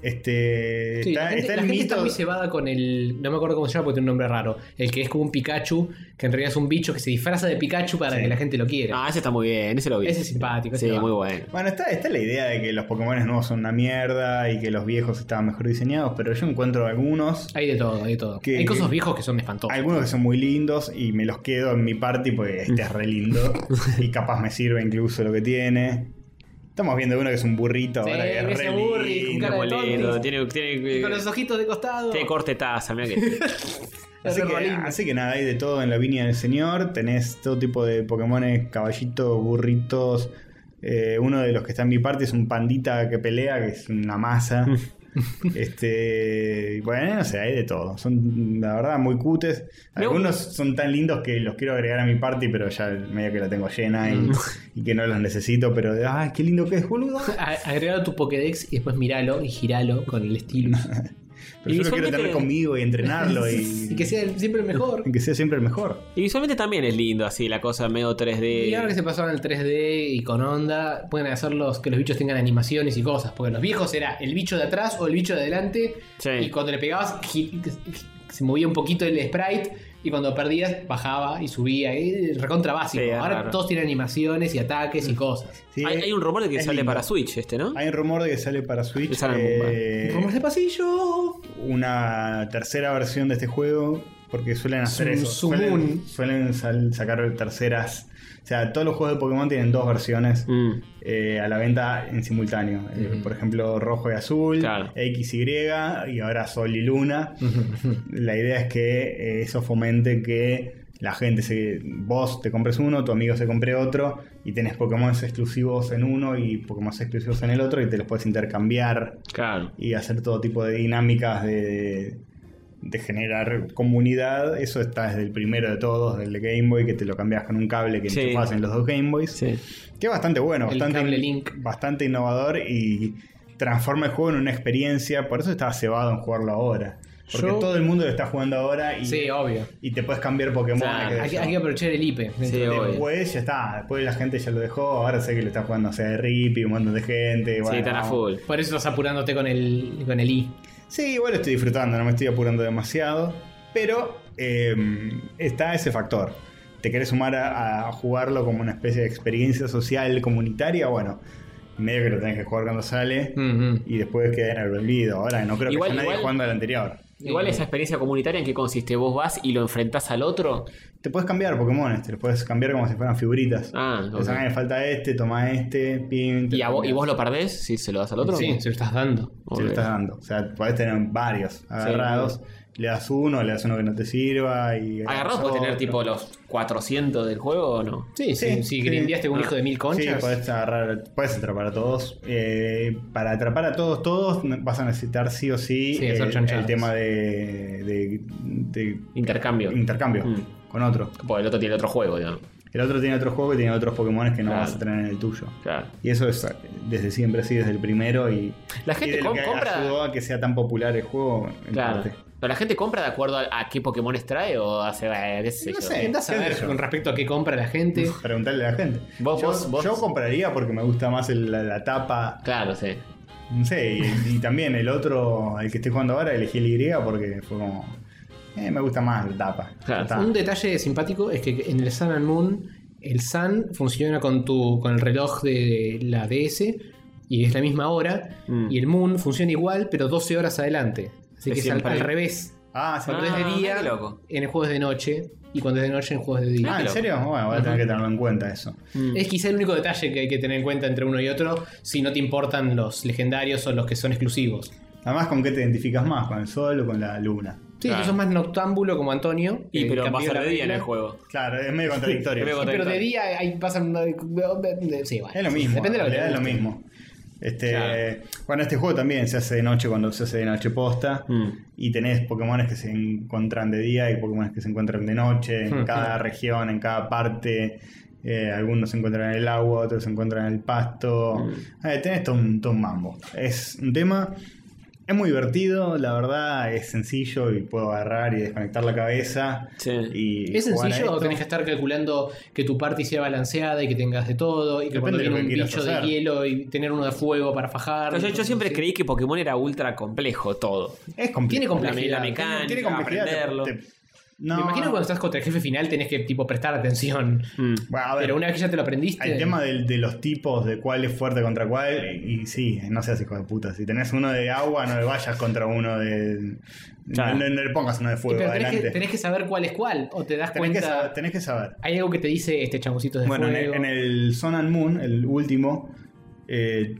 Speaker 2: Este.
Speaker 1: Sí, la
Speaker 2: está,
Speaker 1: gente,
Speaker 2: está
Speaker 1: la
Speaker 2: el
Speaker 1: gente
Speaker 2: mito.
Speaker 1: está muy cebada con el. No me acuerdo cómo se llama porque tiene un nombre raro. El que es como un Pikachu, que en realidad es un bicho que se disfraza de Pikachu para que la gente lo quiera.
Speaker 3: Ah, ese está muy bien, ese lo vi.
Speaker 1: Ese es simpático.
Speaker 3: Sí,
Speaker 1: ese va.
Speaker 3: muy bueno.
Speaker 2: Bueno, está, está la idea de que los Pokémon nuevos son una mierda y que los viejos estaban mejor diseñados, pero yo encuentro algunos.
Speaker 1: Hay de todo, hay de todo.
Speaker 2: Que-
Speaker 1: hay cosas viejos que son espantosos.
Speaker 2: Algunos que son muy lindos y me los quedo en mi party porque este es re lindo. y capaz me sirve incluso lo que tiene. Estamos viendo uno que es un burrito ahora que es
Speaker 1: ese
Speaker 2: re
Speaker 1: burri, con
Speaker 2: lindo.
Speaker 1: cara de
Speaker 2: boludo.
Speaker 1: tonti.
Speaker 3: Lindo, tiene, tiene,
Speaker 1: Y con los ojitos de costado.
Speaker 3: tiene corte taza, mira que.
Speaker 2: Así que, así que nada, hay de todo en la viña del señor. Tenés todo tipo de Pokémones, caballitos, burritos. Eh, uno de los que está en mi parte es un pandita que pelea, que es una masa. este, y bueno, no sé, hay de todo. Son la verdad muy cutes. Algunos son tan lindos que los quiero agregar a mi party, pero ya medio que la tengo llena
Speaker 3: Mm.
Speaker 2: y, y que no los necesito. Pero, ay, qué lindo que es, boludo.
Speaker 1: A- Agregalo a tu Pokédex y después miralo y giralo con el estilo.
Speaker 2: Pero yo lo quiero tener conmigo y entrenarlo y,
Speaker 1: y que sea el- siempre el mejor.
Speaker 2: y que sea siempre el mejor.
Speaker 3: Y visualmente también es lindo, así, la cosa medio 3D.
Speaker 1: Y ahora que se pasaron al 3D y con onda, pueden hacer los- que los bichos tengan animaciones y cosas. Porque los viejos era el bicho de atrás o el bicho de adelante.
Speaker 3: Sí.
Speaker 1: Y cuando le pegabas, gi- se movía un poquito el sprite. Y cuando perdías, bajaba y subía. Y recontra básico.
Speaker 3: Sí, es
Speaker 1: ahora
Speaker 3: raro. Mm.
Speaker 1: todos tienen animaciones y ataques y cosas.
Speaker 2: Sí,
Speaker 3: hay, hay un rumor de que
Speaker 2: es
Speaker 3: sale
Speaker 2: lindo.
Speaker 3: para Switch este, ¿no?
Speaker 2: Hay un rumor de que sale para Switch.
Speaker 3: Sale
Speaker 2: eh,
Speaker 3: en
Speaker 1: Rumores de pasillo.
Speaker 2: una tercera versión de este juego. Porque suelen hacer
Speaker 1: Zum-
Speaker 2: eso. Suelen,
Speaker 1: Zumun.
Speaker 2: suelen sal- sacar terceras. O sea, todos los juegos de Pokémon tienen dos versiones
Speaker 3: Mm.
Speaker 2: eh, a la venta en simultáneo. Eh, por ejemplo, rojo y azul,
Speaker 3: Claro.
Speaker 2: X, Y y ahora sol y luna. la idea es que eh, eso fomente que la gente se. Vos te compres uno, tu amigo se compre otro y tenés Pokémon exclusivos en uno y Pokémon exclusivos en el otro y te los puedes intercambiar
Speaker 3: Claro.
Speaker 2: y hacer todo tipo de dinámicas de, de generar comunidad. Eso está desde el primero de todos, del de Game Boy, que te lo cambias con un cable que
Speaker 3: Sí.
Speaker 2: enchufas en los dos Game Boys.
Speaker 3: Sí.
Speaker 2: Que es bastante bueno,
Speaker 1: El
Speaker 2: bastante,
Speaker 1: cable Link.
Speaker 2: bastante innovador y transforma el juego en una experiencia. Por eso estaba cebado en jugarlo ahora. Porque
Speaker 1: Yo-
Speaker 2: todo el mundo lo está jugando ahora y,
Speaker 1: Sí, obvio.
Speaker 2: y te puedes cambiar Pokémon.
Speaker 3: Claro,
Speaker 2: qué sé
Speaker 1: Hay, que-
Speaker 2: yo.
Speaker 1: hay que aprovechar el IP. dentro
Speaker 3: Sí,
Speaker 1: de-
Speaker 3: obvio.
Speaker 2: Después ya está, después la gente ya lo dejó, ahora sé que lo está jugando, o sea, Rippy, un montón de gente.
Speaker 3: Sí,
Speaker 2: bueno,
Speaker 3: están a
Speaker 2: vamos.
Speaker 3: full.
Speaker 1: Por eso estás apurándote con el, con el I.
Speaker 2: Sí, igual estoy disfrutando, no me estoy apurando demasiado. Pero eh, está ese factor. ¿Te querés sumar a, a jugarlo como una especie de experiencia social comunitaria? Bueno, medio que lo tenés que jugar cuando sale
Speaker 1: Mm, mm.
Speaker 2: y después queda en el olvido. Ahora no creo
Speaker 3: Igual-
Speaker 2: que haya nadie
Speaker 3: igual-
Speaker 2: jugando al anterior.
Speaker 3: Igual
Speaker 1: Eh.
Speaker 3: esa experiencia comunitaria en que consiste, vos vas y lo enfrentás al otro.
Speaker 2: Te puedes cambiar Pokémon, te los puedes cambiar como si fueran figuritas.
Speaker 3: Ah, ok.
Speaker 2: Te sacan, me falta este, toma este, pim. te
Speaker 3: ¿Y, a vos,
Speaker 2: cambias.
Speaker 3: ¿Y vos lo perdés si se lo das al otro?
Speaker 1: Sí, se lo estás dando.
Speaker 2: Te lo
Speaker 3: Ok.
Speaker 2: estás dando. O sea, podés tener varios agarrados. Le das uno, le das uno que no te sirva. Y
Speaker 3: ¿Agarrados podés tener
Speaker 2: otro.
Speaker 3: tipo los 400 del juego o no?
Speaker 1: Sí,
Speaker 2: Sí,
Speaker 1: sí, si
Speaker 2: sí.
Speaker 1: grindeaste
Speaker 3: Ah.
Speaker 1: un hijo de mil
Speaker 2: Sí,
Speaker 1: conchas.
Speaker 2: podés agarrar, puedes atrapar a todos. Eh, para atrapar a todos, todos vas a necesitar sí o sí,
Speaker 1: Sí, hacer
Speaker 2: el,
Speaker 1: chanchadas.
Speaker 2: el tema de, de- de
Speaker 3: Intercambio.
Speaker 2: intercambio
Speaker 3: Mm.
Speaker 2: con otro.
Speaker 3: Porque el otro tiene otro juego, digamos.
Speaker 2: El otro tiene otro juego y tiene otros Pokémon que no
Speaker 3: Claro.
Speaker 2: vas a tener en el tuyo.
Speaker 3: Claro.
Speaker 2: Y eso es desde siempre así, desde el primero. Y
Speaker 3: La
Speaker 2: y
Speaker 3: gente
Speaker 2: de lo
Speaker 3: com-
Speaker 2: que
Speaker 3: compra-
Speaker 2: ayudó a que sea tan popular el juego. en
Speaker 3: Claro.
Speaker 2: parte.
Speaker 3: ¿Pero la gente compra de acuerdo a, a qué Pokémon trae o hace. eh, qué sé
Speaker 2: No
Speaker 3: yo?
Speaker 2: sé.
Speaker 1: Andás a
Speaker 2: ¿Qué
Speaker 1: ver
Speaker 2: sé yo?
Speaker 1: con respecto a qué compra la gente.
Speaker 2: Preguntarle a la gente.
Speaker 3: Vos-
Speaker 2: yo,
Speaker 3: vos- vos-
Speaker 2: yo compraría porque me gusta más el- la, la tapa.
Speaker 3: Claro, sí.
Speaker 2: No sé, y, y también el otro, el que estoy jugando ahora, elegí el Y porque fue como. eh, me gusta más la tapa.
Speaker 3: Claro.
Speaker 2: Está.
Speaker 1: Un detalle simpático es que en el Sun and Moon, el Sun funciona con tu con el reloj de la DS y es la misma hora.
Speaker 3: Mm.
Speaker 1: Y el Moon funciona igual, pero 12 horas adelante. Así
Speaker 3: Es
Speaker 1: que es al,
Speaker 3: siempre-
Speaker 1: al revés.
Speaker 2: Ah,
Speaker 1: Cuando es de día, en el juego es de noche. Y cuando es de noche, en juegos de día.
Speaker 2: Ah, ¿en serio? Bueno, voy a tener que tenerlo en cuenta eso.
Speaker 1: Es quizá el único detalle que hay que tener en cuenta entre uno y otro si no te importan los legendarios o los que son exclusivos.
Speaker 2: Además, ¿con qué te identificas más? ¿Con el sol o con la luna?
Speaker 1: Sí, yo sos más noctámbulo como Antonio.
Speaker 2: Y
Speaker 1: que
Speaker 2: pero va a
Speaker 1: Eh, cambió
Speaker 2: ser
Speaker 1: la
Speaker 2: de día en
Speaker 1: película.
Speaker 2: el
Speaker 3: juego.
Speaker 2: Claro, es medio contradictorio.
Speaker 1: Sí, pero de día ahí pasan. Sí, bueno,
Speaker 2: Es lo mismo.
Speaker 1: Depende de lo que
Speaker 2: en realidad
Speaker 1: te
Speaker 2: es lo
Speaker 1: guste.
Speaker 2: mismo. Este, Bueno, este juego también se hace de noche cuando se hace de noche posta.
Speaker 1: Mm.
Speaker 2: Y tenés Pokémones que se encuentran de día y Pokémones que se encuentran de noche en
Speaker 8: Mm.
Speaker 2: cada región, en cada parte. Eh, algunos se encuentran en el agua, otros se encuentran en el pasto.
Speaker 1: Mm.
Speaker 2: Eh, tenés todo un, todo un mambo. Es un tema. Es muy divertido, la verdad, es sencillo y puedo agarrar y desconectar la cabeza. Y
Speaker 1: ¿Es
Speaker 2: jugar a
Speaker 1: sencillo o
Speaker 2: esto.
Speaker 1: tenés que estar calculando que tu party sea balanceada y que tengas de todo? Y que
Speaker 2: Depende
Speaker 1: cuando
Speaker 2: de lo
Speaker 1: viene
Speaker 2: que
Speaker 1: un
Speaker 2: quieras
Speaker 1: bicho de
Speaker 2: hacer.
Speaker 1: hielo y tener uno de fuego para fajar.
Speaker 3: Yo, yo siempre creí que Pokémon era ultra complejo todo.
Speaker 2: Es
Speaker 1: Tiene complejidad.
Speaker 3: La, me- la mecánica,
Speaker 1: Tiene complejidad, te-
Speaker 3: aprenderlo.
Speaker 1: te- Me imagino que cuando estás contra el jefe final tenés que tipo prestar atención.
Speaker 3: Mm.
Speaker 1: Pero una vez que ya te lo aprendiste.
Speaker 2: El tema del- de, los tipos, de cuál es fuerte contra cuál, y, y sí, no seas hijo de puta. Si tenés uno de agua, no le vayas contra uno de.
Speaker 1: Claro.
Speaker 2: No, no- no le pongas uno de
Speaker 1: Y
Speaker 2: fuego,
Speaker 1: pero tenés
Speaker 2: adelante.
Speaker 1: que, tenés que saber cuál es cuál. O te das
Speaker 2: Tenés que
Speaker 1: cuenta.
Speaker 2: sa- tenés que saber.
Speaker 1: Hay algo que te dice este chamucito de
Speaker 2: Bueno, en el,
Speaker 1: fuego.
Speaker 2: en el Sun and Moon, el último, eh,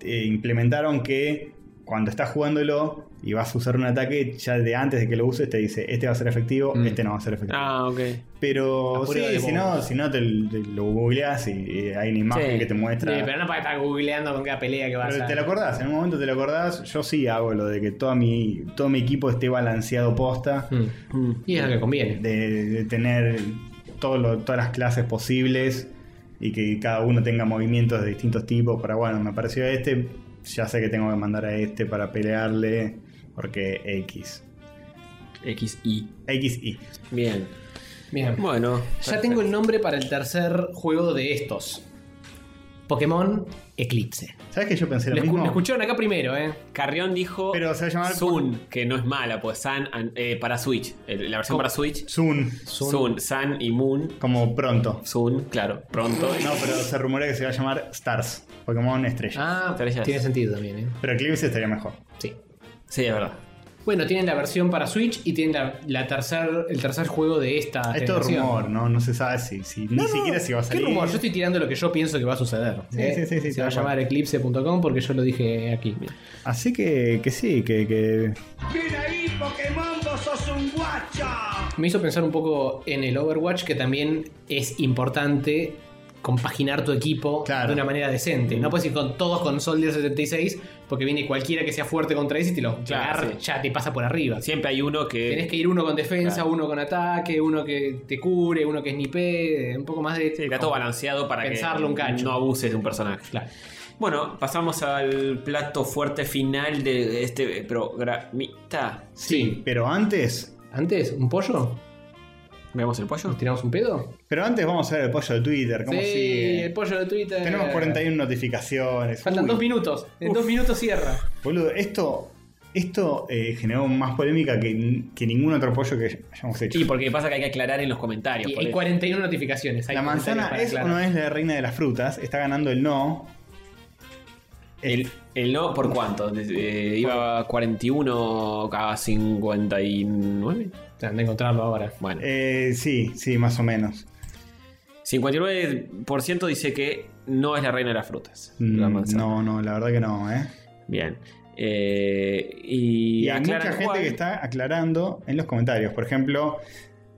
Speaker 2: eh, implementaron que cuando estás jugándolo y vas a usar un ataque, ya de antes de que lo uses, te dice este va a ser efectivo,
Speaker 1: Mm.
Speaker 2: este no va a ser efectivo.
Speaker 3: Ah, ok.
Speaker 2: Pero
Speaker 3: A
Speaker 2: sí,
Speaker 3: prueba de
Speaker 2: si no,
Speaker 3: bombas.
Speaker 2: si no te, te lo googleás y, eh, hay una imagen
Speaker 1: Sí.
Speaker 2: que te muestra.
Speaker 1: Sí, pero no para estar googleando con cada pelea que vas
Speaker 2: Pero
Speaker 1: a.
Speaker 2: te lo acordás, en un momento te lo acordás, yo sí hago lo de que toda mi, todo mi equipo esté balanceado posta.
Speaker 1: Mm. Y es lo que conviene.
Speaker 2: De, de tener todo lo- todas las clases posibles y que cada uno tenga movimientos de distintos tipos para, bueno, me apareció este, ya sé que tengo que mandar a este para pelearle, porque X.
Speaker 3: XI.
Speaker 2: XI.
Speaker 3: Bien.
Speaker 1: Bien.
Speaker 3: Bueno.
Speaker 1: Ya tengo el nombre para el tercer juego de estos. Pokémon Eclipse.
Speaker 2: ¿Sabes que yo pensé
Speaker 1: Lo, escu- lo escucharon acá primero, ¿eh?
Speaker 3: Carrión dijo
Speaker 2: Pero se va a llamar
Speaker 3: Sun, que no es mala, pues Sun and- eh, para Switch. El- la versión
Speaker 2: ¿Cómo?
Speaker 3: para Switch.
Speaker 2: Sun.
Speaker 3: Sun, Sun y Moon.
Speaker 2: Como pronto.
Speaker 3: Sun, claro, pronto.
Speaker 2: No, pero se rumorea que se va a llamar Stars, Pokémon Estrella.
Speaker 1: Ah, tiene sentido también, ¿eh?
Speaker 2: Pero Eclipse estaría mejor.
Speaker 1: Sí.
Speaker 3: Sí, es verdad.
Speaker 1: Bueno, tienen la versión para Switch y tienen la, la tercer, el tercer juego de esta.
Speaker 2: Ah, Es todo
Speaker 1: generación.
Speaker 2: rumor, ¿no? No se sabe si, si ni
Speaker 1: Ah, No, no,
Speaker 2: siquiera si va a salir.
Speaker 1: ¿Qué rumor? Yo estoy tirando lo que yo pienso que va a suceder.
Speaker 2: Sí,
Speaker 1: ¿eh?
Speaker 2: sí, sí, sí,
Speaker 1: Se va a
Speaker 2: tal cual.
Speaker 1: llamar eclipse.com porque yo lo dije aquí.
Speaker 2: Así que, que sí, que, que.
Speaker 13: ¡Mira ahí, Pokémon, vos sos un guacha!
Speaker 1: Me hizo pensar un poco en el Overwatch, que también es importante compaginar tu equipo de una manera decente.
Speaker 2: Mm.
Speaker 1: No puedes ir con todos con Soldier 76, porque viene cualquiera que sea fuerte contra ese y te lo
Speaker 3: Claro,
Speaker 1: agarra, ya te pasa por arriba.
Speaker 3: Siempre hay uno que.
Speaker 1: Tenés que ir uno con defensa,
Speaker 3: Claro.
Speaker 1: uno con ataque, uno que te cure, uno que es nipe, un poco más de.
Speaker 3: Está todo balanceado para
Speaker 1: Pensarlo un
Speaker 3: que
Speaker 1: cacho.
Speaker 3: no abuses de un personaje. Bueno, pasamos al plato fuerte final de este programita.
Speaker 2: Sí, pero antes.
Speaker 1: ¿Antes? ¿Un pollo?
Speaker 3: ¿Veamos el pollo?
Speaker 1: ¿Tiramos un pedo?
Speaker 2: Pero antes vamos a ver el pollo de Twitter, cómo
Speaker 1: Sí,
Speaker 2: sigue.
Speaker 1: el pollo de Twitter.
Speaker 2: Tenemos 41 notificaciones.
Speaker 1: Faltan
Speaker 2: Uy,
Speaker 1: dos minutos. En
Speaker 2: Uf.
Speaker 1: dos minutos cierra.
Speaker 2: Boludo, esto. Esto eh, generó más polémica que, que ningún otro pollo que hayamos hecho.
Speaker 3: Sí, porque pasa que hay que aclarar en los comentarios.
Speaker 1: Y
Speaker 3: por
Speaker 1: hay
Speaker 3: eso.
Speaker 1: 41 notificaciones. hay
Speaker 2: La manzana
Speaker 1: comentarios
Speaker 2: es
Speaker 1: para
Speaker 2: o no es la reina de las frutas. Está ganando el no.
Speaker 3: El, el no, ¿por cuánto? Eh, iba a 41 a 59.
Speaker 1: Tendrán que encontrarlo ahora.
Speaker 3: Bueno,
Speaker 2: Eh, sí, sí, más o menos.
Speaker 3: 59% dice que no es la reina de las frutas.
Speaker 2: Mm, No, no, la verdad que no, ¿eh?
Speaker 3: Bien. Eh, y
Speaker 2: Y hay mucha
Speaker 3: aclaran
Speaker 2: gente
Speaker 3: cuál.
Speaker 2: que está aclarando en los comentarios. Por ejemplo,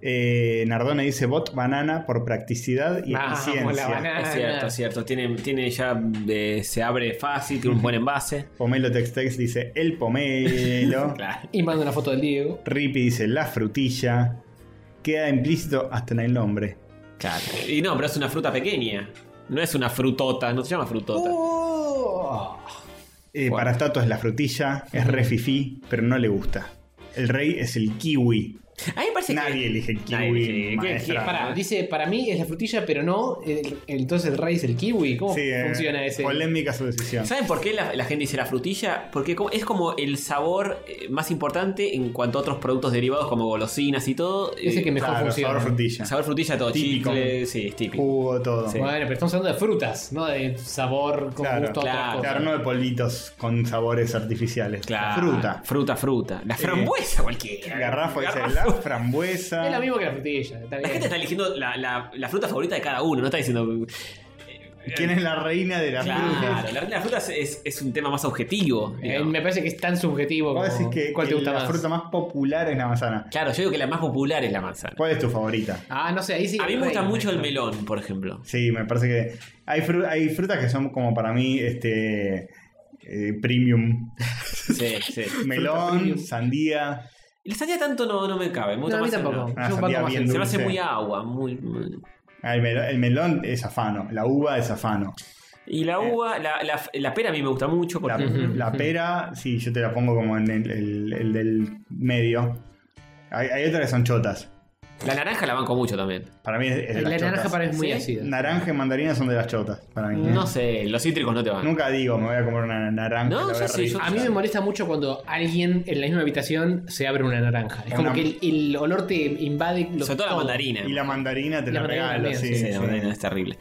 Speaker 2: eh, Nardone dice bot banana por practicidad y
Speaker 3: Ah,
Speaker 2: eficiencia.
Speaker 3: la banana. Es cierto, es cierto. Tiene, tiene ya. eh, se abre fácil, tiene un buen envase.
Speaker 2: Pomelo Tex Tex dice el pomelo.
Speaker 3: Claro.
Speaker 1: Y manda una foto del Diego.
Speaker 2: Rippy dice la frutilla. Queda implícito hasta en el nombre.
Speaker 3: Claro. Y no, pero es una fruta pequeña. No es una frutota, no se llama frutota.
Speaker 2: Uh, Eh, Para Tato es la frutilla, es re fifí, pero no le gusta. El rey es el kiwi.
Speaker 1: A mí me parece
Speaker 2: Nadie elige el kiwi. maestra.
Speaker 1: Pará, dice, para mí es la frutilla, pero no. el- entonces el rey es el kiwi. ¿Cómo
Speaker 2: Sí, eh,
Speaker 1: funciona ese?
Speaker 2: Polémica su decisión.
Speaker 3: ¿Saben por qué la, la gente dice la frutilla? Porque co- es como el sabor eh, más importante en cuanto a otros productos derivados como golosinas y todo.
Speaker 1: Es el
Speaker 3: eh,
Speaker 1: que mejor Claro, funciona. sabor frutilla.
Speaker 3: Sabor frutilla, todo.
Speaker 1: Típico.
Speaker 3: Chicle, sí, es típico.
Speaker 2: Jugo, todo.
Speaker 3: Sí.
Speaker 1: Bueno, pero estamos hablando de frutas, no de sabor con
Speaker 2: Claro,
Speaker 1: gusto a otras
Speaker 2: claro,
Speaker 1: cosas.
Speaker 2: claro, no de polvitos con sabores artificiales.
Speaker 3: Claro.
Speaker 2: Fruta.
Speaker 3: Fruta, fruta. La frambuesa cualquiera.
Speaker 2: Garrafa, dice, la
Speaker 3: Garrafa.
Speaker 2: frambuesa.
Speaker 1: Es lo mismo que la frutilla. Está
Speaker 3: La
Speaker 1: bien. Eh,
Speaker 3: gente está eligiendo la, la- la fruta favorita de cada uno, no está diciendo. eh,
Speaker 2: ¿Quién es la reina de las
Speaker 3: Claro, la
Speaker 2: frutas?
Speaker 3: reina de las frutas es, es un tema más objetivo.
Speaker 1: Eh, me parece que es tan subjetivo.
Speaker 2: Vos
Speaker 1: como-
Speaker 2: decís que,
Speaker 1: ¿Cuál te
Speaker 2: que
Speaker 1: gusta
Speaker 2: la
Speaker 1: más?
Speaker 2: fruta más popular es la manzana.
Speaker 3: Claro, yo digo que la más popular es la manzana.
Speaker 2: ¿Cuál es tu favorita?
Speaker 1: Ah, no sé, ahí sí.
Speaker 3: A mí me
Speaker 1: rey,
Speaker 3: gusta mucho el
Speaker 1: maestro.
Speaker 3: melón, por ejemplo.
Speaker 2: Sí, me parece que hay, fru- hay frutas que son como para mí este eh, premium.
Speaker 3: Sí, sí.
Speaker 2: Melón, sandía.
Speaker 3: La sandía tanto no, no me cabe. Me gusta
Speaker 1: No, a mí
Speaker 3: más el
Speaker 1: tampoco.
Speaker 3: melón.
Speaker 2: Una
Speaker 1: Yo banco
Speaker 2: sandía
Speaker 1: más
Speaker 2: Ah, bien
Speaker 1: el-
Speaker 3: Se me hace
Speaker 2: dulce.
Speaker 3: muy agua, muy. muy-
Speaker 2: Ah, El melón, el melón es afano, la uva es afano.
Speaker 3: Y la uva, la, la- la pera a mí me gusta mucho.
Speaker 2: La,
Speaker 3: Porque...
Speaker 2: la pera, sí, yo te la pongo como en el, el- el del medio. Hay, hay otras que son chotas.
Speaker 3: La naranja la banco mucho también.
Speaker 2: Para mí es, es de
Speaker 1: La
Speaker 2: las
Speaker 1: naranja
Speaker 2: chotas.
Speaker 1: para mí es muy
Speaker 3: ¿Sí?
Speaker 1: ácida.
Speaker 2: Naranja y mandarina son de las chotas, para mí.
Speaker 3: No sé, los cítricos no te van.
Speaker 2: Nunca digo, me voy a comer una naranja.
Speaker 3: No,
Speaker 2: la voy
Speaker 3: yo
Speaker 2: a
Speaker 3: sí,
Speaker 2: reír.
Speaker 3: yo-
Speaker 1: A mí me molesta mucho cuando alguien en la misma habitación se abre una naranja. Es como
Speaker 2: Una-
Speaker 1: que el, el olor te invade. Lo,
Speaker 3: Sobre todo la
Speaker 1: todo.
Speaker 3: mandarina.
Speaker 2: Y la mandarina te
Speaker 1: La
Speaker 2: la,
Speaker 1: mandarina
Speaker 2: regalo,
Speaker 1: también,
Speaker 2: sí,
Speaker 3: Sí, la
Speaker 2: sí.
Speaker 3: mandarina es terrible.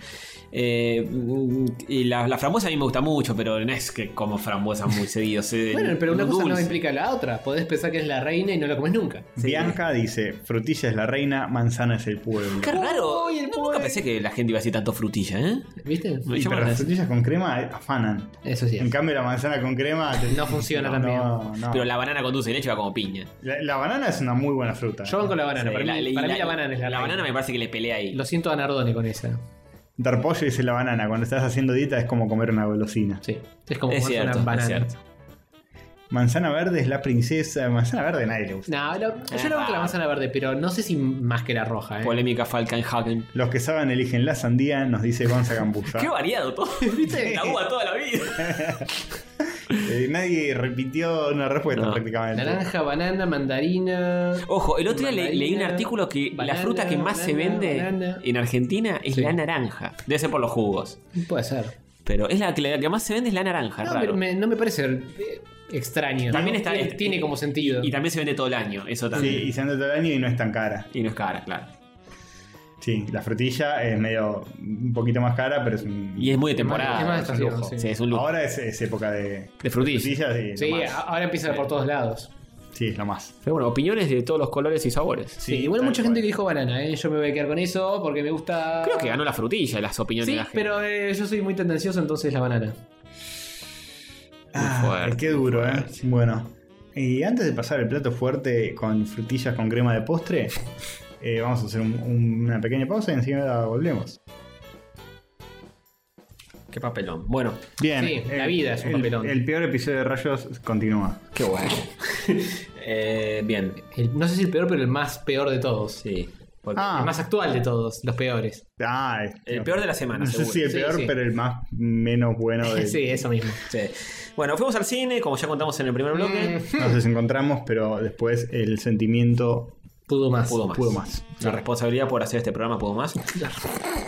Speaker 3: Eh, mm, y la, la frambuesa a mí me gusta mucho, pero no es que como frambuesa muy seguido. se-
Speaker 1: Bueno, pero una cosa no
Speaker 3: dulce.
Speaker 1: implica la otra. Podés pensar que es la reina y no la comes nunca.
Speaker 2: Bianca dice, frutilla es la reina, manzana es el pueblo.
Speaker 3: Qué raro.
Speaker 1: Uy, el
Speaker 3: No, nunca pensé que la gente iba a decir tanto frutilla, ¿eh?
Speaker 1: ¿Viste?
Speaker 3: Me
Speaker 2: Y pero
Speaker 3: llama la
Speaker 2: las
Speaker 3: atención.
Speaker 2: frutillas con crema eh, afanan.
Speaker 1: Eso sí.
Speaker 2: En cambio la manzana con crema... te-
Speaker 1: No funciona
Speaker 2: no,
Speaker 1: tan bien.
Speaker 2: no, no.
Speaker 3: Pero la banana con dulce de leche va como piña.
Speaker 2: La, la banana es una muy buena fruta.
Speaker 1: Yo van con la banana.
Speaker 3: Sí,
Speaker 1: para mí,
Speaker 3: y
Speaker 1: para mí la, banana es la,
Speaker 3: la
Speaker 1: reina.
Speaker 3: banana me parece que le pelea ahí.
Speaker 1: Lo siento a Nardone con esa.
Speaker 2: Darpollo dice la banana. Cuando estás haciendo dieta es como comer una golosina.
Speaker 1: Sí. Es como
Speaker 3: es
Speaker 1: comerse
Speaker 3: cierto,
Speaker 1: una
Speaker 3: es
Speaker 1: banana.
Speaker 3: cierto.
Speaker 2: Manzana verde es la princesa. Manzana verde nadie le gusta.
Speaker 1: No, la- yo
Speaker 3: Ah,
Speaker 1: la banco la
Speaker 3: va.
Speaker 1: manzana verde, pero no sé si más que la roja, ¿eh?
Speaker 3: Polémica Falkenhagen.
Speaker 2: Los que saben eligen la sandía, nos dice Gonza Gambusa.
Speaker 3: Qué variado todo.
Speaker 1: ¿Viste?
Speaker 3: La uva toda la vida.
Speaker 2: Eh, nadie repitió una respuesta
Speaker 3: No.
Speaker 2: prácticamente.
Speaker 1: Naranja, banana, mandarina.
Speaker 3: Ojo, el otro día le- leí un
Speaker 1: Mandarina,
Speaker 3: artículo que
Speaker 1: banana,
Speaker 3: la fruta que más se
Speaker 1: banana,
Speaker 3: vende
Speaker 1: banana.
Speaker 3: en Argentina es
Speaker 1: Sí.
Speaker 3: la naranja. Debe ser por los jugos.
Speaker 1: Puede ser.
Speaker 3: Pero es la que, la que más se vende es la naranja,
Speaker 1: No,
Speaker 3: raro.
Speaker 1: pero me, no me parece eh, extraño.
Speaker 3: También
Speaker 1: No,
Speaker 3: está- este
Speaker 1: tiene, tiene como sentido.
Speaker 3: Y también se vende todo el año, eso
Speaker 2: Sí,
Speaker 3: también.
Speaker 2: y se anda todo el año y no es tan cara.
Speaker 3: Y no es cara, claro.
Speaker 2: Sí, la frutilla es medio un poquito más cara, pero es un.
Speaker 3: Y es muy de temporada.
Speaker 1: Es más
Speaker 3: es un
Speaker 1: estación,
Speaker 3: lujo.
Speaker 1: sí.
Speaker 3: Sí, es un lujo.
Speaker 2: Ahora es, es época de.
Speaker 3: De frutillas.
Speaker 2: Frutilla, sí,
Speaker 1: sí, ah.
Speaker 2: lo más.
Speaker 1: a- ahora empieza por todos lados.
Speaker 2: Sí, es lo más.
Speaker 3: Pero bueno, opiniones de todos los colores y sabores.
Speaker 1: Sí, igual
Speaker 2: tal
Speaker 1: mucha
Speaker 2: cual.
Speaker 1: gente que dijo banana, ¿eh? Yo me voy a quedar con eso porque me gusta.
Speaker 3: Creo que ganó la frutilla, las opiniones de
Speaker 1: Sí,
Speaker 3: la gente.
Speaker 1: pero eh, yo soy muy tendencioso, entonces la banana.
Speaker 2: Ah,
Speaker 3: fuerte,
Speaker 2: qué duro, ¿eh? Bueno. Y antes de pasar el plato fuerte con frutillas con crema de postre, eh, vamos a hacer un- un- una pequeña pausa y enseguida volvemos.
Speaker 3: Qué papelón. Bueno,
Speaker 2: Bien. eh,
Speaker 1: Sí, la vida es un
Speaker 2: el-
Speaker 1: papelón.
Speaker 2: El peor episodio de Rayos continúa.
Speaker 3: qué bueno. Eh, bien.
Speaker 1: El- no sé si el peor, pero el más peor de todos.
Speaker 3: Sí. Porque-
Speaker 2: Ah.
Speaker 1: El más actual de todos, los peores.
Speaker 2: Ah, es-
Speaker 3: El peor de la semana,
Speaker 2: No sé
Speaker 3: seguro.
Speaker 2: si el
Speaker 1: Sí,
Speaker 2: peor,
Speaker 1: sí.
Speaker 2: pero el más menos bueno de.
Speaker 1: sí, eso mismo.
Speaker 3: Sí. Bueno, fuimos al cine, como ya contamos en el primer bloque.
Speaker 2: Nos desencontramos, pero después el sentimiento
Speaker 1: Pudo más.
Speaker 3: Pudo más.
Speaker 2: pudo más.
Speaker 3: La responsabilidad por hacer este programa pudo más.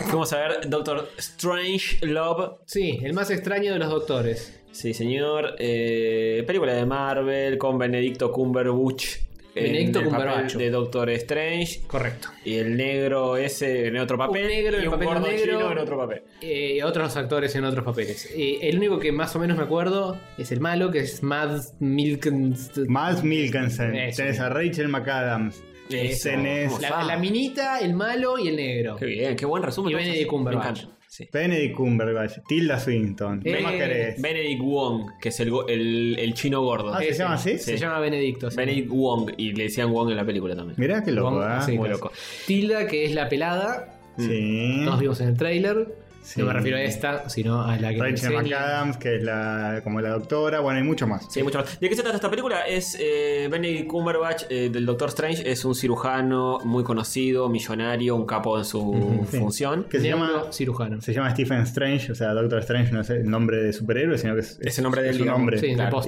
Speaker 3: Fuimos a ver Doctor Strange Love.
Speaker 1: Sí, el más extraño de los doctores.
Speaker 3: Sí, señor. Eh, película de Marvel con Benedicto Cumberbatch. en
Speaker 1: Benedicto
Speaker 3: el papel
Speaker 1: Cumberbatch.
Speaker 3: De Doctor Strange.
Speaker 1: Correcto.
Speaker 3: Y el negro ese en otro papel.
Speaker 1: Un negro en
Speaker 3: y un
Speaker 1: papel
Speaker 3: gordo
Speaker 1: negro.
Speaker 3: chino en otro papel.
Speaker 1: Eh, otros actores en otros papeles. Eh, el único que más o menos me acuerdo es el malo, que es Mads Milkenst.
Speaker 2: Mads Milkensen.
Speaker 1: Eso.
Speaker 2: Tenés a Rachel McAdams.
Speaker 3: Eso.
Speaker 2: Tenés
Speaker 1: La, la minita, el malo y el negro.
Speaker 3: Qué bien, qué buen resumen.
Speaker 1: Y
Speaker 3: entonces.
Speaker 1: Benedict Cumberbatch.
Speaker 3: Me encanta. Sí.
Speaker 2: Benedict Cumberbatch. Tilda Swinton. ¿Qué
Speaker 1: Eh,
Speaker 2: más querés?
Speaker 3: Benedict Wong, que es el, go- el, el chino gordo.
Speaker 2: Ah, ¿se
Speaker 1: ese.
Speaker 2: llama así?
Speaker 1: Se llama Benedicto. sí.
Speaker 3: Benedict Wong, y le decían Wong en la película también.
Speaker 2: Mirá qué loco,
Speaker 1: Wong,
Speaker 2: ¿eh?
Speaker 1: sí,
Speaker 3: Muy Mm.
Speaker 1: claro.
Speaker 3: loco.
Speaker 1: Tilda, que es la pelada.
Speaker 2: Sí.
Speaker 1: Todos vimos en el tráiler. No me refiero a esta, sino a la que
Speaker 2: Rachel
Speaker 1: enseña.
Speaker 2: McAdams, que es la, como la doctora. Bueno, hay mucho más.
Speaker 3: Sí, mucho más. ¿De qué se trata esta película? Es eh, Benedict Cumberbatch eh, del Doctor Strange, es un cirujano muy conocido, millonario, un capo en su
Speaker 2: sí.
Speaker 3: función.
Speaker 2: Que se llama
Speaker 1: cirujano.
Speaker 2: Se llama Stephen Strange, o sea, Doctor Strange no es el nombre de superhéroe, sino que es,
Speaker 3: Es el nombre
Speaker 2: es
Speaker 3: del
Speaker 2: su nombre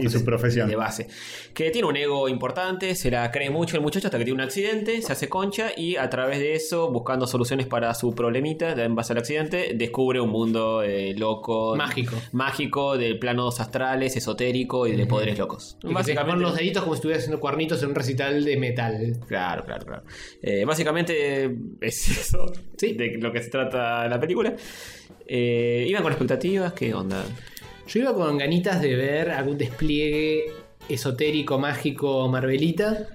Speaker 2: y su profesión.
Speaker 3: De base. Que tiene un ego importante, se la cree mucho el muchacho hasta que tiene un accidente, se hace concha y a través de eso, buscando soluciones para su problemita en base al accidente, descubre un mundo eh, loco.
Speaker 1: Mágico.
Speaker 3: Mágico de planos astrales, esotérico y de poderes locos.
Speaker 1: Y que te con los deditos como si estuviera haciendo cuernitos en un recital de metal.
Speaker 3: Claro, claro, claro. Eh, básicamente es eso de lo que se trata la película. Eh, ¿Iban con expectativas? ¿Qué onda?
Speaker 1: Yo iba con ganitas de ver algún despliegue esotérico, mágico, marvelita.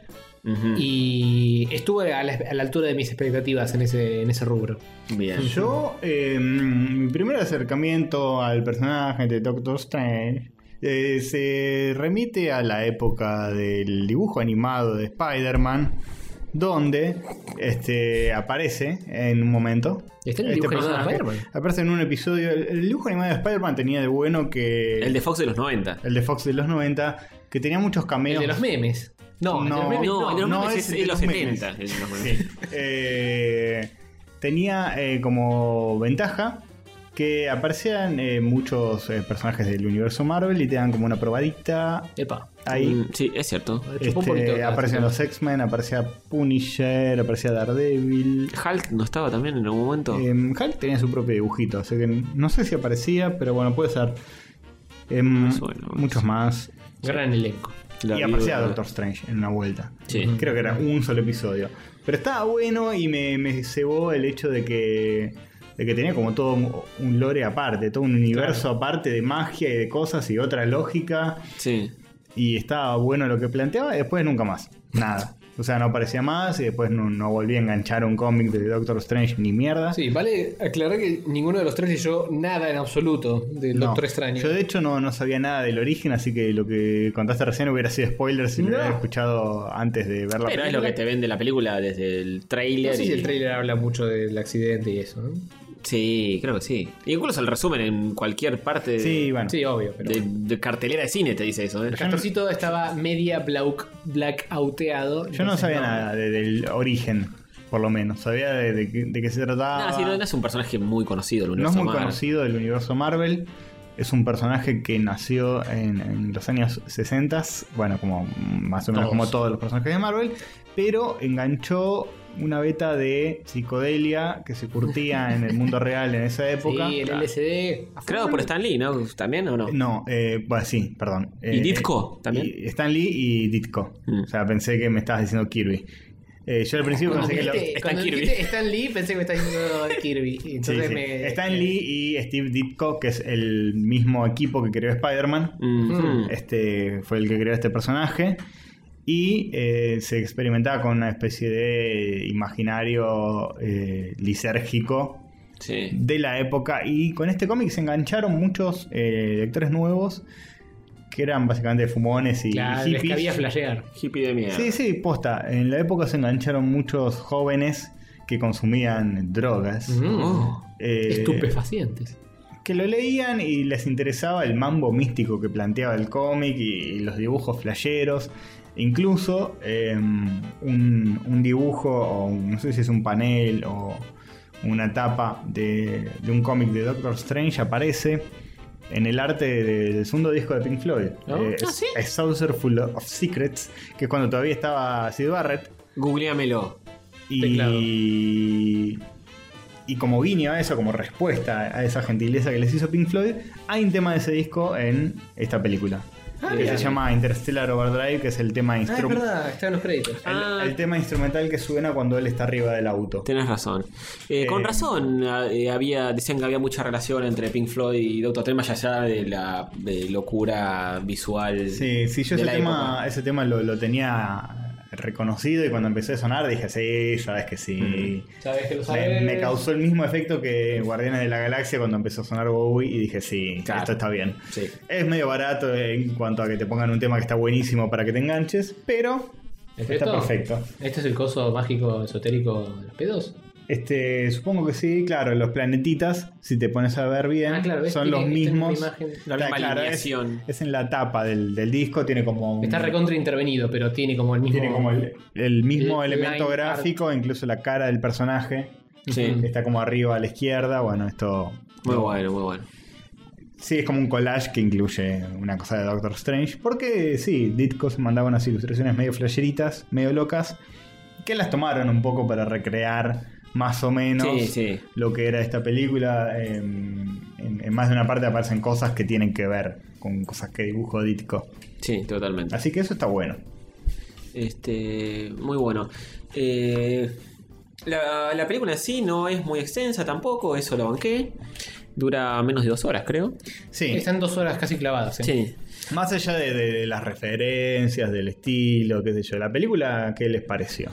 Speaker 2: Mm.
Speaker 1: Y estuve a la, a la altura de mis expectativas en ese, en ese rubro.
Speaker 3: Bien.
Speaker 2: Yo, eh, mi primer acercamiento al personaje de Doctor Strange eh, se remite a la época del dibujo animado de Spider-Man, donde este, aparece en un momento. Este
Speaker 1: ¿Está en el dibujo animado de Spider-Man?
Speaker 2: Aparece en un episodio. El, el dibujo animado de Spider-Man tenía de bueno que.
Speaker 3: El de Fox de los 90.
Speaker 2: El de Fox de los 90, que tenía muchos cameos.
Speaker 1: El de los memes. No, el de los memes no, el de los memes es-
Speaker 2: el
Speaker 1: es
Speaker 2: de
Speaker 1: los
Speaker 2: memes.
Speaker 1: 70, el de los
Speaker 2: Sí. Eh, tenía eh, como ventaja que aparecían eh, muchos eh, personajes del universo Marvel y te dan como una probadita.
Speaker 1: Epa.
Speaker 2: Ahí.
Speaker 3: Mm, Sí, es cierto.
Speaker 2: Este, aparecían los X-Men, aparecía Punisher, aparecía Daredevil. Em,
Speaker 3: Hulk no estaba también en algún momento.
Speaker 2: Eh, Hulk tenía su propio dibujito, así que no sé si aparecía, pero bueno, puede ser. Em, muchos más.
Speaker 1: Gran elenco.
Speaker 2: y aparecía Doctor Strange en una vuelta.
Speaker 1: Sí.
Speaker 2: Creo que era un solo episodio. Pero estaba bueno y me, me cebó el hecho de que, de que tenía como todo un- un lore aparte, todo un universo aparte de magia y de cosas y otra lógica.
Speaker 3: Sí.
Speaker 2: Y estaba bueno lo que planteaba y después nunca más. Nada. O sea, no aparecía más y después no, no volví a enganchar un cómic de Doctor Strange ni mierda.
Speaker 1: Sí, vale aclarar que ninguno de los tres leyó nada en absoluto del
Speaker 2: No.
Speaker 1: Doctor Extraño.
Speaker 2: Yo de hecho no, no sabía nada del origen, así que lo que contaste recién hubiera sido spoiler si lo hubiera escuchado antes de ver la
Speaker 3: Pero es lo
Speaker 2: película.
Speaker 3: que te vende la película desde el trailer.
Speaker 1: No sé si el tráiler habla mucho del accidente y eso, ¿no?
Speaker 3: Sí, creo que sí. Incluso el resumen en cualquier parte.
Speaker 1: Sí, bueno. Sí, obvio, pero
Speaker 3: de, de cartelera de cine te dice eso. ¿eh?
Speaker 1: El castorcito estaba media black, blackoutado.
Speaker 2: Yo no sabía nada de- del origen, por lo menos. Sabía de, de qué- de qué se trataba.
Speaker 3: Ah, sí, no, no es un personaje muy conocido el
Speaker 2: no es
Speaker 3: universo
Speaker 2: muy
Speaker 3: Marvel.
Speaker 2: conocido del universo Marvel. Es un personaje que nació en, en los años 60, bueno, como más o menos
Speaker 1: Todos.
Speaker 2: como todos los personajes de Marvel, pero enganchó una beta de psicodelia que se curtía en el mundo real en esa época.
Speaker 1: Sí, el LSD.
Speaker 3: Creado por Stan Lee, ¿no? ¿También o no?
Speaker 2: No, eh, bueno, sí, perdón.
Speaker 3: ¿Y
Speaker 2: Eh,
Speaker 3: Ditko también? Mm.
Speaker 2: y Stan Lee y Ditko. O sea, pensé que me estabas diciendo Kirby. Eh,
Speaker 3: Ah,
Speaker 2: yo al principio
Speaker 1: Cuando
Speaker 2: pensé que lo-
Speaker 1: dijiste- cuando dijiste Stan Lee pensé que me estaba diciendo Kirby. Y
Speaker 2: Sí,
Speaker 1: Entonces
Speaker 2: sí.
Speaker 1: me.
Speaker 2: Stan Lee y Steve Ditko, que es el mismo equipo que creó Spider-Man.
Speaker 1: Ujú.
Speaker 2: Este fue el que creó este personaje. Y eh, se experimentaba con una especie de imaginario eh, lisérgico de la época. Y con este cómic se engancharon muchos eh, lectores nuevos que eran básicamente fumones y
Speaker 1: Claro, les
Speaker 2: hippies.
Speaker 1: cabía flashear.
Speaker 3: Hippie de mierda.
Speaker 2: Sí, sí, posta. En la época se engancharon muchos jóvenes que consumían drogas.
Speaker 1: Oh.
Speaker 2: Eh,
Speaker 1: Estupefacientes.
Speaker 2: Que lo leían y les interesaba el mambo místico que planteaba el cómic y, y los dibujos flasheros. Incluso eh, un, un dibujo, o un- no sé si es un panel o una tapa de, de un cómic de Doctor Strange aparece en el arte del segundo disco de Pink Floyd.
Speaker 3: ¿No?
Speaker 2: Eh,
Speaker 3: Ah, ¿sí?
Speaker 2: A Saucer Full of Secrets, que es cuando todavía estaba Sid Barrett.
Speaker 3: Googleamelo.
Speaker 2: Y, y como guiño a eso, como respuesta a esa gentileza que les hizo Pink Floyd, hay un tema de ese disco en esta película.
Speaker 1: Ah,
Speaker 2: que
Speaker 1: mira.
Speaker 2: se llama Interstellar Overdrive, que es el tema
Speaker 1: Ah, es
Speaker 2: instrumental.
Speaker 1: verdad, Ah. está en los créditos.
Speaker 2: El, el tema instrumental que suena cuando él está arriba del auto.
Speaker 3: Tenés razón. Eh, con
Speaker 2: Eh,
Speaker 3: razón a- eh, había decían que había mucha relación entre Pink Floyd y Doctor Strange más allá de la de locura visual.
Speaker 2: Sí, sí, yo
Speaker 3: de
Speaker 2: ese
Speaker 3: la época.
Speaker 2: tema, ese tema lo, lo tenía reconocido y cuando empecé a sonar dije, sí, sabes que
Speaker 3: Mm.
Speaker 2: sí.
Speaker 1: Sabes que lo
Speaker 2: Me,
Speaker 1: sabes.
Speaker 2: me causó el mismo efecto que Guardianes de la Galaxia cuando empezó a sonar Bowie y dije, sí, esto está bien. Es medio barato en cuanto a que te pongan un tema que está buenísimo para que te enganches, pero
Speaker 1: ¿Es
Speaker 2: está
Speaker 1: esto?
Speaker 2: perfecto.
Speaker 1: ¿Este es el coso mágico esotérico de los pedos?
Speaker 2: Este, supongo que sí, claro, los planetitas, si te pones a ver bien,
Speaker 1: ves,
Speaker 2: son
Speaker 1: tiene-
Speaker 2: los
Speaker 1: esta Ah, es la
Speaker 2: mismos.
Speaker 1: imagen. La
Speaker 2: Está
Speaker 1: misma
Speaker 2: es, es en la tapa del, del disco, tiene como un-
Speaker 1: Está recontra intervenido, pero tiene como el mismo.
Speaker 2: Mm. Tiene como el, el mismo
Speaker 1: el
Speaker 2: elemento
Speaker 1: line art.
Speaker 2: gráfico, incluso la cara del personaje. Está como arriba a la izquierda. Bueno, esto.
Speaker 3: Muy bueno, muy bueno.
Speaker 2: Sí, es como un collage que incluye una cosa de Doctor Strange. Porque sí, Ditko se mandaba unas ilustraciones medio flasheritas, medio locas, que las tomaron un poco para recrear más o menos
Speaker 3: Sí, sí.
Speaker 2: lo que era esta película. Eh, en, en más de una parte aparecen cosas que tienen que ver con cosas que dibujó Ditko.
Speaker 3: Sí, totalmente.
Speaker 2: Así que eso está bueno.
Speaker 3: Este, muy bueno. Eh, la, la película en sí no es muy extensa tampoco, eso lo banqué. Dura menos de dos horas, creo.
Speaker 2: Sí.
Speaker 1: Están dos horas casi clavadas. ¿eh?
Speaker 3: Sí.
Speaker 2: Más allá de, de- de las referencias, del estilo, qué sé yo, la película, ¿qué les pareció?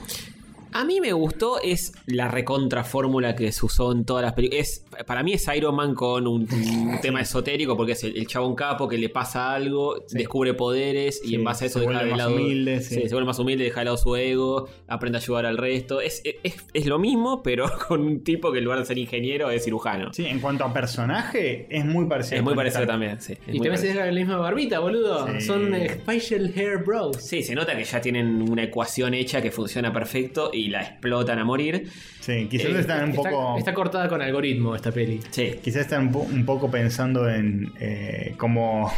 Speaker 3: A mí me gustó, es la recontra fórmula que se usó en todas las películas. Es, para mí es Iron Man con un, un tema esotérico, porque es el, el chabón capo que le pasa algo, descubre poderes y
Speaker 2: Sí,
Speaker 3: en base a eso
Speaker 2: se
Speaker 3: deja
Speaker 2: vuelve
Speaker 3: de
Speaker 2: más
Speaker 3: lado.
Speaker 2: humilde, sí.
Speaker 3: sí, se vuelve más humilde, deja de lado su ego, aprende a ayudar al resto. Es, es, es lo mismo, pero con un tipo que en lugar de ser ingeniero es cirujano.
Speaker 2: Sí, en cuanto a personaje, es muy parecido.
Speaker 3: Es muy
Speaker 2: con
Speaker 3: parecido
Speaker 2: esta.
Speaker 3: también, sí. es
Speaker 1: Y
Speaker 3: muy
Speaker 1: también se
Speaker 3: parecido.
Speaker 1: dejan la misma barbita, boludo.
Speaker 3: Sí.
Speaker 1: Son eh, facial hair bros.
Speaker 3: Sí, se nota que ya tienen una ecuación hecha que funciona perfecto y la explotan a morir.
Speaker 2: Sí, quizás están un poco.
Speaker 1: Eh, Está cortada con algoritmo esta peli.
Speaker 3: Sí.
Speaker 2: Quizás están un, po- un poco pensando en eh, cómo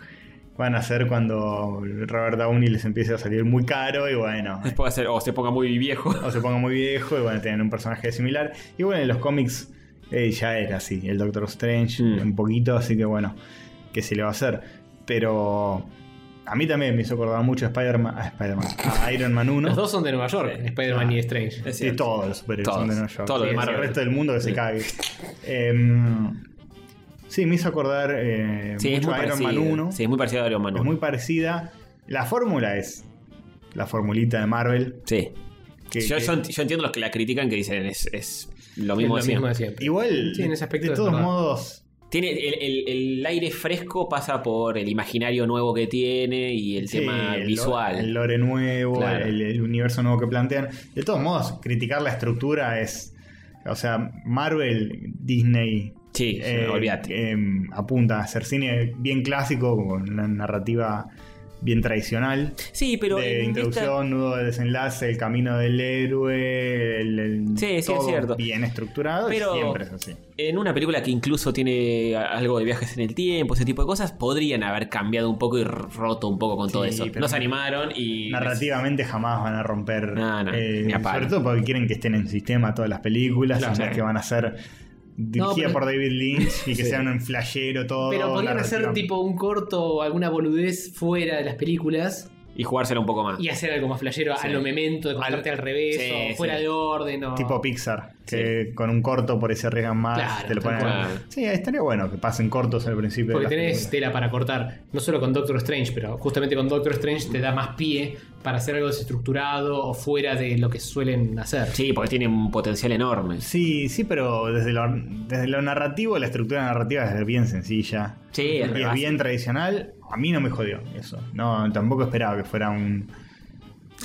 Speaker 2: van a hacer cuando Robert Downey les empiece a salir muy caro y bueno.
Speaker 3: Puede ser, o se ponga muy viejo.
Speaker 2: O se ponga muy viejo y van a tener un personaje similar. Y bueno, en los cómics eh, ya era así, el Doctor Strange, un poquito, así que bueno, que se le va a hacer. Pero a mí también me hizo acordar mucho a Spider-Man, a, Spider-Man, a Iron Man 1.
Speaker 1: Los dos son de Nueva York, Spider-Man
Speaker 2: Ah.
Speaker 1: y Strange.
Speaker 2: Sí, todos los superhéroes
Speaker 1: Todos.
Speaker 2: son de Nueva York.
Speaker 1: Todos los
Speaker 2: Sí,
Speaker 1: de
Speaker 2: es
Speaker 1: Marvel.
Speaker 2: El resto del mundo que se
Speaker 1: Sí.
Speaker 2: cague. Em, sí, me hizo acordar eh,
Speaker 3: Sí, es
Speaker 2: mucho
Speaker 3: muy
Speaker 2: a Iron Man
Speaker 3: parecida.
Speaker 2: 1.
Speaker 3: Sí, es muy parecida a Iron Man
Speaker 2: Es
Speaker 3: 1.
Speaker 2: muy parecida. La fórmula es la formulita de Marvel.
Speaker 3: Sí.
Speaker 2: Que-
Speaker 3: yo,
Speaker 2: que-
Speaker 3: yo ent- yo entiendo los que la critican que dicen es, es lo mismo, de siempre.
Speaker 2: Igual,
Speaker 1: Sí, en ese aspecto
Speaker 2: de
Speaker 1: es
Speaker 2: todos
Speaker 1: verdad.
Speaker 2: modos,
Speaker 3: Tiene el, el- el aire fresco pasa por el imaginario nuevo que tiene y el
Speaker 2: Sí,
Speaker 3: tema
Speaker 2: eh, el lo-
Speaker 3: visual.
Speaker 2: El lore nuevo,
Speaker 3: Claro.
Speaker 2: el, el universo nuevo que plantean. De todos modos, criticar la estructura es. O sea, Marvel, Disney.
Speaker 3: Sí, olvídate.
Speaker 2: eh, apunta a hacer cine bien clásico, con una narrativa bien tradicional.
Speaker 3: Sí, pero
Speaker 2: De
Speaker 3: en
Speaker 2: introducción, nudo de desenlace, el camino del héroe. El, el-
Speaker 3: Sí, sí, es
Speaker 2: todo
Speaker 3: cierto.
Speaker 2: Bien estructurado,
Speaker 3: Pero-
Speaker 2: siempre es así.
Speaker 3: En una película que incluso tiene a- algo de viajes en el tiempo, ese tipo de cosas, podrían haber cambiado un poco y roto un poco con todo
Speaker 2: Sí,
Speaker 3: eso.
Speaker 2: pero
Speaker 3: No se animaron y.
Speaker 2: Narrativamente jamás van a romper.
Speaker 3: No, no,
Speaker 2: eh,
Speaker 3: ni a palo.
Speaker 2: sobre todo porque quieren que estén en sistema todas las películas,
Speaker 3: Claro,
Speaker 2: además
Speaker 3: sí.
Speaker 2: que van a ser dirigidas
Speaker 1: pero-
Speaker 2: por David Lynch y
Speaker 1: Sí.
Speaker 2: que sean un flashero todo.
Speaker 1: Pero podrían hacer
Speaker 2: narrativa-
Speaker 1: tipo un corto o alguna boludez fuera de las películas
Speaker 3: Y jugársela un poco más.
Speaker 1: y hacer algo más flashero
Speaker 3: Sí.
Speaker 1: a lo memento, de contarte al, revés
Speaker 3: Sí,
Speaker 1: o
Speaker 3: sí.
Speaker 1: fuera de orden o.
Speaker 3: Oh.
Speaker 2: Tipo Pixar, que con un corto por ese arriesgan más.
Speaker 1: Claro,
Speaker 2: te lo
Speaker 1: tal
Speaker 2: ponen-
Speaker 1: cual.
Speaker 2: Sí, estaría bueno que pasen cortos al principio.
Speaker 1: Porque
Speaker 2: de las
Speaker 1: tenés
Speaker 3: este-
Speaker 1: tela para cortar, no solo con Doctor Strange, pero justamente con Doctor Strange te da más pie para hacer algo desestructurado o fuera de lo que suelen hacer.
Speaker 3: Sí, porque tiene un potencial enorme.
Speaker 2: Sí, sí, pero desde lo, desde lo narrativo, la estructura narrativa es bien sencilla.
Speaker 3: Sí,
Speaker 2: y
Speaker 3: es
Speaker 2: es
Speaker 3: re
Speaker 2: bien
Speaker 3: básico.
Speaker 2: tradicional. A mí no me jodió eso. No, tampoco esperaba que fuera un,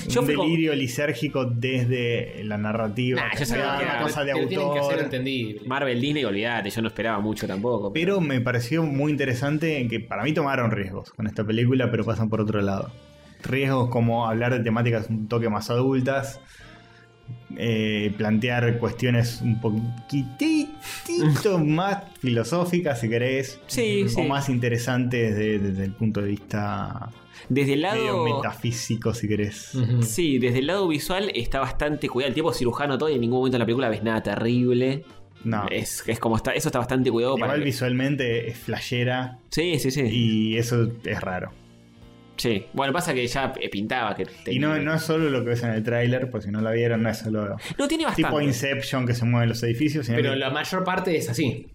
Speaker 3: Yo
Speaker 2: un
Speaker 3: fui con-
Speaker 2: delirio lisérgico desde la narrativa.
Speaker 3: Nah,
Speaker 2: que
Speaker 3: yo
Speaker 2: sea
Speaker 3: sabía que
Speaker 2: una
Speaker 3: era-
Speaker 2: cosa de
Speaker 1: pero tienen Ah, que hacer
Speaker 2: autor.
Speaker 1: entendible.
Speaker 3: Marvel Disney, olvídate, yo no esperaba mucho tampoco.
Speaker 2: Pero me pareció muy interesante que para mí tomaron riesgos con esta película, pero pasan por otro lado. Riesgos como hablar de temáticas un toque más adultas, eh, plantear cuestiones un poquitito más filosóficas, si querés,
Speaker 3: Sí,
Speaker 2: o
Speaker 3: sí.
Speaker 2: más interesantes de- desde el punto de vista
Speaker 3: Desde el
Speaker 2: medio
Speaker 3: lado.
Speaker 2: metafísico, si querés.
Speaker 3: Mm. Sí, desde el lado visual está bastante cuidado. El tipo es cirujano todo y en ningún momento en la película ves nada terrible.
Speaker 2: No.
Speaker 3: Es, es como está, eso está bastante cuidado para.
Speaker 2: Igual visualmente es flashera
Speaker 3: Sí, sí, sí.
Speaker 2: y eso es raro.
Speaker 3: Sí. Bueno, pasa que ya eh, pintaba que
Speaker 2: Y
Speaker 3: tenía-
Speaker 2: no, no es solo lo que ves en el tráiler, por si no la vieron, no es solo
Speaker 3: No, tiene bastante.
Speaker 2: tipo Inception que se mueven los edificios. sino
Speaker 1: Pero
Speaker 2: que-
Speaker 1: la mayor parte es así.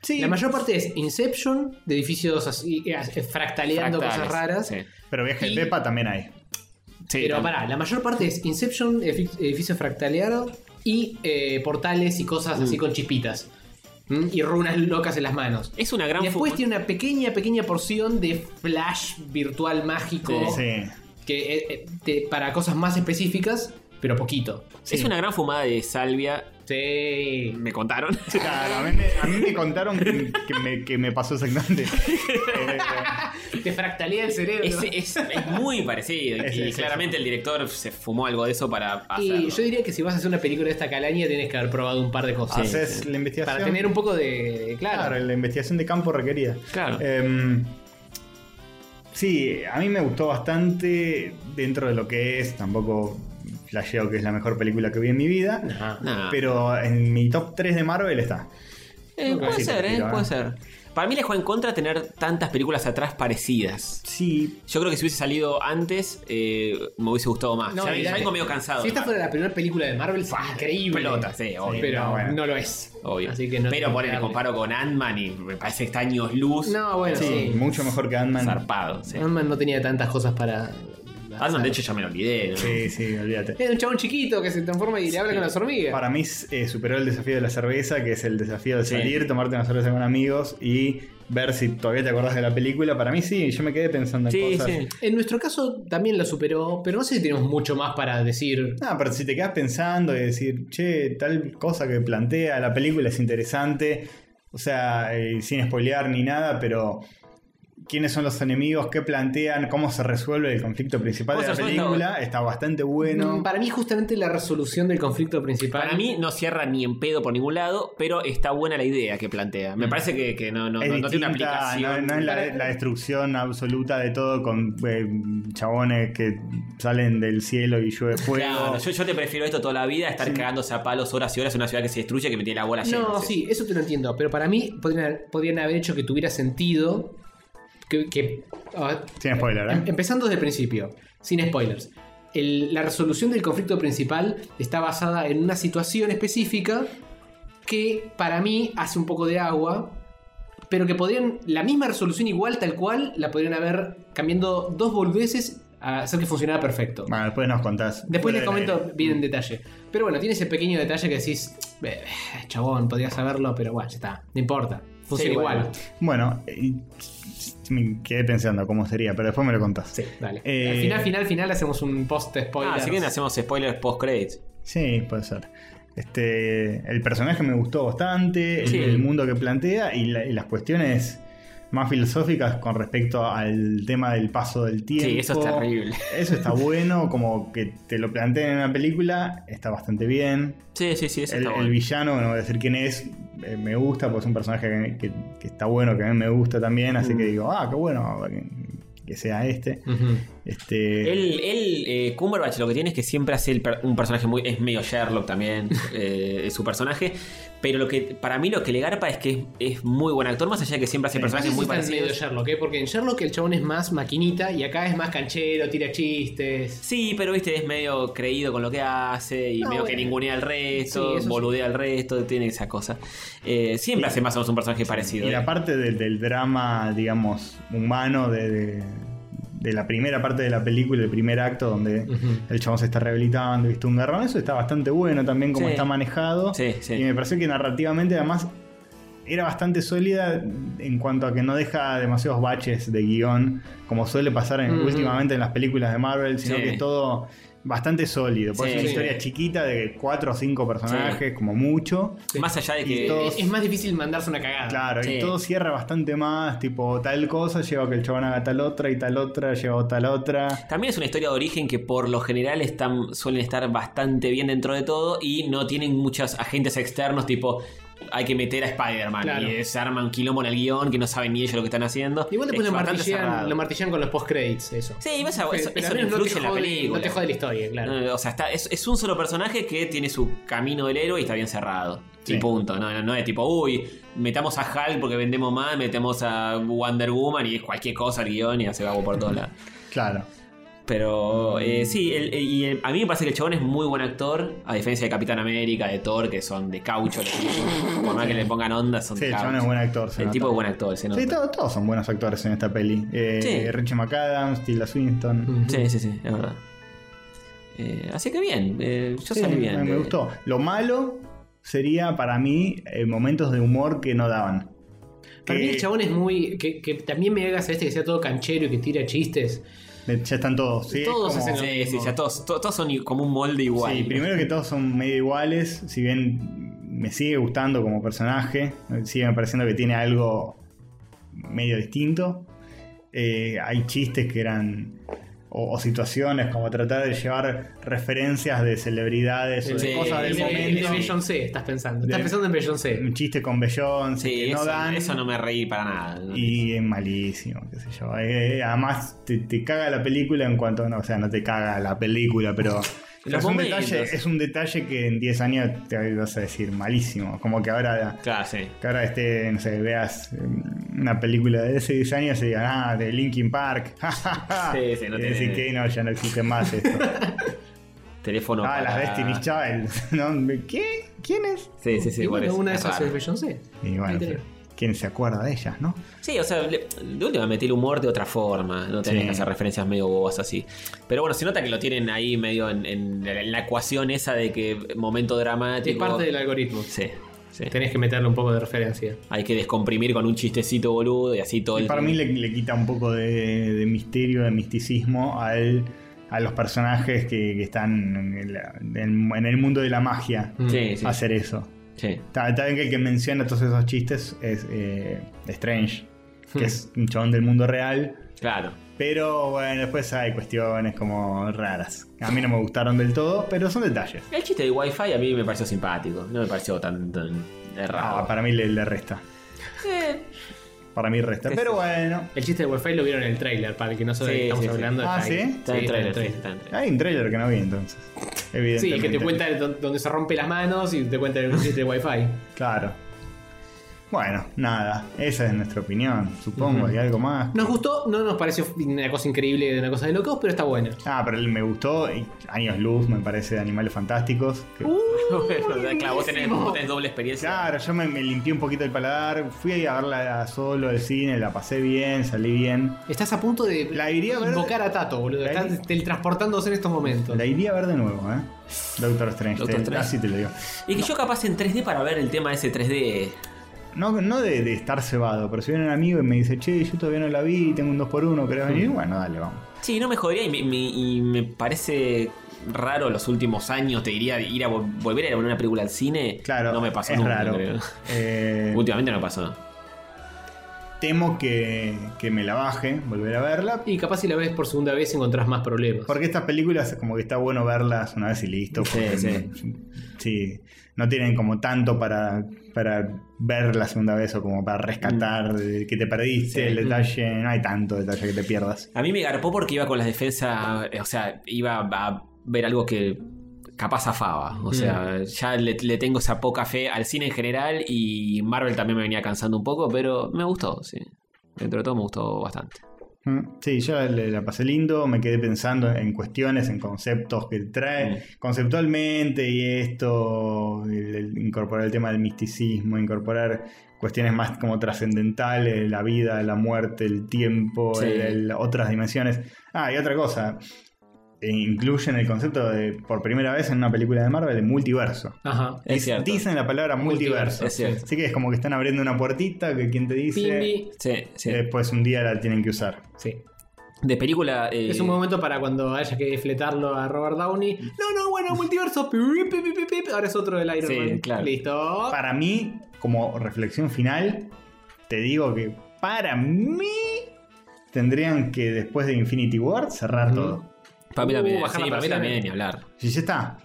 Speaker 2: Sí.
Speaker 1: La mayor parte es Inception, de edificios así, eh, fractaleando
Speaker 2: Fractales,
Speaker 1: cosas raras.
Speaker 3: sí.
Speaker 2: Pero viaje
Speaker 1: Y-
Speaker 2: de Pepa también hay.
Speaker 1: pero
Speaker 2: también.
Speaker 1: pará, la mayor parte es Inception, edifi- edificios fractaleados y eh, portales y cosas así con chispitas. ¿Mm? Y runas locas en las manos.
Speaker 3: Es una gran
Speaker 1: Y después
Speaker 3: fu-
Speaker 1: tiene una pequeña, pequeña porción de flash virtual mágico.
Speaker 2: Sí.
Speaker 1: Que eh, eh, te- para cosas más específicas. pero poquito.
Speaker 3: Es una gran fumada de salvia.
Speaker 1: Sí.
Speaker 3: Me contaron.
Speaker 2: Claro, a mí, me- a mí me contaron que, que me, que me pasó exactamente. Eh,
Speaker 1: Te fractalea el cerebro.
Speaker 3: Es, es- es muy parecido. y-
Speaker 1: Es-
Speaker 3: y
Speaker 1: es-
Speaker 3: claramente el director se fumó algo de eso para hacerlo.
Speaker 1: Y yo diría que si vas a hacer una película de esta calaña tenés que haber probado un par de cosas.
Speaker 2: Haces la investigación.
Speaker 1: Para tener un poco de. Claro.
Speaker 2: la investigación de campo requerida.
Speaker 3: Claro.
Speaker 2: sí, a mí me gustó bastante dentro de lo que es. Tampoco flasheo que es la mejor película que vi en mi vida.
Speaker 3: no.
Speaker 2: Pero en mi top 3 de Marvel está.
Speaker 3: Eh, puede
Speaker 2: Así te
Speaker 3: ser, eh,
Speaker 2: tiro,
Speaker 3: puede ser. Para mí les juega en contra tener tantas películas atrás parecidas.
Speaker 2: Sí.
Speaker 3: Yo creo que si hubiese salido antes, eh, me hubiese gustado más.
Speaker 1: No,
Speaker 3: ya, ya
Speaker 1: olvidate.
Speaker 3: vengo medio cansado.
Speaker 1: Si esta fuera la primera película de Marvel, sería increíble.
Speaker 3: pelota, sí, obvio.
Speaker 1: Pero
Speaker 3: No,
Speaker 1: no,
Speaker 3: bueno.
Speaker 1: lo es.
Speaker 3: Obvio.
Speaker 1: Así que no
Speaker 3: Pero
Speaker 1: tengo
Speaker 3: por
Speaker 1: que
Speaker 3: el
Speaker 1: darle.
Speaker 3: comparo con Ant-Man y me parece que está años luz.
Speaker 1: No, bueno, sí.
Speaker 2: Mucho mejor que Ant-Man.
Speaker 3: Zarpado, sí.
Speaker 1: Ant-Man no tenía tantas cosas para.
Speaker 3: Ant-Man, de hecho, ya me lo olvidé. ¿no?
Speaker 2: Sí, sí, olvídate.
Speaker 1: Era un chabón chiquito que se transforma y le habla con las hormigas.
Speaker 2: Para mí eh, superó el desafío de la cerveza, que es el desafío de
Speaker 3: Sí.
Speaker 2: salir, tomarte una cerveza con amigos y ver si todavía te acordás de la película. Para mí sí, yo me quedé pensando en cosas.
Speaker 1: En nuestro caso también lo superó, pero no sé si tenemos mucho más para decir.
Speaker 2: No, Ah, pero si te quedas pensando y decir, che, tal cosa que plantea la película es interesante, o sea, eh, sin spoilear ni nada, pero quiénes son los enemigos, qué plantean, cómo se resuelve el conflicto principal
Speaker 3: ¿Cómo
Speaker 2: de la
Speaker 3: se resuelve?
Speaker 2: película, está bastante bueno.
Speaker 1: Mm, Para mí, justamente la resolución del conflicto principal.
Speaker 3: Para mí no cierra ni en pedo por ningún lado, pero está buena la idea que plantea.
Speaker 1: Mm.
Speaker 3: Me parece que, que no, no,
Speaker 2: es
Speaker 3: no- no tiene una
Speaker 2: distinta,
Speaker 3: aplicación.
Speaker 2: No, no es la, la destrucción absoluta de todo con eh, chabones que salen del cielo y llueve fuego.
Speaker 3: Claro, yo, yo te prefiero esto toda la vida, estar cagándose a palos horas y horas en una ciudad que se destruye que me tiene la bola llena.
Speaker 1: No, sí, eso te lo entiendo. Pero para mí podrían, podrían haber hecho que tuviera sentido. Que, que- ah,
Speaker 2: Sin spoiler,
Speaker 1: em-
Speaker 2: ¿eh?
Speaker 1: empezando desde el principio, sin spoilers. El- la resolución del conflicto principal está basada en una situación específica que para mí hace un poco de agua. Pero que podrían. La misma resolución, igual, tal cual, la podrían haber cambiando dos boludeces a hacer que funcionara perfecto.
Speaker 2: Bueno, después nos contás.
Speaker 1: Después
Speaker 2: Fuera
Speaker 1: les
Speaker 2: del aire. Mm.
Speaker 1: comento bien en detalle. Pero bueno, tiene ese pequeño detalle que decís, "Eh, chabón, podrías saberlo, pero bueno, ya está, no importa. Funciona
Speaker 2: Sí,
Speaker 1: igual.
Speaker 2: Bueno, eh, me quedé pensando cómo sería, pero después me lo contás.
Speaker 1: Sí, dale.
Speaker 2: Eh,
Speaker 1: Al final, final, final hacemos un post spoiler.
Speaker 3: Ah, si quieren hacemos spoilers post credits.
Speaker 2: Sí, puede ser. Este, el personaje me gustó bastante, el- el, mundo que plantea y, la- y las cuestiones más filosóficas con respecto al tema del paso del tiempo.
Speaker 3: Sí, eso es terrible.
Speaker 2: Eso está bueno, como que te lo planteen en una película, está bastante bien.
Speaker 3: Sí, sí, sí, eso
Speaker 2: el,
Speaker 3: está
Speaker 2: el
Speaker 3: bueno.
Speaker 2: villano, no voy a decir quién es, eh, me gusta, porque es un personaje que, que- que está bueno, que a mí me gusta también,
Speaker 3: Mm.
Speaker 2: así que digo, ah, qué bueno que, que sea este. Este,
Speaker 3: Él, él, eh, Cumberbatch lo que tiene es que siempre hace el per- un personaje muy. Es medio Sherlock también, eh, es su personaje. Pero lo que para mí lo que le garpa es que es, es muy buen actor, más allá de que siempre hace personajes muy
Speaker 1: parecido
Speaker 3: parecidos.
Speaker 1: Sherlock, ¿eh? porque en Sherlock el chabón es más maquinita y acá es más canchero, tira chistes.
Speaker 3: Sí, pero viste, es medio creído con lo que hace y
Speaker 1: No,
Speaker 3: medio que
Speaker 1: bueno.
Speaker 3: ningunea al
Speaker 1: Sí,
Speaker 3: resto,
Speaker 1: eso sí.
Speaker 3: boludea al resto, tiene esa cosa. Eh, siempre hace más o menos un personaje parecido.
Speaker 2: Y
Speaker 3: eh.
Speaker 2: la parte del- del drama, digamos, humano de, de- de la primera parte de la película, el primer acto, donde el chabón se está rehabilitando, viste un garrón, eso está bastante bueno también como
Speaker 3: Sí.
Speaker 2: está manejado.
Speaker 3: Sí, sí.
Speaker 2: Y me pareció que narrativamente además era bastante sólida en cuanto a que no deja demasiados baches de guión, como suele pasar en-
Speaker 3: Ujú.
Speaker 2: últimamente en las películas de Marvel, sino
Speaker 3: Sí.
Speaker 2: que es todo bastante sólido. Por
Speaker 3: Sí,
Speaker 2: eso es una
Speaker 3: sí.
Speaker 2: historia chiquita de cuatro o cinco personajes, como mucho.
Speaker 3: Más allá de
Speaker 2: Y
Speaker 3: que.
Speaker 2: todos-
Speaker 1: Es más difícil mandarse una
Speaker 3: Ah,
Speaker 1: cagada.
Speaker 2: Claro,
Speaker 3: Sí.
Speaker 2: y todo cierra bastante más, tipo tal cosa lleva a que el chabón haga tal otra y tal otra, lleva a tal otra.
Speaker 3: También es una historia de origen que por lo general están, suelen estar bastante bien dentro de todo y no tienen muchos agentes externos tipo hay que meter a Spider-Man
Speaker 1: Claro.
Speaker 3: y se arma un quilombo en el guión que no saben ni ellos lo que están haciendo.
Speaker 1: Igual después
Speaker 3: Es
Speaker 1: lo
Speaker 3: bastante cerrado.
Speaker 1: martillan, lo martillan con los post-credits, eso.
Speaker 3: Sí, vas a-
Speaker 1: Pero-
Speaker 3: eso,
Speaker 1: pero
Speaker 3: eso
Speaker 1: al menos
Speaker 3: no
Speaker 1: te
Speaker 3: influye en la
Speaker 1: jode-
Speaker 3: película. Ah,
Speaker 1: No te jode la historia, claro.
Speaker 3: No, no, o sea, está, es, es un solo personaje que tiene su camino del héroe y está bien cerrado. Y
Speaker 2: Sí.
Speaker 3: punto. No, no, no es tipo, uy, metamos a Hulk porque vendemos más, metemos a Wonder Woman y es cualquier cosa el guión y hace vago por todos lados.
Speaker 2: Claro. Mm.
Speaker 3: Pero eh, sí, el- el- y el- a mí me parece que el chabón es muy buen actor, a diferencia de Capitán América, de Thor, que son de caucho. los tipos. Por más que le pongan onda, son
Speaker 2: Sí,
Speaker 3: de
Speaker 2: el
Speaker 3: caucho.
Speaker 2: chabón es buen actor. se
Speaker 3: El
Speaker 2: nota.
Speaker 3: tipo es buen actor, se nota.
Speaker 2: Sí, todo- todos son buenos actores en esta peli. Eh,
Speaker 3: Sí.
Speaker 2: Richie McAdams, Tilda Swinton.
Speaker 3: Sí, sí, sí, es verdad. Eh, así que bien, eh, yo
Speaker 2: Sí,
Speaker 3: salí bien.
Speaker 2: Me, me
Speaker 3: Eh,
Speaker 2: gustó. Lo malo sería para mí eh, momentos de humor que no daban.
Speaker 1: Para mí
Speaker 2: Que-
Speaker 1: el chabón es muy. Que, que también me hagas a este que sea todo canchero y que tira chistes.
Speaker 2: Ya están todos, ¿sí? Es
Speaker 3: todos
Speaker 2: como-
Speaker 3: hacen lo mismo. Sí, sí, ya todos, to- todos son i- como un molde igual.
Speaker 2: Sí, primero que todos son medio iguales, si bien me sigue gustando como personaje, sigue me pareciendo que tiene algo medio distinto. Eh, hay chistes que eran... O, o situaciones como tratar de llevar referencias de celebridades o de cosas del momento.
Speaker 1: Beyoncé estás pensando. Estás
Speaker 2: De-
Speaker 1: pensando en Beyoncé.
Speaker 2: Un chiste con Beyoncé que no
Speaker 3: eso-
Speaker 2: dan.
Speaker 3: eso no me reí para nada.
Speaker 2: Y es malísimo, qué sé yo. Eh, además, te, te caga la película en cuanto. No, o sea, no te caga la película, pero. pero es, un
Speaker 3: momentos.
Speaker 2: detalle, es un detalle que en 10 años te vas a decir malísimo. Como que ahora. Que ahora esté, no sé, veas eh, una película de ese 10 años y digan, ah, de Linkin Park.
Speaker 3: Sí, sí, no
Speaker 2: y
Speaker 3: tiene-
Speaker 2: decir que no, ya no existe más esto.
Speaker 3: Teléfono.
Speaker 2: ah, las
Speaker 3: para-
Speaker 2: Destiny's Child. ¿no? ¿Qué? ¿Quién es?
Speaker 3: Sí, sí, sí.
Speaker 2: Y
Speaker 3: igual
Speaker 2: bueno,
Speaker 3: es-
Speaker 2: una de
Speaker 3: es
Speaker 2: esas
Speaker 3: raro.
Speaker 2: es
Speaker 1: Beyoncé.
Speaker 2: Y bueno,
Speaker 3: Ahí tenés.
Speaker 2: ¿quién se acuerda de ellas, no?
Speaker 3: Sí, o sea, le- de última metí el humor de otra forma. No tenés
Speaker 2: Sí.
Speaker 3: que hacer referencias medio bobas así. Pero bueno, se nota que lo tienen ahí medio en, en la- en la ecuación esa de que momento dramático.
Speaker 1: Es parte del algoritmo.
Speaker 3: Sí. sí.
Speaker 1: Tenés que meterle un poco de referencia.
Speaker 3: Hay que descomprimir con un chistecito boludo y así todo
Speaker 2: Y
Speaker 3: el
Speaker 2: para mí le, le quita un poco de, de misterio, de misticismo al, a los personajes que, que están en, la- en- en el mundo de la Mm. magia.
Speaker 3: Mm. Sí, sí.
Speaker 2: Hacer eso.
Speaker 3: Sí.
Speaker 2: Está, está bien que el que menciona todos esos chistes es eh, Strange, que es un chabón del mundo real.
Speaker 3: Claro.
Speaker 2: Pero bueno, después hay cuestiones como raras. A mí no me gustaron del todo, pero son detalles.
Speaker 3: El chiste de Wi-Fi a mí me pareció simpático. No me pareció tan, tan errado.
Speaker 2: Ah, para mí le, le resta. Para mí resta. Pero bueno.
Speaker 1: El chiste de Wi-Fi lo vieron en el trailer, para el que no sabe
Speaker 2: Sí,
Speaker 1: de qué estamos
Speaker 2: sí, sí.
Speaker 1: hablando.
Speaker 2: Ah,
Speaker 1: ahí.
Speaker 2: ¿sí? Está en el
Speaker 1: en
Speaker 2: trailer, sí, Hay un trailer que no vi entonces.
Speaker 1: Sí,
Speaker 2: Evidentemente.
Speaker 1: que te cuenta el- don- donde se rompe las manos y te cuenta el chiste de Wi-Fi.
Speaker 2: Claro. Bueno, nada, esa es nuestra opinión. Supongo,
Speaker 1: Ujú.
Speaker 2: hay algo más.
Speaker 1: Nos gustó, no nos pareció una cosa increíble, una cosa de locos, pero está buena.
Speaker 2: Ah, pero me gustó y Años Luz, me parece, de Animales Fantásticos. que-
Speaker 3: Uh. Bueno, claro, vos tenés, vos tenés doble experiencia.
Speaker 2: Claro, yo me, me limpié un poquito el paladar, fui a verla solo al cine, la pasé bien, salí bien.
Speaker 1: Estás a punto de invocar a Tato, boludo. Estás teletransportándose en estos momentos.
Speaker 2: La iría a ver de nuevo, ¿eh? Doctor Strange,
Speaker 3: Doctor
Speaker 2: te-
Speaker 3: Strange.
Speaker 2: así te lo digo.
Speaker 3: Y que yo capaz en 3D para ver el tema ese 3D.
Speaker 2: No, no de, de estar cebado, pero si viene un amigo y me dice, che, yo todavía no la vi, tengo un 2x1, ¿querés venir? Bueno, dale, vamos.
Speaker 3: Sí, no me jodería y me, me- y me parece raro los últimos años, te diría, ir a vol- volver a ir a ver una película al cine. Claro. No me pasó
Speaker 2: es
Speaker 3: nunca,
Speaker 2: raro.
Speaker 3: creo.
Speaker 2: Eh,
Speaker 3: Últimamente no pasó.
Speaker 2: temo que, que me la baje, volver a verla.
Speaker 1: Y capaz si la ves por segunda vez encontrás más problemas.
Speaker 2: Porque estas películas como que está bueno verlas una vez y listo. porque,
Speaker 1: sí.
Speaker 2: sí, no tienen como tanto para, para ver la segunda vez o como para rescatar
Speaker 1: Mm.
Speaker 2: de que te perdiste el detalle. No hay tanto detalle que te pierdas.
Speaker 3: A mí me garpó porque iba con las defensas, eh, o sea, iba a ver algo que capaz afaba. O
Speaker 2: Mm.
Speaker 3: sea, ya le, le tengo esa poca fe al cine en general y Marvel también me venía cansando un poco, pero me gustó, sí. Dentro de todo me gustó bastante.
Speaker 2: Mm, Sí, yo la, la pasé lindo, me quedé pensando en cuestiones, en conceptos que
Speaker 3: Mm.
Speaker 2: trae conceptualmente y esto, el- el incorporar el tema del misticismo, incorporar cuestiones más como trascendentales, la vida, la muerte, el tiempo,
Speaker 3: Sí.
Speaker 2: el- el- otras dimensiones. Ah, y otra cosa, e incluyen el concepto de, por primera vez en una película de Marvel, de multiverso.
Speaker 1: Ajá.
Speaker 2: Dic- Dicen la palabra multiverso.
Speaker 3: Multiverso, es cierto.
Speaker 2: Así que es como que están abriendo una puertita que quien te dice,
Speaker 1: Pimbi.
Speaker 3: Sí, sí.
Speaker 2: después un día la tienen que usar.
Speaker 1: Sí.
Speaker 3: De película. eh,
Speaker 1: Es un momento para cuando haya que fletarlo a Robert Downey. No, no, bueno, multiverso. Pip, pip, pip, pip, pip. Ahora es otro del Iron
Speaker 2: Sí,
Speaker 1: Man.
Speaker 2: claro.
Speaker 1: Listo.
Speaker 2: Para mí, como reflexión final, te digo que para mí tendrían que después de Infinity War cerrar todo.
Speaker 3: Para mí también, sí, para mí también, ni hablar.
Speaker 2: Y ya está.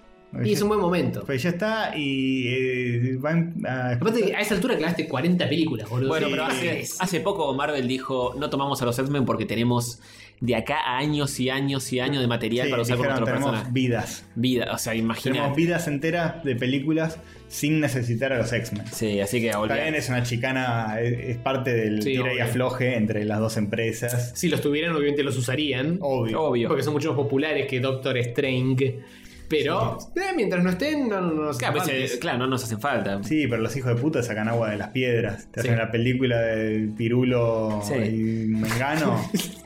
Speaker 1: Y es un buen momento.
Speaker 2: Pues ya está y eh, va a...
Speaker 1: Aparte, a esa altura clavaste 40 películas, boludo.
Speaker 3: Bueno,
Speaker 1: Sí.
Speaker 3: pero hace, hace poco Marvel dijo: No tomamos a los X-Men porque tenemos de acá a años y años y años de material
Speaker 2: Sí,
Speaker 3: para usar con
Speaker 2: dijeron,
Speaker 3: otro
Speaker 2: tenemos
Speaker 3: personaje.
Speaker 2: vidas.
Speaker 3: Vida, o sea,
Speaker 2: Tenemos
Speaker 3: imagínate.
Speaker 2: vidas enteras de películas sin necesitar a los X-Men.
Speaker 3: Sí, así que a volver.
Speaker 2: También es una chicana, eh, es es parte del
Speaker 1: Sí,
Speaker 2: tira y
Speaker 1: obvio.
Speaker 2: afloje entre las dos empresas.
Speaker 1: Si los tuvieran, obviamente los usarían.
Speaker 2: Obvio.
Speaker 3: Obvio.
Speaker 1: Porque son mucho más populares que Doctor Strange. Pero eh, mientras no estén, no, no, no
Speaker 3: Claro, pues, eh, claro, no nos hacen falta.
Speaker 2: Sí, pero los hijos de puta sacan agua de las piedras. Te
Speaker 3: Sí.
Speaker 2: hacen la película del pirulo
Speaker 3: Sí.
Speaker 2: y mengano.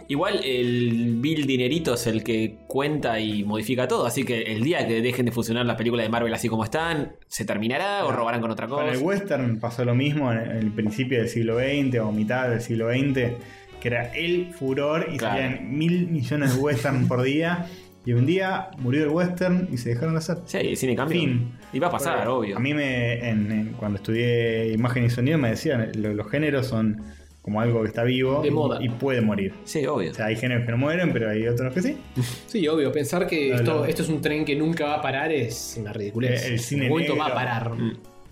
Speaker 3: Igual el Bill Dinerito es el que cuenta y modifica todo, así que el día que dejen de funcionar las películas de Marvel así como están, se terminará o robarán con otra cosa.
Speaker 2: Con el western pasó lo mismo en el principio del siglo XX o mitad del siglo XX, que era el furor y
Speaker 3: Claro.
Speaker 2: salían mil millones de western por día. Y un día murió el western y se dejaron de hacer.
Speaker 3: Sí, cine cambio.
Speaker 2: Fin.
Speaker 3: Iba a pasar, obvio.
Speaker 2: A mí, me, en- en- cuando estudié imagen y sonido, me decían lo- los géneros son como algo que está vivo
Speaker 1: De moda.
Speaker 2: y puede morir.
Speaker 3: Sí, obvio.
Speaker 2: O sea, hay géneros que no mueren, pero hay otros que sí.
Speaker 1: Sí, obvio, pensar que
Speaker 2: No,
Speaker 1: esto,
Speaker 2: no.
Speaker 1: esto es un tren que nunca va a parar es una ridiculez.
Speaker 2: El- el
Speaker 1: En
Speaker 2: cine
Speaker 1: algún momento
Speaker 2: negro.
Speaker 1: va a parar.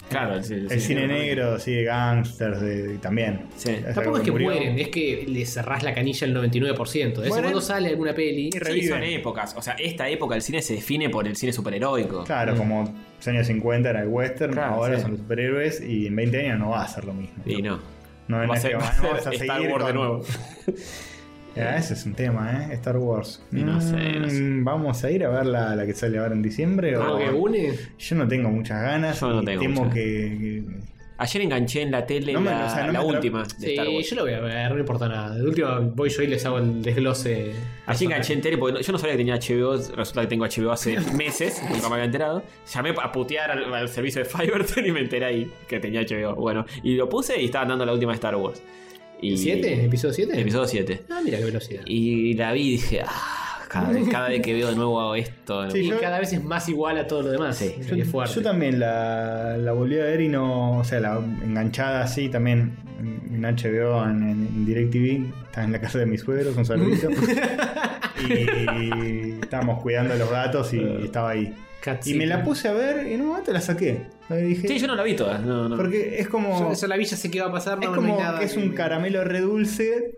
Speaker 3: Claro, el,
Speaker 2: El cine negro, sí, de gangsters, de- también. Hasta
Speaker 1: Tampoco es que
Speaker 2: murió.
Speaker 1: mueren, es que le cerrás la canilla el 99%. De vez en
Speaker 3: Mueren.
Speaker 1: cuando sale alguna peli.
Speaker 3: Sí, son épocas. O sea, esta época del cine se define por el cine superheroico.
Speaker 2: Claro, como los años 50 era el western, ahora
Speaker 3: Mm. sí.
Speaker 2: son los superhéroes y en 20 años no va a ser lo mismo.
Speaker 3: Y no.
Speaker 2: No,
Speaker 3: Va
Speaker 2: no
Speaker 3: a
Speaker 2: es
Speaker 3: ser-
Speaker 2: que
Speaker 3: va a
Speaker 2: vamos
Speaker 3: ser
Speaker 2: a
Speaker 3: Star
Speaker 2: seguir
Speaker 3: Wars de
Speaker 2: con-
Speaker 3: nuevo.
Speaker 2: Ah, ese es un tema, ¿eh? Star Wars.
Speaker 3: Y no sé, no sé.
Speaker 2: Mm, ¿Vamos a ir a ver la, la que sale ahora en diciembre?
Speaker 3: ¿Algo
Speaker 2: o-
Speaker 3: que une?
Speaker 2: Yo no tengo muchas ganas.
Speaker 3: Yo no
Speaker 2: y
Speaker 3: tengo
Speaker 2: temo
Speaker 3: muchas.
Speaker 2: que. que-
Speaker 3: Ayer enganché en la tele
Speaker 2: No me-
Speaker 3: la,
Speaker 2: o sea, no
Speaker 3: la
Speaker 2: me tra-
Speaker 3: última de
Speaker 1: Sí,
Speaker 3: Star Wars.
Speaker 1: yo lo voy a ver, no importa nada. De última voy yo y les hago el desglose.
Speaker 3: Allí enganché en tele porque no- yo no sabía que tenía HBO, resulta que tengo HBO hace meses, nunca me había enterado. Llamé a putear al, al servicio de Fivertel y me enteré ahí que tenía HBO. Bueno, y lo puse y estaba dando la última de Star Wars. Y,
Speaker 1: ¿Siete? ¿Episodio 7?
Speaker 3: Episodio 7.
Speaker 1: Ah, mira qué velocidad.
Speaker 3: Y la vi y dije, ah, cada vez, cada vez que veo de nuevo esto.
Speaker 1: y cada vez es más igual a todo lo demás.
Speaker 2: Yo,
Speaker 1: Y es fuerte.
Speaker 2: yo también la, la volví a ver y no. O sea, la enganchada así también en en HBO, en, en- en DirecTV. Estaba en la casa de mis suegros, un saludito. y estábamos cuidando a los gatos y estaba ahí. Y me la puse a ver y en un momento la saqué. Ahí dije,
Speaker 3: Sí, yo no la vi toda. No, no.
Speaker 2: Porque es como.
Speaker 1: Yo, yo la villa sé qué va a pasar, no,
Speaker 2: es
Speaker 1: no
Speaker 2: como
Speaker 1: hay nada.
Speaker 2: que es un
Speaker 1: me-
Speaker 2: caramelo re dulce.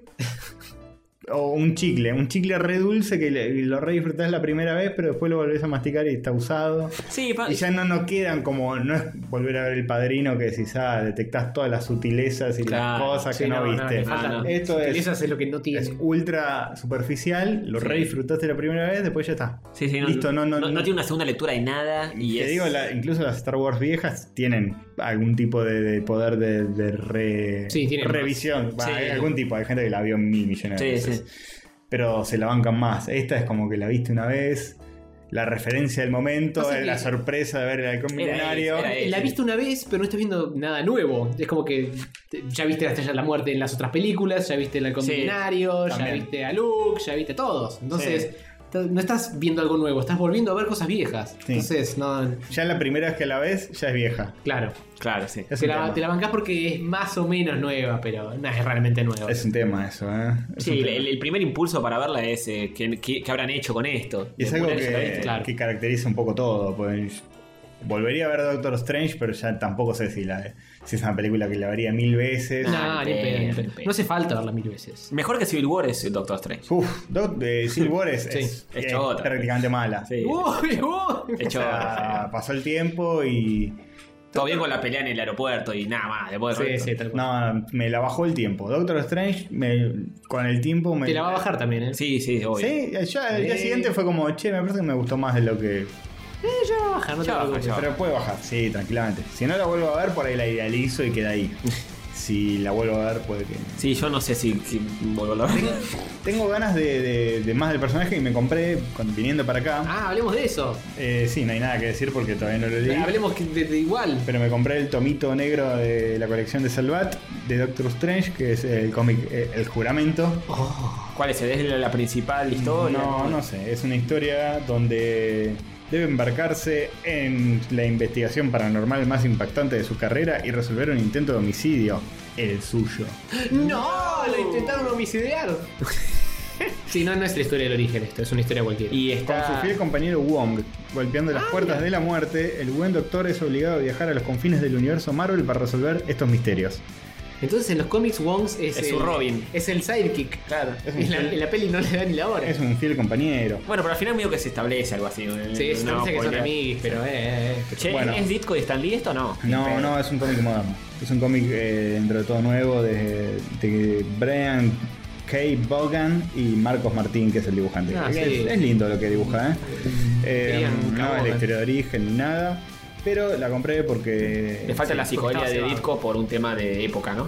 Speaker 2: o un chicle. Un chicle re dulce que le- lo re disfrutás la primera vez, pero después lo volvés a masticar y está usado.
Speaker 3: Sí, pa-
Speaker 2: y ya no nos quedan como. No es volver a ver el padrino que decís, ah, detectás todas las sutilezas y
Speaker 1: Claro,
Speaker 2: las cosas
Speaker 1: sí,
Speaker 2: que no,
Speaker 1: no, no,
Speaker 2: viste.
Speaker 1: le faltan
Speaker 2: Esto es,
Speaker 1: sutilezas, es lo que no tiene.
Speaker 2: es ultra superficial, lo
Speaker 3: Sí.
Speaker 2: re disfrutaste la primera vez, después ya está.
Speaker 3: Sí, sí, no,
Speaker 2: Listo, no, no,
Speaker 3: no-
Speaker 2: no-
Speaker 3: no tiene una segunda lectura de nada. Y
Speaker 2: te
Speaker 3: es-
Speaker 2: digo, la- incluso las Star Wars viejas tienen algún tipo de, de poder de, de re-
Speaker 3: Sí, tienen
Speaker 2: revisión.
Speaker 3: más.
Speaker 2: Va,
Speaker 3: Sí.
Speaker 2: hay Algún tipo, hay gente que la vio mil millones de
Speaker 3: Sí,
Speaker 2: veces. Pero se la bancan más. Esta es como que la viste una vez. La referencia del momento,
Speaker 1: Pasa que-
Speaker 2: la sorpresa de ver el halcón milenario.
Speaker 1: La viste una vez, pero no estás viendo nada nuevo. Es como que te- ya viste la estrella de la muerte en las otras películas, ya viste el halcón
Speaker 3: Sí,
Speaker 1: milenario, ya
Speaker 3: también.
Speaker 1: viste a Luke, ya viste a todos. Entonces, t- no estás viendo algo nuevo, estás volviendo a ver cosas viejas.
Speaker 2: Sí.
Speaker 1: Entonces, no.
Speaker 2: Ya la primera vez que la ves, ya es vieja.
Speaker 1: Claro.
Speaker 3: Claro, sí.
Speaker 2: Es
Speaker 1: Te
Speaker 2: un,
Speaker 1: la,
Speaker 2: tema.
Speaker 1: te la bancás porque es más o menos nueva, pero no es realmente nueva.
Speaker 2: Es un tema eso, ¿eh? Es
Speaker 3: Sí,
Speaker 2: un
Speaker 3: el,
Speaker 2: tema.
Speaker 3: el- el primer impulso para verla es eh, ¿qué, qué- qué habrán hecho con esto.
Speaker 2: Y es
Speaker 3: De
Speaker 2: algo
Speaker 3: poner eso,
Speaker 2: que,
Speaker 3: ¿viste? Claro.
Speaker 2: que caracteriza un poco todo. Pues, volvería a ver Doctor Strange, pero ya tampoco sé si, la, si es una película que la vería mil veces.
Speaker 1: No, ni en pedo, ni en pedo. No hace falta verla mil veces.
Speaker 3: Mejor que Civil War es Doctor Strange.
Speaker 2: Uf, Doc- de Civil War es,
Speaker 3: Sí,
Speaker 2: es-
Speaker 3: es
Speaker 2: es
Speaker 3: chota.
Speaker 2: prácticamente mala.
Speaker 3: Sí.
Speaker 1: Uy, uy.
Speaker 3: Es
Speaker 2: O sea,
Speaker 3: chota,
Speaker 2: pasó el tiempo y.
Speaker 3: Todo bien con la pelea en el aeropuerto y nada más. Después del resto.
Speaker 2: No, me la bajó el tiempo. Doctor Strange, me- con el tiempo me.
Speaker 1: Te la va a bajar también, ¿eh?
Speaker 3: Sí, sí, obvio.
Speaker 2: Sí, ya el día
Speaker 1: Eh.
Speaker 2: siguiente fue como, che, me parece que me gustó más de lo que.
Speaker 1: Eh, ya va a bajar, no te preocupes.
Speaker 2: Pero puede bajar, sí, tranquilamente. Si no la vuelvo a ver, por ahí la idealizo y queda ahí. si la vuelvo a ver, puede que.
Speaker 3: Sí, yo no sé si, si vuelvo a hablar.
Speaker 2: Tengo ganas de, de- de más del personaje y me compré cuando- viniendo para acá.
Speaker 1: Ah, hablemos de eso.
Speaker 2: Eh, sí, no hay nada que decir porque todavía no lo leí.
Speaker 1: Hablemos que- de, de igual.
Speaker 2: Pero me compré el tomito negro de la colección de Salvat de Doctor Strange, que es el cómic eh, El Juramento.
Speaker 3: ¿Cuál es? ¿Es la, la principal historia?
Speaker 2: No, no sé. Es una historia donde debe embarcarse en la investigación paranormal más impactante de su carrera y resolver un intento de homicidio, el suyo.
Speaker 1: ¡No! Lo intentaron homicidiar. sí, no, no es la historia del origen esto, es una historia cualquiera.
Speaker 3: Y
Speaker 2: Con su
Speaker 3: está.
Speaker 2: fiel compañero Wong, golpeando las puertas de la muerte, el buen doctor es obligado a viajar a los confines del universo Marvel para resolver estos misterios.
Speaker 1: Entonces en los cómics Wongs es,
Speaker 3: Es
Speaker 1: el,
Speaker 3: su Robin.
Speaker 1: Es el sidekick.
Speaker 3: Claro.
Speaker 2: Es
Speaker 1: En la, en la peli no le da ni la hora.
Speaker 2: Es un fiel compañero.
Speaker 3: Bueno, pero al final medio que se establece algo así.
Speaker 1: sí, es una
Speaker 3: No,
Speaker 1: cosa que son
Speaker 3: podría-
Speaker 1: amigos, pero eh, eh, eh.
Speaker 3: Che,
Speaker 2: Bueno.
Speaker 3: ¿es Ditko y Stan Lee esto o no?
Speaker 2: No, no, es un cómic moderno. Es un cómic eh, dentro de todo nuevo de, de Brian K. Bogan y Marcos Martín, que es el dibujante.
Speaker 1: Ah,
Speaker 2: es,
Speaker 1: sí.
Speaker 2: es lindo lo que dibuja, ¿eh? Eh,
Speaker 1: Brian K.
Speaker 2: no es
Speaker 1: Vaughan.
Speaker 2: la historia de origen ni nada, pero la compré porque...
Speaker 3: Le falta la psicodelia
Speaker 1: estaba
Speaker 3: de
Speaker 1: cebado.
Speaker 3: Ditko por un tema de época, ¿no?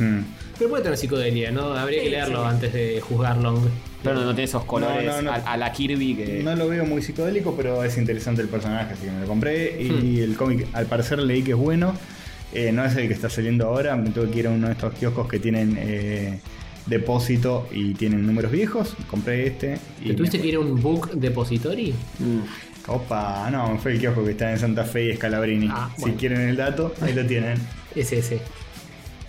Speaker 2: Hmm.
Speaker 1: Pero puede tener psicodelia, ¿no? Habría que
Speaker 3: Sí,
Speaker 1: leerlo
Speaker 3: sí.
Speaker 1: antes de juzgarlo.
Speaker 3: Pero no tiene esos colores
Speaker 2: No, no, no.
Speaker 3: A, a la Kirby que.
Speaker 2: No lo veo muy psicodélico, pero es interesante el personaje, así que me lo compré. Y
Speaker 1: Hmm.
Speaker 2: el cómic, al parecer, leí que es bueno. Eh, no es el que está saliendo ahora, me tuve que ir a uno de estos kioscos que tienen eh, depósito y tienen números viejos. Compré este. Y
Speaker 1: ¿Te tuviste que ir a un book depository?
Speaker 3: Mm.
Speaker 2: Opa, no, fue el kiosco que está en Santa Fe y Escalabrini.
Speaker 1: Ah,
Speaker 2: Si quieren el dato, ahí lo tienen.
Speaker 1: Ese, ese.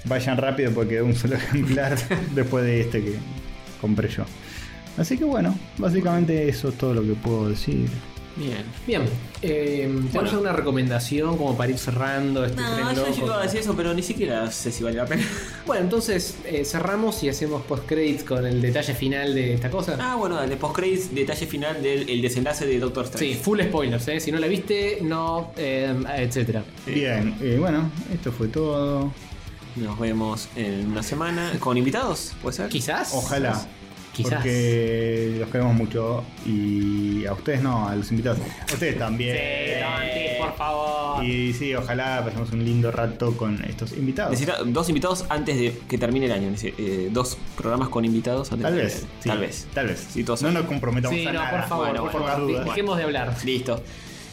Speaker 2: Vayan rápido porque un solo ejemplar después de este que compré yo. Así que bueno, básicamente eso es todo lo que puedo decir.
Speaker 3: Bien.
Speaker 1: Bien. Eh, ¿Te vas a dar una recomendación como para ir cerrando este
Speaker 3: No,
Speaker 1: tren
Speaker 3: yo
Speaker 1: loco?
Speaker 3: iba a decir eso, pero ni siquiera sé si vale la pena.
Speaker 1: Bueno, entonces eh, cerramos y hacemos post-credits con el detalle final de esta cosa.
Speaker 3: Ah, bueno, dale, post-credits, detalle final del el desenlace de Doctor Strange.
Speaker 1: Sí, full spoilers, ¿eh? Si no la viste, no, eh, etcétera.
Speaker 2: Bien, eh, bueno, esto fue todo.
Speaker 3: Nos vemos en una semana con invitados, ¿puede ser?
Speaker 1: Quizás.
Speaker 2: Ojalá.
Speaker 3: Quizás.
Speaker 2: Porque los queremos mucho y a ustedes no, a los invitados. A ustedes también.
Speaker 1: por favor.
Speaker 2: Y sí, ojalá pasemos un lindo rato con estos invitados.
Speaker 3: Necesita dos invitados antes de que termine el año. Neces- eh, dos programas con invitados antes
Speaker 2: Tal
Speaker 3: de-
Speaker 2: vez, sí.
Speaker 3: Tal vez.
Speaker 2: Tal vez.
Speaker 3: Sí, todos-
Speaker 2: No nos comprometamos
Speaker 1: Sí,
Speaker 2: a
Speaker 1: no,
Speaker 2: nada.
Speaker 1: por favor,
Speaker 2: Bueno,
Speaker 1: por
Speaker 2: bueno,
Speaker 1: favor.
Speaker 2: dudas.
Speaker 1: Dejemos de hablar.
Speaker 3: Listo.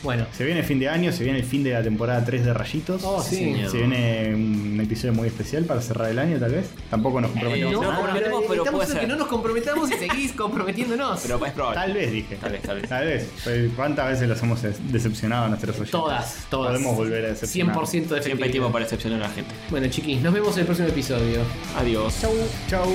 Speaker 1: Bueno.
Speaker 2: Se viene fin de año, se viene el fin de la temporada 3 de Rayitos.
Speaker 1: Oh, sí. señor.
Speaker 2: Se viene un episodio muy especial para cerrar el año, tal vez. Tampoco nos comprometemos.
Speaker 1: Eh, No,
Speaker 2: a nada.
Speaker 3: comprometemos, pero
Speaker 1: estamos
Speaker 3: puede
Speaker 1: diciendo
Speaker 3: ser.
Speaker 1: que no nos comprometamos y seguís comprometiéndonos.
Speaker 3: Pero es probable.
Speaker 2: Tal vez, dije.
Speaker 3: Tal vez, tal vez.
Speaker 2: Tal vez. Pues, ¿Cuántas veces los hemos decepcionado a nuestros oyentes?
Speaker 1: Todas, todas.
Speaker 2: Podemos volver a decepcionar.
Speaker 1: 100% de
Speaker 3: Siempre hay tiempo para excepcionar a la gente.
Speaker 1: Bueno, chiquis, nos vemos en el próximo episodio.
Speaker 3: Adiós.
Speaker 2: Chau, chau.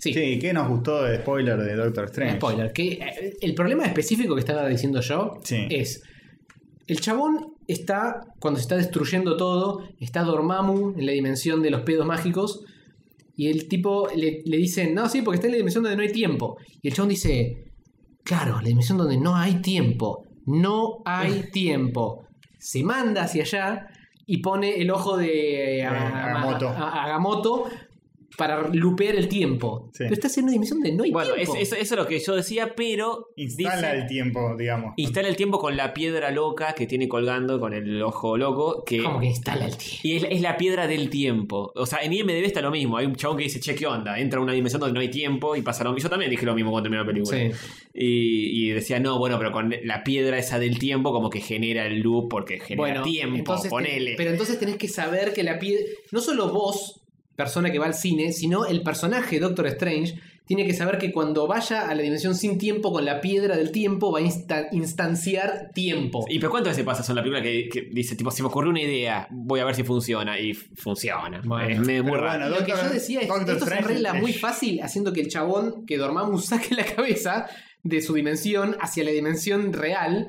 Speaker 1: Sí.
Speaker 2: ¿qué nos gustó de spoiler de Doctor Strange?
Speaker 1: Spoiler, que eh, el problema específico que estaba diciendo yo
Speaker 2: Sí.
Speaker 1: es el chabón está cuando se está destruyendo todo, está Dormammu en la dimensión de los pedos mágicos y el tipo le, le dice, "No, sí, porque está en la dimensión donde no hay tiempo." Y el chabón dice, "Claro, la dimensión donde no hay tiempo, no hay tiempo." Se manda hacia allá y pone el ojo de eh, a-
Speaker 2: Agamotto.
Speaker 1: a- a- Agamotto para lupear el tiempo. Pero estás en una dimensión donde no hay
Speaker 3: Bueno, es-
Speaker 1: tiempo.
Speaker 3: es- eso, es lo que yo decía, pero.
Speaker 2: Instala
Speaker 3: dice-
Speaker 2: el tiempo, digamos.
Speaker 3: instala el tiempo con la piedra loca que tiene colgando con el ojo loco. Que,
Speaker 1: ¿Cómo que instala el tiempo?
Speaker 3: Y es, la- es la piedra del tiempo. O sea, en IMDB está lo mismo. Hay un chabón que dice, che, ¿qué onda? Entra a una dimensión donde no hay tiempo y pasa lo mismo. Yo también dije lo mismo cuando terminó la película. Y, y decía, no, bueno, pero con la piedra esa del tiempo como que genera el loop porque genera tiempo.
Speaker 1: entonces
Speaker 3: ponele.
Speaker 1: te- pero entonces tenés que saber que la piedra. No solo vos, persona que va al cine, sino el personaje Doctor Strange, tiene que saber que cuando vaya a la dimensión sin tiempo con la piedra del tiempo, va a insta- instanciar tiempo.
Speaker 3: ¿Y pero cuántas veces pasa eso en la película que, que dice, tipo, se me ocurrió una idea, voy a ver si funciona? Y f- funciona. es medio muy
Speaker 2: Pero
Speaker 3: raro.
Speaker 2: bueno,
Speaker 1: Lo que yo decía es
Speaker 2: Doctor
Speaker 1: que esto se
Speaker 2: Strange
Speaker 1: arregla
Speaker 2: es-
Speaker 1: muy fácil haciendo que el chabón que Dormammu saque la cabeza de su dimensión hacia la dimensión real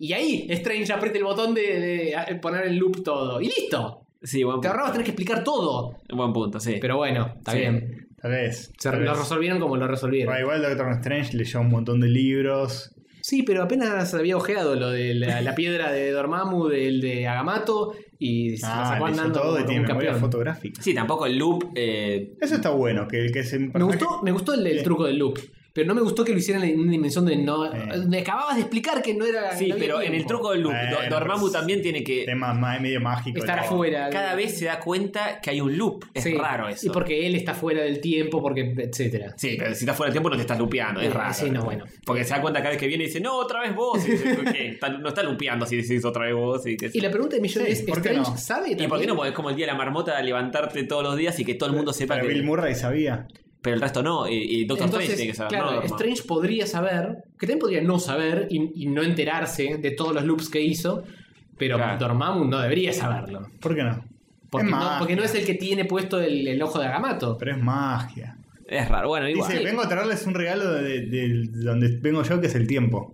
Speaker 1: y ahí Strange aprieta el botón de, de a- poner el loop todo y listo.
Speaker 3: Sí, buen
Speaker 1: Te
Speaker 3: punto.
Speaker 1: ahorrabas tener que explicar todo.
Speaker 3: Buen punto, sí.
Speaker 1: Pero bueno, está
Speaker 3: Sí.
Speaker 1: bien.
Speaker 2: Tal vez.
Speaker 1: Se-
Speaker 2: tal
Speaker 1: lo
Speaker 2: vez.
Speaker 1: resolvieron como lo resolvieron.
Speaker 2: Bueno, igual Doctor Strange leyó un montón de libros.
Speaker 1: Sí, pero apenas había ojeado lo de la, la piedra de Dormammu, del de Agamotto y se la
Speaker 2: Ah,
Speaker 1: sacó
Speaker 2: leyó
Speaker 1: andando
Speaker 2: todo y
Speaker 1: como
Speaker 2: tiene
Speaker 1: un
Speaker 2: memoria
Speaker 1: campeón.
Speaker 2: fotográfica.
Speaker 3: Sí, tampoco el loop. eh,
Speaker 2: Eso está bueno, que el que se...
Speaker 1: Me gustó, me gustó el, el truco del loop. Pero no me gustó que lo hicieran en una dimensión de no. Me acababas de explicar que no era.
Speaker 3: sí,
Speaker 1: Ah, no había
Speaker 3: pero en el
Speaker 1: tiempo.
Speaker 3: truco del loop,
Speaker 2: Bueno,
Speaker 3: Do-
Speaker 2: pero
Speaker 3: Dormammu
Speaker 2: es-
Speaker 3: también tiene que.
Speaker 2: Tema más, medio mágico.
Speaker 1: Estar
Speaker 2: todo.
Speaker 1: afuera.
Speaker 3: Cada vez se da cuenta que hay un loop. Es
Speaker 1: Sí.
Speaker 3: raro eso.
Speaker 1: Y porque él está fuera del tiempo, porque. etcétera.
Speaker 3: Sí, pero si estás fuera de tiempo no te estás lupeando,
Speaker 1: Eh,
Speaker 3: es raro.
Speaker 1: sí, no, bueno.
Speaker 3: Porque se da cuenta cada vez que viene y dice, no, otra vez vos. Y dice, "Ok, está- no está lupeando si decís otra vez vos. Y, que-
Speaker 1: Y la pregunta de Millón
Speaker 2: Sí,
Speaker 1: es:
Speaker 2: ¿por qué
Speaker 1: ¿Strange
Speaker 2: no?
Speaker 1: sabe
Speaker 3: ¿Y
Speaker 1: también?
Speaker 3: por qué no? Porque es como el día de la marmota de levantarte todos los días y que todo el mundo sepa
Speaker 2: Pero
Speaker 3: que.
Speaker 2: Bill Murray sabía.
Speaker 3: Pero el resto no. Y, y Doctor
Speaker 1: Entonces,
Speaker 3: Strange tiene que saber.
Speaker 1: claro,
Speaker 3: no, Dormammu.
Speaker 1: Strange podría saber, que también podría no saber y, y no enterarse de todos los loops que hizo, pero Dormammu no debería saberlo.
Speaker 2: ¿Por qué no?
Speaker 1: Porque,
Speaker 2: Es
Speaker 1: no,
Speaker 2: magia.
Speaker 1: porque no es el que tiene puesto el, el ojo de Agamato.
Speaker 2: Pero es magia.
Speaker 3: Es raro. Bueno, igual.
Speaker 2: Dice, vengo a traerles un regalo de, de- de donde vengo yo, que es el tiempo.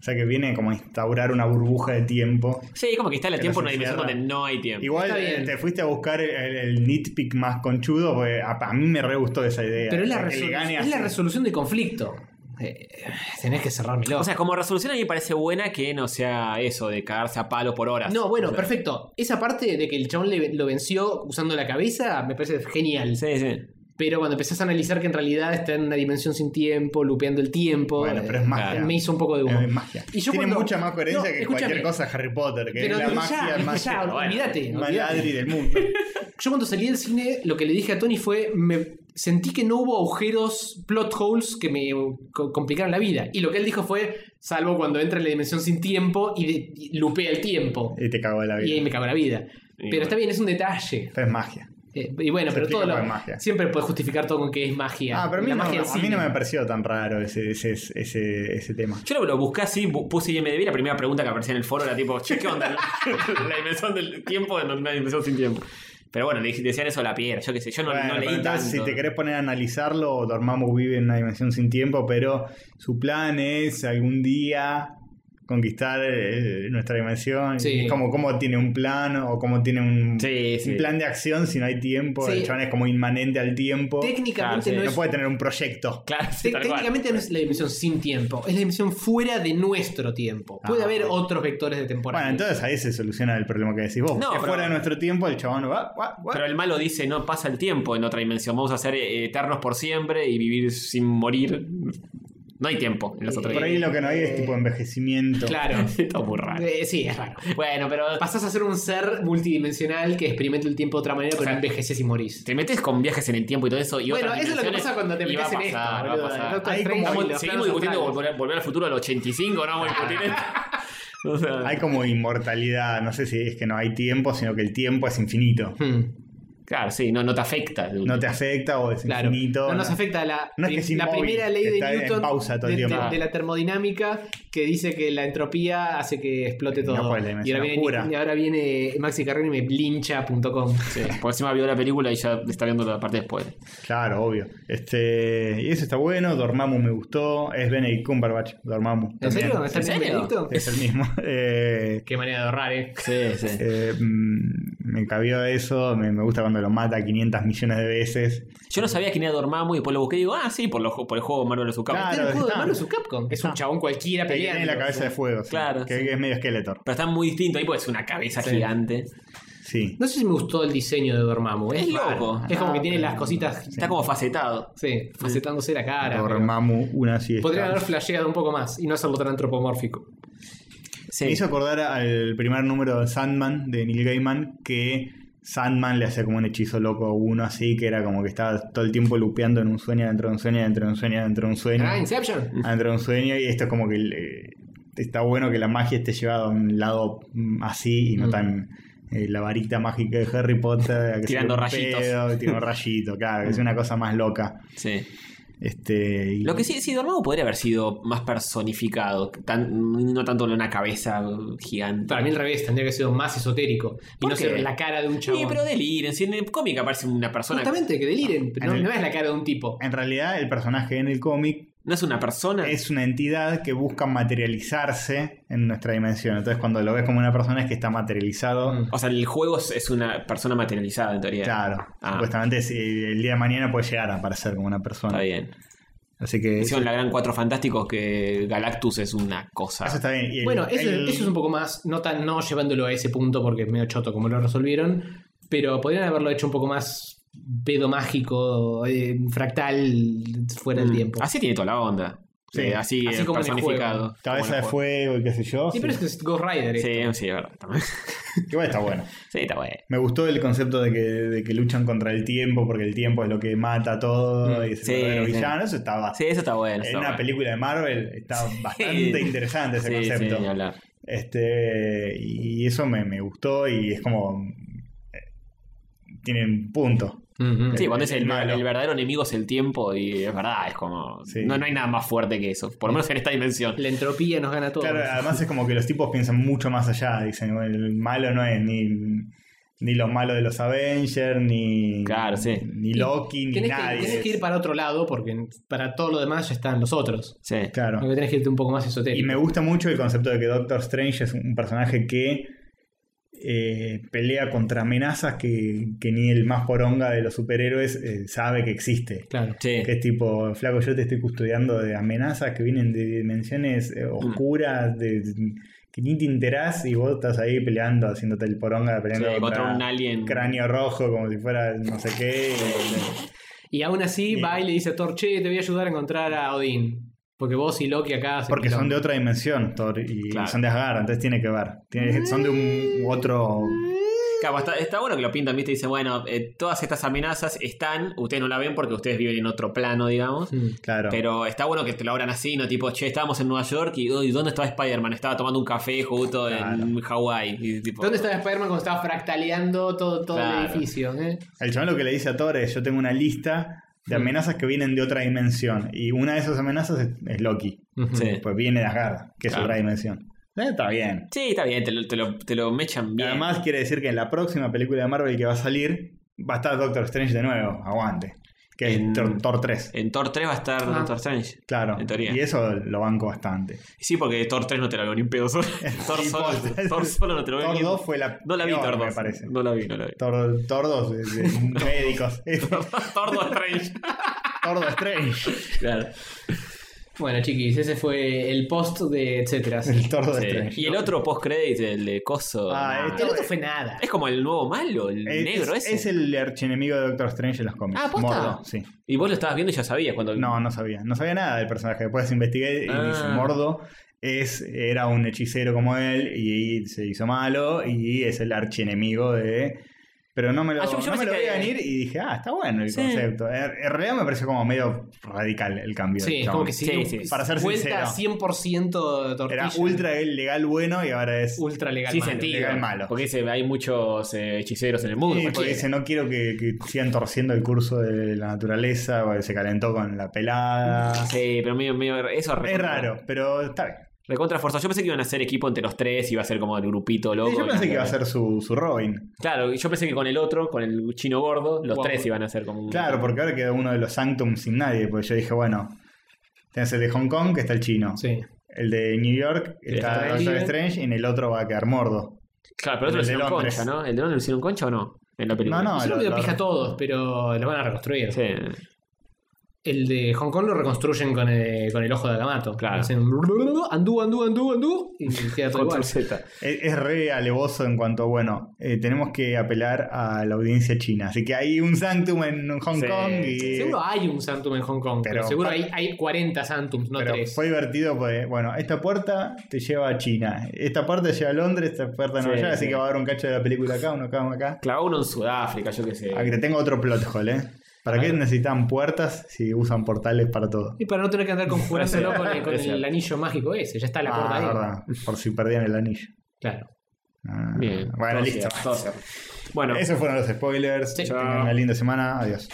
Speaker 2: O sea que viene como a instaurar una burbuja de tiempo.
Speaker 3: Sí, como que está el
Speaker 2: Que
Speaker 3: tiempo en
Speaker 2: no
Speaker 3: una
Speaker 2: se
Speaker 3: dimensión
Speaker 2: cierra.
Speaker 3: donde no hay tiempo.
Speaker 2: Igual
Speaker 3: Está
Speaker 2: eh,
Speaker 3: bien.
Speaker 2: te fuiste a buscar el, el nitpick más conchudo, porque a, a mí me re gustó esa idea.
Speaker 1: Pero es la,
Speaker 2: Que le
Speaker 1: resolu-
Speaker 2: gane
Speaker 1: es la
Speaker 2: así.
Speaker 1: resolución de conflicto. Eh, tenés que cerrar mi
Speaker 3: O sea, como resolución a mí me parece buena que no sea eso de cagarse a palo por horas.
Speaker 1: No, bueno,
Speaker 3: O sea,
Speaker 1: perfecto. Esa parte de que el chabón le- lo venció usando la cabeza me parece genial.
Speaker 3: Sí, sí.
Speaker 1: Pero cuando empezás a analizar que en realidad está en una dimensión sin tiempo, lupeando el tiempo,
Speaker 2: Bueno, pero es
Speaker 1: eh,
Speaker 2: magia.
Speaker 1: me hizo un poco de humo.
Speaker 2: Es magia.
Speaker 1: Y yo
Speaker 2: Tiene
Speaker 1: cuando-
Speaker 2: mucha más coherencia
Speaker 1: No,
Speaker 2: que
Speaker 1: escúchame.
Speaker 2: cualquier cosa de Harry Potter, que
Speaker 1: Pero
Speaker 2: es la
Speaker 1: ya,
Speaker 2: magia
Speaker 1: ya,
Speaker 2: más,
Speaker 1: ya, olvídate,
Speaker 2: más
Speaker 1: olvídate.
Speaker 2: ladri del mundo.
Speaker 1: Yo cuando salí del cine, lo que le dije a Tony fue, me sentí que no hubo agujeros, plot holes que me co- complicaron la vida. Y lo que él dijo fue, salvo cuando entra en la dimensión sin tiempo y, de- y lupea el tiempo.
Speaker 2: Y te cago en la
Speaker 1: Y ahí
Speaker 2: vida.
Speaker 1: me cago en la vida. pero
Speaker 2: bueno.
Speaker 1: está bien, es un detalle.
Speaker 2: Esto es magia.
Speaker 1: Eh, y bueno,
Speaker 2: Se
Speaker 1: pero
Speaker 2: explica
Speaker 1: todo lo,
Speaker 2: por magia.
Speaker 1: siempre puedes justificar todo con que es magia.
Speaker 2: Ah, pero a mí,
Speaker 1: la
Speaker 2: no,
Speaker 1: magia del
Speaker 2: a mí
Speaker 1: cine.
Speaker 2: no me pareció tan raro ese, ese, ese, ese tema.
Speaker 3: Yo lo, lo busqué así, bu- puse IMDB, la primera pregunta que aparecía en el foro era tipo, che, ¿qué onda? la dimensión del tiempo en una dimensión sin tiempo. Pero bueno, le dije- decían eso a la piedra, yo qué sé, yo no,
Speaker 2: Bueno,
Speaker 3: no
Speaker 2: pero
Speaker 3: leí tanto.
Speaker 2: entonces, si te querés poner a analizarlo, Dormammu vive en una dimensión sin tiempo, pero su plan es algún día conquistar eh, nuestra dimensión.
Speaker 1: Sí.
Speaker 2: Y Es como cómo tiene un plan o cómo tiene un,
Speaker 3: sí.
Speaker 2: un plan de acción si no hay tiempo.
Speaker 1: Sí.
Speaker 2: El chabón es como inmanente al tiempo.
Speaker 1: Técnicamente no es-
Speaker 2: puede tener un proyecto.
Speaker 3: Claro,
Speaker 1: Te- técnicamente no es la dimensión sin tiempo, es la dimensión fuera de nuestro tiempo. Puede
Speaker 2: Ah.
Speaker 1: haber otros vectores de temporada.
Speaker 2: Bueno, entonces ahí se soluciona el problema que decís vos.
Speaker 3: No,
Speaker 2: que
Speaker 3: pero-
Speaker 2: fuera de nuestro tiempo, el chabón va. va, va.
Speaker 3: Pero el malo dice, no pasa el tiempo en otra dimensión, vamos a ser eh, eternos por siempre y vivir sin morir. No hay tiempo en las otras
Speaker 2: Por ahí lo que no hay
Speaker 3: Eh,
Speaker 2: es tipo envejecimiento.
Speaker 1: Claro.
Speaker 3: Está muy raro.
Speaker 1: Eh, sí, es raro.
Speaker 3: Bueno, pero
Speaker 1: Pasás a ser un ser multidimensional que experimenta el tiempo de otra manera, pero
Speaker 3: sea,
Speaker 1: envejeces y morís.
Speaker 3: te metes con viajes en el tiempo y todo eso. Y
Speaker 1: Bueno,
Speaker 3: otras
Speaker 1: eso es lo que
Speaker 3: dimensiones,
Speaker 1: pasa cuando te
Speaker 3: y va a
Speaker 1: metes en
Speaker 3: pasar,
Speaker 1: esto,
Speaker 3: va a
Speaker 1: boludo,
Speaker 3: pasar.
Speaker 1: en Doctor
Speaker 3: Ahí como-
Speaker 1: Strange, los
Speaker 3: seguimos
Speaker 1: planos
Speaker 3: discutiendo
Speaker 1: astrales.
Speaker 3: volver, volver al futuro al 85, ¿no? Vamos a discutir esto. O sea,
Speaker 2: Hay como inmortalidad, no sé si es que no hay tiempo, sino que el tiempo es infinito.
Speaker 1: Hmm,
Speaker 3: Claro, sí, no, no te afecta. de última.
Speaker 2: No te afecta o es
Speaker 1: Claro.
Speaker 2: infinito.
Speaker 1: No nos afecta la,
Speaker 2: No es que es
Speaker 1: la
Speaker 2: inmóvil,
Speaker 1: primera ley de
Speaker 2: está en
Speaker 1: Newton
Speaker 2: pausa todo el
Speaker 1: de,
Speaker 2: tiempo.
Speaker 1: de- de la termodinámica que dice que la entropía hace que explote todo.
Speaker 2: No, pues, la
Speaker 1: y,
Speaker 2: dimensión
Speaker 1: ahora
Speaker 2: oscura.
Speaker 1: viene, y ahora viene Maxi Carrera y me lincha.com.
Speaker 3: Sí, por encima vio la película y ya está viendo la parte después.
Speaker 2: Claro, obvio. Este, y eso está bueno. Dormammu me gustó. Es Benedict Cumberbatch, Dormammu.
Speaker 1: ¿En
Speaker 2: también.
Speaker 1: serio? ¿Está
Speaker 3: ¿En
Speaker 1: bien
Speaker 3: serio?
Speaker 1: Benedicto?
Speaker 2: Es el mismo. Eh,
Speaker 1: Qué manera de ahorrar, eh.
Speaker 3: Sí, sí.
Speaker 2: eh, mm, me cabió eso. Me, me gusta cuando lo mata 500 millones de veces.
Speaker 3: Yo no sabía quién era Dormammu y después lo busqué y digo, ah, sí, por, los ju- por el juego Marvel vs. Capcom.
Speaker 2: Claro,
Speaker 1: Está en el juego de
Speaker 2: está.
Speaker 1: Marvel vs. Capcom. Es un chabón cualquiera
Speaker 2: Que tiene
Speaker 1: peleando.
Speaker 2: la cabeza de fuego. sí.
Speaker 3: Claro,
Speaker 2: Que,
Speaker 3: sí.
Speaker 2: que es medio esqueleto.
Speaker 3: Pero están muy distintos ahí porque es una cabeza
Speaker 1: Sí.
Speaker 3: gigante.
Speaker 2: Sí.
Speaker 1: No sé si me gustó el diseño de Dormammu. Es,
Speaker 3: Es
Speaker 1: raro.
Speaker 3: loco.
Speaker 1: Es como
Speaker 2: Ah,
Speaker 1: que tiene
Speaker 2: pero-
Speaker 1: las cositas.
Speaker 3: Está como facetado.
Speaker 1: Sí, facetándose la cara. pero-
Speaker 2: Dormammu, una siesta.
Speaker 1: Podrían haber flasheado un poco más y no hacerlo tan antropomórfico.
Speaker 3: Sí.
Speaker 2: Me hizo acordar al primer número de Sandman de Neil Gaiman que Sandman le hacía como un hechizo loco a uno así que era como que estaba todo el tiempo lupeando en un sueño, dentro de un sueño, dentro de un sueño, dentro de un sueño,
Speaker 1: Ah, Inception.
Speaker 2: dentro de un sueño y esto es como que le- está bueno que la magia esté llevada a un lado mm, así y no
Speaker 1: Mm.
Speaker 2: tan eh, la varita mágica de Harry Potter que
Speaker 3: Tirando
Speaker 2: se ve un
Speaker 3: rayitos.
Speaker 2: pedo, tirando rayitos, claro, que es una cosa más loca.
Speaker 3: Sí.
Speaker 2: Este, y-
Speaker 3: Lo que sí, sí, Dormammu podría haber sido más personificado, tan- no tanto en una cabeza gigante.
Speaker 1: Para mí al revés, tendría que ser más esotérico. Y
Speaker 3: ¿Por
Speaker 1: no
Speaker 3: qué?
Speaker 1: ser la cara de un chabón.
Speaker 3: Sí, pero deliren. Si en el cómic aparece una persona.
Speaker 1: Justamente, que deliren. pero No,
Speaker 2: Ah, En el-
Speaker 1: no es la cara de un tipo.
Speaker 2: en realidad el personaje en el cómic
Speaker 3: No es una persona.
Speaker 2: es una entidad que busca materializarse en nuestra dimensión. Entonces, cuando lo ves como una persona es que está materializado.
Speaker 3: O sea, el juego es, es una persona materializada en teoría.
Speaker 2: Claro.
Speaker 3: Ah.
Speaker 2: Supuestamente si el día de mañana puede llegar a aparecer como una persona.
Speaker 3: Está bien.
Speaker 2: Así que eso,
Speaker 3: Hicieron la gran Cuatro Fantásticos que Galactus es una cosa.
Speaker 2: eso está bien. Y el-
Speaker 1: Bueno, eso,
Speaker 2: el-
Speaker 1: eso es un poco más, no tan no llevándolo a ese punto porque es medio choto como lo resolvieron, pero podrían haberlo hecho un poco más pedo mágico, eh, fractal, fuera del
Speaker 3: Mm.
Speaker 1: tiempo.
Speaker 3: Así tiene toda la onda.
Speaker 2: Sí.
Speaker 3: Eh, así,
Speaker 1: Así
Speaker 3: eh,
Speaker 1: como en el
Speaker 3: personificado.
Speaker 2: Cabeza de
Speaker 3: Como
Speaker 2: fuego y qué sé yo.
Speaker 1: Sí, pero es que es Ghost Rider. eh.
Speaker 3: en el
Speaker 1: esto.
Speaker 3: juego. Sí, sí, es verdad. también.
Speaker 2: Igual está bueno.
Speaker 3: sí, está bueno.
Speaker 2: Me gustó el concepto de que, de que luchan contra el tiempo, porque el tiempo es lo que mata todo
Speaker 3: Mm.
Speaker 2: y es el
Speaker 3: Sí,
Speaker 2: verdadero
Speaker 3: sí.
Speaker 2: villano. Eso estaba.
Speaker 3: Sí, eso está bueno.
Speaker 2: en una película de Marvel está bastante interesante ese concepto.
Speaker 3: Sí, ni hablar.
Speaker 2: Este, y eso me, me gustó y es como... eh, Tienen punto.
Speaker 1: Ujú.
Speaker 3: Sí,
Speaker 2: Mm. el-
Speaker 3: cuando es el,
Speaker 2: el malo.
Speaker 3: el verdadero enemigo es el tiempo y es verdad, es como...
Speaker 2: Sí.
Speaker 3: No, no hay nada más fuerte que eso, por lo menos en esta dimensión.
Speaker 1: La entropía nos gana todo.
Speaker 2: Claro, además es como que los tipos piensan mucho más allá. Dicen, bueno, el malo no es ni ni los malos de los Avengers, ni, ni Loki, ni
Speaker 1: Tenés que-
Speaker 2: nadie.
Speaker 1: tenés que ir para otro lado porque para todo lo demás ya están los otros.
Speaker 3: Sí,
Speaker 2: claro.
Speaker 1: Lo que tenés que irte un poco más esotérico.
Speaker 2: Y me gusta mucho el concepto de que Doctor Strange es un personaje que eh, pelea contra amenazas que, que ni el más poronga de los superhéroes eh, sabe que existe.
Speaker 1: Claro.
Speaker 2: Que es tipo, flaco, yo te estoy custodiando de amenazas que vienen de dimensiones eh,
Speaker 3: Mm.
Speaker 2: oscuras, de, que ni te enterás y vos estás ahí peleando, haciéndote el poronga, peleando
Speaker 3: Sí, contra un alien.
Speaker 2: cráneo rojo como si fuera no sé qué.
Speaker 1: Y aún así va y le dice a Thor, che, te voy a ayudar a encontrar a Odín. Porque vos y Loki acá... hacen
Speaker 2: Porque son
Speaker 1: quilombo".
Speaker 2: de otra dimensión, Thor, y son de Asgard, entonces tiene que ver. Tiene- son de un otro
Speaker 3: Claro, está, está bueno que lo pintan, ¿viste? Dicen, bueno, eh, todas estas amenazas están, ustedes no la ven porque ustedes viven en otro plano, digamos.
Speaker 2: Mm,
Speaker 1: Mm.
Speaker 2: Claro.
Speaker 3: Pero está bueno que te lo abran así, ¿no? Tipo, che, estábamos en Nueva York y, uy, ¿dónde estaba Spider-Man? Estaba tomando un café justo en Hawái. Y, tipo,
Speaker 1: ¿Dónde estaba Spider-Man cuando estaba fractaleando todo, todo el
Speaker 2: Claro.
Speaker 1: edificio? eh?
Speaker 2: El chabón lo que le dice a Thor es, yo tengo una lista
Speaker 3: Mm.
Speaker 2: de amenazas que vienen de otra dimensión. Y una de esas amenazas es, es Loki.
Speaker 3: Ujú. Sí.
Speaker 2: Pues viene de Asgard, que
Speaker 3: Claro.
Speaker 2: es otra dimensión. Eh, está bien.
Speaker 3: Sí, está bien, te lo, te lo- te lo mechan bien.
Speaker 2: Además quiere decir que en la próxima película de Marvel que va a salir, va a estar Doctor Strange de nuevo. Aguante. Que es Thor, Thor 3.
Speaker 3: En Thor 3 va a estar
Speaker 2: Ah.
Speaker 3: Thor Strange.
Speaker 2: Claro.
Speaker 3: En teoría.
Speaker 2: Y eso lo banco bastante.
Speaker 3: Sí, porque Thor 3 no te la veo ni un pedo solo. Thor, solo, Thor solo no te lo veo
Speaker 2: Thor
Speaker 3: ni
Speaker 2: 2 fue la
Speaker 3: No la vi,
Speaker 2: peor,
Speaker 3: Thor
Speaker 2: me
Speaker 3: 2.
Speaker 2: parece.
Speaker 3: No la vi, no la vi.
Speaker 2: Thor, Thor 2, de- de médicos.
Speaker 3: Thor 2 Strange.
Speaker 2: Thor 2 Strange.
Speaker 3: Claro.
Speaker 1: Bueno, chiquis, ese fue el post de etcétera. El
Speaker 2: Thor
Speaker 3: Sí. Y el otro post-credit, el de Coso.
Speaker 2: Ah,
Speaker 3: nada.
Speaker 2: esto- El otro
Speaker 1: fue nada.
Speaker 3: Es como el nuevo malo, el
Speaker 2: Es-
Speaker 3: negro
Speaker 2: es,
Speaker 3: ese.
Speaker 2: es el archienemigo de Doctor Strange en los cómics.
Speaker 3: Ah, ¿posta?
Speaker 2: Mordo, sí.
Speaker 3: Y vos lo estabas viendo y ya sabías cuando.
Speaker 2: No, no sabía. No sabía nada del personaje. Después investigué y
Speaker 3: Ah.
Speaker 2: dije, Mordo es, era un hechicero como él y se hizo malo y es el archienemigo de... Pero no me lo,
Speaker 3: Ah, yo- yo
Speaker 2: no me
Speaker 3: pensé
Speaker 2: lo
Speaker 3: que-
Speaker 2: vi venir y dije, ah, está bueno el
Speaker 3: Sí.
Speaker 2: concepto. En, en realidad me pareció como medio radical el cambio.
Speaker 1: Sí, es
Speaker 2: chabón.
Speaker 1: como que sí,
Speaker 2: Para ser
Speaker 1: vuelta
Speaker 2: sincero.
Speaker 1: 100% de tortilla.
Speaker 2: Era ultra legal bueno y ahora es
Speaker 1: ultra legal
Speaker 3: Sí,
Speaker 1: malo.
Speaker 3: sentido.
Speaker 2: legal malo.
Speaker 3: Porque ese- hay muchos eh, hechiceros en el mundo.
Speaker 2: Sí, porque
Speaker 3: cualquiera.
Speaker 2: dice, no quiero que, que sigan torciendo el curso de la naturaleza, porque se calentó con la pelada.
Speaker 3: Sí, pero medio, medio- eso
Speaker 2: Es raro, pero está bien.
Speaker 3: Recontra forzado. Yo pensé que iban a hacer equipo entre los tres, iba a ser como el grupito loco.
Speaker 2: Sí, yo pensé que iba a ser su, su Robin.
Speaker 3: Claro, yo pensé que con el otro, con el chino gordo, los
Speaker 2: Guau.
Speaker 3: tres iban a ser como un.
Speaker 2: Claro, porque ahora quedó uno de los Sanctum sin nadie, porque yo dije, bueno, tenés el de Hong Kong, que está el chino. El de New York, está
Speaker 3: Strange.
Speaker 2: Doctor Strange, y en el otro va a quedar Mordo.
Speaker 3: Claro, pero el otro
Speaker 2: el
Speaker 3: lo
Speaker 2: de
Speaker 3: hicieron
Speaker 2: Londres.
Speaker 3: concha, ¿no? ¿El de Londres lo hicieron concha o no? En la
Speaker 2: No,
Speaker 3: película.
Speaker 2: no,
Speaker 1: Hicieron
Speaker 2: lo-
Speaker 1: medio
Speaker 2: lo-
Speaker 1: pija a todos, pero lo van a reconstruir.
Speaker 3: Sí.
Speaker 1: El de Hong Kong lo reconstruyen con el, con el ojo de Agamotto. Claro. Hacen andú, andú, andú, andú. Y queda todo igual.
Speaker 2: Es, es re alevoso en cuanto, bueno, eh, tenemos que apelar a la audiencia china. Así que hay un Sanctum en Hong
Speaker 1: Sí.
Speaker 2: Kong y...
Speaker 1: Seguro hay un Santum en Hong Kong, pero,
Speaker 2: Pero-
Speaker 1: seguro hay, hay 40 Santums, no
Speaker 2: Pero
Speaker 1: 3.
Speaker 2: fue divertido porque, bueno, esta puerta te lleva a China, esta puerta te lleva a Londres, esta puerta a Nueva
Speaker 3: Sí,
Speaker 2: York, así
Speaker 3: sí.
Speaker 2: que va a haber un cacho de la película acá, uno acá, uno acá.
Speaker 3: Clavó uno en Sudáfrica, yo qué sé.
Speaker 2: Ah, que te tengo otro plot hole, ¿eh? ¿Para qué necesitan puertas si usan portales para todo?
Speaker 1: Y para no tener que andar conjurándolo con el, con
Speaker 2: Es cierto.
Speaker 1: el anillo mágico ese, ya está la
Speaker 2: Ah,
Speaker 1: puerta ahí.
Speaker 2: verdad, por si perdían el anillo.
Speaker 1: Claro.
Speaker 2: Ah,
Speaker 3: Bien.
Speaker 2: Bueno,
Speaker 3: Todo
Speaker 2: listo.
Speaker 3: cierto, todo cierto. Bueno,
Speaker 2: Esos fueron los spoilers. Tengan una linda semana. Adiós.